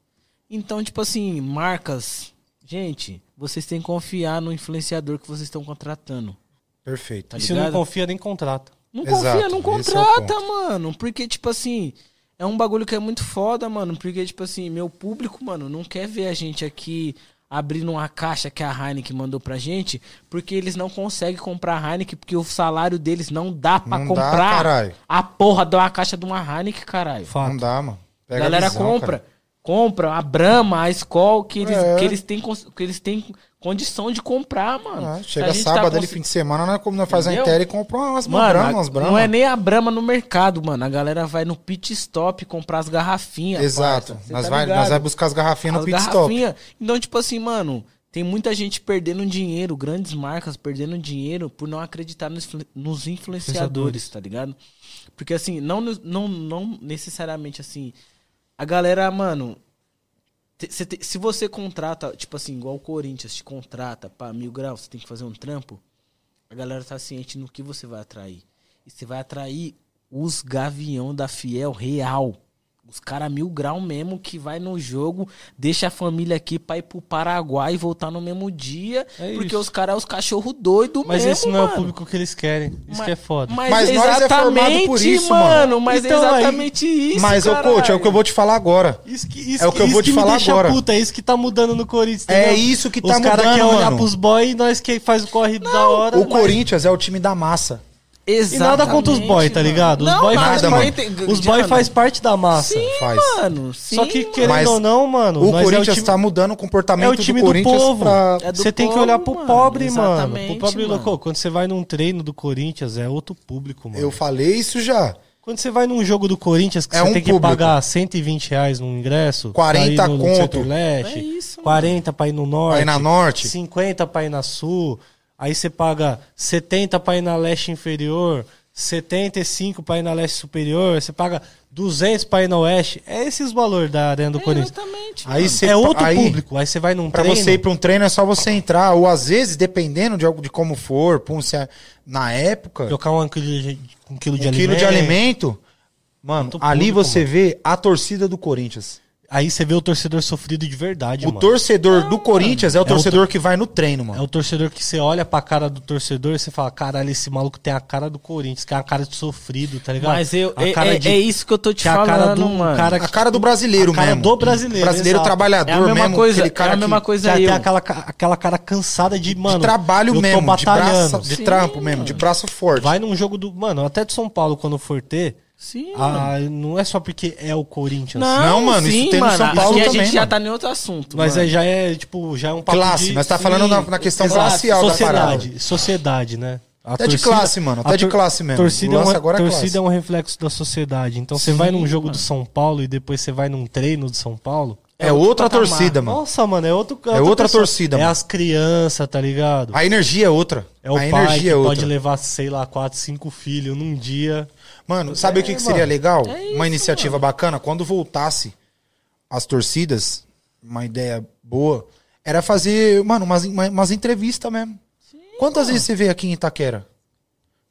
Speaker 2: Então, tipo assim, marcas, gente, vocês têm que confiar no influenciador que vocês estão contratando.
Speaker 1: Perfeito.
Speaker 2: Tá
Speaker 3: E se não
Speaker 2: ligado?
Speaker 3: confia, nem contrata.
Speaker 2: Não confia,
Speaker 1: Exato,
Speaker 2: não
Speaker 1: esse é o
Speaker 2: contrata, mano. Porque, tipo assim, é um bagulho que é muito foda, mano. Porque, tipo assim, meu público, mano, não quer ver a gente aqui abrindo uma caixa que a Heineken mandou pra gente, porque eles não conseguem comprar a Heineken, porque o salário deles não dá pra
Speaker 1: Não dá,
Speaker 2: comprar
Speaker 1: caralho.
Speaker 2: a porra de uma caixa de uma Heineken, caralho.
Speaker 1: Não dá, mano.
Speaker 2: A
Speaker 1: Pega
Speaker 2: galera
Speaker 1: visão,
Speaker 2: compra.
Speaker 1: cara.
Speaker 2: Compra a Brahma, a Skol, que eles,
Speaker 1: É.
Speaker 2: que, eles têm, cons- que eles têm condição de comprar, mano.
Speaker 1: Ah,
Speaker 2: Se
Speaker 1: chega
Speaker 2: a gente tá
Speaker 1: sábado, ali,
Speaker 2: consi-
Speaker 1: fim de semana, nós, como nós faz a
Speaker 2: Entendeu?
Speaker 1: inteira e compra umas
Speaker 2: Mano,
Speaker 1: brama, umas brama.
Speaker 2: não é nem a brama no mercado, mano. A galera vai no pit stop comprar as garrafinhas.
Speaker 1: Exato.
Speaker 2: parça. Cê
Speaker 1: Nós,
Speaker 2: tá
Speaker 1: vai,
Speaker 2: ligado?
Speaker 1: nós vai buscar as garrafinhas
Speaker 2: As
Speaker 1: no pit stop.
Speaker 2: garrafinha. Então, tipo assim, mano, tem muita gente perdendo dinheiro, grandes marcas perdendo dinheiro por não acreditar nos, influ- nos influenciadores, tá ligado? Porque assim, não, nos- não, não necessariamente assim. A galera, mano. te- cê te- se você contrata, tipo assim, igual o Corinthians te contrata pra mil graus, você tem que fazer um trampo. A galera tá ciente no que você vai atrair. E você vai atrair os gavião da Fiel real. Os cara mil grau mesmo que vai no jogo, deixa a família aqui pra ir pro Paraguai e voltar no mesmo dia.
Speaker 3: É
Speaker 2: porque
Speaker 3: isso.
Speaker 2: os caras é os cachorro doido
Speaker 3: Mas
Speaker 2: mesmo,
Speaker 3: esse não é o
Speaker 2: mano.
Speaker 3: público que eles querem. Isso que é foda.
Speaker 2: Mas,
Speaker 1: Mas nós é formado
Speaker 2: exatamente,
Speaker 1: por isso,
Speaker 2: mano.
Speaker 1: mano.
Speaker 2: Mas
Speaker 3: Então,
Speaker 2: é
Speaker 3: aí-
Speaker 2: exatamente isso,
Speaker 1: Mas, ô
Speaker 2: caralho.
Speaker 1: coach, é o que eu vou te falar agora.
Speaker 3: Isso que, isso,
Speaker 1: É o que eu vou te falar
Speaker 3: me deixa
Speaker 1: agora.
Speaker 3: Puta, é isso que tá mudando no Corinthians.
Speaker 1: É
Speaker 3: entendeu?
Speaker 1: isso que tá
Speaker 3: Os caras
Speaker 1: mudando,
Speaker 3: querem olhar
Speaker 1: mano.
Speaker 3: pros boys e nós que faz o corre da hora.
Speaker 1: O
Speaker 3: mas-
Speaker 1: Corinthians é o time da massa.
Speaker 3: E nada contra os boys, tá
Speaker 2: mano.
Speaker 3: ligado? Os
Speaker 2: Não,
Speaker 3: boys
Speaker 2: nada,
Speaker 3: faz,
Speaker 1: mano.
Speaker 3: parte- os boys faz parte da massa.
Speaker 2: Sim,
Speaker 1: Faz.
Speaker 2: mano. Sim,
Speaker 3: Só que, é querendo
Speaker 1: Mas
Speaker 3: ou não, mano,
Speaker 1: O
Speaker 3: nós
Speaker 1: Corinthians
Speaker 3: é o time,
Speaker 1: tá mudando o comportamento
Speaker 3: é o time
Speaker 1: do
Speaker 3: do,
Speaker 1: Corinthians
Speaker 3: povo.
Speaker 1: pra...
Speaker 2: É do
Speaker 3: Você tem que
Speaker 2: povo,
Speaker 3: olhar pro
Speaker 2: mano,
Speaker 3: pobre, mano.
Speaker 2: exatamente,
Speaker 3: Pro pobre
Speaker 2: mano.
Speaker 3: louco. Quando você vai num treino do Corinthians, é outro público, mano.
Speaker 1: Eu falei isso já.
Speaker 3: Quando você vai num jogo do Corinthians que
Speaker 1: É
Speaker 3: você
Speaker 1: um
Speaker 3: tem que
Speaker 1: público.
Speaker 3: pagar 120 reais num ingresso,
Speaker 1: 40
Speaker 3: pra ir no, no
Speaker 1: conto.
Speaker 3: Centro-Leste,
Speaker 2: É isso, mano.
Speaker 3: 40 pra ir no norte,
Speaker 1: Aí na norte.
Speaker 3: 50 pra ir na sul, aí você paga 70 pra ir na leste inferior, 75 pra ir na leste superior, você paga 200 pra ir na oeste. É esses valores da Arena
Speaker 2: É.
Speaker 3: do Corinthians.
Speaker 2: Exatamente.
Speaker 1: Aí você
Speaker 3: É outro
Speaker 1: aí,
Speaker 3: público. Aí você vai num
Speaker 1: Pra
Speaker 3: treino.
Speaker 1: você ir pra um treino é só você entrar. Ou às vezes, dependendo de algo de como for, pum, se é- na época,
Speaker 3: Trocar um quilo de, um quilo
Speaker 1: um
Speaker 3: de
Speaker 1: quilo de alimento. Mano,
Speaker 3: Muito
Speaker 1: ali
Speaker 3: público,
Speaker 1: você vê a torcida do Corinthians.
Speaker 3: Aí você vê o torcedor sofrido de verdade,
Speaker 1: O
Speaker 3: mano.
Speaker 1: torcedor do Corinthians é o
Speaker 3: É o
Speaker 1: torcedor que vai no treino,
Speaker 3: É
Speaker 1: mano.
Speaker 3: o torcedor que você olha pra cara do torcedor e você fala, caralho, esse maluco tem a cara do Corinthians, que é a cara de sofrido, tá ligado?
Speaker 2: Mas eu,
Speaker 3: a
Speaker 2: é,
Speaker 3: cara
Speaker 2: é- é isso que eu tô te
Speaker 3: que é a
Speaker 2: falando,
Speaker 3: cara do
Speaker 2: mano.
Speaker 3: cara tipo,
Speaker 1: A cara do brasileiro
Speaker 3: a cara
Speaker 1: mesmo.
Speaker 3: do brasileiro,
Speaker 1: Brasileiro
Speaker 3: exato.
Speaker 1: trabalhador
Speaker 2: é a mesma
Speaker 1: mesmo.
Speaker 2: coisa,
Speaker 1: aquele cara
Speaker 2: é a mesma
Speaker 1: que-
Speaker 2: coisa
Speaker 3: já
Speaker 2: aí.
Speaker 3: tem aquela, ca- aquela cara cansada de, mano,
Speaker 1: de trabalho
Speaker 3: eu tô
Speaker 1: mesmo, de,
Speaker 3: batalhando.
Speaker 1: braça, de
Speaker 2: Sim,
Speaker 1: trampo mesmo, de braço forte.
Speaker 3: Vai num jogo do, mano, até de São Paulo quando for ter,
Speaker 2: Sim, mano.
Speaker 3: ah, não é só porque é o Corinthians.
Speaker 1: Não, mano, isso tem no São Paulo
Speaker 2: aqui a
Speaker 1: também,
Speaker 2: gente já
Speaker 1: mano.
Speaker 2: tá em outro assunto,
Speaker 3: Mas
Speaker 2: mano.
Speaker 3: aí já é, tipo, já é um papo
Speaker 1: Classe,
Speaker 3: de-
Speaker 1: nós tá falando
Speaker 3: Sim,
Speaker 1: na, na questão
Speaker 2: exato.
Speaker 1: racial da parada.
Speaker 3: sociedade, sociedade, né? A
Speaker 1: Até de classe, mano, até
Speaker 3: a
Speaker 1: de
Speaker 3: tor-
Speaker 1: classe mesmo.
Speaker 3: Torcida,
Speaker 1: O
Speaker 3: é,
Speaker 1: lance
Speaker 3: um,
Speaker 1: agora é
Speaker 3: torcida
Speaker 1: classe.
Speaker 3: é um reflexo da sociedade. Então você vai num jogo do São Paulo e depois você vai num treino de São Paulo.
Speaker 1: É outra
Speaker 2: patamar.
Speaker 1: torcida, mano.
Speaker 3: Nossa, mano, é outro
Speaker 1: É outra
Speaker 3: pessoa.
Speaker 1: torcida,
Speaker 3: É
Speaker 1: mano.
Speaker 3: as crianças, tá ligado?
Speaker 1: A energia é outra.
Speaker 3: É o
Speaker 1: a
Speaker 3: pai que
Speaker 1: energia é outra.
Speaker 3: pode levar, sei lá, quatro, cinco filhos num dia.
Speaker 1: Mano, sabe o
Speaker 2: É,
Speaker 1: que, que seria
Speaker 3: mano.
Speaker 1: legal? uma iniciativa bacana, quando voltasse as torcidas, uma ideia boa, era fazer, mano, umas, uma- umas entrevistas mesmo. Quantas vezes você veio aqui em Itaquera?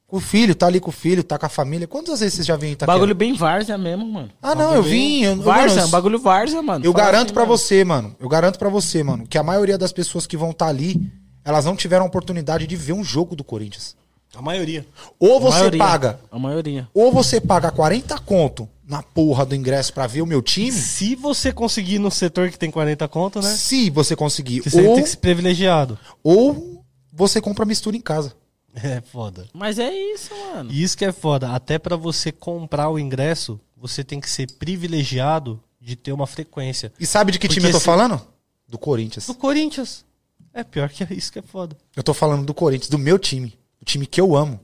Speaker 1: Com o filho, tá ali com o filho, tá com a família. Quantas vezes você já veio em Itaquera?
Speaker 2: Bagulho bem várzea mesmo, mano.
Speaker 1: ah, não, eu vim. tá Eu,
Speaker 2: Várzea,
Speaker 1: mano, eu-
Speaker 2: bagulho várzea, mano.
Speaker 1: eu
Speaker 2: Fala
Speaker 1: garanto
Speaker 2: assim,
Speaker 1: pra
Speaker 2: mano.
Speaker 1: você, mano. Eu garanto pra você, mano, que a maioria das pessoas que vão estar ali, elas não tiveram a oportunidade de ver um jogo do Corinthians.
Speaker 3: A maioria.
Speaker 1: Ou
Speaker 2: A
Speaker 1: você
Speaker 2: maioria,
Speaker 1: paga
Speaker 2: A maioria.
Speaker 1: ou você paga 40 conto na porra do ingresso pra ver o meu time,
Speaker 3: Se você conseguir no setor que tem 40 conto, né?
Speaker 1: se você conseguir.
Speaker 3: Você
Speaker 1: ou,
Speaker 3: tem que ser privilegiado.
Speaker 1: ou você compra mistura em casa.
Speaker 3: É foda.
Speaker 2: Mas é isso, mano.
Speaker 3: E isso que é foda. Até pra você comprar o ingresso, você tem que ser privilegiado de ter uma frequência.
Speaker 1: E sabe de que
Speaker 3: Porque
Speaker 1: time eu tô
Speaker 3: se-
Speaker 1: falando? Do Corinthians.
Speaker 3: Do Corinthians. É pior que é isso que é foda.
Speaker 1: Eu tô falando do Corinthians, do meu time. O time que eu amo.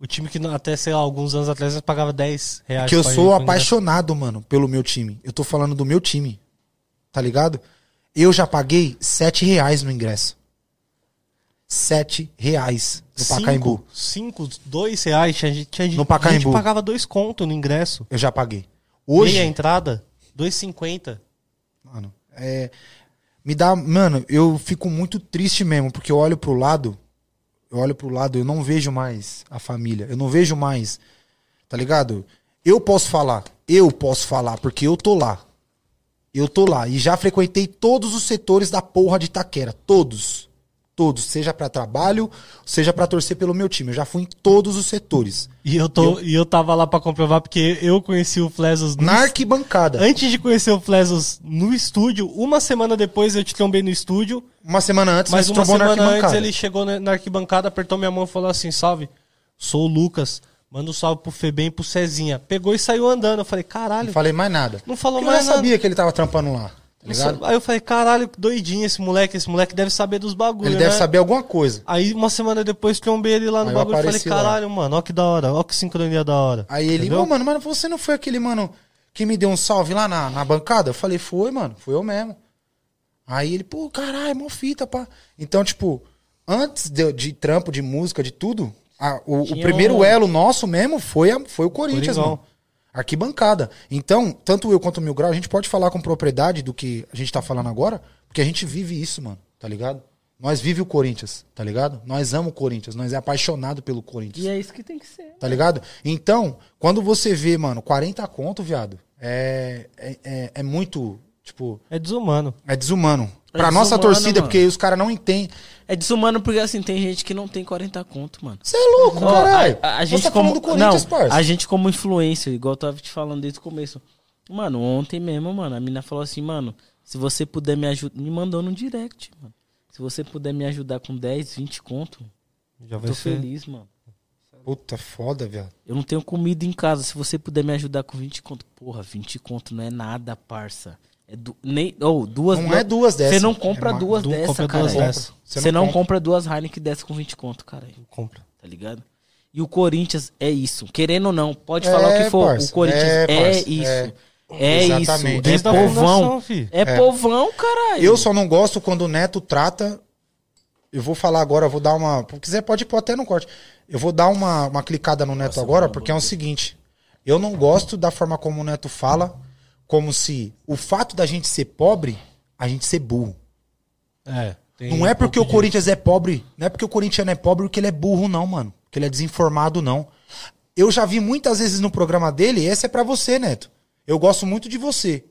Speaker 3: O time que não- até, sei lá, alguns anos atrás pagava 10 reais.
Speaker 1: Que eu
Speaker 3: pra ir-
Speaker 1: sou
Speaker 3: pra ingresso.
Speaker 1: apaixonado, mano, pelo meu time. Eu tô falando do meu time. Tá ligado? Eu já paguei 7 reais no ingresso. 7 reais no Pacaembu.
Speaker 3: 5, 2 reais. Tinha gente, tinha gente
Speaker 1: No Pacaembu.
Speaker 3: gente pagava dois conto no ingresso.
Speaker 1: Eu já paguei. Hoje.
Speaker 3: Meia entrada, 2,50.
Speaker 1: Mano, é. Me dá. Mano, eu fico muito triste mesmo, porque eu olho pro lado. Eu olho pro lado, eu não vejo mais a família. Eu não vejo mais. Tá ligado? Eu posso falar. Eu posso falar, porque eu tô lá. Eu tô lá. E já frequentei todos os setores da porra de Itaquera. Todos. Todos. Seja pra trabalho, seja pra torcer pelo meu time. Eu já fui em todos os setores.
Speaker 3: E eu, tô, e eu tava lá pra comprovar, porque eu conheci o Flesos no
Speaker 1: Na arquibancada.
Speaker 3: Antes de conhecer o Flesos no estúdio, uma semana depois eu te trombei no estúdio,
Speaker 1: Uma semana antes,
Speaker 3: mas
Speaker 1: nós
Speaker 3: uma
Speaker 1: trombou na
Speaker 3: semana antes
Speaker 1: arquibancada.
Speaker 3: ele chegou na na arquibancada, apertou minha mão e falou assim: salve, sou o Lucas, manda um salve pro Febem e pro Cezinha. Pegou e saiu andando. Eu falei,
Speaker 1: Não
Speaker 3: caralho,
Speaker 1: falei mais nada.
Speaker 3: não falou
Speaker 1: Porque eu
Speaker 3: mais
Speaker 1: já
Speaker 3: nada.
Speaker 1: sabia que ele tava trampando lá, tá ligado?
Speaker 3: Aí eu falei, caralho, que doidinho esse moleque, esse moleque deve saber dos bagulhos.
Speaker 1: Ele deve
Speaker 3: né?
Speaker 1: saber alguma coisa.
Speaker 3: Aí uma semana depois trombei ele lá no
Speaker 1: Aí eu
Speaker 3: bagulho e falei,
Speaker 1: apareci lá.
Speaker 3: caralho, mano, ó que da hora, ó que sincronia da hora.
Speaker 1: Aí ele,
Speaker 3: Entendeu?
Speaker 1: ô, mano, mas você não foi aquele, mano, que me deu um salve lá na, na bancada? Eu falei, foi, mano, foi eu mesmo. Aí ele, pô, caralho, mó fita, pá. Então, tipo, antes de, de trampo, de música, de tudo, a- o, o
Speaker 2: Tinha
Speaker 1: primeiro
Speaker 2: um-
Speaker 1: elo nosso mesmo foi, a- foi o Corinthians,
Speaker 3: Coringão.
Speaker 1: mano. Arquibancada. Então, tanto eu quanto o Mil Grau, a gente pode falar com propriedade do que a gente tá falando agora, porque a gente vive isso, mano, tá ligado? Nós vive o Corinthians, tá ligado? Nós amamos o Corinthians, nós é apaixonado pelo Corinthians.
Speaker 2: E é isso que tem que ser.
Speaker 1: Tá ligado? Então, quando você vê, mano, 40 conto, viado, é, é, é, é muito, tipo,
Speaker 3: É desumano.
Speaker 1: é desumano.
Speaker 2: É
Speaker 1: pra nossa
Speaker 2: desumano,
Speaker 1: torcida,
Speaker 2: mano.
Speaker 1: porque os caras não entendem.
Speaker 2: É desumano porque assim, tem gente que não tem 40 conto, mano.
Speaker 1: Você é louco,
Speaker 2: Ó,
Speaker 1: caralho.
Speaker 2: A, a
Speaker 1: Nós
Speaker 2: gente
Speaker 1: tá
Speaker 2: como,
Speaker 1: falando do Corinthians,
Speaker 2: não,
Speaker 1: parça.
Speaker 2: A gente como influencer, igual eu tava te falando desde o começo. Mano, ontem mesmo, mano, a mina falou assim, mano, se você puder me ajudar, me mandou no direct, mano. Se você puder me ajudar com 10, 20 conto,
Speaker 3: Já vai
Speaker 2: tô
Speaker 3: ser.
Speaker 2: feliz, mano.
Speaker 1: Puta, foda, viado.
Speaker 2: Eu não tenho comida em casa. Se você puder me ajudar com 20 conto. Porra, 20 conto não é nada, parça. É du... nem... ou duas
Speaker 1: Não é duas dessas.
Speaker 2: Você não compra
Speaker 1: É uma-
Speaker 2: duas
Speaker 3: du-
Speaker 2: dessas,
Speaker 3: compra
Speaker 2: cara.
Speaker 3: duas dessas.
Speaker 1: Você
Speaker 2: Você,
Speaker 1: não
Speaker 2: não,
Speaker 1: compra.
Speaker 2: compra. duas Heineken dessas com 20 conto, cara.
Speaker 3: Compra.
Speaker 2: Tá ligado? E o Corinthians é isso. Querendo ou não, pode
Speaker 1: É,
Speaker 2: falar o que for.
Speaker 1: parça.
Speaker 2: o Corinthians
Speaker 1: É,
Speaker 2: é,
Speaker 1: parça.
Speaker 2: isso. É, isso.
Speaker 1: Exatamente.
Speaker 2: É
Speaker 3: Desde a
Speaker 2: povão.
Speaker 3: fundação, fi.
Speaker 2: É, povão, caralho.
Speaker 1: Eu só não gosto quando o Neto trata. Eu vou falar agora, eu vou dar uma. Se quiser, pode pôr até no corte. Eu vou dar uma, uma clicada no Neto agora, porque é o seguinte. Eu não gosto da forma como o Neto fala, como se o fato da gente ser pobre, a gente ser burro.
Speaker 3: É. tem
Speaker 1: Não é porque
Speaker 3: um
Speaker 1: o
Speaker 3: pouco
Speaker 1: Corinthians é pobre, não é porque o Corinthians é pobre que ele é burro, não, mano. Que ele é desinformado, não. Eu já vi muitas vezes no programa dele, e essa é pra você, Neto. Eu gosto muito de você.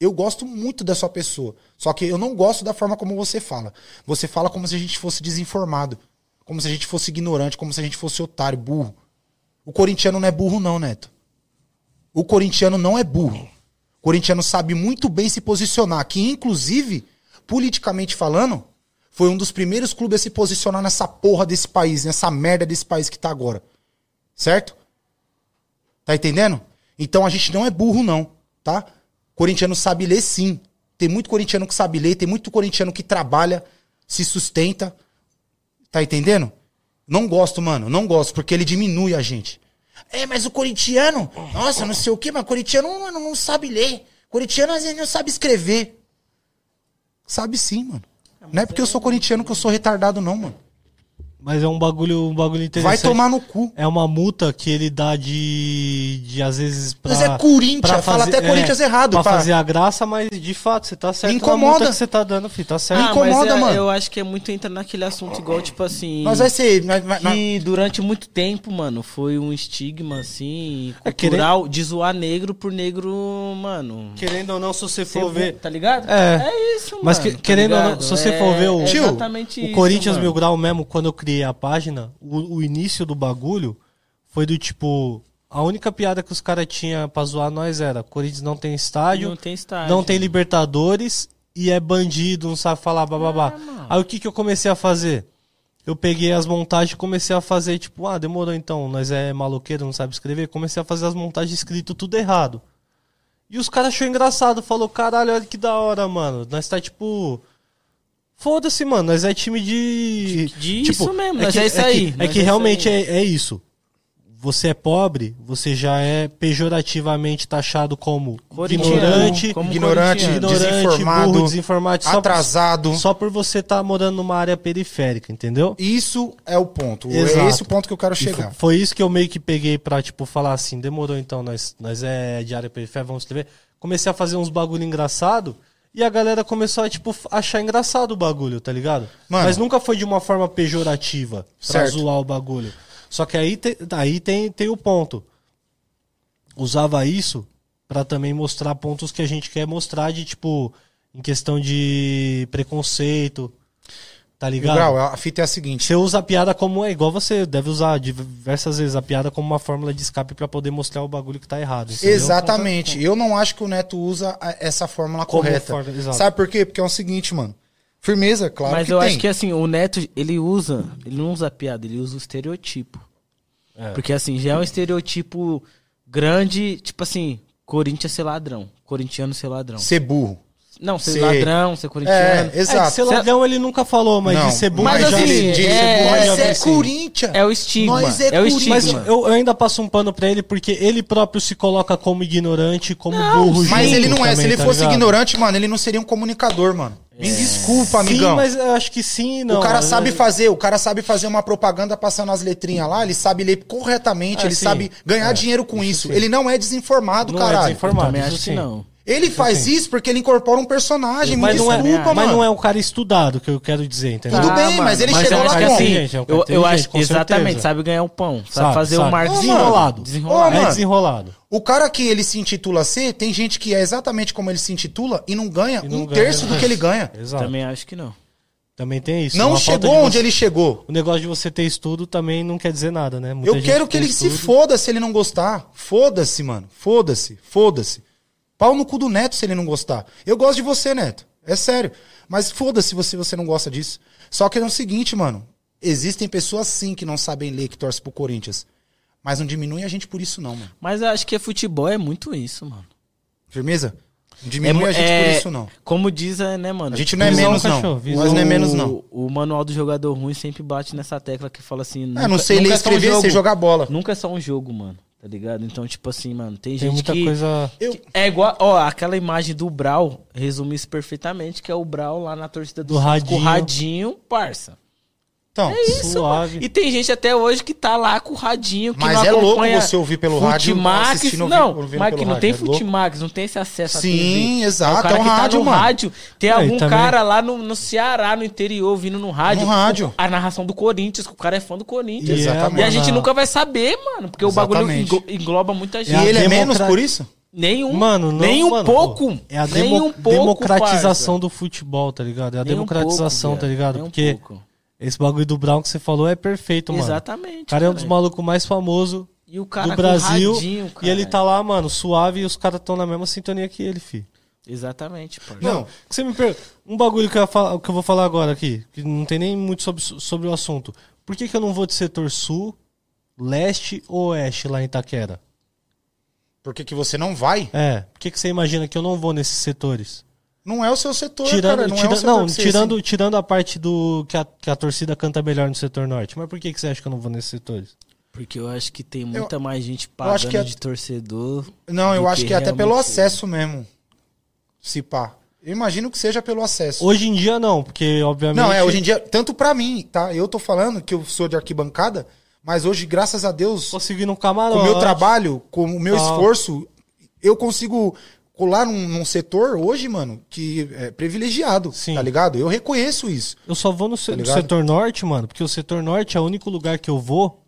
Speaker 1: Eu gosto muito da sua pessoa. Só que eu não gosto da forma como você fala. Você fala como se a gente fosse desinformado. Como se a gente fosse ignorante, como se a gente fosse otário, burro. O corintiano não é burro, não, Neto. O corintiano não é burro. O corintiano sabe muito bem se posicionar, que inclusive, politicamente falando, foi um dos primeiros clubes a se posicionar nessa porra desse país, nessa merda desse país que tá agora. Certo? Tá entendendo? Então a gente não é burro, não, tá? Corintiano sabe ler sim. Tem muito corintiano que sabe ler, tem muito corintiano que trabalha, se sustenta. Tá entendendo? Não gosto, mano. Não gosto, porque ele diminui a gente. É, mas o corintiano, nossa, não sei o quê, mas corintiano mano, não sabe ler. Corintiano às vezes não sabe escrever. Sabe sim, mano. Não é porque eu sou corintiano que eu sou retardado, não, mano.
Speaker 3: de- Mas é um bagulho, um bagulho
Speaker 1: Vai
Speaker 3: interessante.
Speaker 1: tomar no cu.
Speaker 3: É uma multa que ele dá de. de às vezes. Pra,
Speaker 1: Mas é Corinthians,
Speaker 3: pra
Speaker 1: fala até Corinthians errado,
Speaker 3: Pra,
Speaker 1: pá.
Speaker 3: fazer a graça, mas de fato, você tá certo. na
Speaker 1: Incomoda.
Speaker 3: multa que você tá dando, fi. Tá certo.
Speaker 2: Ah,
Speaker 1: incomoda,
Speaker 2: mas é-
Speaker 1: mano.
Speaker 2: Eu acho que é muito entrar naquele assunto igual, tipo assim.
Speaker 1: Nós
Speaker 3: é
Speaker 1: vai ser. nós- nós- nós-
Speaker 2: que durante muito tempo, mano, foi um estigma, assim,
Speaker 3: É, querendo-
Speaker 2: cultural de zoar negro por negro, mano.
Speaker 3: Querendo ou não, se você
Speaker 2: Ser
Speaker 3: for
Speaker 2: bu-
Speaker 3: ver.
Speaker 2: Tá ligado?
Speaker 3: É.
Speaker 2: isso, mano.
Speaker 3: Mas que-
Speaker 2: tá
Speaker 3: querendo ou não,
Speaker 2: ligado?
Speaker 3: se você for ver o-
Speaker 2: é
Speaker 3: Tio,
Speaker 2: exatamente
Speaker 3: O
Speaker 2: isso,
Speaker 3: Corinthians
Speaker 2: mano.
Speaker 3: Mil Grau mesmo, quando eu criei a página, o, o início do bagulho foi do tipo. A única piada que os caras tinham pra zoar nós era: Corinthians não tem estádio,
Speaker 2: Não tem estádio.
Speaker 3: não tem Libertadores e é bandido, não sabe falar, bababá.
Speaker 2: Ah,
Speaker 3: Aí o que, que eu comecei a fazer? Eu peguei as montagens e comecei a fazer, tipo, ah, demorou então, nós é maloqueiro, não sabe escrever. Comecei a fazer as montagens escrito tudo errado. E os caras achou engraçado, falou, caralho, olha que da hora, mano. Nós tá tipo. Foda-se, mano, nós é time de.
Speaker 2: De- de isso mesmo, nós é isso
Speaker 3: que-
Speaker 2: aí,
Speaker 3: É
Speaker 2: nós
Speaker 3: que
Speaker 2: é isso
Speaker 3: realmente
Speaker 2: aí.
Speaker 3: é, é isso. você é pobre, você já é pejorativamente taxado como
Speaker 2: Corintiano,
Speaker 3: ignorante,
Speaker 2: como
Speaker 1: ignorante,
Speaker 2: corintiano.
Speaker 3: ignorante,
Speaker 1: É, desinformado,
Speaker 3: burro, desinformado, só,
Speaker 1: atrasado.
Speaker 3: Por, só por você estar morando numa área periférica, entendeu?
Speaker 1: Isso é o ponto. É
Speaker 3: Exato.
Speaker 1: esse o ponto que eu quero
Speaker 3: E fo-
Speaker 1: chegar.
Speaker 3: Foi isso que eu meio que peguei pra, tipo, falar assim, demorou então, nós, nós é de área periférica, vamos escrever. Comecei a fazer uns bagulho engraçado e a galera começou a, tipo, achar engraçado o bagulho, tá ligado?
Speaker 1: Mano.
Speaker 3: Mas nunca foi de uma forma pejorativa pra
Speaker 1: Certo.
Speaker 3: zoar o bagulho. Só que aí, te, aí tem, tem o ponto. Usava isso pra também mostrar pontos que a gente quer mostrar de, tipo, em questão de preconceito, tá ligado?
Speaker 1: Grau, a fita é a seguinte.
Speaker 3: Você usa a piada como. É igual você deve usar diversas vezes a piada como uma fórmula de escape pra poder mostrar o bagulho que tá errado. entendeu?
Speaker 1: Exatamente. Eu não acho que o Neto usa a- essa fórmula
Speaker 3: Como
Speaker 1: correta.
Speaker 3: fórmula, exato.
Speaker 1: Sabe por quê? Porque é o seguinte, mano. Firmeza, claro
Speaker 2: Mas
Speaker 1: que
Speaker 2: eu
Speaker 1: tem.
Speaker 2: acho que assim, o Neto, ele usa, ele não usa piada, ele usa o estereotipo. Porque assim, já é um estereotipo grande, tipo assim, Corinthians ser ladrão, corintiano ser ladrão.
Speaker 1: Ser burro.
Speaker 2: Não, ser
Speaker 1: ser-
Speaker 2: ladrão, ser corintiano.
Speaker 1: É,
Speaker 2: É,
Speaker 3: É, de
Speaker 1: exato.
Speaker 3: ser ladrão ele nunca falou, mas
Speaker 1: Não,
Speaker 3: de ser burro
Speaker 2: mas
Speaker 3: ele já
Speaker 2: assim,
Speaker 3: fez.
Speaker 2: de-
Speaker 3: ser burro ele já assim.
Speaker 1: Mas é
Speaker 3: fez sim.
Speaker 1: Corinthians.
Speaker 2: o estigma.
Speaker 1: Nós é
Speaker 2: é, o
Speaker 1: Corinthians.
Speaker 2: estigma.
Speaker 3: Mas eu, eu ainda passo um pano pra ele porque ele próprio se coloca como ignorante, como burro.
Speaker 1: Mas
Speaker 3: junto
Speaker 1: ele não é.
Speaker 3: também,
Speaker 1: Se ele
Speaker 3: tá
Speaker 1: fosse
Speaker 3: ligado? É.
Speaker 1: ignorante, mano, ele não seria um comunicador, mano. Me desculpa, amigão.
Speaker 3: Sim, mas eu acho que sim, não.
Speaker 1: o cara
Speaker 3: mas- é-
Speaker 1: sabe fazer, o cara sabe fazer uma propaganda passando as letrinhas lá, ele sabe ler corretamente,
Speaker 3: Ah,
Speaker 1: ele
Speaker 3: sim.
Speaker 1: sabe ganhar
Speaker 3: É,
Speaker 1: dinheiro com isso.
Speaker 3: sim.
Speaker 1: Ele não é desinformado,
Speaker 3: Não é
Speaker 1: caralho.
Speaker 3: desinformado.
Speaker 2: eu também
Speaker 3: Isso
Speaker 2: acho que
Speaker 3: sim.
Speaker 2: não.
Speaker 1: Ele faz isso porque ele incorpora um personagem. Me
Speaker 3: Mas não,
Speaker 1: desculpa, mano.
Speaker 3: é, mas não é um cara estudado que eu quero dizer, entendeu?
Speaker 1: Tudo
Speaker 2: Tá,
Speaker 1: bem, mas
Speaker 2: mano,
Speaker 1: ele
Speaker 3: mas
Speaker 1: chegou
Speaker 2: eu
Speaker 3: é
Speaker 1: lá
Speaker 3: um
Speaker 2: acho
Speaker 3: cara
Speaker 2: que
Speaker 1: como?
Speaker 2: assim,
Speaker 3: inteligente, é um
Speaker 2: eu,
Speaker 3: cara
Speaker 2: eu acho
Speaker 3: inteligente,
Speaker 2: que
Speaker 3: com certeza.
Speaker 2: exatamente, sabe ganhar o pão, sabe,
Speaker 3: Sabe,
Speaker 2: fazer
Speaker 3: sabe.
Speaker 2: o marketing.
Speaker 3: Desenrolado.
Speaker 1: Ô,
Speaker 2: Desenrolado.
Speaker 3: É
Speaker 1: mano.
Speaker 3: desenrolado.
Speaker 1: O cara que ele se intitula ser, tem gente que é exatamente como ele se intitula e não ganha
Speaker 3: E não
Speaker 1: um
Speaker 3: ganha.
Speaker 1: terço do que ele ganha.
Speaker 3: Exato. Também,
Speaker 2: Também acho que não.
Speaker 3: tem isso. é
Speaker 1: não
Speaker 3: uma falta
Speaker 1: chegou
Speaker 3: de
Speaker 1: onde
Speaker 3: você-
Speaker 1: ele chegou.
Speaker 3: O negócio de você ter estudo também não quer dizer nada, né? Muita
Speaker 1: eu
Speaker 3: gente
Speaker 1: quero que
Speaker 3: tem
Speaker 1: ele se
Speaker 3: estudo.
Speaker 1: foda se ele não gostar. Foda-se, mano. Foda-se. Foda-se. Pau no cu do Neto se ele não gostar. Eu gosto de você, Neto. É sério. Mas foda-se você, você não gosta disso. Só que é o seguinte, mano. Existem pessoas sim que não sabem ler, que torcem pro Corinthians. Mas não diminui a gente por isso, não, mano.
Speaker 2: Mas eu acho que futebol é muito isso, mano.
Speaker 1: Firmeza? Não
Speaker 2: É
Speaker 1: diminui
Speaker 2: mu-
Speaker 1: a gente
Speaker 2: é-
Speaker 1: por isso, não.
Speaker 2: Como diz, é, né, mano?
Speaker 1: A gente não é
Speaker 3: Visão
Speaker 1: menos, não.
Speaker 3: cachorro,
Speaker 1: Nós não é menos, não.
Speaker 2: O, o manual do jogador ruim sempre bate nessa tecla que fala assim.
Speaker 1: Ah, não sei ler e
Speaker 2: nunca é só um
Speaker 1: escrever,
Speaker 2: jogo.
Speaker 1: sei jogar bola.
Speaker 2: Nunca é só um jogo, mano. Tá ligado? Então, tipo assim, mano, tem,
Speaker 3: Tem
Speaker 2: gente
Speaker 3: muita
Speaker 2: que.
Speaker 3: coisa.
Speaker 2: que É igual, ó, aquela imagem do Brau resume isso perfeitamente, que é o Brau lá na torcida do,
Speaker 3: Do
Speaker 2: Santos com o
Speaker 3: radinho.
Speaker 2: radinho, parça.
Speaker 1: Então,
Speaker 2: É Isso,
Speaker 3: Suave.
Speaker 2: mano. E tem gente até hoje que tá lá com o radinho, que
Speaker 1: mas
Speaker 2: não
Speaker 1: é louco
Speaker 2: acompanha
Speaker 1: você ouvir pelo rádio
Speaker 2: Futimax,
Speaker 1: assistindo ouvi-
Speaker 2: não,
Speaker 1: ouvindo
Speaker 2: mas
Speaker 1: pelo
Speaker 2: que não
Speaker 1: rádio,
Speaker 2: tem
Speaker 1: é louco.
Speaker 2: Futimax, não tem esse acesso à
Speaker 1: Sim,
Speaker 2: TV.
Speaker 1: exato,
Speaker 2: o cara
Speaker 1: é um
Speaker 2: que
Speaker 1: rádio,
Speaker 2: tá no
Speaker 1: mano.
Speaker 2: rádio, tem
Speaker 3: É, e
Speaker 2: algum
Speaker 3: também-
Speaker 2: cara lá no, no Ceará, no interior, ouvindo no rádio,
Speaker 1: No rádio.
Speaker 2: a narração do Corinthians, que o cara é fã do Corinthians.
Speaker 1: Exatamente.
Speaker 2: E a gente nunca vai saber, mano, porque o bagulho
Speaker 1: Exatamente.
Speaker 2: englo- engloba muita
Speaker 1: E
Speaker 2: gente.
Speaker 3: a
Speaker 1: ele é
Speaker 3: democra-
Speaker 1: menos por isso?
Speaker 2: Nenhum,
Speaker 3: Mano, não,
Speaker 2: nem um
Speaker 3: mano,
Speaker 2: pouco.
Speaker 3: É a
Speaker 2: nem
Speaker 3: demo-
Speaker 2: um pouco,
Speaker 3: democratização
Speaker 2: parça.
Speaker 3: do futebol, tá ligado? É a
Speaker 2: Nem um
Speaker 3: democratização,
Speaker 2: pouco,
Speaker 3: tá
Speaker 2: viado,
Speaker 3: ligado?
Speaker 2: nem um
Speaker 3: Porque
Speaker 2: pouco.
Speaker 3: esse bagulho do Brown que você falou é perfeito, mano.
Speaker 2: Exatamente.
Speaker 3: O cara é um dos
Speaker 2: caralho.
Speaker 3: malucos mais famosos
Speaker 2: E o cara é
Speaker 3: do
Speaker 2: com
Speaker 3: Brasil.
Speaker 2: radinho,
Speaker 3: e
Speaker 2: caralho.
Speaker 3: ele tá lá, mano, suave e os caras estão na mesma sintonia que ele, fi.
Speaker 2: Exatamente, parça.
Speaker 3: Não, que você me per... Um bagulho que eu, ia falar- que eu vou falar agora aqui, que não tem nem muito sobre, sobre o assunto. Por que, que eu não vou de setor sul, leste ou oeste lá em Itaquera?
Speaker 1: Porque que você não vai,
Speaker 3: É, por que, que você imagina que eu não vou nesses setores?
Speaker 1: não é o seu setor,
Speaker 3: tirando,
Speaker 1: cara. Não
Speaker 3: tira-
Speaker 1: é o setor
Speaker 3: não,
Speaker 1: que você-
Speaker 3: tirando, tirando a parte do que a, que a torcida canta melhor no setor norte. Mas por que, que você acha que eu não vou nesses setores?
Speaker 2: Porque eu acho que tem muita mais gente pagando
Speaker 1: acho que é-
Speaker 2: de torcedor.
Speaker 1: Não, eu
Speaker 2: do
Speaker 1: acho que é até
Speaker 2: realmente
Speaker 1: pelo
Speaker 2: é.
Speaker 1: acesso mesmo. Se pá. Eu imagino que seja pelo acesso.
Speaker 3: Hoje em dia não, porque obviamente...
Speaker 1: Não, é, hoje em dia, tanto pra mim, tá? Eu tô falando que eu sou de arquibancada, mas hoje, graças a Deus,
Speaker 3: Conseguindo um camarão.
Speaker 1: com o meu trabalho, com o meu
Speaker 3: Tá.
Speaker 1: esforço, eu consigo colar num, num setor hoje, mano, que é privilegiado,
Speaker 3: Sim.
Speaker 1: tá ligado? Eu reconheço isso.
Speaker 3: Eu só vou no, se- no
Speaker 1: Tá ligado?
Speaker 3: setor norte, mano, porque o setor norte é o único lugar que eu vou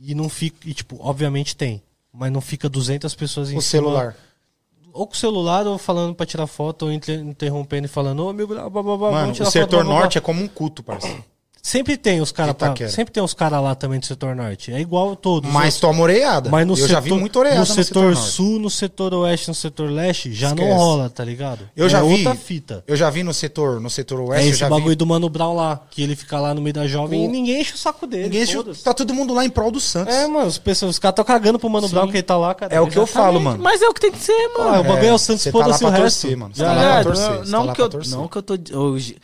Speaker 3: e não fica. E, tipo, obviamente tem, mas não fica 200 pessoas em
Speaker 1: O
Speaker 3: cima.
Speaker 1: celular.
Speaker 3: Ou com o celular, ou falando pra tirar foto, ou inter- interrompendo e falando, ô, meu, blá, blá, blá, blá,
Speaker 1: Mano,
Speaker 3: vamos tirar
Speaker 1: o setor
Speaker 3: foto, blá, blá, blá."
Speaker 1: norte é como um culto, parceiro.
Speaker 3: Sempre tem os caras
Speaker 1: Itaquera.
Speaker 3: Sempre tem os caras lá também do setor norte. É igual todos.
Speaker 1: Mas
Speaker 3: os-
Speaker 1: toma oreada.
Speaker 3: mas no
Speaker 1: eu
Speaker 3: setor,
Speaker 1: já vi muito oreada
Speaker 3: no
Speaker 1: no,
Speaker 3: setor,
Speaker 1: norte.
Speaker 3: sul, no setor oeste, no setor leste, já não
Speaker 1: Esquece.
Speaker 3: rola, tá ligado?
Speaker 1: Eu
Speaker 3: é
Speaker 1: já vi.
Speaker 3: outra fita.
Speaker 1: Eu já vi no setor, no setor oeste,
Speaker 3: é
Speaker 1: eu
Speaker 3: esse
Speaker 1: já
Speaker 3: bagulho
Speaker 1: vi.
Speaker 3: do Mano Brown lá, que ele fica lá no meio da jovem
Speaker 1: O-
Speaker 3: e ninguém enche o saco dele.
Speaker 1: Ninguém enche-
Speaker 3: foda-se.
Speaker 1: tá todo mundo lá em prol do Santos.
Speaker 3: É,
Speaker 1: É,
Speaker 3: mano, os, pessoas, os caras tão cagando pro Mano Brown que ele tá lá, cara.
Speaker 1: o que eu falo, mano.
Speaker 2: Mas é o que tem que ser, mano.
Speaker 3: Ah, o bagulho é o Santos,
Speaker 1: você tá lá
Speaker 3: foda-se
Speaker 1: pra
Speaker 3: o resto.
Speaker 1: torcer, mano. Você
Speaker 3: Já
Speaker 1: tá lá
Speaker 3: é.
Speaker 1: pra
Speaker 2: Cara,
Speaker 1: torcer,
Speaker 2: não,
Speaker 1: você tá
Speaker 2: não
Speaker 1: lá
Speaker 2: que eu,
Speaker 1: pra torcer.
Speaker 2: não que eu tô. Hoje,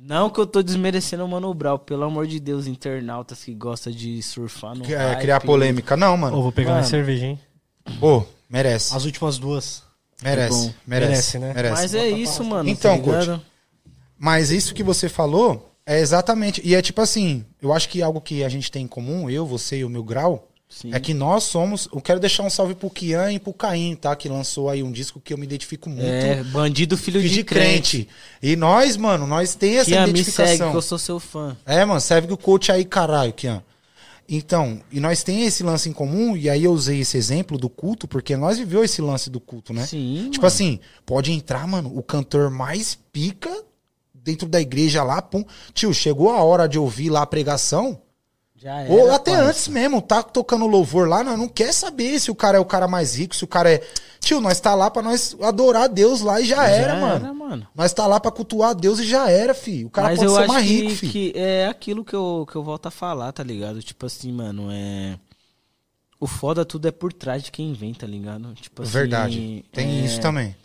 Speaker 2: Não que eu tô desmerecendo o Mano Brown, pelo amor de Deus, internautas que gosta de surfar no
Speaker 1: Que- é,
Speaker 2: hype.
Speaker 1: criar polêmica. Não,
Speaker 3: Ô,
Speaker 1: mano.
Speaker 3: vou pegar
Speaker 2: Mano.
Speaker 3: minha cerveja, hein?
Speaker 1: Pô, merece.
Speaker 3: As últimas duas.
Speaker 1: Merece,
Speaker 2: bom.
Speaker 1: merece.
Speaker 3: Merece, né?
Speaker 1: Merece.
Speaker 2: Mas é isso, mano.
Speaker 1: Então,
Speaker 2: tá
Speaker 1: Coach.
Speaker 2: ligado?
Speaker 1: Mas isso que você falou é exatamente. E é tipo assim, eu acho que algo que a gente tem em comum, eu, você e o meu grau,
Speaker 2: Sim.
Speaker 1: é que nós somos. Eu quero deixar um salve pro Kian e pro Caim, tá? Que lançou aí um disco que eu me identifico muito.
Speaker 2: É, bandido filho
Speaker 1: Filho
Speaker 2: de, crente.
Speaker 1: E nós, mano, nós tem essa é
Speaker 2: Que a me segue,
Speaker 1: identificação.
Speaker 2: que eu sou seu fã.
Speaker 1: É, mano, serve que o coach aí, caralho, Kian. Então, e nós tem esse lance em comum, e aí eu usei esse exemplo do culto, porque nós viveu esse lance do culto, né?
Speaker 2: Sim.
Speaker 1: Tipo assim, pode entrar, mano, o cantor mais pica dentro da igreja lá, pum. Tio, chegou a hora de ouvir lá a pregação.
Speaker 2: Já É, era,
Speaker 1: ou até
Speaker 2: parça.
Speaker 1: antes mesmo, tá tocando louvor lá, nós não quer saber se o cara é o cara mais rico, se o cara é. Tio, nós tá lá pra nós adorar Deus lá e já, era, mano. Nós tá lá pra cultuar Deus e já era, fi. O cara
Speaker 2: Mas
Speaker 1: pode
Speaker 2: eu
Speaker 1: ser
Speaker 2: acho
Speaker 1: mais
Speaker 2: que,
Speaker 1: rico, fi.
Speaker 2: que é aquilo que eu, que eu volto a falar, tá ligado? Tipo assim, mano, é. O foda tudo é por trás de quem vem, tá ligado? Tipo assim.
Speaker 1: Verdade. Tem
Speaker 2: é,
Speaker 1: isso também.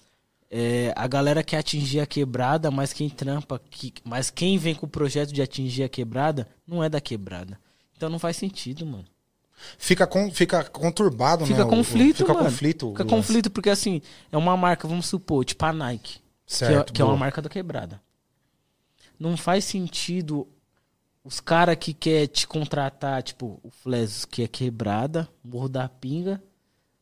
Speaker 2: é, a galera quer atingir a quebrada, mas quem trampa, que, mas quem vem com o projeto de atingir a quebrada, não é da quebrada. Então não faz sentido, mano.
Speaker 1: Fica, con- fica conturbado, né?
Speaker 2: Fica
Speaker 1: o- o-
Speaker 2: conflito,
Speaker 1: fica
Speaker 2: mano.
Speaker 1: conflito.
Speaker 2: Fica
Speaker 1: o lance.
Speaker 2: conflito, porque assim, é uma marca, vamos supor, tipo a Nike. que é-
Speaker 1: Certo,
Speaker 2: que é uma
Speaker 1: boa.
Speaker 2: marca da quebrada. Não faz sentido os caras que quer te contratar, tipo, o Flesos que é quebrada, Morro da Pinga.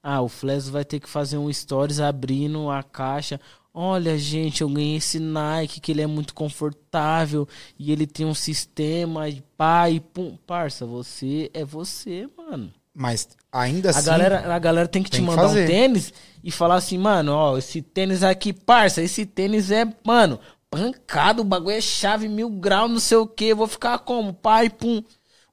Speaker 2: Ah, o Flesos vai ter que fazer um stories abrindo a caixa. Olha, gente, eu ganhei esse Nike, que ele é muito confortável e ele tem um sistema e pá, e pum. Parça, você é você, mano.
Speaker 1: Mas ainda
Speaker 2: A
Speaker 1: assim.
Speaker 2: galera, a galera tem que
Speaker 1: Tem
Speaker 2: te
Speaker 1: que
Speaker 2: mandar
Speaker 1: fazer.
Speaker 2: um tênis e falar assim, mano, ó, esse tênis aqui, parça, esse tênis é, mano, pancado, o bagulho é chave, mil grau, não sei o que, eu vou ficar como? Pai, pum.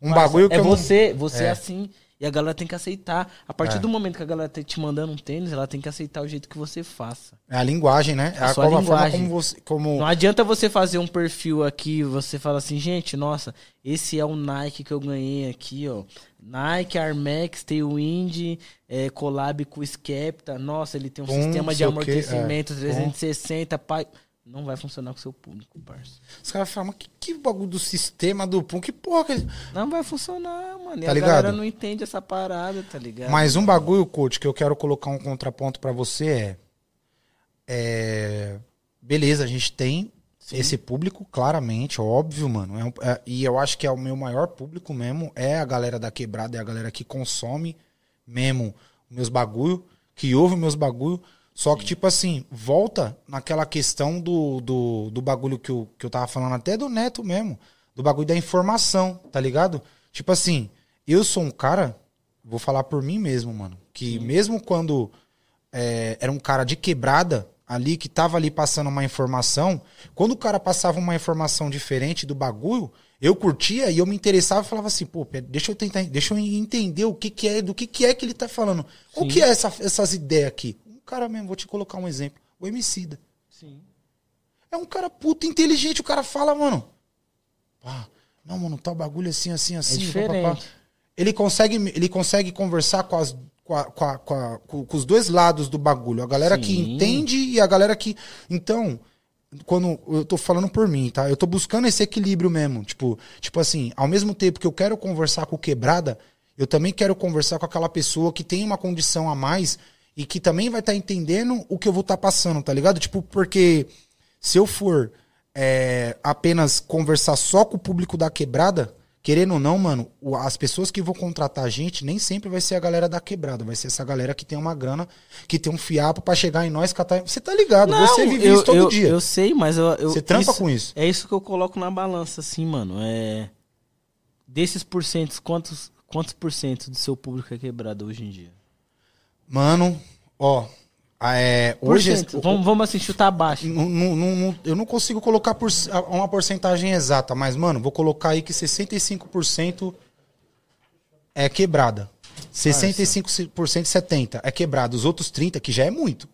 Speaker 1: Um bagulho que
Speaker 2: é
Speaker 1: eu não-
Speaker 2: você, você é
Speaker 1: É.
Speaker 2: assim. E a galera tem que aceitar. A partir
Speaker 1: É.
Speaker 2: do momento que a galera tá te mandando um tênis, ela tem que aceitar o jeito que você faça.
Speaker 1: É a linguagem, né? É
Speaker 2: A
Speaker 1: a,
Speaker 2: sua
Speaker 1: como- a forma
Speaker 2: linguagem.
Speaker 1: como você. Como...
Speaker 2: Não adianta você fazer um perfil aqui, você fala assim, gente, nossa, esse é o Nike que eu ganhei aqui, ó. Nike, Armex, Tailwind, é, collab com o Skepta. Nossa, ele tem um
Speaker 1: Pum,
Speaker 2: sistema de
Speaker 1: sei o quê,
Speaker 2: amortecimento
Speaker 1: é.
Speaker 2: 360, pai. Não vai funcionar com o seu público, parça.
Speaker 1: Os caras falam, mas que, que bagulho do sistema do pum, que porra. Que... é
Speaker 2: Não vai funcionar, mano. E
Speaker 1: Tá
Speaker 2: a
Speaker 1: ligado?
Speaker 2: galera não entende essa parada, tá ligado?
Speaker 1: Mas um bagulho, coach, que eu quero colocar um contraponto pra você é. é, Beleza, a gente tem esse público, claramente, óbvio, mano. É um- é- e eu acho que é o meu maior público mesmo, é a galera da quebrada, é a galera que consome mesmo meus bagulho, que ouve meus bagulho. Só que, tipo assim, volta naquela questão do, do, do bagulho que eu, que eu tava falando, até do neto mesmo. Do bagulho da informação, tá ligado? Tipo assim, eu sou um cara, vou falar por mim mesmo, mano, que mesmo quando é, era um cara de quebrada ali, que tava ali passando uma informação, quando o cara passava uma informação diferente do bagulho, eu curtia e eu me interessava e falava assim, pô, pera, deixa eu tentar, deixa eu entender o que que é, do que que é que ele tá falando. O que é essa- essas ideias aqui? Um cara mesmo, vou te colocar um exemplo, o Emicida.
Speaker 2: Sim.
Speaker 1: É um cara puta inteligente, o cara fala, mano, pá, não, mano, tal bagulho assim, assim,
Speaker 2: É
Speaker 1: assim, papapá
Speaker 2: diferente.
Speaker 1: ele consegue, ele consegue conversar com, as- com a- com a- com a- com- com os dois lados do bagulho. A galera que
Speaker 2: Sim.
Speaker 1: entende e a galera que. Então, quando eu tô falando por mim, tá? Eu tô buscando esse equilíbrio mesmo. Tipo, tipo assim, ao mesmo tempo que eu quero conversar com o quebrada, eu também quero conversar com aquela pessoa que tem uma condição a mais e que também vai estar entendendo o que eu vou estar passando, tá ligado? Tipo, porque se eu for é, apenas conversar só com o público da quebrada, querendo ou não, mano, o- as pessoas que vão contratar a gente nem sempre vai ser a galera da quebrada, vai ser essa galera que tem uma grana, que tem um fiapo pra chegar em nós, catar. Você tá ligado? você vive
Speaker 2: eu,
Speaker 1: isso todo
Speaker 2: eu-
Speaker 1: dia.
Speaker 2: Eu sei, mas eu. eu-
Speaker 1: você trampa
Speaker 2: isso-
Speaker 1: com isso.
Speaker 2: É isso que eu coloco na balança, assim, mano. É. Desses porcentos, quantos, quantos por cento do seu público é quebrado hoje em dia?
Speaker 1: Mano, ó, a- é, hoje
Speaker 2: Porcento. vamos, vamos assim, chutar baixo.
Speaker 1: Não- não- não- não- eu não consigo colocar por- a- uma porcentagem exata, mas, mano, vou colocar aí que 65% é quebrada.
Speaker 2: Ah,
Speaker 1: 65% 70% é quebrado. Os outros 30%, que já é muito.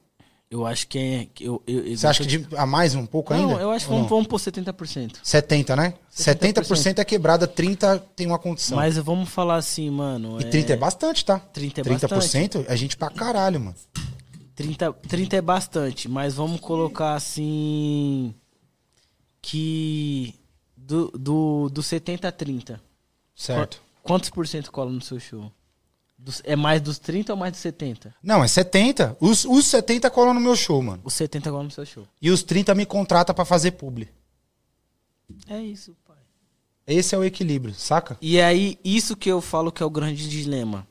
Speaker 2: Eu acho que é. que Eu, eu, eu-
Speaker 1: Você acha que de- a mais um pouco ainda?
Speaker 2: Não, eu acho que
Speaker 1: Ou
Speaker 2: vamos,
Speaker 1: não?
Speaker 2: vamos por 70%.
Speaker 1: 70%, né? 70%,
Speaker 2: 70%
Speaker 1: é quebrada, 30% tem uma condição.
Speaker 2: Mas vamos falar assim, mano.
Speaker 1: e 30% é... bastante, tá?
Speaker 2: 30 é
Speaker 1: 30% é gente pra caralho, mano.
Speaker 2: 30, 30 é bastante, mas vamos colocar assim. Que do, do, do 70 a 30.
Speaker 1: Certo.
Speaker 2: Quantos por cento cola no seu show? Dos- é mais dos 30 ou mais dos 70?
Speaker 1: Não, é 70. Os, os 70 colam no meu show, mano.
Speaker 2: Os 70 cola no seu show.
Speaker 1: E os 30 me contrata pra fazer publi.
Speaker 2: É isso, pai.
Speaker 1: Esse é o equilíbrio, saca?
Speaker 2: E aí, isso que eu falo que é o grande dilema.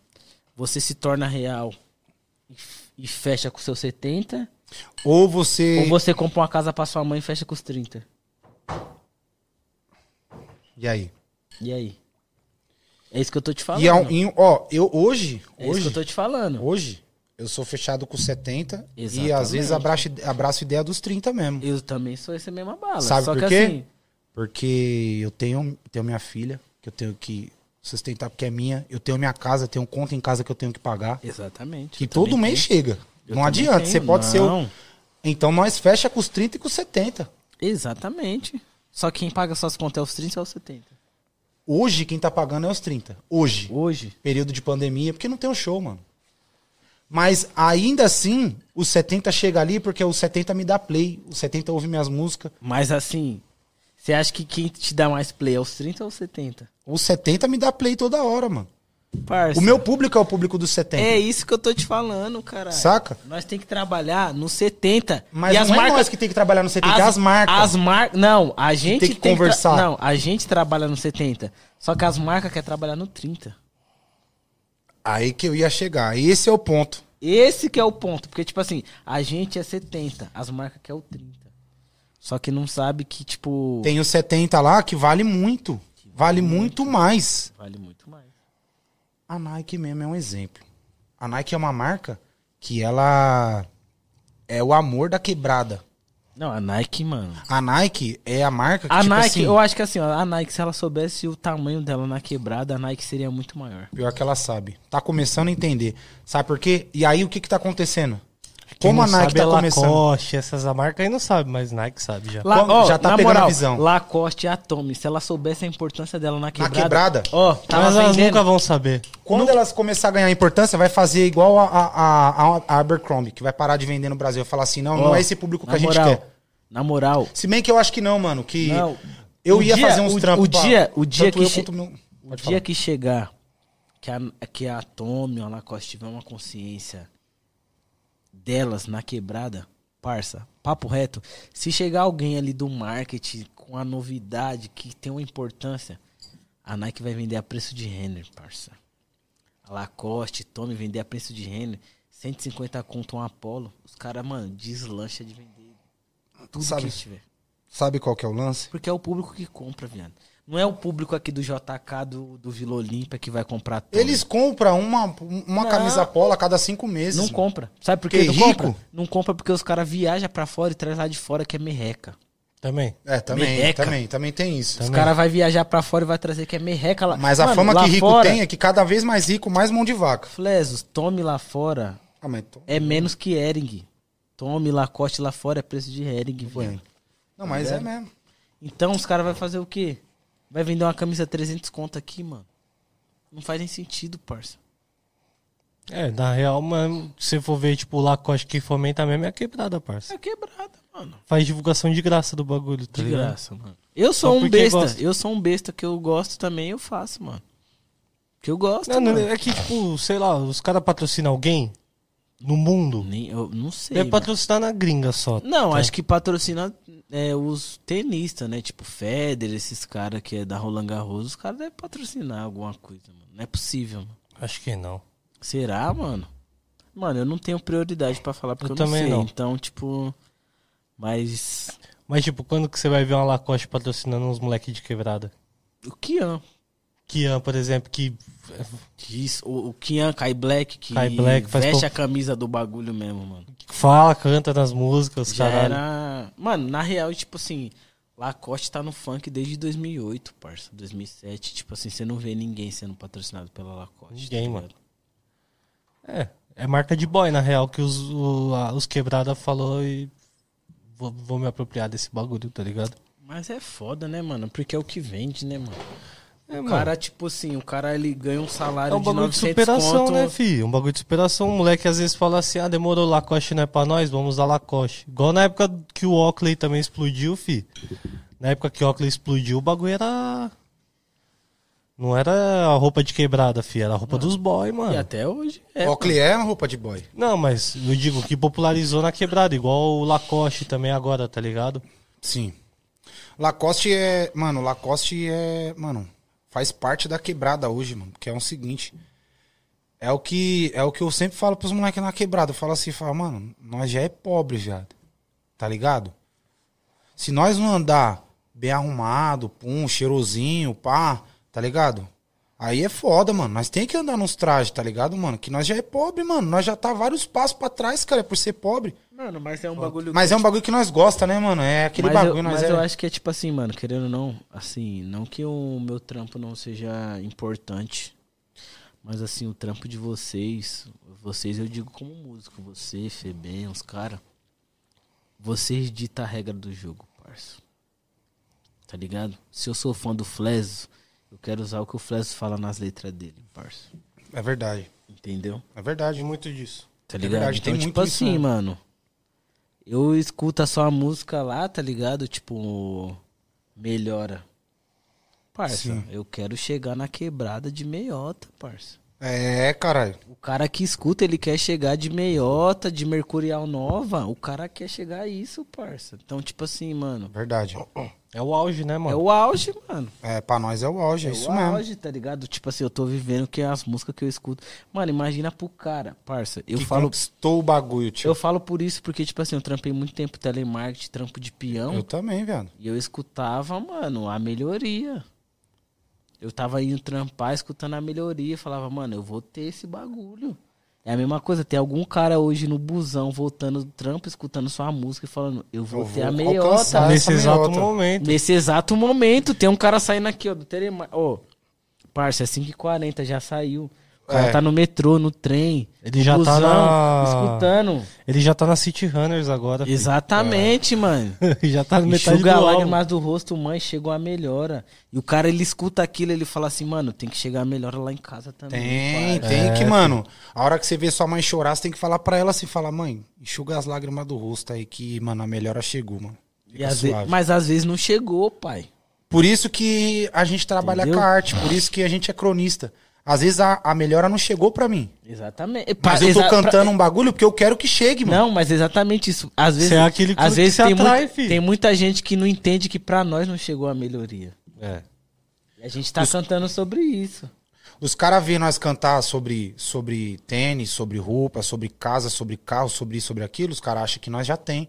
Speaker 2: Você se torna real e f- e fecha com seus 70,
Speaker 1: Ou
Speaker 2: ou
Speaker 1: você.
Speaker 2: você compra uma casa pra sua mãe e fecha com os 30.
Speaker 1: E aí?
Speaker 2: E aí? É isso que eu tô te falando.
Speaker 1: E é um- e um- ó, eu hoje.
Speaker 2: É isso
Speaker 1: hoje,
Speaker 2: que eu tô te falando.
Speaker 1: hoje, eu sou fechado com 70. E às
Speaker 2: Exatamente.
Speaker 1: vezes abraço, abraço ideia dos 30 mesmo.
Speaker 2: Eu também sou essa mesma bala.
Speaker 1: Sabe
Speaker 2: só
Speaker 1: por
Speaker 2: que
Speaker 1: quê?
Speaker 2: assim,
Speaker 1: Porque eu tenho, tenho minha filha, que eu tenho que sustentar porque é minha. Eu tenho minha casa, tenho conta em casa que eu tenho que pagar.
Speaker 2: Exatamente.
Speaker 1: Que
Speaker 2: eu
Speaker 1: todo
Speaker 2: também
Speaker 1: mês
Speaker 2: tenho.
Speaker 1: chega.
Speaker 2: Eu
Speaker 1: não
Speaker 2: também
Speaker 1: adianta,
Speaker 2: tenho,
Speaker 1: você pode ser o...
Speaker 2: não.
Speaker 1: Então nós fecha com os 30 e com os 70.
Speaker 2: Exatamente. Só quem paga suas contas é os 30 ou os 70.
Speaker 1: Hoje quem tá pagando é os 30. Hoje.
Speaker 2: Hoje.
Speaker 1: período de pandemia, porque não tem um show, mano. Mas ainda assim, os 70 chega ali porque os 70 me dá play, os 70 ouve minhas músicas,
Speaker 2: Mas assim, você acha que quem te dá mais play é os 30 ou os 70?
Speaker 1: os 70 me dá play toda hora, mano.
Speaker 2: Parça.
Speaker 1: O meu público é o público dos 70.
Speaker 2: É isso que eu tô te falando, caralho.
Speaker 1: Saca?
Speaker 2: Nós tem que trabalhar no 70.
Speaker 1: Mas
Speaker 2: É. e as
Speaker 1: não
Speaker 2: marcas
Speaker 1: é nós que tem que trabalhar no 70, as, marcas.
Speaker 2: As mar... Não, a gente
Speaker 1: tem que
Speaker 2: tra-
Speaker 1: conversar.
Speaker 2: Não, a gente trabalha no 70. Só que as marcas querem trabalhar no 30.
Speaker 1: Aí que eu ia chegar. Esse é o ponto.
Speaker 2: Esse que é o ponto. Porque, tipo assim, a gente é 70, as marcas querem o 30. Só que não sabe que, tipo,
Speaker 1: Tem os 70 lá que vale muito. Vale muito mais.
Speaker 2: vale muito mais.
Speaker 1: A Nike mesmo é um exemplo. A Nike é uma marca que ela é o amor da quebrada.
Speaker 2: Não, a Nike, mano.
Speaker 1: A Nike é a marca que,
Speaker 2: A
Speaker 1: tipo
Speaker 2: Nike,
Speaker 1: assim,
Speaker 2: eu acho que assim, ó, a Nike, se ela soubesse o tamanho dela na quebrada, a Nike seria muito maior.
Speaker 1: pior que ela sabe. Tá começando a entender. Sabe por quê? E aí, o que que tá acontecendo?
Speaker 3: Quem
Speaker 1: Como
Speaker 3: não
Speaker 1: a Nike
Speaker 3: sabe é
Speaker 1: tá começando?
Speaker 3: Lacoste, essas marcas aí não sabe, mas Nike sabe já.
Speaker 2: Lá,
Speaker 1: Como-
Speaker 2: ó,
Speaker 1: já tá
Speaker 2: na
Speaker 1: pegando a
Speaker 2: moral,
Speaker 1: visão.
Speaker 2: Lacoste e Atome, se ela soubesse a importância dela na
Speaker 1: Na
Speaker 2: quebrada.
Speaker 1: quebrada.
Speaker 2: Ó, tava
Speaker 3: mas elas
Speaker 2: vendendo.
Speaker 3: nunca vão saber.
Speaker 1: Quando elas começar a ganhar importância, vai fazer igual a, a, a- a Abercrombie, que vai parar de vender no Brasil. Vai falar assim, não,
Speaker 2: Ó,
Speaker 1: não é esse público que
Speaker 2: na
Speaker 1: a gente
Speaker 2: moral,
Speaker 1: quer.
Speaker 2: Na moral.
Speaker 1: Se bem que eu acho que não, mano. Que
Speaker 2: Não.
Speaker 1: eu
Speaker 2: O
Speaker 1: ia
Speaker 2: dia-
Speaker 1: fazer uns
Speaker 2: o-
Speaker 1: trampos.
Speaker 2: o dia- o dia
Speaker 1: tanto
Speaker 2: que
Speaker 1: eu
Speaker 2: che-
Speaker 1: quanto meu-
Speaker 2: O
Speaker 1: Pode
Speaker 2: dia que chegar que a, que a Tommy ou a Lacoste tiver uma consciência delas na quebrada, parça, papo reto, se chegar alguém ali do marketing com a novidade que tem uma importância, a Nike vai vender a preço de Renner, parça. A Lacoste, Tommy vender a preço de Renner, 150 conto um Apollo, os caras, mano, deslancha de vender tudo
Speaker 1: Sabe-
Speaker 2: que tiver.
Speaker 1: Sabe qual que é o lance?
Speaker 2: Porque é o público que compra, viado. Não é o público aqui do JK, do, do Vila Olímpia, que vai comprar tudo.
Speaker 1: Eles compram uma, uma
Speaker 2: Não.
Speaker 1: camisa polo a cada cinco meses.
Speaker 2: não
Speaker 1: mano.
Speaker 2: compra. Sabe por que
Speaker 1: Que
Speaker 2: não
Speaker 1: rico?
Speaker 2: compra? Não compra porque os caras viajam pra fora e traz lá de fora que é merreca.
Speaker 3: Também.
Speaker 1: É, também,
Speaker 2: Merreca.
Speaker 1: também, também tem isso.
Speaker 2: Os caras vai viajar pra fora e vai trazer que é merreca lá.
Speaker 1: Mas a
Speaker 2: Mano,
Speaker 1: fama
Speaker 2: lá
Speaker 1: que rico
Speaker 2: fora,
Speaker 1: tem é que cada vez mais rico, mais mão de vaca.
Speaker 2: Flesos, tome lá fora
Speaker 1: Ah, mas tô-
Speaker 2: é menos que Hering. Tome Lacoste lá fora é preço de Hering, viado.
Speaker 1: Não, mas é mesmo.
Speaker 2: Então os caras vão fazer o quê? Vai vender uma camisa 300 conto aqui, mano. Não faz nem sentido, parça.
Speaker 3: É, na real, mano, se você for ver, tipo, o Lacoste que fomenta mesmo é a quebrada, parça.
Speaker 2: É quebrada, mano.
Speaker 3: Faz divulgação de graça do bagulho, tá
Speaker 2: De
Speaker 3: ligado?
Speaker 2: graça, mano. Eu sou
Speaker 3: Só
Speaker 2: um
Speaker 3: porque
Speaker 2: besta.
Speaker 3: gosta.
Speaker 2: Eu sou um besta que eu gosto também, eu faço, mano. Que eu gosto,
Speaker 3: Não, não,
Speaker 2: mano.
Speaker 3: é que, tipo, sei lá, os caras patrocinam alguém no mundo.
Speaker 2: Nem, eu não sei.
Speaker 3: Deve
Speaker 2: mano.
Speaker 3: patrocinar na gringa só.
Speaker 2: Não,
Speaker 3: É tá?
Speaker 2: acho que patrocina é, os tenistas, né? Tipo, Federer, esses caras que é da Roland Garros, os caras devem patrocinar alguma coisa, mano. Não é possível, mano.
Speaker 3: Acho que não.
Speaker 2: Será, mano? Mano, eu não tenho prioridade pra falar porque eu,
Speaker 3: Eu
Speaker 2: não
Speaker 3: também
Speaker 2: sei.
Speaker 3: não.
Speaker 2: Então, tipo. Mas.
Speaker 3: Mas, tipo, quando que você vai ver uma Lacoste patrocinando uns moleque de quebrada?
Speaker 2: O Kian.
Speaker 3: Kian, por exemplo, que
Speaker 2: Isso, o, o Kian Kai Black, que
Speaker 3: Kai Black faz
Speaker 2: veste
Speaker 3: pouco-
Speaker 2: a camisa do bagulho mesmo, mano.
Speaker 3: fala, canta nas músicas,
Speaker 2: Já
Speaker 3: caralho.
Speaker 2: era. Mano, na real, tipo assim, Lacoste tá no funk desde 2008, parça. 2007. Tipo assim, você não vê ninguém sendo patrocinado pela Lacoste. tá
Speaker 3: Ninguém, mano.
Speaker 2: ligado?
Speaker 3: É, é marca de boy, na real, que os, o- a- os quebrada falou e vou, vou me apropriar desse bagulho, tá ligado?
Speaker 2: Mas é foda, né, mano? Porque é o que vende, né, mano?
Speaker 3: É,
Speaker 2: O cara, tipo assim, o cara ele ganha um salário
Speaker 3: É um
Speaker 2: de
Speaker 3: bagulho de
Speaker 2: 900
Speaker 3: superação,
Speaker 2: conto.
Speaker 3: né, fi? Um bagulho de superação. Um moleque às vezes fala assim, ah, demorou, Lacoste não é pra nós, vamos usar Lacoste. Igual na época que o Oakley também explodiu, fi. Na época que o óculos explodiu, o bagulho era. Não era a roupa de quebrada, fi, era a roupa dos boy, mano.
Speaker 2: E até hoje é.
Speaker 1: Ockley é uma roupa de boy.
Speaker 3: Não, mas eu digo que popularizou na quebrada, igual o Lacoste também agora, tá ligado?
Speaker 1: Sim. Lacoste é. Mano, Lacoste é. Mano, faz parte da quebrada hoje, mano. Porque é o seguinte. É o que, é o que eu sempre falo pros moleques na quebrada. Eu falo assim, falo, mano, nós já é pobre, já. Tá ligado? Se nós não andar bem arrumado, pum, cheirosinho, pá, tá ligado? Aí é foda, mano. Nós tem que andar nos trajes, tá ligado, mano? Que nós já é pobre, mano. Nós já tá vários passos pra trás, cara, por ser pobre.
Speaker 2: Mano, mas é um bagulho.
Speaker 1: Mas é um bagulho que nós gosta, né, mano? É aquele
Speaker 2: mas
Speaker 1: bagulho
Speaker 2: eu,
Speaker 1: nós
Speaker 2: mas
Speaker 1: é...
Speaker 2: eu acho que é tipo assim, mano, querendo ou não, assim, não que o meu trampo não seja importante, mas assim, o trampo de vocês, vocês eu digo como músico, você, Febem, os caras, vocês ditam a regra do jogo, parça. Tá ligado? Se eu sou fã do Fleso, eu quero usar o que o Fleso fala nas letras dele, parça.
Speaker 1: É verdade.
Speaker 2: Entendeu?
Speaker 1: É verdade. muito disso.
Speaker 2: Tá
Speaker 1: É
Speaker 2: ligado?
Speaker 1: verdade,
Speaker 2: então,
Speaker 1: tem
Speaker 2: tipo
Speaker 1: muito isso,
Speaker 2: assim,
Speaker 1: né?
Speaker 2: mano. Eu escuto só a música lá, tá ligado? Tipo, melhora. Parça,
Speaker 1: Sim.
Speaker 2: eu quero chegar na quebrada de meiota, parça.
Speaker 1: É, caralho.
Speaker 2: O cara que escuta, ele quer chegar de meiota, de mercurial nova. O cara quer chegar a isso, parça. Então, tipo assim, mano.
Speaker 1: Verdade.
Speaker 3: É o auge, né,
Speaker 2: É
Speaker 3: mano?
Speaker 2: o auge, mano.
Speaker 1: É, pra nós é o auge, é,
Speaker 2: É
Speaker 1: isso
Speaker 2: o
Speaker 1: mesmo.
Speaker 2: auge, tá ligado? Tipo assim, eu tô vivendo que as músicas que eu escuto. Mano, imagina pro cara, parça. Eu
Speaker 1: que
Speaker 2: falo.
Speaker 1: conquistou o bagulho, tio.
Speaker 2: Eu falo por isso porque, tipo assim, eu trampei muito tempo telemarketing, trampo de peão.
Speaker 1: Eu também, viado.
Speaker 2: E eu escutava, mano, a melhoria. Eu tava indo trampar, escutando a melhoria. Falava, mano, eu vou ter esse bagulho. É a mesma coisa, tem algum cara hoje no busão, voltando do trampo, escutando sua música e falando, eu vou
Speaker 1: Eu
Speaker 2: ter a
Speaker 1: vou
Speaker 2: meiota.
Speaker 1: alcançar.
Speaker 3: Tá Nesse
Speaker 1: Essa
Speaker 3: exato
Speaker 1: meiota.
Speaker 3: momento.
Speaker 2: Nesse exato momento, tem um cara saindo aqui, ó, do telemarketing. Ô, parça, é 5h40, já saiu. O cara
Speaker 1: É.
Speaker 2: tá no metrô, no trem.
Speaker 3: Ele já tá
Speaker 2: busão,
Speaker 3: na-
Speaker 2: escutando.
Speaker 3: Ele já tá na City Runners agora. filho.
Speaker 2: Exatamente, mano.
Speaker 3: Ele já tá na metade
Speaker 2: Enxuga a
Speaker 3: do álbum.
Speaker 2: lágrimas do rosto, mãe, chegou a melhora. E o cara, ele escuta aquilo, ele fala assim, mano, tem que chegar a melhora lá em casa também.
Speaker 1: Tem,
Speaker 2: pai.
Speaker 1: tem que, mano. A hora que você vê sua mãe chorar, você tem que falar pra ela assim, falar, mãe, enxuga as lágrimas do rosto aí que, mano, a melhora chegou, mano.
Speaker 2: E
Speaker 1: Fica
Speaker 2: às ve-
Speaker 1: suave.
Speaker 2: Mas às vezes não chegou, pai.
Speaker 1: Por isso que a gente trabalha
Speaker 2: Entendeu?
Speaker 1: com a arte, por isso que a gente é cronista. Às vezes a, a melhora não chegou pra mim.
Speaker 2: Exatamente.
Speaker 1: Mas
Speaker 2: Pra-
Speaker 1: eu tô
Speaker 2: exa- pra-
Speaker 1: cantando um bagulho porque eu quero que chegue, mano.
Speaker 2: Não, mas exatamente isso. Às vezes,
Speaker 3: Você é aquele que-
Speaker 2: às
Speaker 3: que
Speaker 2: vezes
Speaker 3: se
Speaker 2: tem,
Speaker 3: atrai,
Speaker 2: muita-
Speaker 3: filho.
Speaker 2: tem muita gente que não entende que pra nós não chegou a melhoria.
Speaker 3: É.
Speaker 2: E a gente tá cantando sobre isso.
Speaker 1: Os caras vêem nós cantar sobre, sobre tênis, sobre roupa, sobre casa, sobre carro, sobre isso, sobre aquilo, os caras acham que nós já tem.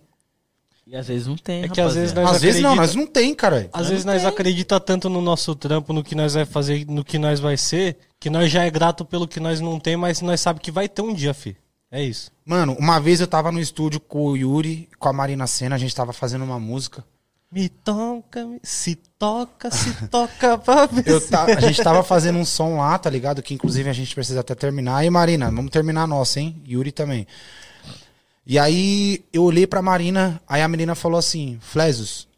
Speaker 2: E às vezes não tem,
Speaker 3: É que às vezes
Speaker 2: rapaziada.
Speaker 3: Nós
Speaker 1: Às vezes não,
Speaker 3: acredita-
Speaker 1: nós não tem, cara.
Speaker 3: Às vezes nós acredita tanto no nosso trampo, no que nós vai fazer, no que nós vai ser, que nós já é grato pelo que nós não tem, mas nós sabe que vai ter um dia, fi. É isso.
Speaker 1: Mano, uma vez eu tava no estúdio com o Yuri, com a Marina Senna, a gente tava fazendo uma música.
Speaker 3: Me toca, me- se toca, se toca, papi.
Speaker 1: Eu tá. ta- a gente tava fazendo um som lá, tá ligado? Que inclusive a gente precisa até terminar. Aí, Marina, vamos terminar a nossa, hein? Yuri também. E aí eu olhei pra Marina, aí a menina falou assim: Flesos,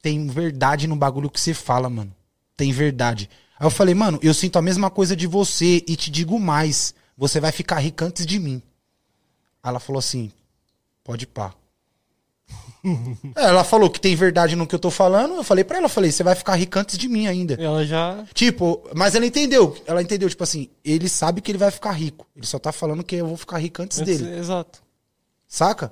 Speaker 1: tem verdade no bagulho que você fala, mano. Tem verdade. Aí eu falei, mano, eu sinto a mesma coisa de você e te digo mais. Você vai ficar rica antes de mim. Aí ela falou assim: pode pá. É, ela falou que tem verdade no que eu tô falando. Eu falei pra ela, eu falei, você vai ficar rica antes de mim ainda.
Speaker 3: Ela já.
Speaker 1: Tipo, mas ela entendeu. Ela entendeu, tipo assim, ele sabe que ele vai ficar rico. Ele só tá falando que eu vou ficar rico antes dele.
Speaker 3: Exato.
Speaker 1: Saca?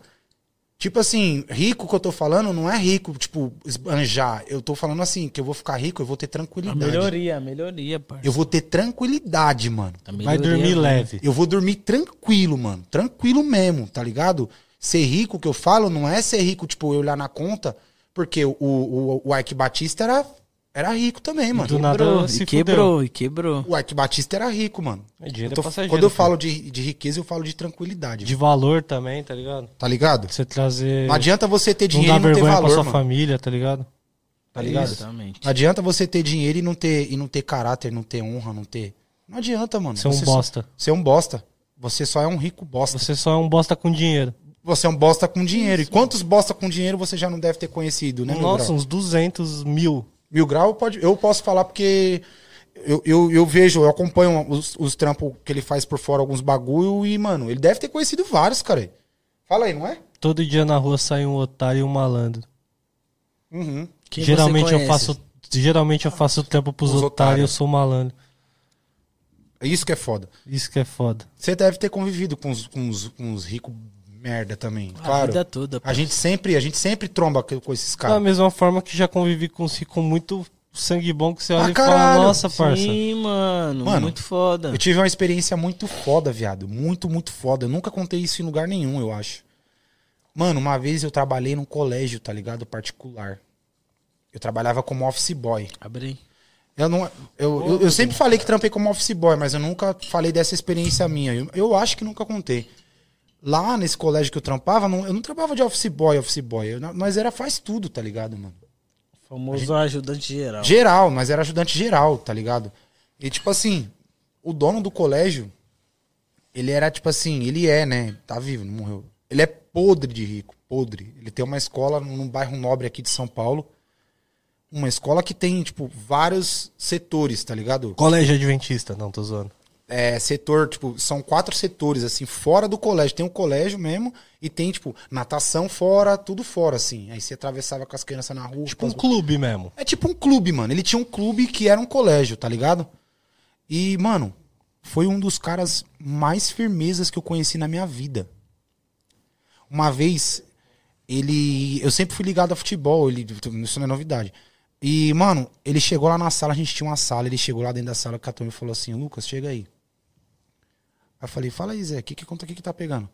Speaker 1: Tipo assim, rico que eu tô falando não é rico, tipo, esbanjar. Eu tô falando assim, que eu vou ficar rico, eu vou ter
Speaker 2: A
Speaker 1: tranquilidade.
Speaker 2: melhoria, a melhoria, parça.
Speaker 1: Eu vou ter tranquilidade, mano.
Speaker 2: A
Speaker 3: Vai
Speaker 2: melhoria, é
Speaker 3: dormir
Speaker 2: mano.
Speaker 3: leve.
Speaker 1: Eu vou dormir tranquilo, mano. Tranquilo mesmo, tá ligado? Ser rico que eu falo não é ser rico, tipo, eu olhar na conta, porque o, o, o Ike Batista era, era rico também, mano.
Speaker 3: Do nada
Speaker 2: Quebrou,
Speaker 3: se
Speaker 2: e quebrou, e quebrou.
Speaker 1: O Ike Batista era rico, mano.
Speaker 3: É dinheiro
Speaker 1: Eu tô-
Speaker 3: é passageiro,
Speaker 1: quando eu
Speaker 3: pô.
Speaker 1: falo de, de riqueza, eu falo de tranquilidade.
Speaker 3: De valor também, tá ligado?
Speaker 1: Tá ligado?
Speaker 3: Você trazer.
Speaker 1: Não adianta você ter
Speaker 3: Não
Speaker 1: dinheiro
Speaker 3: dá
Speaker 1: e não ter
Speaker 3: vergonha pra
Speaker 1: valor,
Speaker 3: sua
Speaker 1: mano.
Speaker 3: família, tá ligado?
Speaker 1: Tá ligado?
Speaker 2: Exatamente.
Speaker 1: Não adianta você ter dinheiro e não ter, e não ter caráter, não ter honra, não ter. Não adianta, mano.
Speaker 3: Você é um
Speaker 1: Você só-
Speaker 3: bosta.
Speaker 1: Você é um bosta. Você só é um rico bosta.
Speaker 3: Você só é um bosta com dinheiro.
Speaker 1: Você é um bosta com dinheiro. e quantos bosta com dinheiro você já não deve ter conhecido, né, meu
Speaker 3: Nossa,
Speaker 1: grau?
Speaker 3: uns 200 mil.
Speaker 1: Mil grau pode. Eu posso falar porque eu, eu, eu vejo, eu acompanho os, os trampos que ele faz por fora, alguns bagulho, e, mano, ele deve ter conhecido vários, cara. Fala aí, não é?
Speaker 3: Todo dia na rua sai um otário e um malandro.
Speaker 1: Uhum.
Speaker 2: Quem
Speaker 3: geralmente
Speaker 2: você
Speaker 3: eu
Speaker 2: conhece?
Speaker 3: faço. Geralmente eu faço tempo pros
Speaker 1: Os
Speaker 3: otários
Speaker 1: otários.
Speaker 3: e eu sou malandro.
Speaker 1: É isso que é foda.
Speaker 3: Isso que é foda.
Speaker 1: Você deve ter convivido com os, com os, com os ricos merda também.
Speaker 2: A
Speaker 1: claro.
Speaker 2: Ah, vida toda. pô.
Speaker 1: A gente sempre, a gente sempre tromba com com esses
Speaker 3: Da
Speaker 1: caras.
Speaker 3: mesma forma que já convivi com os ricos muito sangue bom que você olha
Speaker 1: Ah,
Speaker 3: e fala,
Speaker 1: caralho,
Speaker 3: nossa, parça.
Speaker 2: Sim, mano,
Speaker 1: Mano,
Speaker 2: Muito foda.
Speaker 1: Eu tive uma experiência muito foda, viado. Muito, muito foda. Eu nunca contei isso em lugar nenhum, eu acho. Mano, uma vez eu trabalhei num colégio, tá ligado? Particular. Eu trabalhava como office boy.
Speaker 2: Abre aí.
Speaker 1: Eu, não, eu, eu, eu sempre falei que trampei como office boy, mas eu nunca falei dessa experiência minha. Eu, eu acho que nunca contei. Lá nesse colégio que eu trampava, não- eu não trampava de office boy, office boy. Eu- nós era faz tudo, tá ligado, mano?
Speaker 2: Famoso ajudante geral.
Speaker 1: Geral, nós era ajudante geral, tá ligado? E tipo assim, o dono do colégio, ele era tipo assim, ele é, né? Tá vivo, não morreu. Ele é podre de rico, podre. Ele tem uma escola num bairro nobre aqui de São Paulo. Uma escola que tem, tipo, vários setores, tá ligado?
Speaker 3: Colégio Adventista, não, tô zoando.
Speaker 1: é, setor, tipo, são quatro setores, assim, fora do colégio. Tem o colégio mesmo e tem, tipo, natação fora, tudo fora, assim. Aí você atravessava com as crianças na rua.
Speaker 3: Tipo
Speaker 1: com
Speaker 3: um
Speaker 1: as-
Speaker 3: clube mesmo.
Speaker 1: É tipo um clube, mano. Ele tinha um clube que era um colégio, tá ligado? E, mano, foi um dos caras mais firmezas que eu conheci na minha vida. Uma vez, ele. Eu sempre fui ligado a futebol, ele... isso não é novidade. E, mano, ele chegou lá na sala, a gente tinha uma sala, ele chegou lá dentro da sala, catou e falou assim: Lucas, chega aí. Aí eu falei: fala aí, Zé, o que, que conta que, que tá pegando?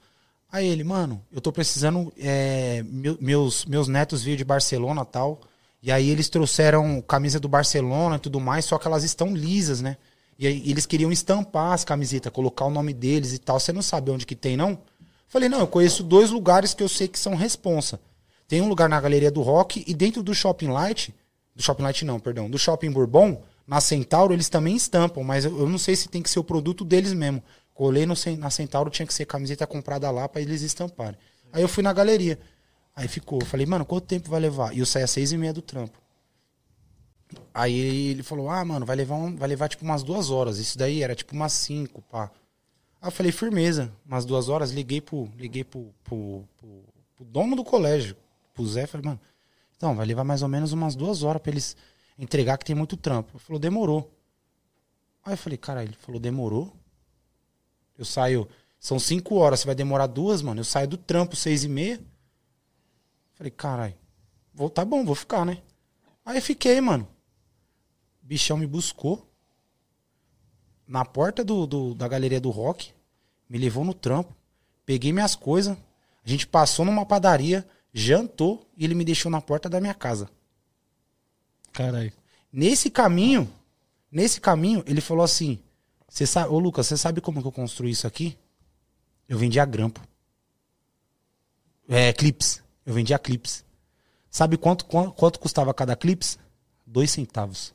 Speaker 1: Aí ele, mano, eu tô precisando. é, meu- meus, meus netos vieram de Barcelona tal. E aí eles trouxeram camisa do Barcelona e tudo mais, só que elas estão lisas, né? E aí eles queriam estampar as camisetas, colocar o nome deles e tal. Você não sabe onde que tem, não? Falei, não, eu conheço dois lugares que eu sei que são responsa. Tem um lugar na Galeria do Rock e dentro do Shopping Light, do Shopping Light não, perdão, do Shopping Bourbon, na Centauro eles também estampam, mas eu, eu não sei se tem que ser o produto deles mesmo. Colei no, Cen- na Centauro, tinha que ser camiseta comprada lá pra eles estamparem. Aí eu fui na galeria. Aí ficou, eu falei, mano, quanto tempo vai levar? E eu saí às seis e meia do trampo. Aí ele falou, ah, mano, vai levar, um- vai levar tipo umas duas horas. Isso daí era tipo umas cinco, pá. Aí eu falei, firmeza. Umas duas horas, liguei pro, liguei pro, pro, pro- pro dono do colégio, pro Zé, falei, mano, então, vai levar mais ou menos umas duas horas pra eles entregar que tem muito trampo. Ele falou, demorou. Aí eu falei, cara, ele falou, demorou? Eu saio, são cinco horas, você vai demorar duas, mano. Eu saio do trampo seis e meia. Falei, caralho, vou, tá bom, vou ficar, né? Aí eu fiquei, mano. Bichão me buscou na porta do, do- da galeria do rock, me levou no trampo, peguei minhas coisas, a gente passou numa padaria, jantou e ele me deixou na porta da minha casa.
Speaker 3: Caralho.
Speaker 1: Nesse caminho, nesse caminho, ele falou assim: "Você sabe, ô Lucas, você sabe como que eu construí isso aqui? Eu vendia grampo. É, clips. Eu vendia clips. Sabe quanto quan- quanto custava cada clips? Dois centavos.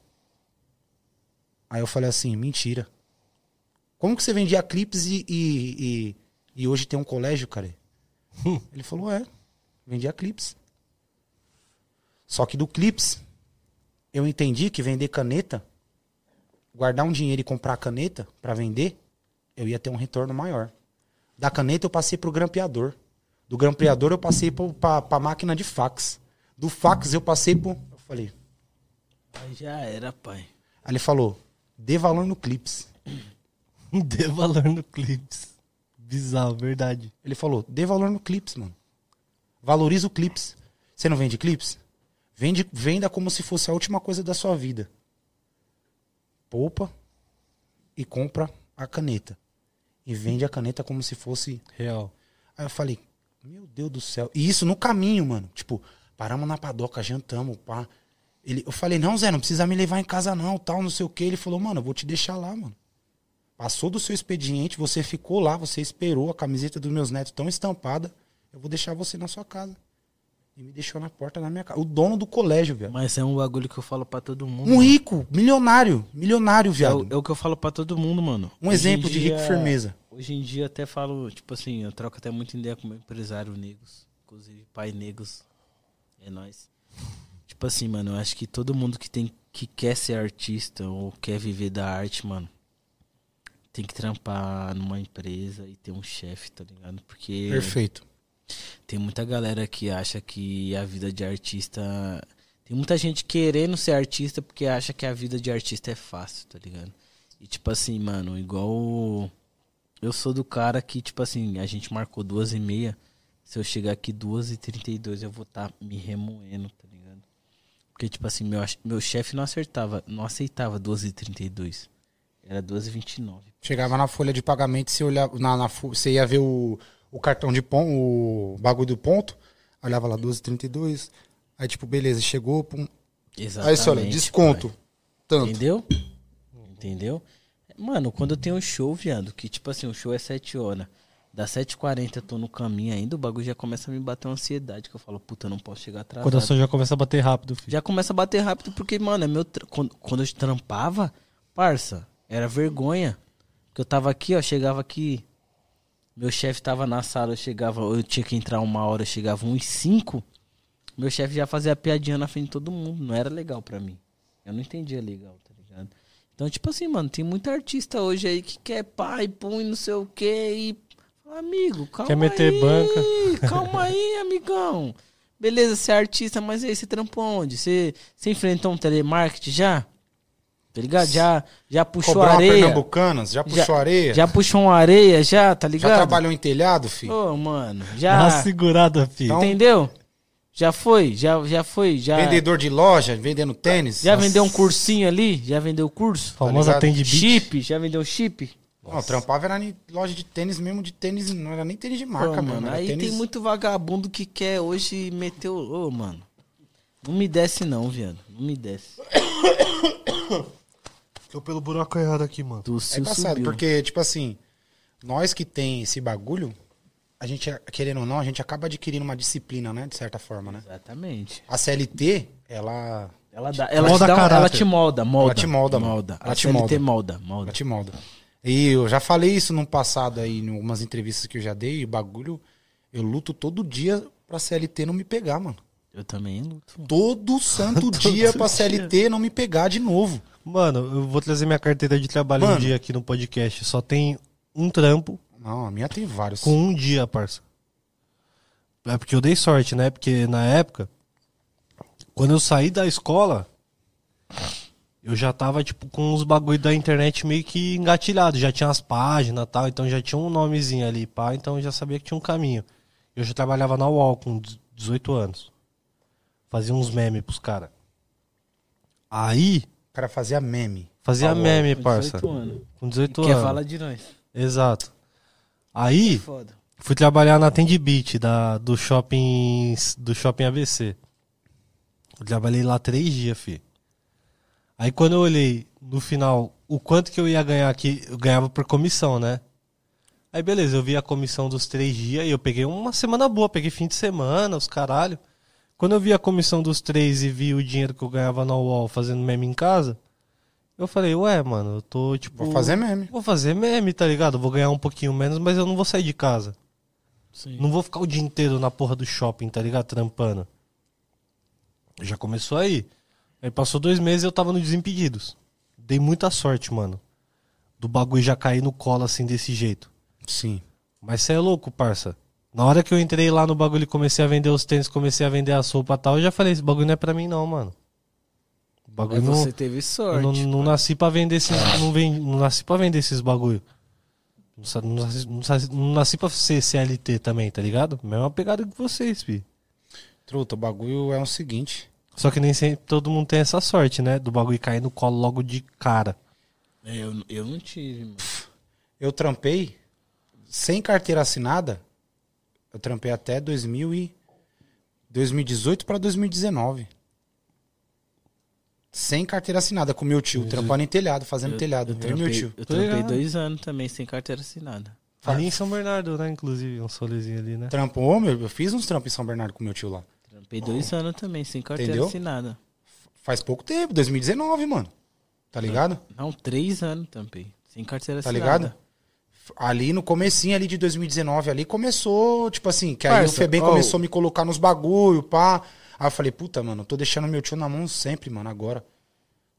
Speaker 1: Aí eu falei assim, mentira. Como que você vendia clips e, e, e, e hoje tem um colégio, cara? Ele falou, é, vendia clips. Só que do clips, eu entendi que vender caneta, guardar um dinheiro e comprar caneta pra vender, eu ia ter um retorno maior. Da caneta eu passei pro grampeador. Do grampeador eu passei pro, pra, pra máquina de fax. Do fax eu passei pro. Eu falei,
Speaker 2: Aí já era, pai.
Speaker 1: Aí ele falou, dê valor no clips.
Speaker 3: Dê valor Um no clips. Bizarro, verdade.
Speaker 1: Ele falou, dê valor no clips, mano. Valoriza o clips. Você não vende clips? Vende, venda como se fosse a última coisa da sua vida. Poupa e compra a caneta. E vende a caneta como se fosse
Speaker 3: Real.
Speaker 1: Aí eu falei, meu Deus do céu. E isso no caminho, mano. Tipo, paramos na padoca, jantamos, pá. Ele, eu falei, não, Zé, não precisa me levar em casa não, tal, não sei o quê. Ele falou, mano, eu vou te deixar lá, mano. Passou do seu expediente, você ficou lá, você esperou a camiseta dos meus netos tão estampada. Eu vou deixar você na sua casa. E me deixou na porta da minha casa. O dono do colégio, velho.
Speaker 2: Mas é um bagulho que eu falo pra todo mundo.
Speaker 1: Um
Speaker 2: mano.
Speaker 1: rico, milionário, milionário,
Speaker 2: É
Speaker 1: viado.
Speaker 2: o, é o que eu falo pra todo mundo, mano.
Speaker 1: Um
Speaker 2: Hoje em
Speaker 1: exemplo de rico
Speaker 2: dia-
Speaker 1: firmeza.
Speaker 2: Hoje em dia até falo, tipo assim, eu troco até muita ideia com meu empresário Negros. Inclusive, pai Negros. É nóis. Tipo assim, mano, eu acho que todo mundo que tem que quer ser artista ou quer viver da arte, mano, tem que trampar numa empresa e ter um chefe, tá ligado? Porque
Speaker 1: Perfeito.
Speaker 2: tem muita galera que acha que a vida de artista Tem muita gente querendo ser artista porque acha que a vida de artista é fácil, tá ligado? E tipo assim, mano, igual. o- Eu sou do cara que, tipo assim, a gente marcou duas e meia. Se eu chegar aqui duas e trinta e dois, eu vou estar me remoendo, tá ligado? Porque, tipo assim, meu, ach- meu chefe não acertava, não aceitava duas e trinta e dois. Era duas e vinte e nove.
Speaker 8: Chegava na folha de pagamento, você, olhava, na, na fo- você ia ver o, o cartão de ponto, o bagulho do ponto, olhava lá 12,32. Aí, tipo, beleza, chegou. Pum. Aí
Speaker 2: Exatamente.
Speaker 8: você olha, desconto.
Speaker 2: pai.
Speaker 8: Tanto.
Speaker 2: Entendeu? Entendeu? Mano, quando eu tenho um show, viado, que tipo assim, o show é 7 horas. Das 7h40 eu tô no caminho ainda, o bagulho já começa a me bater uma ansiedade, que eu falo, puta, eu não posso chegar
Speaker 3: O
Speaker 2: atrasado.
Speaker 3: coração já começa a bater rápido, filho.
Speaker 2: Já começa a bater rápido, porque, mano, é meu. tra- Quando, quando eu trampava, parça, era vergonha. Porque eu tava aqui, ó, chegava aqui. Meu chefe tava na sala, eu chegava, eu tinha que entrar uma hora, eu chegava 1 e 5. Meu chefe já fazia piadinha na frente de todo mundo. Não era legal pra mim. Eu não entendia legal, tá ligado? Então, tipo assim, mano, tem muita artista hoje aí que quer pai, pum, e não sei o quê. E. Fala, Amigo, calma
Speaker 3: Quer meter
Speaker 2: aí,
Speaker 3: banca.
Speaker 2: Calma aí, amigão. Beleza, você é artista, mas aí você trampou onde? Você, você enfrentou um telemarketing já? Tá ligado? Já, já puxou
Speaker 1: Cobrou uma
Speaker 2: areia?
Speaker 1: Pernambucanas, já
Speaker 2: Já-
Speaker 1: puxou areia, já,
Speaker 2: Já puxou uma areia, já, tá ligado?
Speaker 1: trabalhou em telhado, filho.
Speaker 2: Ô, mano,
Speaker 3: Dá
Speaker 2: já.
Speaker 3: uma segurada, filho.
Speaker 1: Então,
Speaker 2: Entendeu? Já foi, já, já foi, já.
Speaker 1: Vendedor de loja, vendendo tênis.
Speaker 2: Já vendeu um cursinho ali? Já vendeu o curso?
Speaker 3: Famosa
Speaker 1: ligado?
Speaker 3: atende beat.
Speaker 2: Chip? Já vendeu chip?
Speaker 1: Não, trampava era em loja de tênis mesmo, de tênis, não era nem tênis de
Speaker 2: Pô,
Speaker 1: marca, mano.
Speaker 2: mano,
Speaker 1: Era
Speaker 2: aí
Speaker 1: tênis...
Speaker 2: tem muito vagabundo que quer hoje meter o. Ô, mano. Não me desce, não, viado. Não me desce.
Speaker 9: Tô pelo buraco errado aqui, mano.
Speaker 2: Do
Speaker 1: É
Speaker 2: seu
Speaker 1: engraçado,
Speaker 2: subiu.
Speaker 1: porque, tipo assim, nós que tem esse bagulho, a gente, querendo ou não, a gente acaba adquirindo uma disciplina, né? De certa forma, né?
Speaker 2: Exatamente.
Speaker 1: A CLT, ela,
Speaker 2: Ela, dá, ela,
Speaker 3: molda
Speaker 2: te dá, um-
Speaker 3: caráter.
Speaker 2: ela te molda, molda.
Speaker 1: Ela te molda, mano.
Speaker 2: molda.
Speaker 1: Ela
Speaker 2: a
Speaker 1: te
Speaker 2: CLT molda. molda.
Speaker 1: ela te molda. E eu já falei isso no passado aí, em algumas entrevistas que eu já dei, e o bagulho, eu luto todo dia pra CLT não me pegar, mano.
Speaker 2: Eu também luto.
Speaker 1: Todo santo dia pra CLT não me pegar de novo.
Speaker 3: Mano, eu vou trazer minha carteira de trabalho um
Speaker 1: Mano.
Speaker 3: dia aqui no podcast. Só tem um trampo
Speaker 1: Não, a minha tem vários.
Speaker 3: com um dia, parça. É porque eu dei sorte, né? Porque na época, quando eu saí da escola, eu já tava, tipo, com os bagulho da internet meio que engatilhado. Já tinha as páginas e tal, então já tinha um nomezinho ali, pá. Então eu já sabia que tinha um caminho. Eu já trabalhava na UOL com 18 anos. Fazia uns memes pros caras. Aí,
Speaker 1: O cara fazia meme.
Speaker 3: fazia meme, parça.
Speaker 2: 18 anos.
Speaker 3: Com 18
Speaker 2: Quer
Speaker 3: anos.
Speaker 2: falar de nós.
Speaker 3: Exato. Aí,
Speaker 2: Foda.
Speaker 3: fui trabalhar na Tende Beat da, do, shopping, do shopping ABC. Eu trabalhei lá três dias, fi. Aí quando eu olhei no final o quanto que eu ia ganhar aqui, eu ganhava por comissão, né? Aí beleza, eu vi a comissão dos três dias e eu peguei uma semana boa, peguei fim de semana, os caralho. Quando eu vi a comissão dos três e vi o dinheiro que eu ganhava na UOL fazendo meme em casa, eu falei, ué, mano, eu tô tipo.
Speaker 1: Vou fazer meme.
Speaker 3: Vou fazer meme, tá ligado? Vou ganhar um pouquinho menos, mas eu não vou sair de casa.
Speaker 2: Sim.
Speaker 3: Não vou ficar o dia inteiro na porra do shopping, tá ligado? Trampando. Já começou aí. Aí passou dois meses e eu tava no Desimpedidos. Dei muita sorte, mano. Do bagulho já cair no colo assim desse jeito.
Speaker 1: Sim.
Speaker 3: Mas você é louco, parça. Na hora que eu entrei lá no bagulho e comecei a vender os tênis, comecei a vender a sopa e tal, eu já falei, esse bagulho não é pra mim não, mano. O bagulho
Speaker 2: Mas
Speaker 3: não...
Speaker 2: você teve
Speaker 3: Eu
Speaker 2: sorte.
Speaker 3: não, não nasci pra vender esses. Não, ven- não nasci pra vender esses bagulho. Não, sa- não nasci, não sa- não nasci pra ser CLT também, tá ligado? Mesma pegada que vocês, fi.
Speaker 1: Truta, o bagulho é o seguinte.
Speaker 3: Só que nem sempre todo mundo tem essa sorte, né? Do bagulho cair no colo logo de cara.
Speaker 2: É, Eu, eu não tive, mano.
Speaker 1: Eu trampei sem carteira assinada. Eu trampei até 2000 e 2018 pra 2019. Sem carteira assinada com meu tio, trampando em telhado, fazendo telhado. Eu, e meu tio.
Speaker 2: eu
Speaker 3: Tô
Speaker 2: trampei
Speaker 3: ligado.
Speaker 2: dois anos também, sem carteira assinada.
Speaker 3: Ali em São Bernardo, né? Inclusive, um solezinho ali, né?
Speaker 1: Trampou, meu, eu fiz uns trampos em São Bernardo com meu tio lá.
Speaker 2: Trampei dois anos também, sem carteira
Speaker 1: Entendeu?
Speaker 2: assinada.
Speaker 1: Faz pouco tempo, 2019, mano. Tá ligado?
Speaker 2: Não, três anos trampei. Sem carteira
Speaker 1: Tá
Speaker 2: assinada.
Speaker 1: ligado? Ali no comecinho ali de 2019, ali começou, tipo assim, que aí o
Speaker 2: Parça,
Speaker 1: Febem
Speaker 2: ó,
Speaker 1: começou a me colocar nos bagulho, pá. Aí eu falei, puta, mano, eu tô deixando meu tio na mão sempre, mano, agora.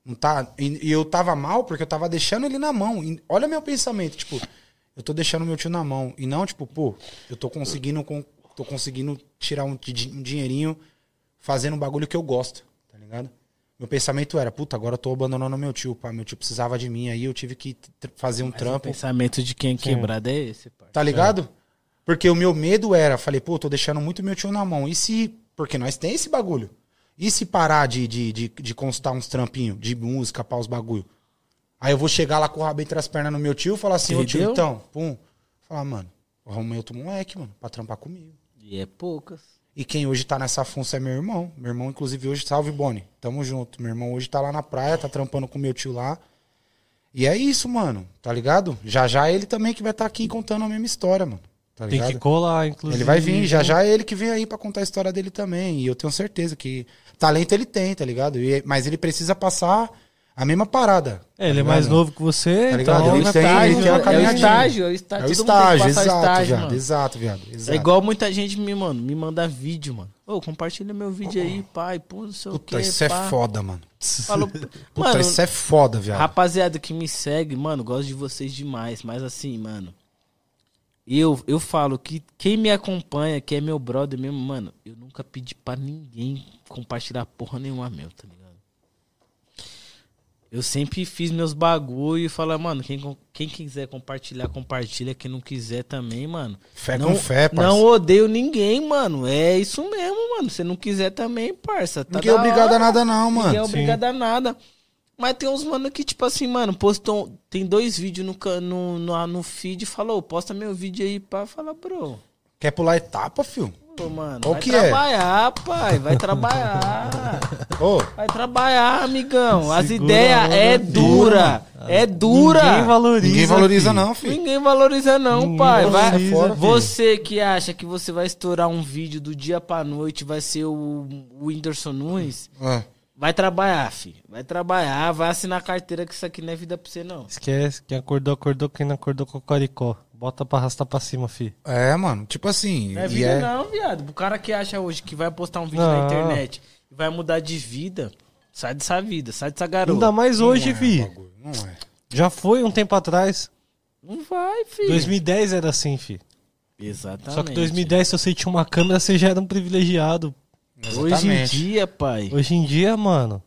Speaker 1: Não tá? E, e eu tava mal porque eu tava deixando ele na mão. E olha meu pensamento, tipo, eu tô deixando meu tio na mão. E não, tipo, pô, eu tô conseguindo, com- tô conseguindo tirar um, di- um dinheirinho fazendo um bagulho que eu gosto, tá ligado? ligado? Meu pensamento era, puta, agora eu tô abandonando meu tio, pá. Meu tio precisava de mim, aí eu tive que tr- fazer um
Speaker 2: O
Speaker 1: trampo.
Speaker 2: pensamento de quem é quebrado é esse, pai.
Speaker 1: Tá ligado? Porque o meu medo era, falei, pô, tô deixando muito meu tio na mão. E se. Porque nós tem esse bagulho. E se parar de, de, de, de constar uns trampinhos de música pra os bagulho? Aí eu vou chegar lá com o rabo entre as pernas no meu tio e falar assim, ô tio,
Speaker 2: Entendeu?
Speaker 1: então, pum. Falar, mano, eu arrumei outro moleque, mano, pra trampar comigo.
Speaker 2: E é poucas.
Speaker 1: E quem hoje tá nessa função é meu irmão. Meu irmão, inclusive, hoje, salve Boni. Tamo junto. Meu irmão hoje tá lá na praia, tá trampando com meu tio lá. E é isso, mano. Tá ligado? Já já ele também que vai estar aqui contando a mesma história, mano. Tá
Speaker 3: Tem
Speaker 1: ligado?
Speaker 3: que né? colar, inclusive.
Speaker 1: Ele vai vir, já já é ele que vem aí pra contar a história dele também. E eu tenho certeza que talento ele tem, tá ligado? E- mas ele precisa passar a mesma parada.
Speaker 3: É, ele é
Speaker 1: Tá
Speaker 3: mais
Speaker 1: ligado?
Speaker 3: novo que você,
Speaker 1: Tá
Speaker 3: então...
Speaker 1: ligado? Ele tem- ele tem uma
Speaker 2: é o
Speaker 1: caminhadinha.
Speaker 2: estágio, é o
Speaker 1: É
Speaker 2: estágio.
Speaker 1: o
Speaker 2: todo mundo tem que
Speaker 1: estágio,
Speaker 2: passar o
Speaker 1: exato,
Speaker 2: estágio,
Speaker 1: viado.
Speaker 2: mano.
Speaker 1: Exato, viado. Exato.
Speaker 2: É igual muita gente me, mano, me manda vídeo, mano. Ô, compartilha meu vídeo aí, pai. Pô, não sei
Speaker 1: Puta,
Speaker 2: o que.
Speaker 1: isso é foda, mano.
Speaker 2: Falou,
Speaker 1: Puta,
Speaker 2: mano,
Speaker 1: isso é foda, viado.
Speaker 2: rapaziada que me segue, mano, gosto de vocês demais. Mas assim, mano, eu, eu falo que quem me acompanha, que é meu brother mesmo, mano, eu nunca pedi pra ninguém compartilhar porra nenhuma meu, tá ligado? Eu sempre fiz meus bagulho e falar, mano, quem, com- quem quiser compartilhar, compartilha. Quem não quiser também, mano.
Speaker 1: Fé
Speaker 2: não,
Speaker 1: com fé, parça.
Speaker 2: Não odeio ninguém, mano. É isso mesmo, mano. Se não quiser também, parça. Tá
Speaker 1: Ninguém é
Speaker 2: da
Speaker 1: obrigado
Speaker 2: hora.
Speaker 1: a nada, não, mano.
Speaker 2: Ninguém é obrigado a nada. Mas tem uns mano que, tipo assim, mano, postou. Tem dois vídeos no, ca- no, ah, no, no feed e falou, posta meu vídeo aí pra falar, bro.
Speaker 1: Quer pular etapa, filho?
Speaker 2: Pô, mano,
Speaker 1: Qual
Speaker 2: vai
Speaker 1: que é?
Speaker 2: trabalhar, pai. Vai trabalhar.
Speaker 1: Ô,
Speaker 2: Vai trabalhar, amigão. As
Speaker 3: Segura a
Speaker 2: ideias
Speaker 3: onda.
Speaker 2: é dura. É dura.
Speaker 3: Ninguém valoriza.
Speaker 1: ninguém valoriza,
Speaker 3: filho.
Speaker 1: não, filho.
Speaker 2: Ninguém valoriza não,
Speaker 3: Ninguém
Speaker 2: pai. Vai-
Speaker 3: valoriza, filho.
Speaker 2: você que acha que você vai estourar um vídeo do dia pra noite, vai ser o, o Whindersson Nunes,
Speaker 1: Ah,
Speaker 2: vai trabalhar, filho. Vai trabalhar, vai assinar carteira que isso aqui não é vida pra você, não.
Speaker 3: Esquece, quem acordou, acordou, quem não acordou, cocoricó. Bota pra arrastar pra cima, fi.
Speaker 1: É, mano, tipo assim.
Speaker 2: Não é
Speaker 1: e
Speaker 2: vida
Speaker 1: é-
Speaker 2: não, viado. O cara que acha hoje que vai postar um vídeo
Speaker 3: Não.
Speaker 2: na internet e vai mudar de vida, sai dessa vida, sai dessa
Speaker 3: Ainda
Speaker 2: garota.
Speaker 3: mais hoje, fi.
Speaker 1: é bagulho, não é.
Speaker 3: Já foi um tempo atrás.
Speaker 2: Não vai, filho.
Speaker 3: 2010 era assim, fi.
Speaker 2: Exatamente.
Speaker 3: Só que 2010, se você tinha uma câmera, você já era um privilegiado.
Speaker 2: Hoje em
Speaker 1: Exatamente.
Speaker 2: dia, pai.
Speaker 3: Hoje em dia, mano.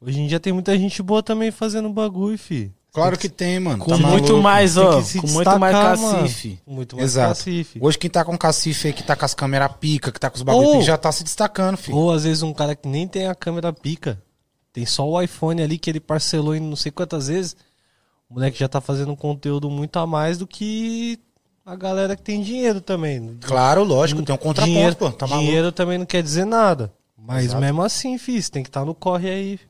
Speaker 3: Hoje em dia tem muita gente boa também fazendo bagulho, fi.
Speaker 1: Claro que tem, mano.
Speaker 2: Com
Speaker 1: tá
Speaker 2: muito
Speaker 1: maluco.
Speaker 2: mais,
Speaker 3: Tem
Speaker 2: ó.
Speaker 3: que se
Speaker 2: Com muito mais
Speaker 3: destacar, mano.
Speaker 2: cacife.
Speaker 3: Muito mais
Speaker 1: Exato.
Speaker 3: cacife.
Speaker 1: Hoje quem tá com cacife aí, que tá com as câmeras pica, que tá com os bagulho,
Speaker 3: Ou-
Speaker 1: pica, já tá se destacando, filho.
Speaker 3: Ou às vezes um cara que nem tem a câmera pica, tem só o iPhone ali que ele parcelou em não sei quantas vezes, o moleque já tá fazendo um conteúdo muito a mais do que a galera que tem dinheiro também.
Speaker 1: Claro, lógico, tem um contraponto,
Speaker 3: dinheiro,
Speaker 1: pô. Tá maluco.
Speaker 3: dinheiro também não quer dizer nada. Mas
Speaker 1: Exato.
Speaker 3: mesmo assim, fi, você tem que estar no corre aí.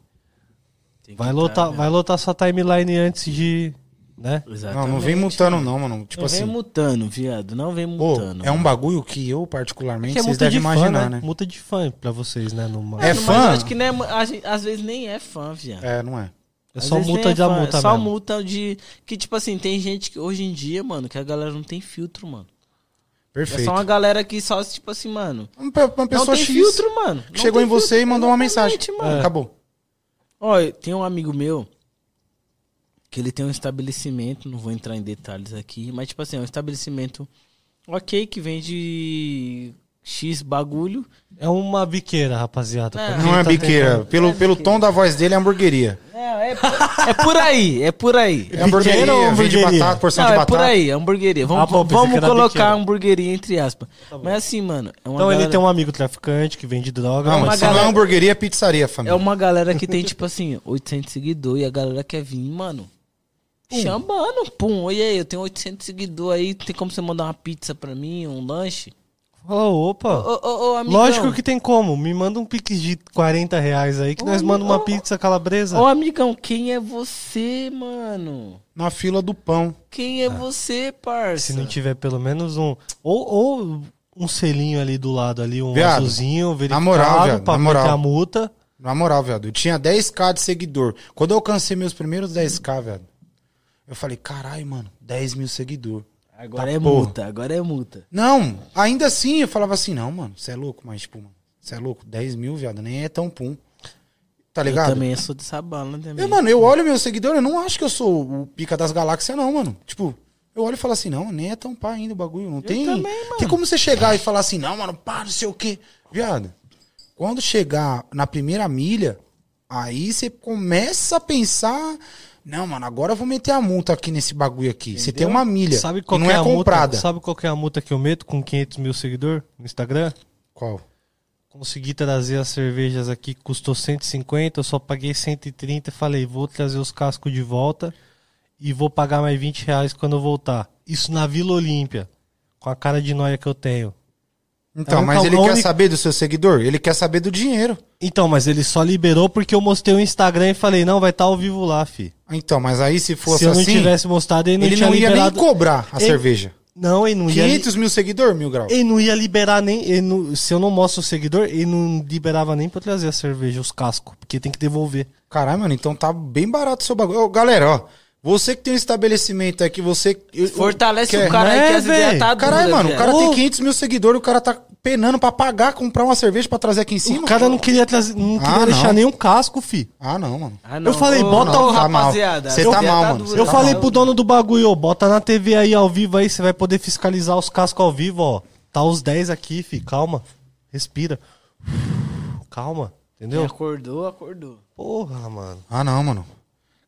Speaker 2: Tem que
Speaker 3: Vai
Speaker 2: tá,
Speaker 3: lotar,
Speaker 2: né?
Speaker 3: vai lotar sua timeline antes de, né?
Speaker 1: Não,
Speaker 2: Exatamente.
Speaker 1: não vem mutando, não, mano. Tipo
Speaker 2: não
Speaker 1: assim.
Speaker 2: vem mutando, viado. Não vem
Speaker 1: pô,
Speaker 2: mutando.
Speaker 1: é um bagulho que eu,
Speaker 3: Que
Speaker 1: particularmente,
Speaker 3: é
Speaker 1: vocês
Speaker 3: multa de
Speaker 1: devem imaginar,
Speaker 3: fã, né?
Speaker 1: né?
Speaker 3: Multa de fã pra vocês, né? Numa...
Speaker 1: É
Speaker 2: Mano, mas
Speaker 1: fã?
Speaker 2: acho que nem é, mu- a gente- às vezes nem é fã, viado.
Speaker 1: É, não é.
Speaker 3: É
Speaker 2: Às
Speaker 3: só
Speaker 2: vezes nem
Speaker 3: multa
Speaker 2: é
Speaker 3: da
Speaker 2: fã,
Speaker 3: multa
Speaker 2: Só
Speaker 3: mesmo.
Speaker 2: multa de. Que, tipo assim, tem gente que hoje em dia, mano, que a galera não tem filtro, mano. É
Speaker 1: Perfeito.
Speaker 2: só uma galera que só, tipo assim, mano.
Speaker 1: Uma pe- uma pessoa
Speaker 2: não tem
Speaker 1: X
Speaker 2: filtro, mano.
Speaker 1: que
Speaker 2: Não
Speaker 1: chegou em
Speaker 2: tem
Speaker 1: você
Speaker 2: filtro,
Speaker 1: e mandou uma mensagem.
Speaker 2: exatamente, Mano.
Speaker 3: É.
Speaker 1: Acabou.
Speaker 2: Olha, tem um amigo meu que ele tem um estabelecimento, não vou entrar em detalhes aqui, mas tipo assim, é um estabelecimento ok que vende X bagulho.
Speaker 3: É uma biqueira, rapaziada.
Speaker 2: Não,
Speaker 3: Pra quem
Speaker 1: Não é
Speaker 3: tá
Speaker 1: biqueira.
Speaker 3: tentando-
Speaker 1: Pelo, pelo tom da voz dele, é hamburgueria.
Speaker 2: É, é, por- é por aí, é por aí.
Speaker 1: É hamburgueria,
Speaker 3: ou
Speaker 1: vende
Speaker 3: hamburgueria?
Speaker 1: batata, porção
Speaker 2: Não,
Speaker 1: de
Speaker 2: é por
Speaker 1: batata.
Speaker 2: aí, hamburgueria. Vamos,
Speaker 3: Ah, bom, pensei que
Speaker 2: vamos
Speaker 3: era
Speaker 2: colocar
Speaker 3: biqueira.
Speaker 2: hamburgueria entre aspas.
Speaker 1: Tá
Speaker 2: Mas assim, mano, é uma
Speaker 3: Então ele
Speaker 2: galera-
Speaker 3: tem um amigo traficante que vende droga.
Speaker 1: Não,
Speaker 3: mas
Speaker 2: uma
Speaker 1: mas se não é
Speaker 2: galera-
Speaker 1: hamburgueria, é pizzaria,
Speaker 2: É
Speaker 1: família.
Speaker 2: uma galera que tem, tipo assim, 800 seguidores e a galera quer vir, mano.
Speaker 1: Um.
Speaker 2: Chamando, pum. E aí, eu tenho 800 seguidores aí, tem como você mandar uma pizza pra mim, um lanche?
Speaker 3: Fala, opa.
Speaker 2: Ô, ô, ô, amigão.
Speaker 3: Lógico que tem como. Me manda um pix de 40 reais aí que nós
Speaker 2: Ô,
Speaker 3: manda uma
Speaker 2: ô,
Speaker 3: pizza calabresa.
Speaker 2: Ô, amigão, quem é você, mano?
Speaker 1: Na fila do pão.
Speaker 2: Quem é você, parça?
Speaker 3: se não tiver pelo menos um. Ou, ou um selinho ali do lado ali, um
Speaker 1: Viado,
Speaker 3: azulzinho, verificado,
Speaker 1: moral, viado,
Speaker 3: pra
Speaker 1: na moral.
Speaker 3: meter a multa.
Speaker 1: Na moral, viado, eu tinha 10k de seguidor. Quando eu alcancei meus primeiros 10k, viado, eu falei, caralho, mano, 10 mil seguidor.
Speaker 2: Agora
Speaker 1: Tá
Speaker 2: é
Speaker 1: porra.
Speaker 2: multa, agora é multa.
Speaker 1: Não, ainda assim eu falava assim, não, mano, você é louco, mas tipo, mano, você é louco, 10 mil, viado, nem é tão pum. Tá ligado?
Speaker 2: Eu também sou dessa bala também.
Speaker 1: Eu, É, mano, eu olho meu seguidor, eu não acho que eu sou o pica das galáxias, não, mano. Tipo, eu olho e falo assim, não, nem é tão pá ainda o bagulho. Não tem.
Speaker 2: também, mano.
Speaker 1: Tem como você chegar e falar assim, não, mano, pá, não sei o quê. Viado, quando chegar na primeira milha, Aí você começa a pensar. Não, mano, agora eu vou meter a multa aqui nesse bagulho aqui. Você tem uma milha.
Speaker 3: Sabe
Speaker 1: e
Speaker 3: qual
Speaker 1: não
Speaker 3: que
Speaker 1: é,
Speaker 3: a multa-
Speaker 1: comprada.
Speaker 3: sabe qual que é a multa que eu meto com 500 mil seguidor no Instagram?
Speaker 1: Qual?
Speaker 3: Consegui trazer as cervejas aqui, custou 150, eu só paguei 130 e falei, vou trazer os cascos de volta e vou pagar mais 20 reais quando eu voltar. Isso na Vila Olímpia, com a cara de noia que eu tenho.
Speaker 1: Então,
Speaker 3: É um
Speaker 1: mas ele
Speaker 3: calone-
Speaker 1: quer saber do seu seguidor? Ele quer saber do dinheiro.
Speaker 3: Então, mas ele só liberou porque eu mostrei o Instagram e falei, não, vai estar ao vivo lá, fi.
Speaker 1: Então, mas aí se fosse
Speaker 3: Se eu não
Speaker 1: assim,
Speaker 3: tivesse mostrado, ele não
Speaker 1: ele
Speaker 3: tinha
Speaker 1: não ia
Speaker 3: liberado...
Speaker 1: nem cobrar a
Speaker 3: Ele-
Speaker 1: cerveja.
Speaker 3: Não, ele não ia...
Speaker 1: 500 mil seguidor, mil grau.
Speaker 3: Ele não ia liberar nem. ele não- se eu não mostro o seguidor, ele não liberava nem pra trazer a cerveja, os cascos. Porque tem que devolver.
Speaker 1: Caralho, mano, então tá bem barato o seu bagulho. Ô, galera, ó. Você que tem um estabelecimento aqui, você. eu-
Speaker 2: Fortalece
Speaker 1: quer- É,
Speaker 2: o cara aí
Speaker 3: né,
Speaker 2: que as ideias
Speaker 3: velho?
Speaker 2: tá dura,
Speaker 1: Caralho, mano, o
Speaker 2: viado.
Speaker 1: cara tem
Speaker 3: Ô.
Speaker 1: 500 mil seguidores, o cara tá penando pra pagar, comprar uma cerveja pra trazer aqui em cima.
Speaker 3: o cara não queria trazer. Não
Speaker 1: Ah,
Speaker 3: queria deixar
Speaker 1: não.
Speaker 3: nenhum casco, fi.
Speaker 1: Ah, não, mano.
Speaker 2: Ah, não.
Speaker 3: Eu falei,
Speaker 2: Ô,
Speaker 3: bota
Speaker 2: não,
Speaker 3: o-
Speaker 1: tá mal.
Speaker 2: rapaziada.
Speaker 1: Cê
Speaker 2: as
Speaker 1: tá
Speaker 2: ideias
Speaker 1: mal, mano.
Speaker 2: dura,
Speaker 1: Cê
Speaker 3: eu
Speaker 2: tá
Speaker 3: falei
Speaker 2: mal.
Speaker 3: pro dono do bagulho, ó, bota na TV aí ao vivo aí, você vai poder fiscalizar os cascos ao vivo, ó. Tá os 10 aqui, fi. Calma. Respira. Calma.
Speaker 2: Quem
Speaker 3: Entendeu?
Speaker 2: acordou, acordou.
Speaker 3: Porra, mano.
Speaker 1: Ah, não, É. mano.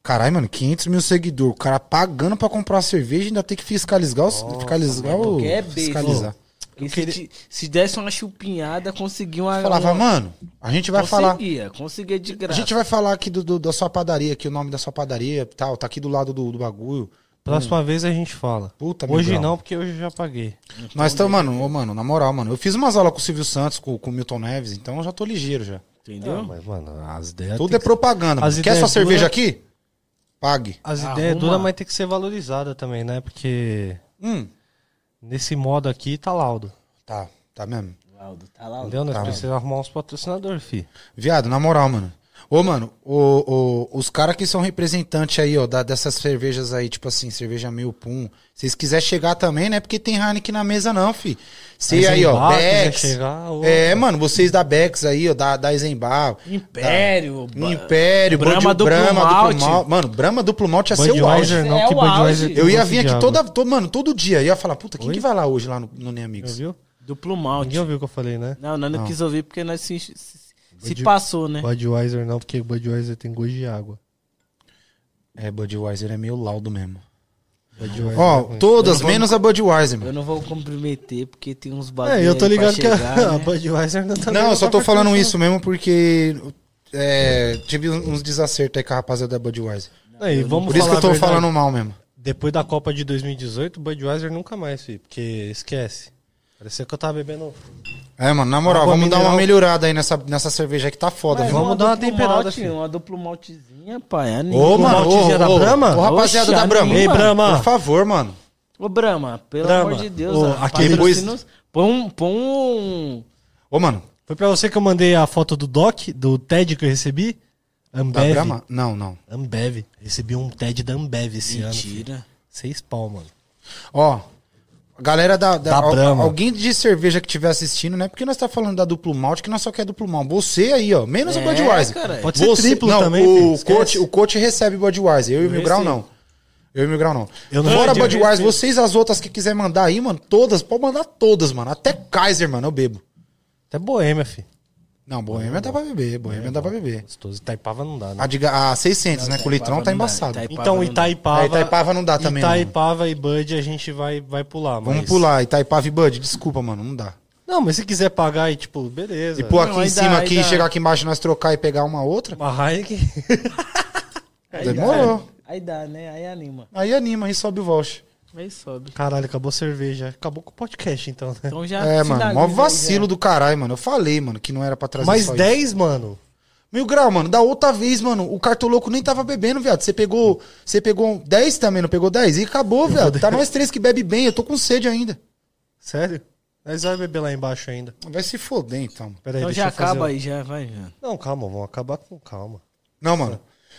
Speaker 1: Caralho, mano, 500 mil seguidor, o cara pagando pra comprar a cerveja e ainda tem que fiscalizar, os, fiscalizar o...
Speaker 2: Porque é besta.
Speaker 1: fiscalizar.
Speaker 2: E se, te- se desse uma chupinhada, conseguia uma.
Speaker 1: Falava,
Speaker 2: uma-
Speaker 1: mano, a gente vai falar...
Speaker 2: Conseguia, conseguia de
Speaker 1: A
Speaker 2: graça.
Speaker 1: gente vai falar aqui do, do- da sua padaria, aqui o nome da sua padaria e tal, tá aqui do lado do, do bagulho.
Speaker 3: Próxima vez a gente fala.
Speaker 1: Hum. Puta,
Speaker 3: hoje
Speaker 1: Miguel.
Speaker 3: não, porque hoje eu já paguei.
Speaker 1: Nós
Speaker 3: Então,
Speaker 1: estamos, então, mano, ô, mano, na moral, mano, eu fiz umas aulas com o Silvio Santos, com, com o Milton Neves, então eu já tô ligeiro já.
Speaker 2: Entendeu?
Speaker 3: Ah, Mas, Tá, mano, as ideias.
Speaker 1: Tudo
Speaker 3: tem
Speaker 1: é propaganda.
Speaker 3: As
Speaker 1: mano. Quer
Speaker 3: ideias
Speaker 1: sua cerveja
Speaker 3: duras-
Speaker 1: aqui? Pague.
Speaker 3: As
Speaker 2: Arruma.
Speaker 3: ideias duras, mas tem que ser valorizada também, né? Porque
Speaker 1: Hum,
Speaker 3: nesse modo aqui tá laudo.
Speaker 1: tá, tá mesmo.
Speaker 2: Laudo, tá lá.
Speaker 3: Entendeu? Nós
Speaker 1: Tá.
Speaker 3: precisamos arrumar uns patrocinadores, fi.
Speaker 1: Viado, na moral, mano. Ô, mano, ô, ô, os caras que são representantes aí, ó, da- dessas cervejas aí, tipo assim, cerveja mil pum. Se vocês quiserem chegar também, né? Porque tem Heineken na mesa, não, fi. Se
Speaker 3: Mas
Speaker 1: aí, ó,
Speaker 3: Eisenbach, quiser
Speaker 1: Bex.
Speaker 3: chegar, ô.
Speaker 1: É, mano, vocês da Bex aí, ó, da, da Eisenbar.
Speaker 2: Império,
Speaker 3: Tá.
Speaker 1: No
Speaker 2: ba-
Speaker 1: Império,
Speaker 2: Brahma
Speaker 1: Brama,
Speaker 2: Duplo
Speaker 1: Brama,
Speaker 2: Malte.
Speaker 1: Duplo Malte. Mano, Brama Duplo Malte ia ser o auge.
Speaker 3: Budweiser não,
Speaker 2: É
Speaker 3: que
Speaker 2: o auge.
Speaker 3: Budweiser tem
Speaker 1: Eu ia
Speaker 3: gosto
Speaker 1: vir
Speaker 3: de
Speaker 1: aqui
Speaker 3: água.
Speaker 1: toda, to- mano, todo dia. Ia falar, puta, quem
Speaker 3: Oi?
Speaker 1: que vai lá hoje lá no, no Nem
Speaker 3: Já
Speaker 1: Amigos?
Speaker 3: viu?
Speaker 2: duplo malte.
Speaker 3: Ninguém ouviu o que eu falei, né?
Speaker 2: Não, nós não, quis ouvir porque nós se, se- se
Speaker 3: Bud-
Speaker 2: passou, né?
Speaker 3: Budweiser não, porque Budweiser tem gosto de água.
Speaker 1: É, Budweiser é meio laudo mesmo.
Speaker 3: Budweiser é
Speaker 1: Ó,
Speaker 3: ruim.
Speaker 1: todas, menos a Budweiser, mano.
Speaker 2: Eu não vou comprometer porque tem uns bagulho.
Speaker 3: É, eu tô
Speaker 2: aí pra
Speaker 3: ligado que a,
Speaker 2: chegar,
Speaker 3: a
Speaker 2: né?
Speaker 3: Budweiser não tá
Speaker 1: Não, eu só
Speaker 3: tá
Speaker 1: tô falando
Speaker 3: pertinho.
Speaker 1: isso mesmo porque é, tive uns desacertos aí com a rapaziada da Budweiser.
Speaker 3: Aí, vamos
Speaker 1: Por isso que eu
Speaker 3: falar
Speaker 1: tô
Speaker 3: a verdade.
Speaker 1: falando mal mesmo.
Speaker 3: Depois da Copa de 2018, Budweiser nunca mais, fi. Porque esquece. Parecia que eu tava bebendo.
Speaker 1: É, mano, na moral,
Speaker 3: Água
Speaker 1: vamos dar uma
Speaker 3: mineral.
Speaker 1: melhorada aí nessa, nessa cerveja que tá foda,
Speaker 2: Mas
Speaker 1: viu?
Speaker 3: é vamos dar uma
Speaker 2: duplo
Speaker 3: temperada,
Speaker 2: malte,
Speaker 3: filho.
Speaker 2: Uma duplo maltezinha, pai. é anima.
Speaker 1: Ô,
Speaker 3: O
Speaker 1: mano, ô,
Speaker 3: Maltesia da
Speaker 1: ô,
Speaker 3: Brahma?
Speaker 1: ô, rapaziada
Speaker 2: Oxe,
Speaker 1: da Brahma.
Speaker 2: anima. Ei,
Speaker 3: Brahma.
Speaker 1: Por favor, mano.
Speaker 2: Ô, Brahma, pelo
Speaker 3: Brahma,
Speaker 2: amor de Deus.
Speaker 3: ô,
Speaker 2: ó,
Speaker 1: é
Speaker 3: aquele-
Speaker 2: patrocina os- Põe um. Põe um.
Speaker 1: Ô, mano,
Speaker 3: Foi pra você que eu mandei a foto do Doc, do TED que eu recebi?
Speaker 1: da
Speaker 3: Ambev.
Speaker 1: Brahma? Não, não.
Speaker 3: Ambev. Recebi um TED da Ambev esse ano. filho.
Speaker 2: Mentira.
Speaker 3: Seis pau, mano.
Speaker 1: Ó, galera da, da-
Speaker 3: Da
Speaker 1: al-
Speaker 3: Brahma.
Speaker 1: alguém de cerveja que estiver assistindo, né? Porque nós tá falando da duplo malte, que nós só quer duplo malte. Você aí, ó, menos
Speaker 2: É,
Speaker 1: o Budweiser.
Speaker 2: cara.
Speaker 3: Pode ser triplo
Speaker 1: não,
Speaker 3: também, filho,
Speaker 1: O
Speaker 3: esquece.
Speaker 1: coach, o coach recebe Budweiser, eu e o Mil Grau
Speaker 2: recebo.
Speaker 1: não. Eu e o Mil Grau não.
Speaker 3: Eu não
Speaker 1: Fora
Speaker 3: entendi, eu
Speaker 1: Budweiser,
Speaker 3: recebo.
Speaker 1: vocês as outras que quiser mandar aí, mano, todas, pode mandar todas, mano. Até Kaiser, mano, eu bebo.
Speaker 3: Até boêmia, fi.
Speaker 1: Não, Boêmia dá pra beber, Boêmia dá pra beber.
Speaker 3: Gostoso. Itaipava não dá, né?
Speaker 1: A, de, ga- a 600, né? Com o litrão tá
Speaker 2: não dá,
Speaker 1: embaçado.
Speaker 2: Itaipava
Speaker 3: então,
Speaker 2: não dá.
Speaker 3: Itaipava.
Speaker 1: É, Itaipava não dá também,
Speaker 3: Itaipava e Bud a gente vai, vai pular.
Speaker 1: Vamos
Speaker 3: mas-
Speaker 1: pular, Itaipava e Bud, desculpa, mano, não dá.
Speaker 3: Não, mas se quiser pagar e, tipo, beleza.
Speaker 1: E pôr aqui
Speaker 2: Não, aí
Speaker 1: em
Speaker 2: dá,
Speaker 1: cima,
Speaker 2: aí
Speaker 1: aqui,
Speaker 2: dá.
Speaker 1: chegar aqui embaixo, nós trocar e pegar uma outra,
Speaker 3: Uma Heineken.
Speaker 1: demorou.
Speaker 2: Aí dá, né? Aí anima.
Speaker 1: Aí anima, aí sobe o voucher.
Speaker 2: Aí sobe.
Speaker 3: Caralho, acabou a cerveja. Acabou com o podcast, então, né?
Speaker 2: Então já.
Speaker 1: É, mano,
Speaker 2: finaliza
Speaker 1: mó
Speaker 2: aí,
Speaker 1: vacilo
Speaker 2: já.
Speaker 1: do caralho, mano. Eu falei, mano, que não era pra trazer
Speaker 3: Mais
Speaker 1: só isso.
Speaker 3: 10, mano.
Speaker 1: Mil grau, mano, da outra vez, mano, o cartoloco nem tava bebendo, viado. Você pegou, você pegou 10 também, não pegou 10? E acabou, viado. Tá nós três que bebe bem, eu tô com sede ainda.
Speaker 3: Sério? Nós vai beber lá embaixo ainda.
Speaker 1: Vai se foder, então.
Speaker 3: Pera aí,
Speaker 2: Então
Speaker 3: deixa
Speaker 2: já
Speaker 3: eu fazer- um-
Speaker 2: acaba aí, já vai, já.
Speaker 1: Tá
Speaker 3: Não, calma, vamos acabar com calma.
Speaker 1: Não, mano.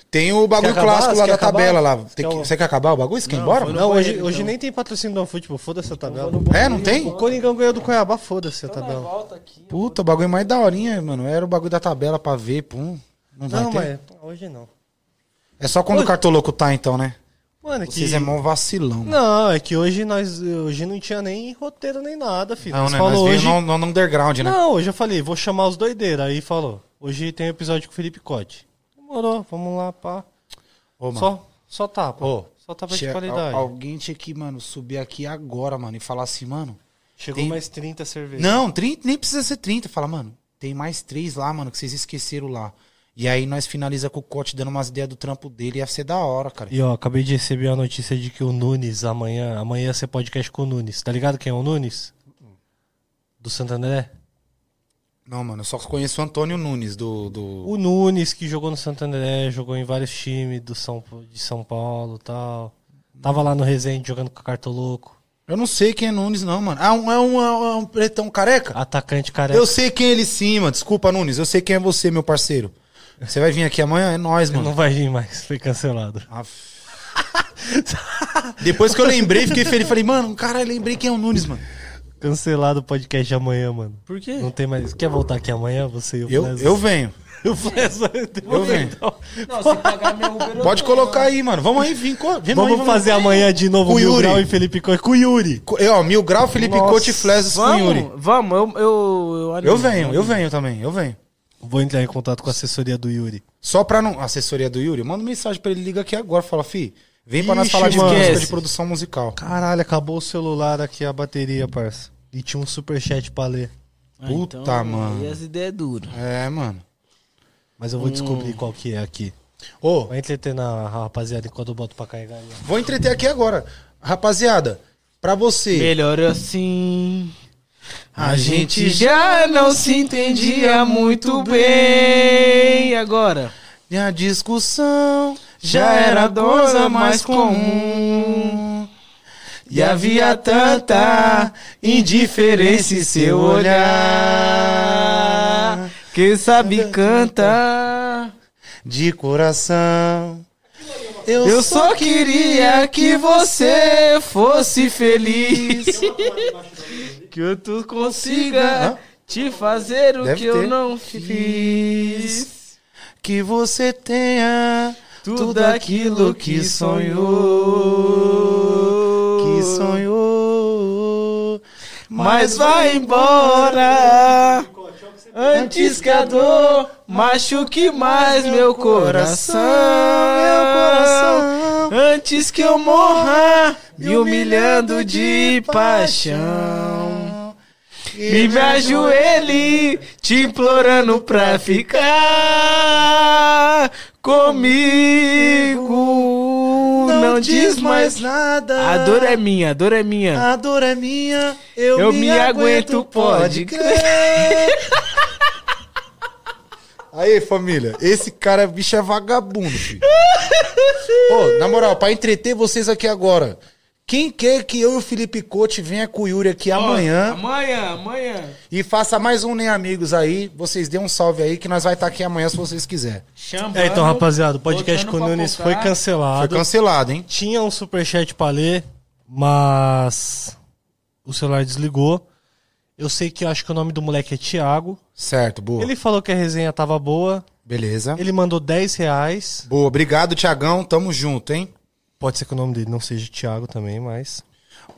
Speaker 1: Tem o bagulho
Speaker 3: Quer acabar?
Speaker 1: clássico lá
Speaker 3: Quer
Speaker 1: da
Speaker 3: acabar?
Speaker 1: tabela lá. Tem
Speaker 3: Quer
Speaker 1: que-
Speaker 3: um-
Speaker 1: Você quer acabar o bagulho? Você quer ir embora,
Speaker 2: foi
Speaker 1: mano?
Speaker 3: Não,
Speaker 2: banheiro,
Speaker 3: hoje,
Speaker 2: então.
Speaker 3: hoje nem tem patrocínio do futebol, foda-se a tabela.
Speaker 1: É, não tem?
Speaker 3: O Coringão ganhou do Cuiabá, foda-se a
Speaker 2: Então,
Speaker 3: tabela.
Speaker 2: volta aqui.
Speaker 1: Puta, o bagulho mais daorinha, mano. Era o bagulho da tabela pra ver, pum. Não vai
Speaker 3: Não,
Speaker 1: ter.
Speaker 3: mas hoje não.
Speaker 1: É só quando o cartoloco tá, então, né?
Speaker 3: Mano, é que...
Speaker 1: Vocês é mó vacilão. mano.
Speaker 3: Não, é que hoje nós hoje não tinha nem roteiro nem nada, filho.
Speaker 1: Não,
Speaker 3: nós
Speaker 1: né? Nós
Speaker 3: falou
Speaker 1: veio
Speaker 3: hoje.
Speaker 1: no, no underground, né?
Speaker 3: um Não, hoje eu falei, vou chamar os doideiros. Aí falou, hoje tem episódio com o Felipe Cote. Demorou, vamos lá, pá.
Speaker 7: Ô, mano.
Speaker 3: Só, só tapa.
Speaker 7: Ô,
Speaker 3: só tapa de
Speaker 7: Che-
Speaker 3: qualidade.
Speaker 1: é Al- alguém tinha que, mano, subir aqui agora, mano, e falar assim, mano.
Speaker 3: Chegou
Speaker 1: tem-
Speaker 3: mais 30 cervejas.
Speaker 1: Não, 30, nem precisa ser 30. Fala, mano, tem mais três lá, mano, que vocês esqueceram lá. E aí nós finaliza com o Cote dando umas ideias do trampo dele. Ia ser da hora, cara.
Speaker 3: E ó, acabei de receber a notícia de que o Nunes amanhã, amanhã ia ser podcast com o Nunes. Tá ligado quem é o Nunes? Do Santo André?
Speaker 1: Não, mano, eu só conheço o Antônio Nunes do. do...
Speaker 3: O Nunes que jogou no Santo André, jogou em vários times do São, de São Paulo e tal. Tava lá no Resende jogando com o Cartoloco.
Speaker 1: Eu não sei quem é Nunes, não, mano. Ah, um, é, um, é um- é um pretão careca?
Speaker 3: Ah, Atacante careca.
Speaker 1: Eu sei quem é ele sim, mano. Desculpa, Nunes. Eu sei quem é você, meu parceiro. Você vai vir aqui amanhã? É nós,
Speaker 3: Não
Speaker 1: mano.
Speaker 3: vai vir mais, foi cancelado.
Speaker 1: Depois que eu lembrei, fiquei feliz. Falei, mano, caralho, lembrei quem é o Nunes, mano.
Speaker 3: Cancelado o podcast de amanhã, mano.
Speaker 2: Por quê?
Speaker 3: Não tem mais. Quer voltar aqui amanhã? Você e o
Speaker 1: Eu,
Speaker 3: Flex?
Speaker 1: eu venho.
Speaker 3: O Flex vai então.
Speaker 1: Eu venho.
Speaker 2: Não, se pagar meu Uber, eu
Speaker 1: Pode
Speaker 2: vou.
Speaker 1: colocar aí, mano. Vamos aí, vim. co- vem aí,
Speaker 3: Vamos fazer amanhã de novo
Speaker 1: Com o
Speaker 3: Mil
Speaker 1: Yuri.
Speaker 3: Grau e Felipe Coelho com o Yuri.
Speaker 1: Co- Eu, ó, Mil Grau, Felipe
Speaker 3: Nossa.
Speaker 1: Couto e Fleses com o assim, Yuri.
Speaker 2: Vamos, vamos, eu, eu, eu animo.
Speaker 1: Eu venho, eu venho também, eu venho.
Speaker 3: Vou entrar em contato com a assessoria do Yuri.
Speaker 1: Só pra não. Assessoria do Yuri, manda mensagem pra ele, liga aqui agora. Fala, fi, vem pra nós
Speaker 3: Ixi,
Speaker 1: falar de
Speaker 3: mano.
Speaker 1: música, de
Speaker 3: Esquece.
Speaker 1: produção musical.
Speaker 3: Caralho, acabou o celular aqui, a bateria, parça. E tinha um superchat pra ler.
Speaker 2: Ah,
Speaker 1: Puta, mano.
Speaker 2: E as ideias duras.
Speaker 1: É, mano.
Speaker 3: Mas eu vou descobrir qual que é aqui.
Speaker 1: Ô,
Speaker 3: Vai entreter na rapaziada enquanto eu boto pra carregar. ali.
Speaker 1: vou entreter aqui agora. Rapaziada, pra você.
Speaker 2: Melhor assim.
Speaker 1: A gente
Speaker 2: já não se entendia muito bem. E agora?
Speaker 1: E a discussão já era coisa mais comum. E havia tanta indiferença em seu olhar.
Speaker 2: Quem sabe canta.
Speaker 1: De coração. Eu,
Speaker 2: Eu só queria que você fosse feliz. que eu tu consiga
Speaker 1: Hã?
Speaker 2: te fazer o
Speaker 1: Deve
Speaker 2: que eu
Speaker 1: ter.
Speaker 2: não fiz.
Speaker 1: que você tenha
Speaker 2: Tudo aquilo que sonhou.
Speaker 1: Que sonhou.
Speaker 2: Mas vai embora antes que a dor machuque mais meu coração.
Speaker 1: meu coração.
Speaker 2: Antes que eu morra me humilhando de paixão. E me ajoelhe te implorando pra ficar comigo. Não diz mais nada.
Speaker 1: nada.
Speaker 2: A dor é minha, a dor é minha.
Speaker 1: A dor é minha, eu,
Speaker 2: Eu
Speaker 1: me,
Speaker 2: me
Speaker 1: aguento,
Speaker 2: aguento,
Speaker 1: pode
Speaker 2: pode
Speaker 1: crer. Aí, família, esse cara, bicho, é vagabundo, filho. Ô, na moral, pra entreter vocês aqui agora, quem quer que eu e o Felipe Cote venha com o Yuri aqui amanhã
Speaker 2: Amanhã, amanhã.
Speaker 1: e faça mais um Nem Amigos aí, vocês dêem um salve aí que nós vai estar aqui amanhã se vocês quiserem.
Speaker 2: Chamando,
Speaker 3: É, então, rapaziada, o podcast
Speaker 2: botando
Speaker 3: com o
Speaker 2: pra
Speaker 3: Nunes
Speaker 2: contar.
Speaker 3: foi
Speaker 1: Foi
Speaker 3: cancelado.
Speaker 1: cancelado, hein?
Speaker 3: Tinha um superchat pra ler, mas o celular desligou. Eu sei que eu acho que o nome do moleque é Thiago.
Speaker 1: Certo, boa.
Speaker 3: Ele falou que a resenha tava boa.
Speaker 1: Beleza.
Speaker 3: Ele mandou 10 reais.
Speaker 1: Boa, obrigado, Tiagão, tamo junto, hein?
Speaker 3: Pode ser que o nome dele não seja Thiago também, mas.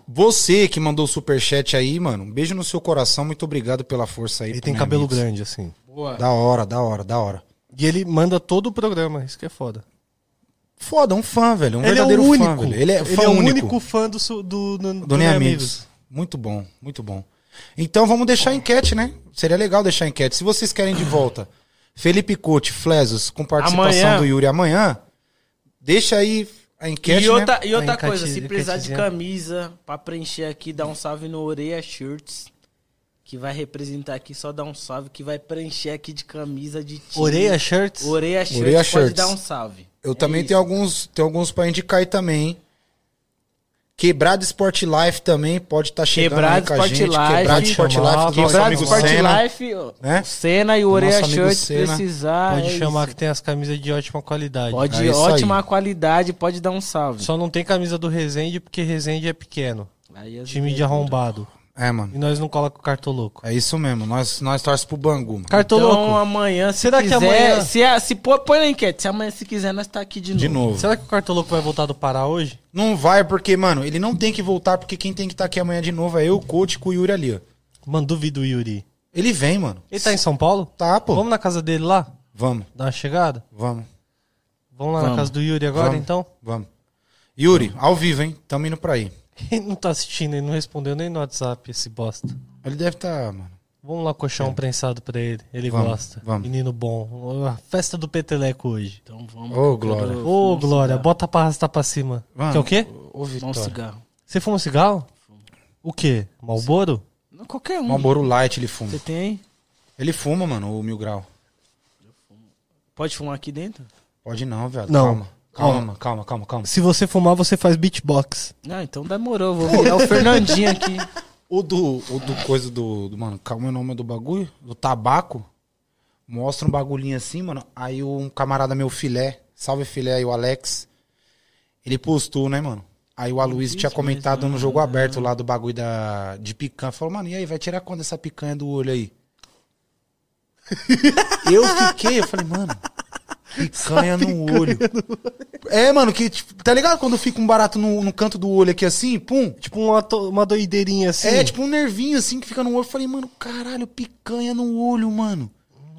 Speaker 1: Você que mandou o superchat aí, mano, um beijo no seu coração, muito obrigado pela força aí.
Speaker 3: Ele
Speaker 1: pros
Speaker 3: tem
Speaker 1: meus
Speaker 3: cabelo
Speaker 1: amigos.
Speaker 3: grande, assim.
Speaker 2: Boa.
Speaker 1: Da hora, da hora, da hora.
Speaker 3: E ele manda todo o programa, isso que é foda.
Speaker 1: Foda, um fã, velho. Um
Speaker 3: ele é
Speaker 1: verdadeiro
Speaker 3: o único.
Speaker 1: fã, velho. Ele é fã
Speaker 3: o
Speaker 1: único,
Speaker 3: único fã do, su- do, do, do
Speaker 1: do Nem
Speaker 3: Nem
Speaker 1: Amigos. Muito bom, muito bom. Então vamos deixar a enquete, né? Seria legal deixar a enquete. Se vocês querem de volta, Felipe Couto, Flesos, com participação
Speaker 2: Amanhã.
Speaker 1: do Yuri amanhã, deixa aí a enquete,
Speaker 2: E outra,
Speaker 1: né?
Speaker 2: e outra
Speaker 3: Aí,
Speaker 2: coisa,
Speaker 3: cati-
Speaker 2: se precisar de
Speaker 3: catezinha.
Speaker 2: camisa pra preencher aqui, dá um salve no Oreia Shirts. Que vai representar aqui, só dá um salve. Que vai preencher aqui de camisa de time.
Speaker 3: Oreia Shirts.
Speaker 2: Oreia Shirts.
Speaker 1: Oreia
Speaker 2: pode
Speaker 1: Shirts.
Speaker 2: dar um salve.
Speaker 1: Eu
Speaker 2: É
Speaker 1: também
Speaker 2: isso.
Speaker 1: tenho alguns, tenho alguns pra indicar aí também, hein? Quebrado Sport Life também pode estar chegando aí
Speaker 2: Quebrado
Speaker 1: com a
Speaker 2: Sport
Speaker 1: gente.
Speaker 2: Life.
Speaker 1: Quebrado Sport Life,
Speaker 3: Chamar,
Speaker 1: nosso
Speaker 2: Quebrado
Speaker 1: amigo
Speaker 2: Sport
Speaker 1: Senna.
Speaker 2: Life, ó,
Speaker 1: né?
Speaker 2: o Senna e o Oreia
Speaker 1: Nosso amigo
Speaker 2: Shirts
Speaker 1: Senna.
Speaker 2: precisar.
Speaker 3: Pode
Speaker 2: é
Speaker 3: chamar
Speaker 2: isso.
Speaker 3: que tá tem as camisas de ótima qualidade.
Speaker 2: Pode,
Speaker 1: É isso aí.
Speaker 2: ótima qualidade, pode dar um salve.
Speaker 3: Só não tem camisa do Resende porque Resende é pequeno.
Speaker 2: Aí as
Speaker 3: Time de
Speaker 2: ideias-
Speaker 3: arrombado.
Speaker 1: É, mano.
Speaker 3: E nós não coloca o cartoloco.
Speaker 1: É isso mesmo. Nós, nós torce pro Bangu, mano.
Speaker 3: Cartoloco.
Speaker 2: Então amanhã, se
Speaker 3: Será que
Speaker 2: quiser,
Speaker 3: amanhã-
Speaker 2: se, a- se pô- põe na enquete, se amanhã se quiser, nós tá aqui de novo.
Speaker 1: De novo.
Speaker 3: Será que o cartoloco vai voltar do Pará hoje?
Speaker 1: Não vai, porque, mano, ele não tem que voltar, porque quem tem que estar aqui amanhã de novo é eu, o coach com o Yuri ali, ó.
Speaker 3: Mano, duvido o Yuri.
Speaker 1: Ele vem, mano.
Speaker 3: Ele tá em São Paulo?
Speaker 1: Tá, pô.
Speaker 3: Vamos na casa dele lá?
Speaker 1: Vamos,
Speaker 3: Dar uma chegada?
Speaker 1: vamos.
Speaker 3: Vamos lá na
Speaker 2: Vamos.
Speaker 3: casa do Yuri agora,
Speaker 1: Vamos.
Speaker 3: então?
Speaker 1: Vamos. Yuri, ao vivo, hein? Tamo indo pra aí.
Speaker 3: Ele não tá assistindo, ele não respondeu nem no WhatsApp, esse bosta.
Speaker 1: Ele deve tá, mano.
Speaker 3: Vamos lá coxar um prensado pra ele. Ele
Speaker 1: É. Vamos,
Speaker 3: gosta.
Speaker 1: vamos.
Speaker 3: Menino bom. Ah, Festa do Peteleco hoje.
Speaker 2: Então vamos.
Speaker 1: Ô, Glória.
Speaker 3: Ô,
Speaker 2: Eu fumo um
Speaker 3: Glória,
Speaker 2: cigarro.
Speaker 3: bota pra arrastar pra cima.
Speaker 1: Mano,
Speaker 3: Quer o quê?
Speaker 1: Ô,
Speaker 2: Fumar um
Speaker 1: Vitória.
Speaker 2: cigarro.
Speaker 3: Você fuma um cigarro? O quê? Malboro?
Speaker 2: Não, qualquer um.
Speaker 1: Malboro Light ele fuma.
Speaker 2: Você tem aí?
Speaker 1: Ele fuma, mano, o Mil Grau.
Speaker 2: Pode fumar aqui dentro?
Speaker 1: Pode não, velho.
Speaker 3: Não.
Speaker 1: Calma. Calma, calma, calma, calma.
Speaker 3: Se você fumar, você faz beatbox.
Speaker 2: Ah, então demorou. Vou virar o Fernandinho aqui.
Speaker 1: O do, o do coisa do, do- Mano, calma é o nome do bagulho? Do tabaco. Mostra um bagulhinho assim, mano. Aí um camarada meu, filé. Salve filé aí, o Alex. Ele postou, né, mano? Aí o Aloysio tinha comentado no jogo aberto lá do bagulho da, de picanha. Falou, mano, e aí, vai tirar quando essa picanha do olho aí? eu fiquei, eu falei, mano, picanha no olho. É, mano, que, tipo, tá ligado quando fica um barato no, no canto do olho aqui assim, pum?
Speaker 3: Tipo uma, to- uma doideirinha assim.
Speaker 1: É, tipo um nervinho assim que fica no olho. Eu Falei, mano, caralho, picanha no olho, mano.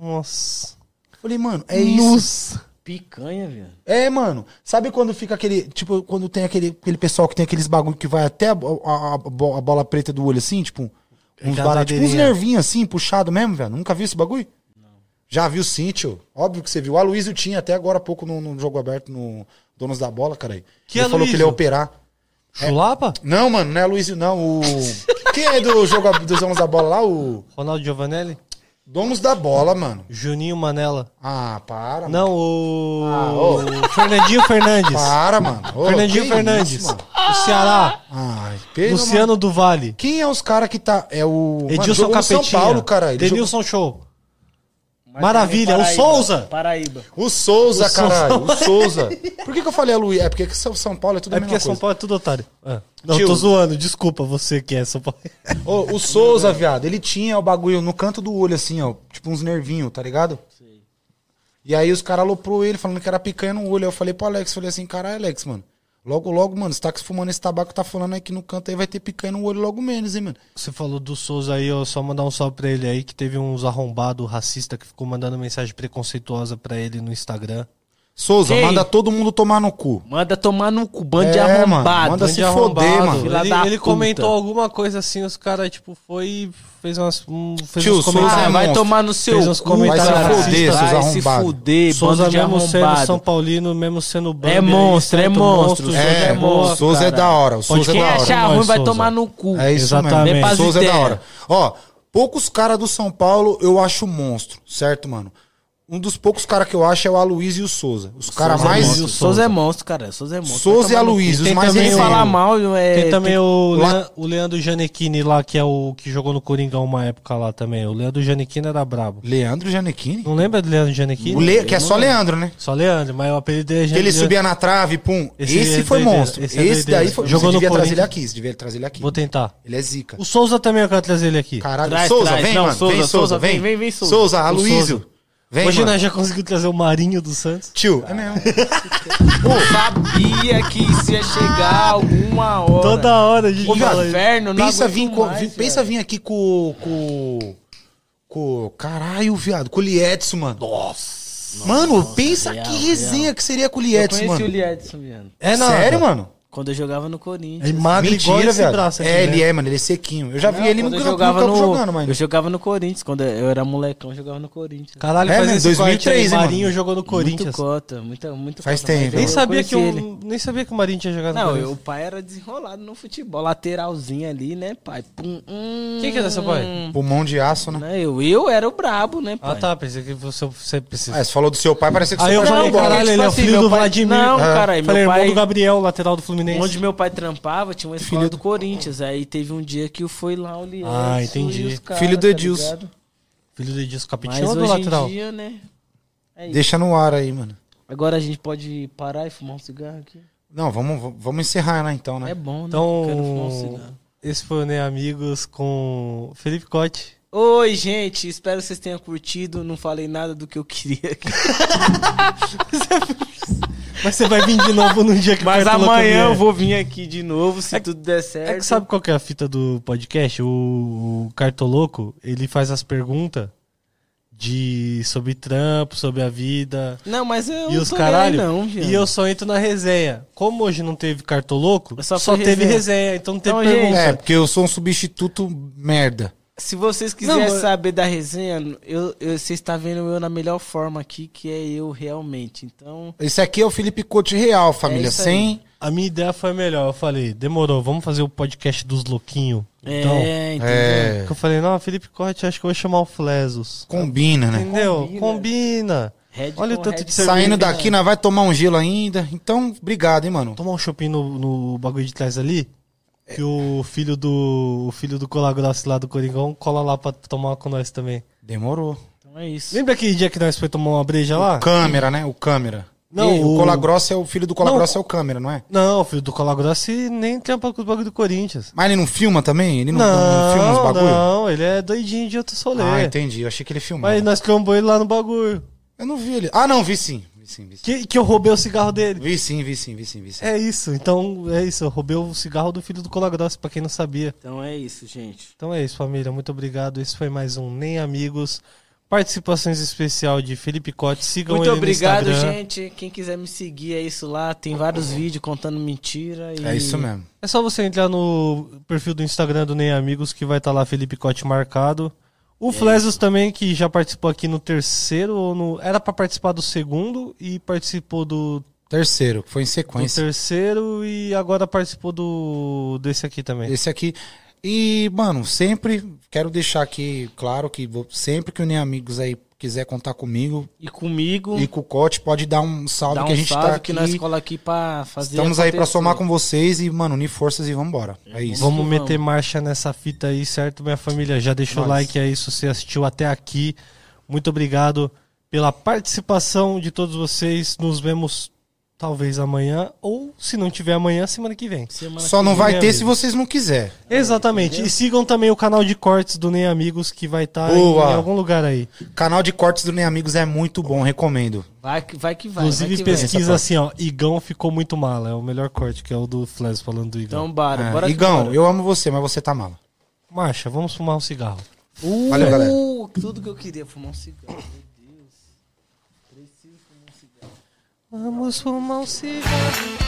Speaker 3: Nossa.
Speaker 1: Eu Falei, mano, é isso.
Speaker 3: Nossa.
Speaker 2: Picanha, velho.
Speaker 1: É, mano. Sabe quando fica aquele. Tipo, quando tem aquele, aquele pessoal que tem aqueles bagulho que vai até a, bo- a- a bo- a bola preta do olho assim, tipo. Uns,
Speaker 3: Aquela
Speaker 1: baratos, tipo, uns
Speaker 3: doideirinha.
Speaker 1: nervinhos assim, puxado mesmo, velho. Nunca viu esse bagulho? Já viu sim, tio. Óbvio que você viu. O Aloysio tinha até agora há pouco no, no jogo aberto no Donos da Bola, cara.
Speaker 3: Que
Speaker 1: ele falou que ele ia
Speaker 3: Aloysio?
Speaker 1: operar. É.
Speaker 3: Chulapa?
Speaker 1: Não, mano, não é Aloysio, não. O. Quem é do jogo ab- dos Donos da Bola lá? O.
Speaker 3: Ronaldo Giovanelli?
Speaker 1: Donos da bola, mano.
Speaker 3: Juninho Manela?
Speaker 1: Ah, para, mano.
Speaker 3: Não, o...
Speaker 1: Ah, ô.
Speaker 3: o Fernandinho Fernandes.
Speaker 1: Para, mano. Ô,
Speaker 3: Fernandinho
Speaker 1: que
Speaker 3: Fernandes.
Speaker 1: isso, mano? Ah,
Speaker 3: o Ceará.
Speaker 1: Ai, pelo amor-
Speaker 3: Luciano do Vale.
Speaker 1: Quem é os caras que tá. É o. mano,
Speaker 3: Edilson
Speaker 1: jogou no
Speaker 3: Capetinha.
Speaker 1: São Paulo, cara. Ele jogou...
Speaker 3: Denilson Show. Maravilha, o
Speaker 2: é Paraíba.
Speaker 3: Souza.
Speaker 2: Paraíba.
Speaker 1: O Souza,
Speaker 3: O
Speaker 1: caralho. O Souza. Por que, que eu falei a Luiz? É porque que São São Paulo é tudo
Speaker 3: É
Speaker 1: a mesma
Speaker 3: porque São
Speaker 1: coisa.
Speaker 3: Paulo é tudo otário. Ah, não,
Speaker 1: Tio.
Speaker 3: tô zoando. Desculpa você que é São Paulo.
Speaker 1: Ô, o Souza, viado, ele tinha o bagulho no canto do olho, assim, ó. Tipo uns nervinhos, tá ligado? E aí os caras aloprou ele, falando que era picanha no olho. Aí eu falei pro Alex, falei assim, caralho, Alex, mano. Logo, logo, mano, você tá fumando esse tabaco, tá falando aí que no canto aí vai ter picanha no olho logo menos, hein, mano.
Speaker 3: Você falou do Souza aí, ó, só mandar um salve pra ele aí, que teve uns arrombado racista que ficou mandando mensagem preconceituosa pra ele no Instagram.
Speaker 1: Souza,
Speaker 2: Quem?
Speaker 1: manda todo mundo tomar no cu.
Speaker 2: Manda tomar no cu. Bando de
Speaker 1: É, mano,
Speaker 2: arrombado.
Speaker 1: manda
Speaker 2: Bando
Speaker 1: se
Speaker 2: de
Speaker 1: foder,
Speaker 2: arrombado,
Speaker 1: mano.
Speaker 2: Filha
Speaker 3: ele
Speaker 2: da
Speaker 3: ele
Speaker 2: puta.
Speaker 3: comentou alguma coisa assim, os caras, tipo, foi. Fez umas. um- fez
Speaker 1: Tio,
Speaker 3: uns
Speaker 1: Souza
Speaker 3: comentários.
Speaker 2: Ah, vai
Speaker 1: monstro.
Speaker 2: tomar no seu
Speaker 3: Fez uns comentários
Speaker 1: Vai se foder,
Speaker 2: racista.
Speaker 1: seus
Speaker 2: Vai se
Speaker 1: arrombados.
Speaker 2: fuder,
Speaker 3: Souza
Speaker 2: bando de
Speaker 3: mesmo sendo
Speaker 2: arrombado.
Speaker 3: São Paulino, mesmo sendo bambi,
Speaker 2: É
Speaker 3: ele
Speaker 2: monstro, é
Speaker 3: certo,
Speaker 2: monstro.
Speaker 3: monstro,
Speaker 2: Souza
Speaker 1: É,
Speaker 2: é
Speaker 1: o
Speaker 2: monstro,
Speaker 1: Souza é
Speaker 2: caralho.
Speaker 1: da hora. O Souza é
Speaker 2: Quem
Speaker 1: da hora.
Speaker 2: achar
Speaker 3: nós,
Speaker 2: ruim vai
Speaker 3: Souza.
Speaker 2: tomar no cu.
Speaker 1: É isso
Speaker 3: Exatamente.
Speaker 1: mesmo.
Speaker 2: Vem
Speaker 1: O
Speaker 2: pras
Speaker 1: Souza é da
Speaker 2: ideias.
Speaker 1: hora. Ó, poucos caras do São Paulo eu acho monstro, certo, mano? Um dos poucos caras que eu acho é o Aloysio e o Souza. Os caras
Speaker 3: Souza é
Speaker 1: mais.
Speaker 3: monstro.
Speaker 2: Souza é monstro, cara. Souza é monstro.
Speaker 1: Souza e
Speaker 2: Vai tomar no cu.
Speaker 1: Aloysio,
Speaker 3: Tem
Speaker 1: os mais
Speaker 3: também
Speaker 2: Quem
Speaker 3: o-
Speaker 2: falar
Speaker 1: recentes.
Speaker 2: mal é.
Speaker 3: Tem também o,
Speaker 1: lá-
Speaker 3: Lean- o Leandro Janequini lá, que é o que jogou no Coringão uma época lá também. O Leandro Janequini era brabo.
Speaker 1: Leandro Janequini.
Speaker 3: Não lembra do Leandro Janequini?
Speaker 1: O Le- Que é só Leandro, né?
Speaker 3: Só Leandro, mas o apelido dele é
Speaker 1: Que ele
Speaker 3: Jane-
Speaker 1: subia na trave, pum.
Speaker 3: Esse
Speaker 1: Esse,
Speaker 3: é
Speaker 1: foi
Speaker 3: doideira,
Speaker 1: monstro.
Speaker 3: esse
Speaker 1: Esse,
Speaker 3: é doideira.
Speaker 1: daí foi.
Speaker 3: Jogou
Speaker 1: você
Speaker 3: no
Speaker 1: devia trazer ele
Speaker 3: Corinthians.
Speaker 1: aqui. Você devia trazer ele aqui.
Speaker 3: Vou tentar.
Speaker 1: Ele é zica.
Speaker 3: O Souza também eu quero trazer ele aqui.
Speaker 1: Caralho,
Speaker 2: Traz,
Speaker 1: Souza,
Speaker 2: traz.
Speaker 1: vem,
Speaker 2: Não,
Speaker 1: mano.
Speaker 2: Souza,
Speaker 1: vem, Souza,
Speaker 2: Souza,
Speaker 1: vem.
Speaker 2: vem, vem, vem, Souza.
Speaker 1: Souza,
Speaker 3: Souza.
Speaker 1: Aloysio. Vem,
Speaker 3: Hoje
Speaker 1: mano.
Speaker 3: nós já conseguimos trazer o Marinho do Santos.
Speaker 1: Tio, é mesmo.
Speaker 2: Eu sabia que isso ia chegar alguma hora.
Speaker 3: Toda hora a gente
Speaker 2: Ô,
Speaker 3: fala isso.
Speaker 2: inferno, é não
Speaker 1: pensa
Speaker 2: aguento
Speaker 1: vir, co-
Speaker 2: mais,
Speaker 1: vi- pensa vir aqui com com com caralho, viado, com o Liedson, mano. Nossa. Mano, pensa
Speaker 2: real,
Speaker 1: que resenha que seria com o
Speaker 2: velho. Eu
Speaker 1: Liedson,
Speaker 2: conheci
Speaker 1: mano.
Speaker 2: o Liedson, viado.
Speaker 3: É nada.
Speaker 1: Sério, mano?
Speaker 2: Quando eu jogava no
Speaker 3: É
Speaker 2: Corinthians.
Speaker 3: magro igual
Speaker 1: Mentira,
Speaker 3: esse
Speaker 1: velho.
Speaker 3: braço aqui,
Speaker 1: é, ele
Speaker 3: né?
Speaker 1: é, mano, ele é sequinho. Eu já vi ele no
Speaker 2: quando eu
Speaker 1: campo, no
Speaker 2: jogava
Speaker 1: campo
Speaker 2: no,
Speaker 1: jogando, mano.
Speaker 2: Eu jogava no Corinthians. Quando eu era molecão, eu jogava no Corinthians.
Speaker 3: Caralho,
Speaker 1: É,
Speaker 3: faz
Speaker 1: né?
Speaker 3: esse
Speaker 1: 2003,
Speaker 3: 2003, corte
Speaker 1: hein,
Speaker 3: aí. Marinho
Speaker 1: mano?
Speaker 3: jogou no Corinthians.
Speaker 2: Muito cota, muita, muito
Speaker 1: Faz
Speaker 2: cota, mas
Speaker 1: tempo.
Speaker 2: eu-
Speaker 3: Nem
Speaker 2: eu
Speaker 3: sabia,
Speaker 2: conheci
Speaker 3: que o-
Speaker 2: ele.
Speaker 3: nem sabia que o Marinho tinha jogado no
Speaker 2: Não, eu,
Speaker 3: Corinthians.
Speaker 2: o pai era desenrolado no futebol, lateralzinho ali, né, pai? Pum, hum,
Speaker 3: Quem que era seu pai?
Speaker 1: Pulmão de aço, né?
Speaker 2: Né, Eu, eu era o brabo, né, pai?
Speaker 3: Ah, tá. Pensei que você, você precisa.
Speaker 2: é?
Speaker 1: Ah, você falou do seu pai, parece que
Speaker 3: Aí
Speaker 1: seu
Speaker 3: eu
Speaker 1: pai
Speaker 3: falei,
Speaker 1: jogou bola.
Speaker 3: caralho, ele é o
Speaker 2: assim,
Speaker 3: filho
Speaker 2: meu
Speaker 3: do
Speaker 2: pai-
Speaker 3: Vladimir.
Speaker 2: Não,
Speaker 3: Ah.
Speaker 2: caralho, meu
Speaker 3: Falei, irmão
Speaker 2: pai- Um
Speaker 3: do Gabriel, lateral do Fluminense.
Speaker 2: Onde meu pai trampava, tinha uma escola do Corinthians. Aí teve um dia que foi lá o Leandro.
Speaker 3: Ah, entendi.
Speaker 1: Filho do Edilson.
Speaker 3: Filho do Edilson
Speaker 2: tá Mas
Speaker 3: Capitinho ou
Speaker 2: hoje
Speaker 3: do lateral?
Speaker 2: em dia, né? É isso.
Speaker 1: Deixa no ar aí, mano.
Speaker 2: Agora a gente pode parar e fumar um cigarro aqui.
Speaker 1: Não, vamos vamos encerrar, né, então, né?
Speaker 2: É bom, né? Quero fumar um
Speaker 3: Então,
Speaker 2: cigarro.
Speaker 3: esse foi o Nem Amigos com Felipe Cote.
Speaker 2: Oi, gente. Espero que vocês tenham curtido. Não falei nada do que eu queria aqui.
Speaker 3: Mas você vai vir de novo no dia que o
Speaker 2: Mas
Speaker 3: Cartola
Speaker 2: amanhã
Speaker 3: vier.
Speaker 2: eu vou vir aqui de novo, se tudo der certo.
Speaker 3: É que sabe qual que é a fita do podcast? O, o Cartoloco, ele faz as perguntas de sobre trampo, sobre a vida.
Speaker 2: Não, mas eu
Speaker 3: e
Speaker 2: não
Speaker 3: os
Speaker 2: tô
Speaker 3: caralho.
Speaker 2: nem aí, não, viado.
Speaker 3: e eu só entro na resenha. Como hoje não teve cartoloco,
Speaker 2: É Só
Speaker 3: só,
Speaker 2: foi
Speaker 3: teve
Speaker 2: resenha.
Speaker 3: resenha, então não teve
Speaker 2: Então,
Speaker 3: pergunta.
Speaker 2: gente,
Speaker 1: É, porque eu sou um substituto merda.
Speaker 2: Se vocês quiserem
Speaker 3: Não, mas-
Speaker 2: saber da resenha, eu, eu, vocês estão vendo eu na melhor forma aqui, que é eu realmente. Então,
Speaker 1: Esse aqui é o Felipe Couto real, família.
Speaker 2: É isso aí.
Speaker 1: Sem.
Speaker 3: A minha ideia foi melhor. Eu falei, demorou, vamos fazer o podcast dos louquinhos. Então,
Speaker 2: é, entendeu?
Speaker 1: É.
Speaker 3: que eu falei, não, Felipe Corte, acho que eu vou chamar o Flesos.
Speaker 1: Combina, né?
Speaker 3: Entendeu?
Speaker 2: Combina.
Speaker 3: Combina.
Speaker 2: Red
Speaker 3: Olha
Speaker 2: com
Speaker 3: o tanto
Speaker 2: red
Speaker 3: de
Speaker 2: sem
Speaker 3: cerveja. né?
Speaker 1: Saindo daqui, nós vai tomar um gelo ainda. Então, obrigado, hein, mano.
Speaker 3: Tomar um shopping no, no bagulho de trás ali. Que o filho do. O filho do Colagrossi lá do Coringão cola lá pra tomar com nós também.
Speaker 1: Demorou.
Speaker 2: Então é isso.
Speaker 3: Lembra aquele dia que nós foi tomar uma breja lá?
Speaker 1: Câmera, né? O câmera.
Speaker 3: Não,
Speaker 1: E o
Speaker 3: o-
Speaker 1: Colagrossa é o filho do
Speaker 3: Não,
Speaker 1: Colagrossa é o câmera, não é?
Speaker 3: Não, o filho do Colagrossi nem trampa com o bagulho do Corinthians.
Speaker 1: Mas ele não filma também? Ele não,
Speaker 3: Não,
Speaker 1: não- não filma os
Speaker 3: não,
Speaker 1: bagulho?
Speaker 3: ele é doidinho de outro solê.
Speaker 1: Ah, entendi. Eu achei que ele filmava.
Speaker 3: Mas nós trombou ele lá no bagulho.
Speaker 1: Eu não vi ele. Ah, não, vi sim. Vi sim, vi sim.
Speaker 3: Que, que eu roubei o cigarro dele.
Speaker 1: Vi sim, vi sim, vi sim, vi sim.
Speaker 3: É isso, então é isso. Eu roubei o cigarro do filho do Colagrossi, pra quem não sabia.
Speaker 2: Então é isso, gente.
Speaker 3: Então é isso, família. Muito obrigado. Esse foi mais um Nem Amigos. Participações especial de Felipe Cote. Sigam
Speaker 2: Muito
Speaker 3: ele no
Speaker 2: obrigado,
Speaker 3: Instagram.
Speaker 2: gente. Quem quiser me seguir, é isso lá. Tem vários vídeos contando mentira. E...
Speaker 1: É isso mesmo.
Speaker 3: É só você entrar no perfil do Instagram do Nem Amigos que vai estar lá Felipe Cote marcado.
Speaker 2: é
Speaker 3: O Flesos também, que já participou aqui no terceiro ou no. Era pra participar do segundo e participou do,
Speaker 1: Terceiro, que foi em
Speaker 3: do
Speaker 1: sequência.
Speaker 3: terceiro e agora participou do desse aqui também.
Speaker 1: Esse aqui. E, mano, sempre quero deixar aqui claro que vou- sempre que o Nem Amigos aí quiser contar comigo
Speaker 2: E comigo,
Speaker 1: e com o Cote, pode dar um salve
Speaker 2: dá Tipo, um
Speaker 1: que a gente
Speaker 2: salve
Speaker 1: tá aqui.
Speaker 2: que nós cola aqui pra fazer
Speaker 1: Estamos aí pra
Speaker 2: acontecer.
Speaker 1: somar com vocês e, mano, unir forças e vambora. É isso.
Speaker 3: Vamos
Speaker 2: Vamos.
Speaker 3: meter marcha nessa fita aí, certo, minha família? Já deixa o like aí se você assistiu até aqui. Muito obrigado pela participação de todos vocês. Nos vemos talvez amanhã ou se não tiver amanhã, semana que vem.
Speaker 2: Semana
Speaker 1: Só não
Speaker 3: vem,
Speaker 1: vai
Speaker 3: né,
Speaker 1: ter
Speaker 3: amigo?
Speaker 1: se vocês não quiser.
Speaker 3: Exatamente. E sigam também o canal de cortes do Nem Amigos que vai estar em,
Speaker 1: Boa.
Speaker 3: em algum lugar aí.
Speaker 1: Canal de cortes do Nem Amigos é muito bom, recomendo.
Speaker 2: Vai que vai. Que vai vai
Speaker 3: Inclusive
Speaker 2: que vai.
Speaker 3: pesquisa assim, ó, Igão ficou muito mala, é o melhor corte que é o do Flash falando do Igão.
Speaker 2: Então, bora.
Speaker 1: É.
Speaker 2: bora que
Speaker 1: Igão,
Speaker 2: bora.
Speaker 1: eu amo você, mas você tá mala.
Speaker 3: Marcha, vamos fumar um cigarro.
Speaker 2: Uh,
Speaker 1: Valeu, galera.
Speaker 2: Tudo que eu queria, fumar um cigarro. Meu Deus.
Speaker 3: Vamos fumar um cigarro.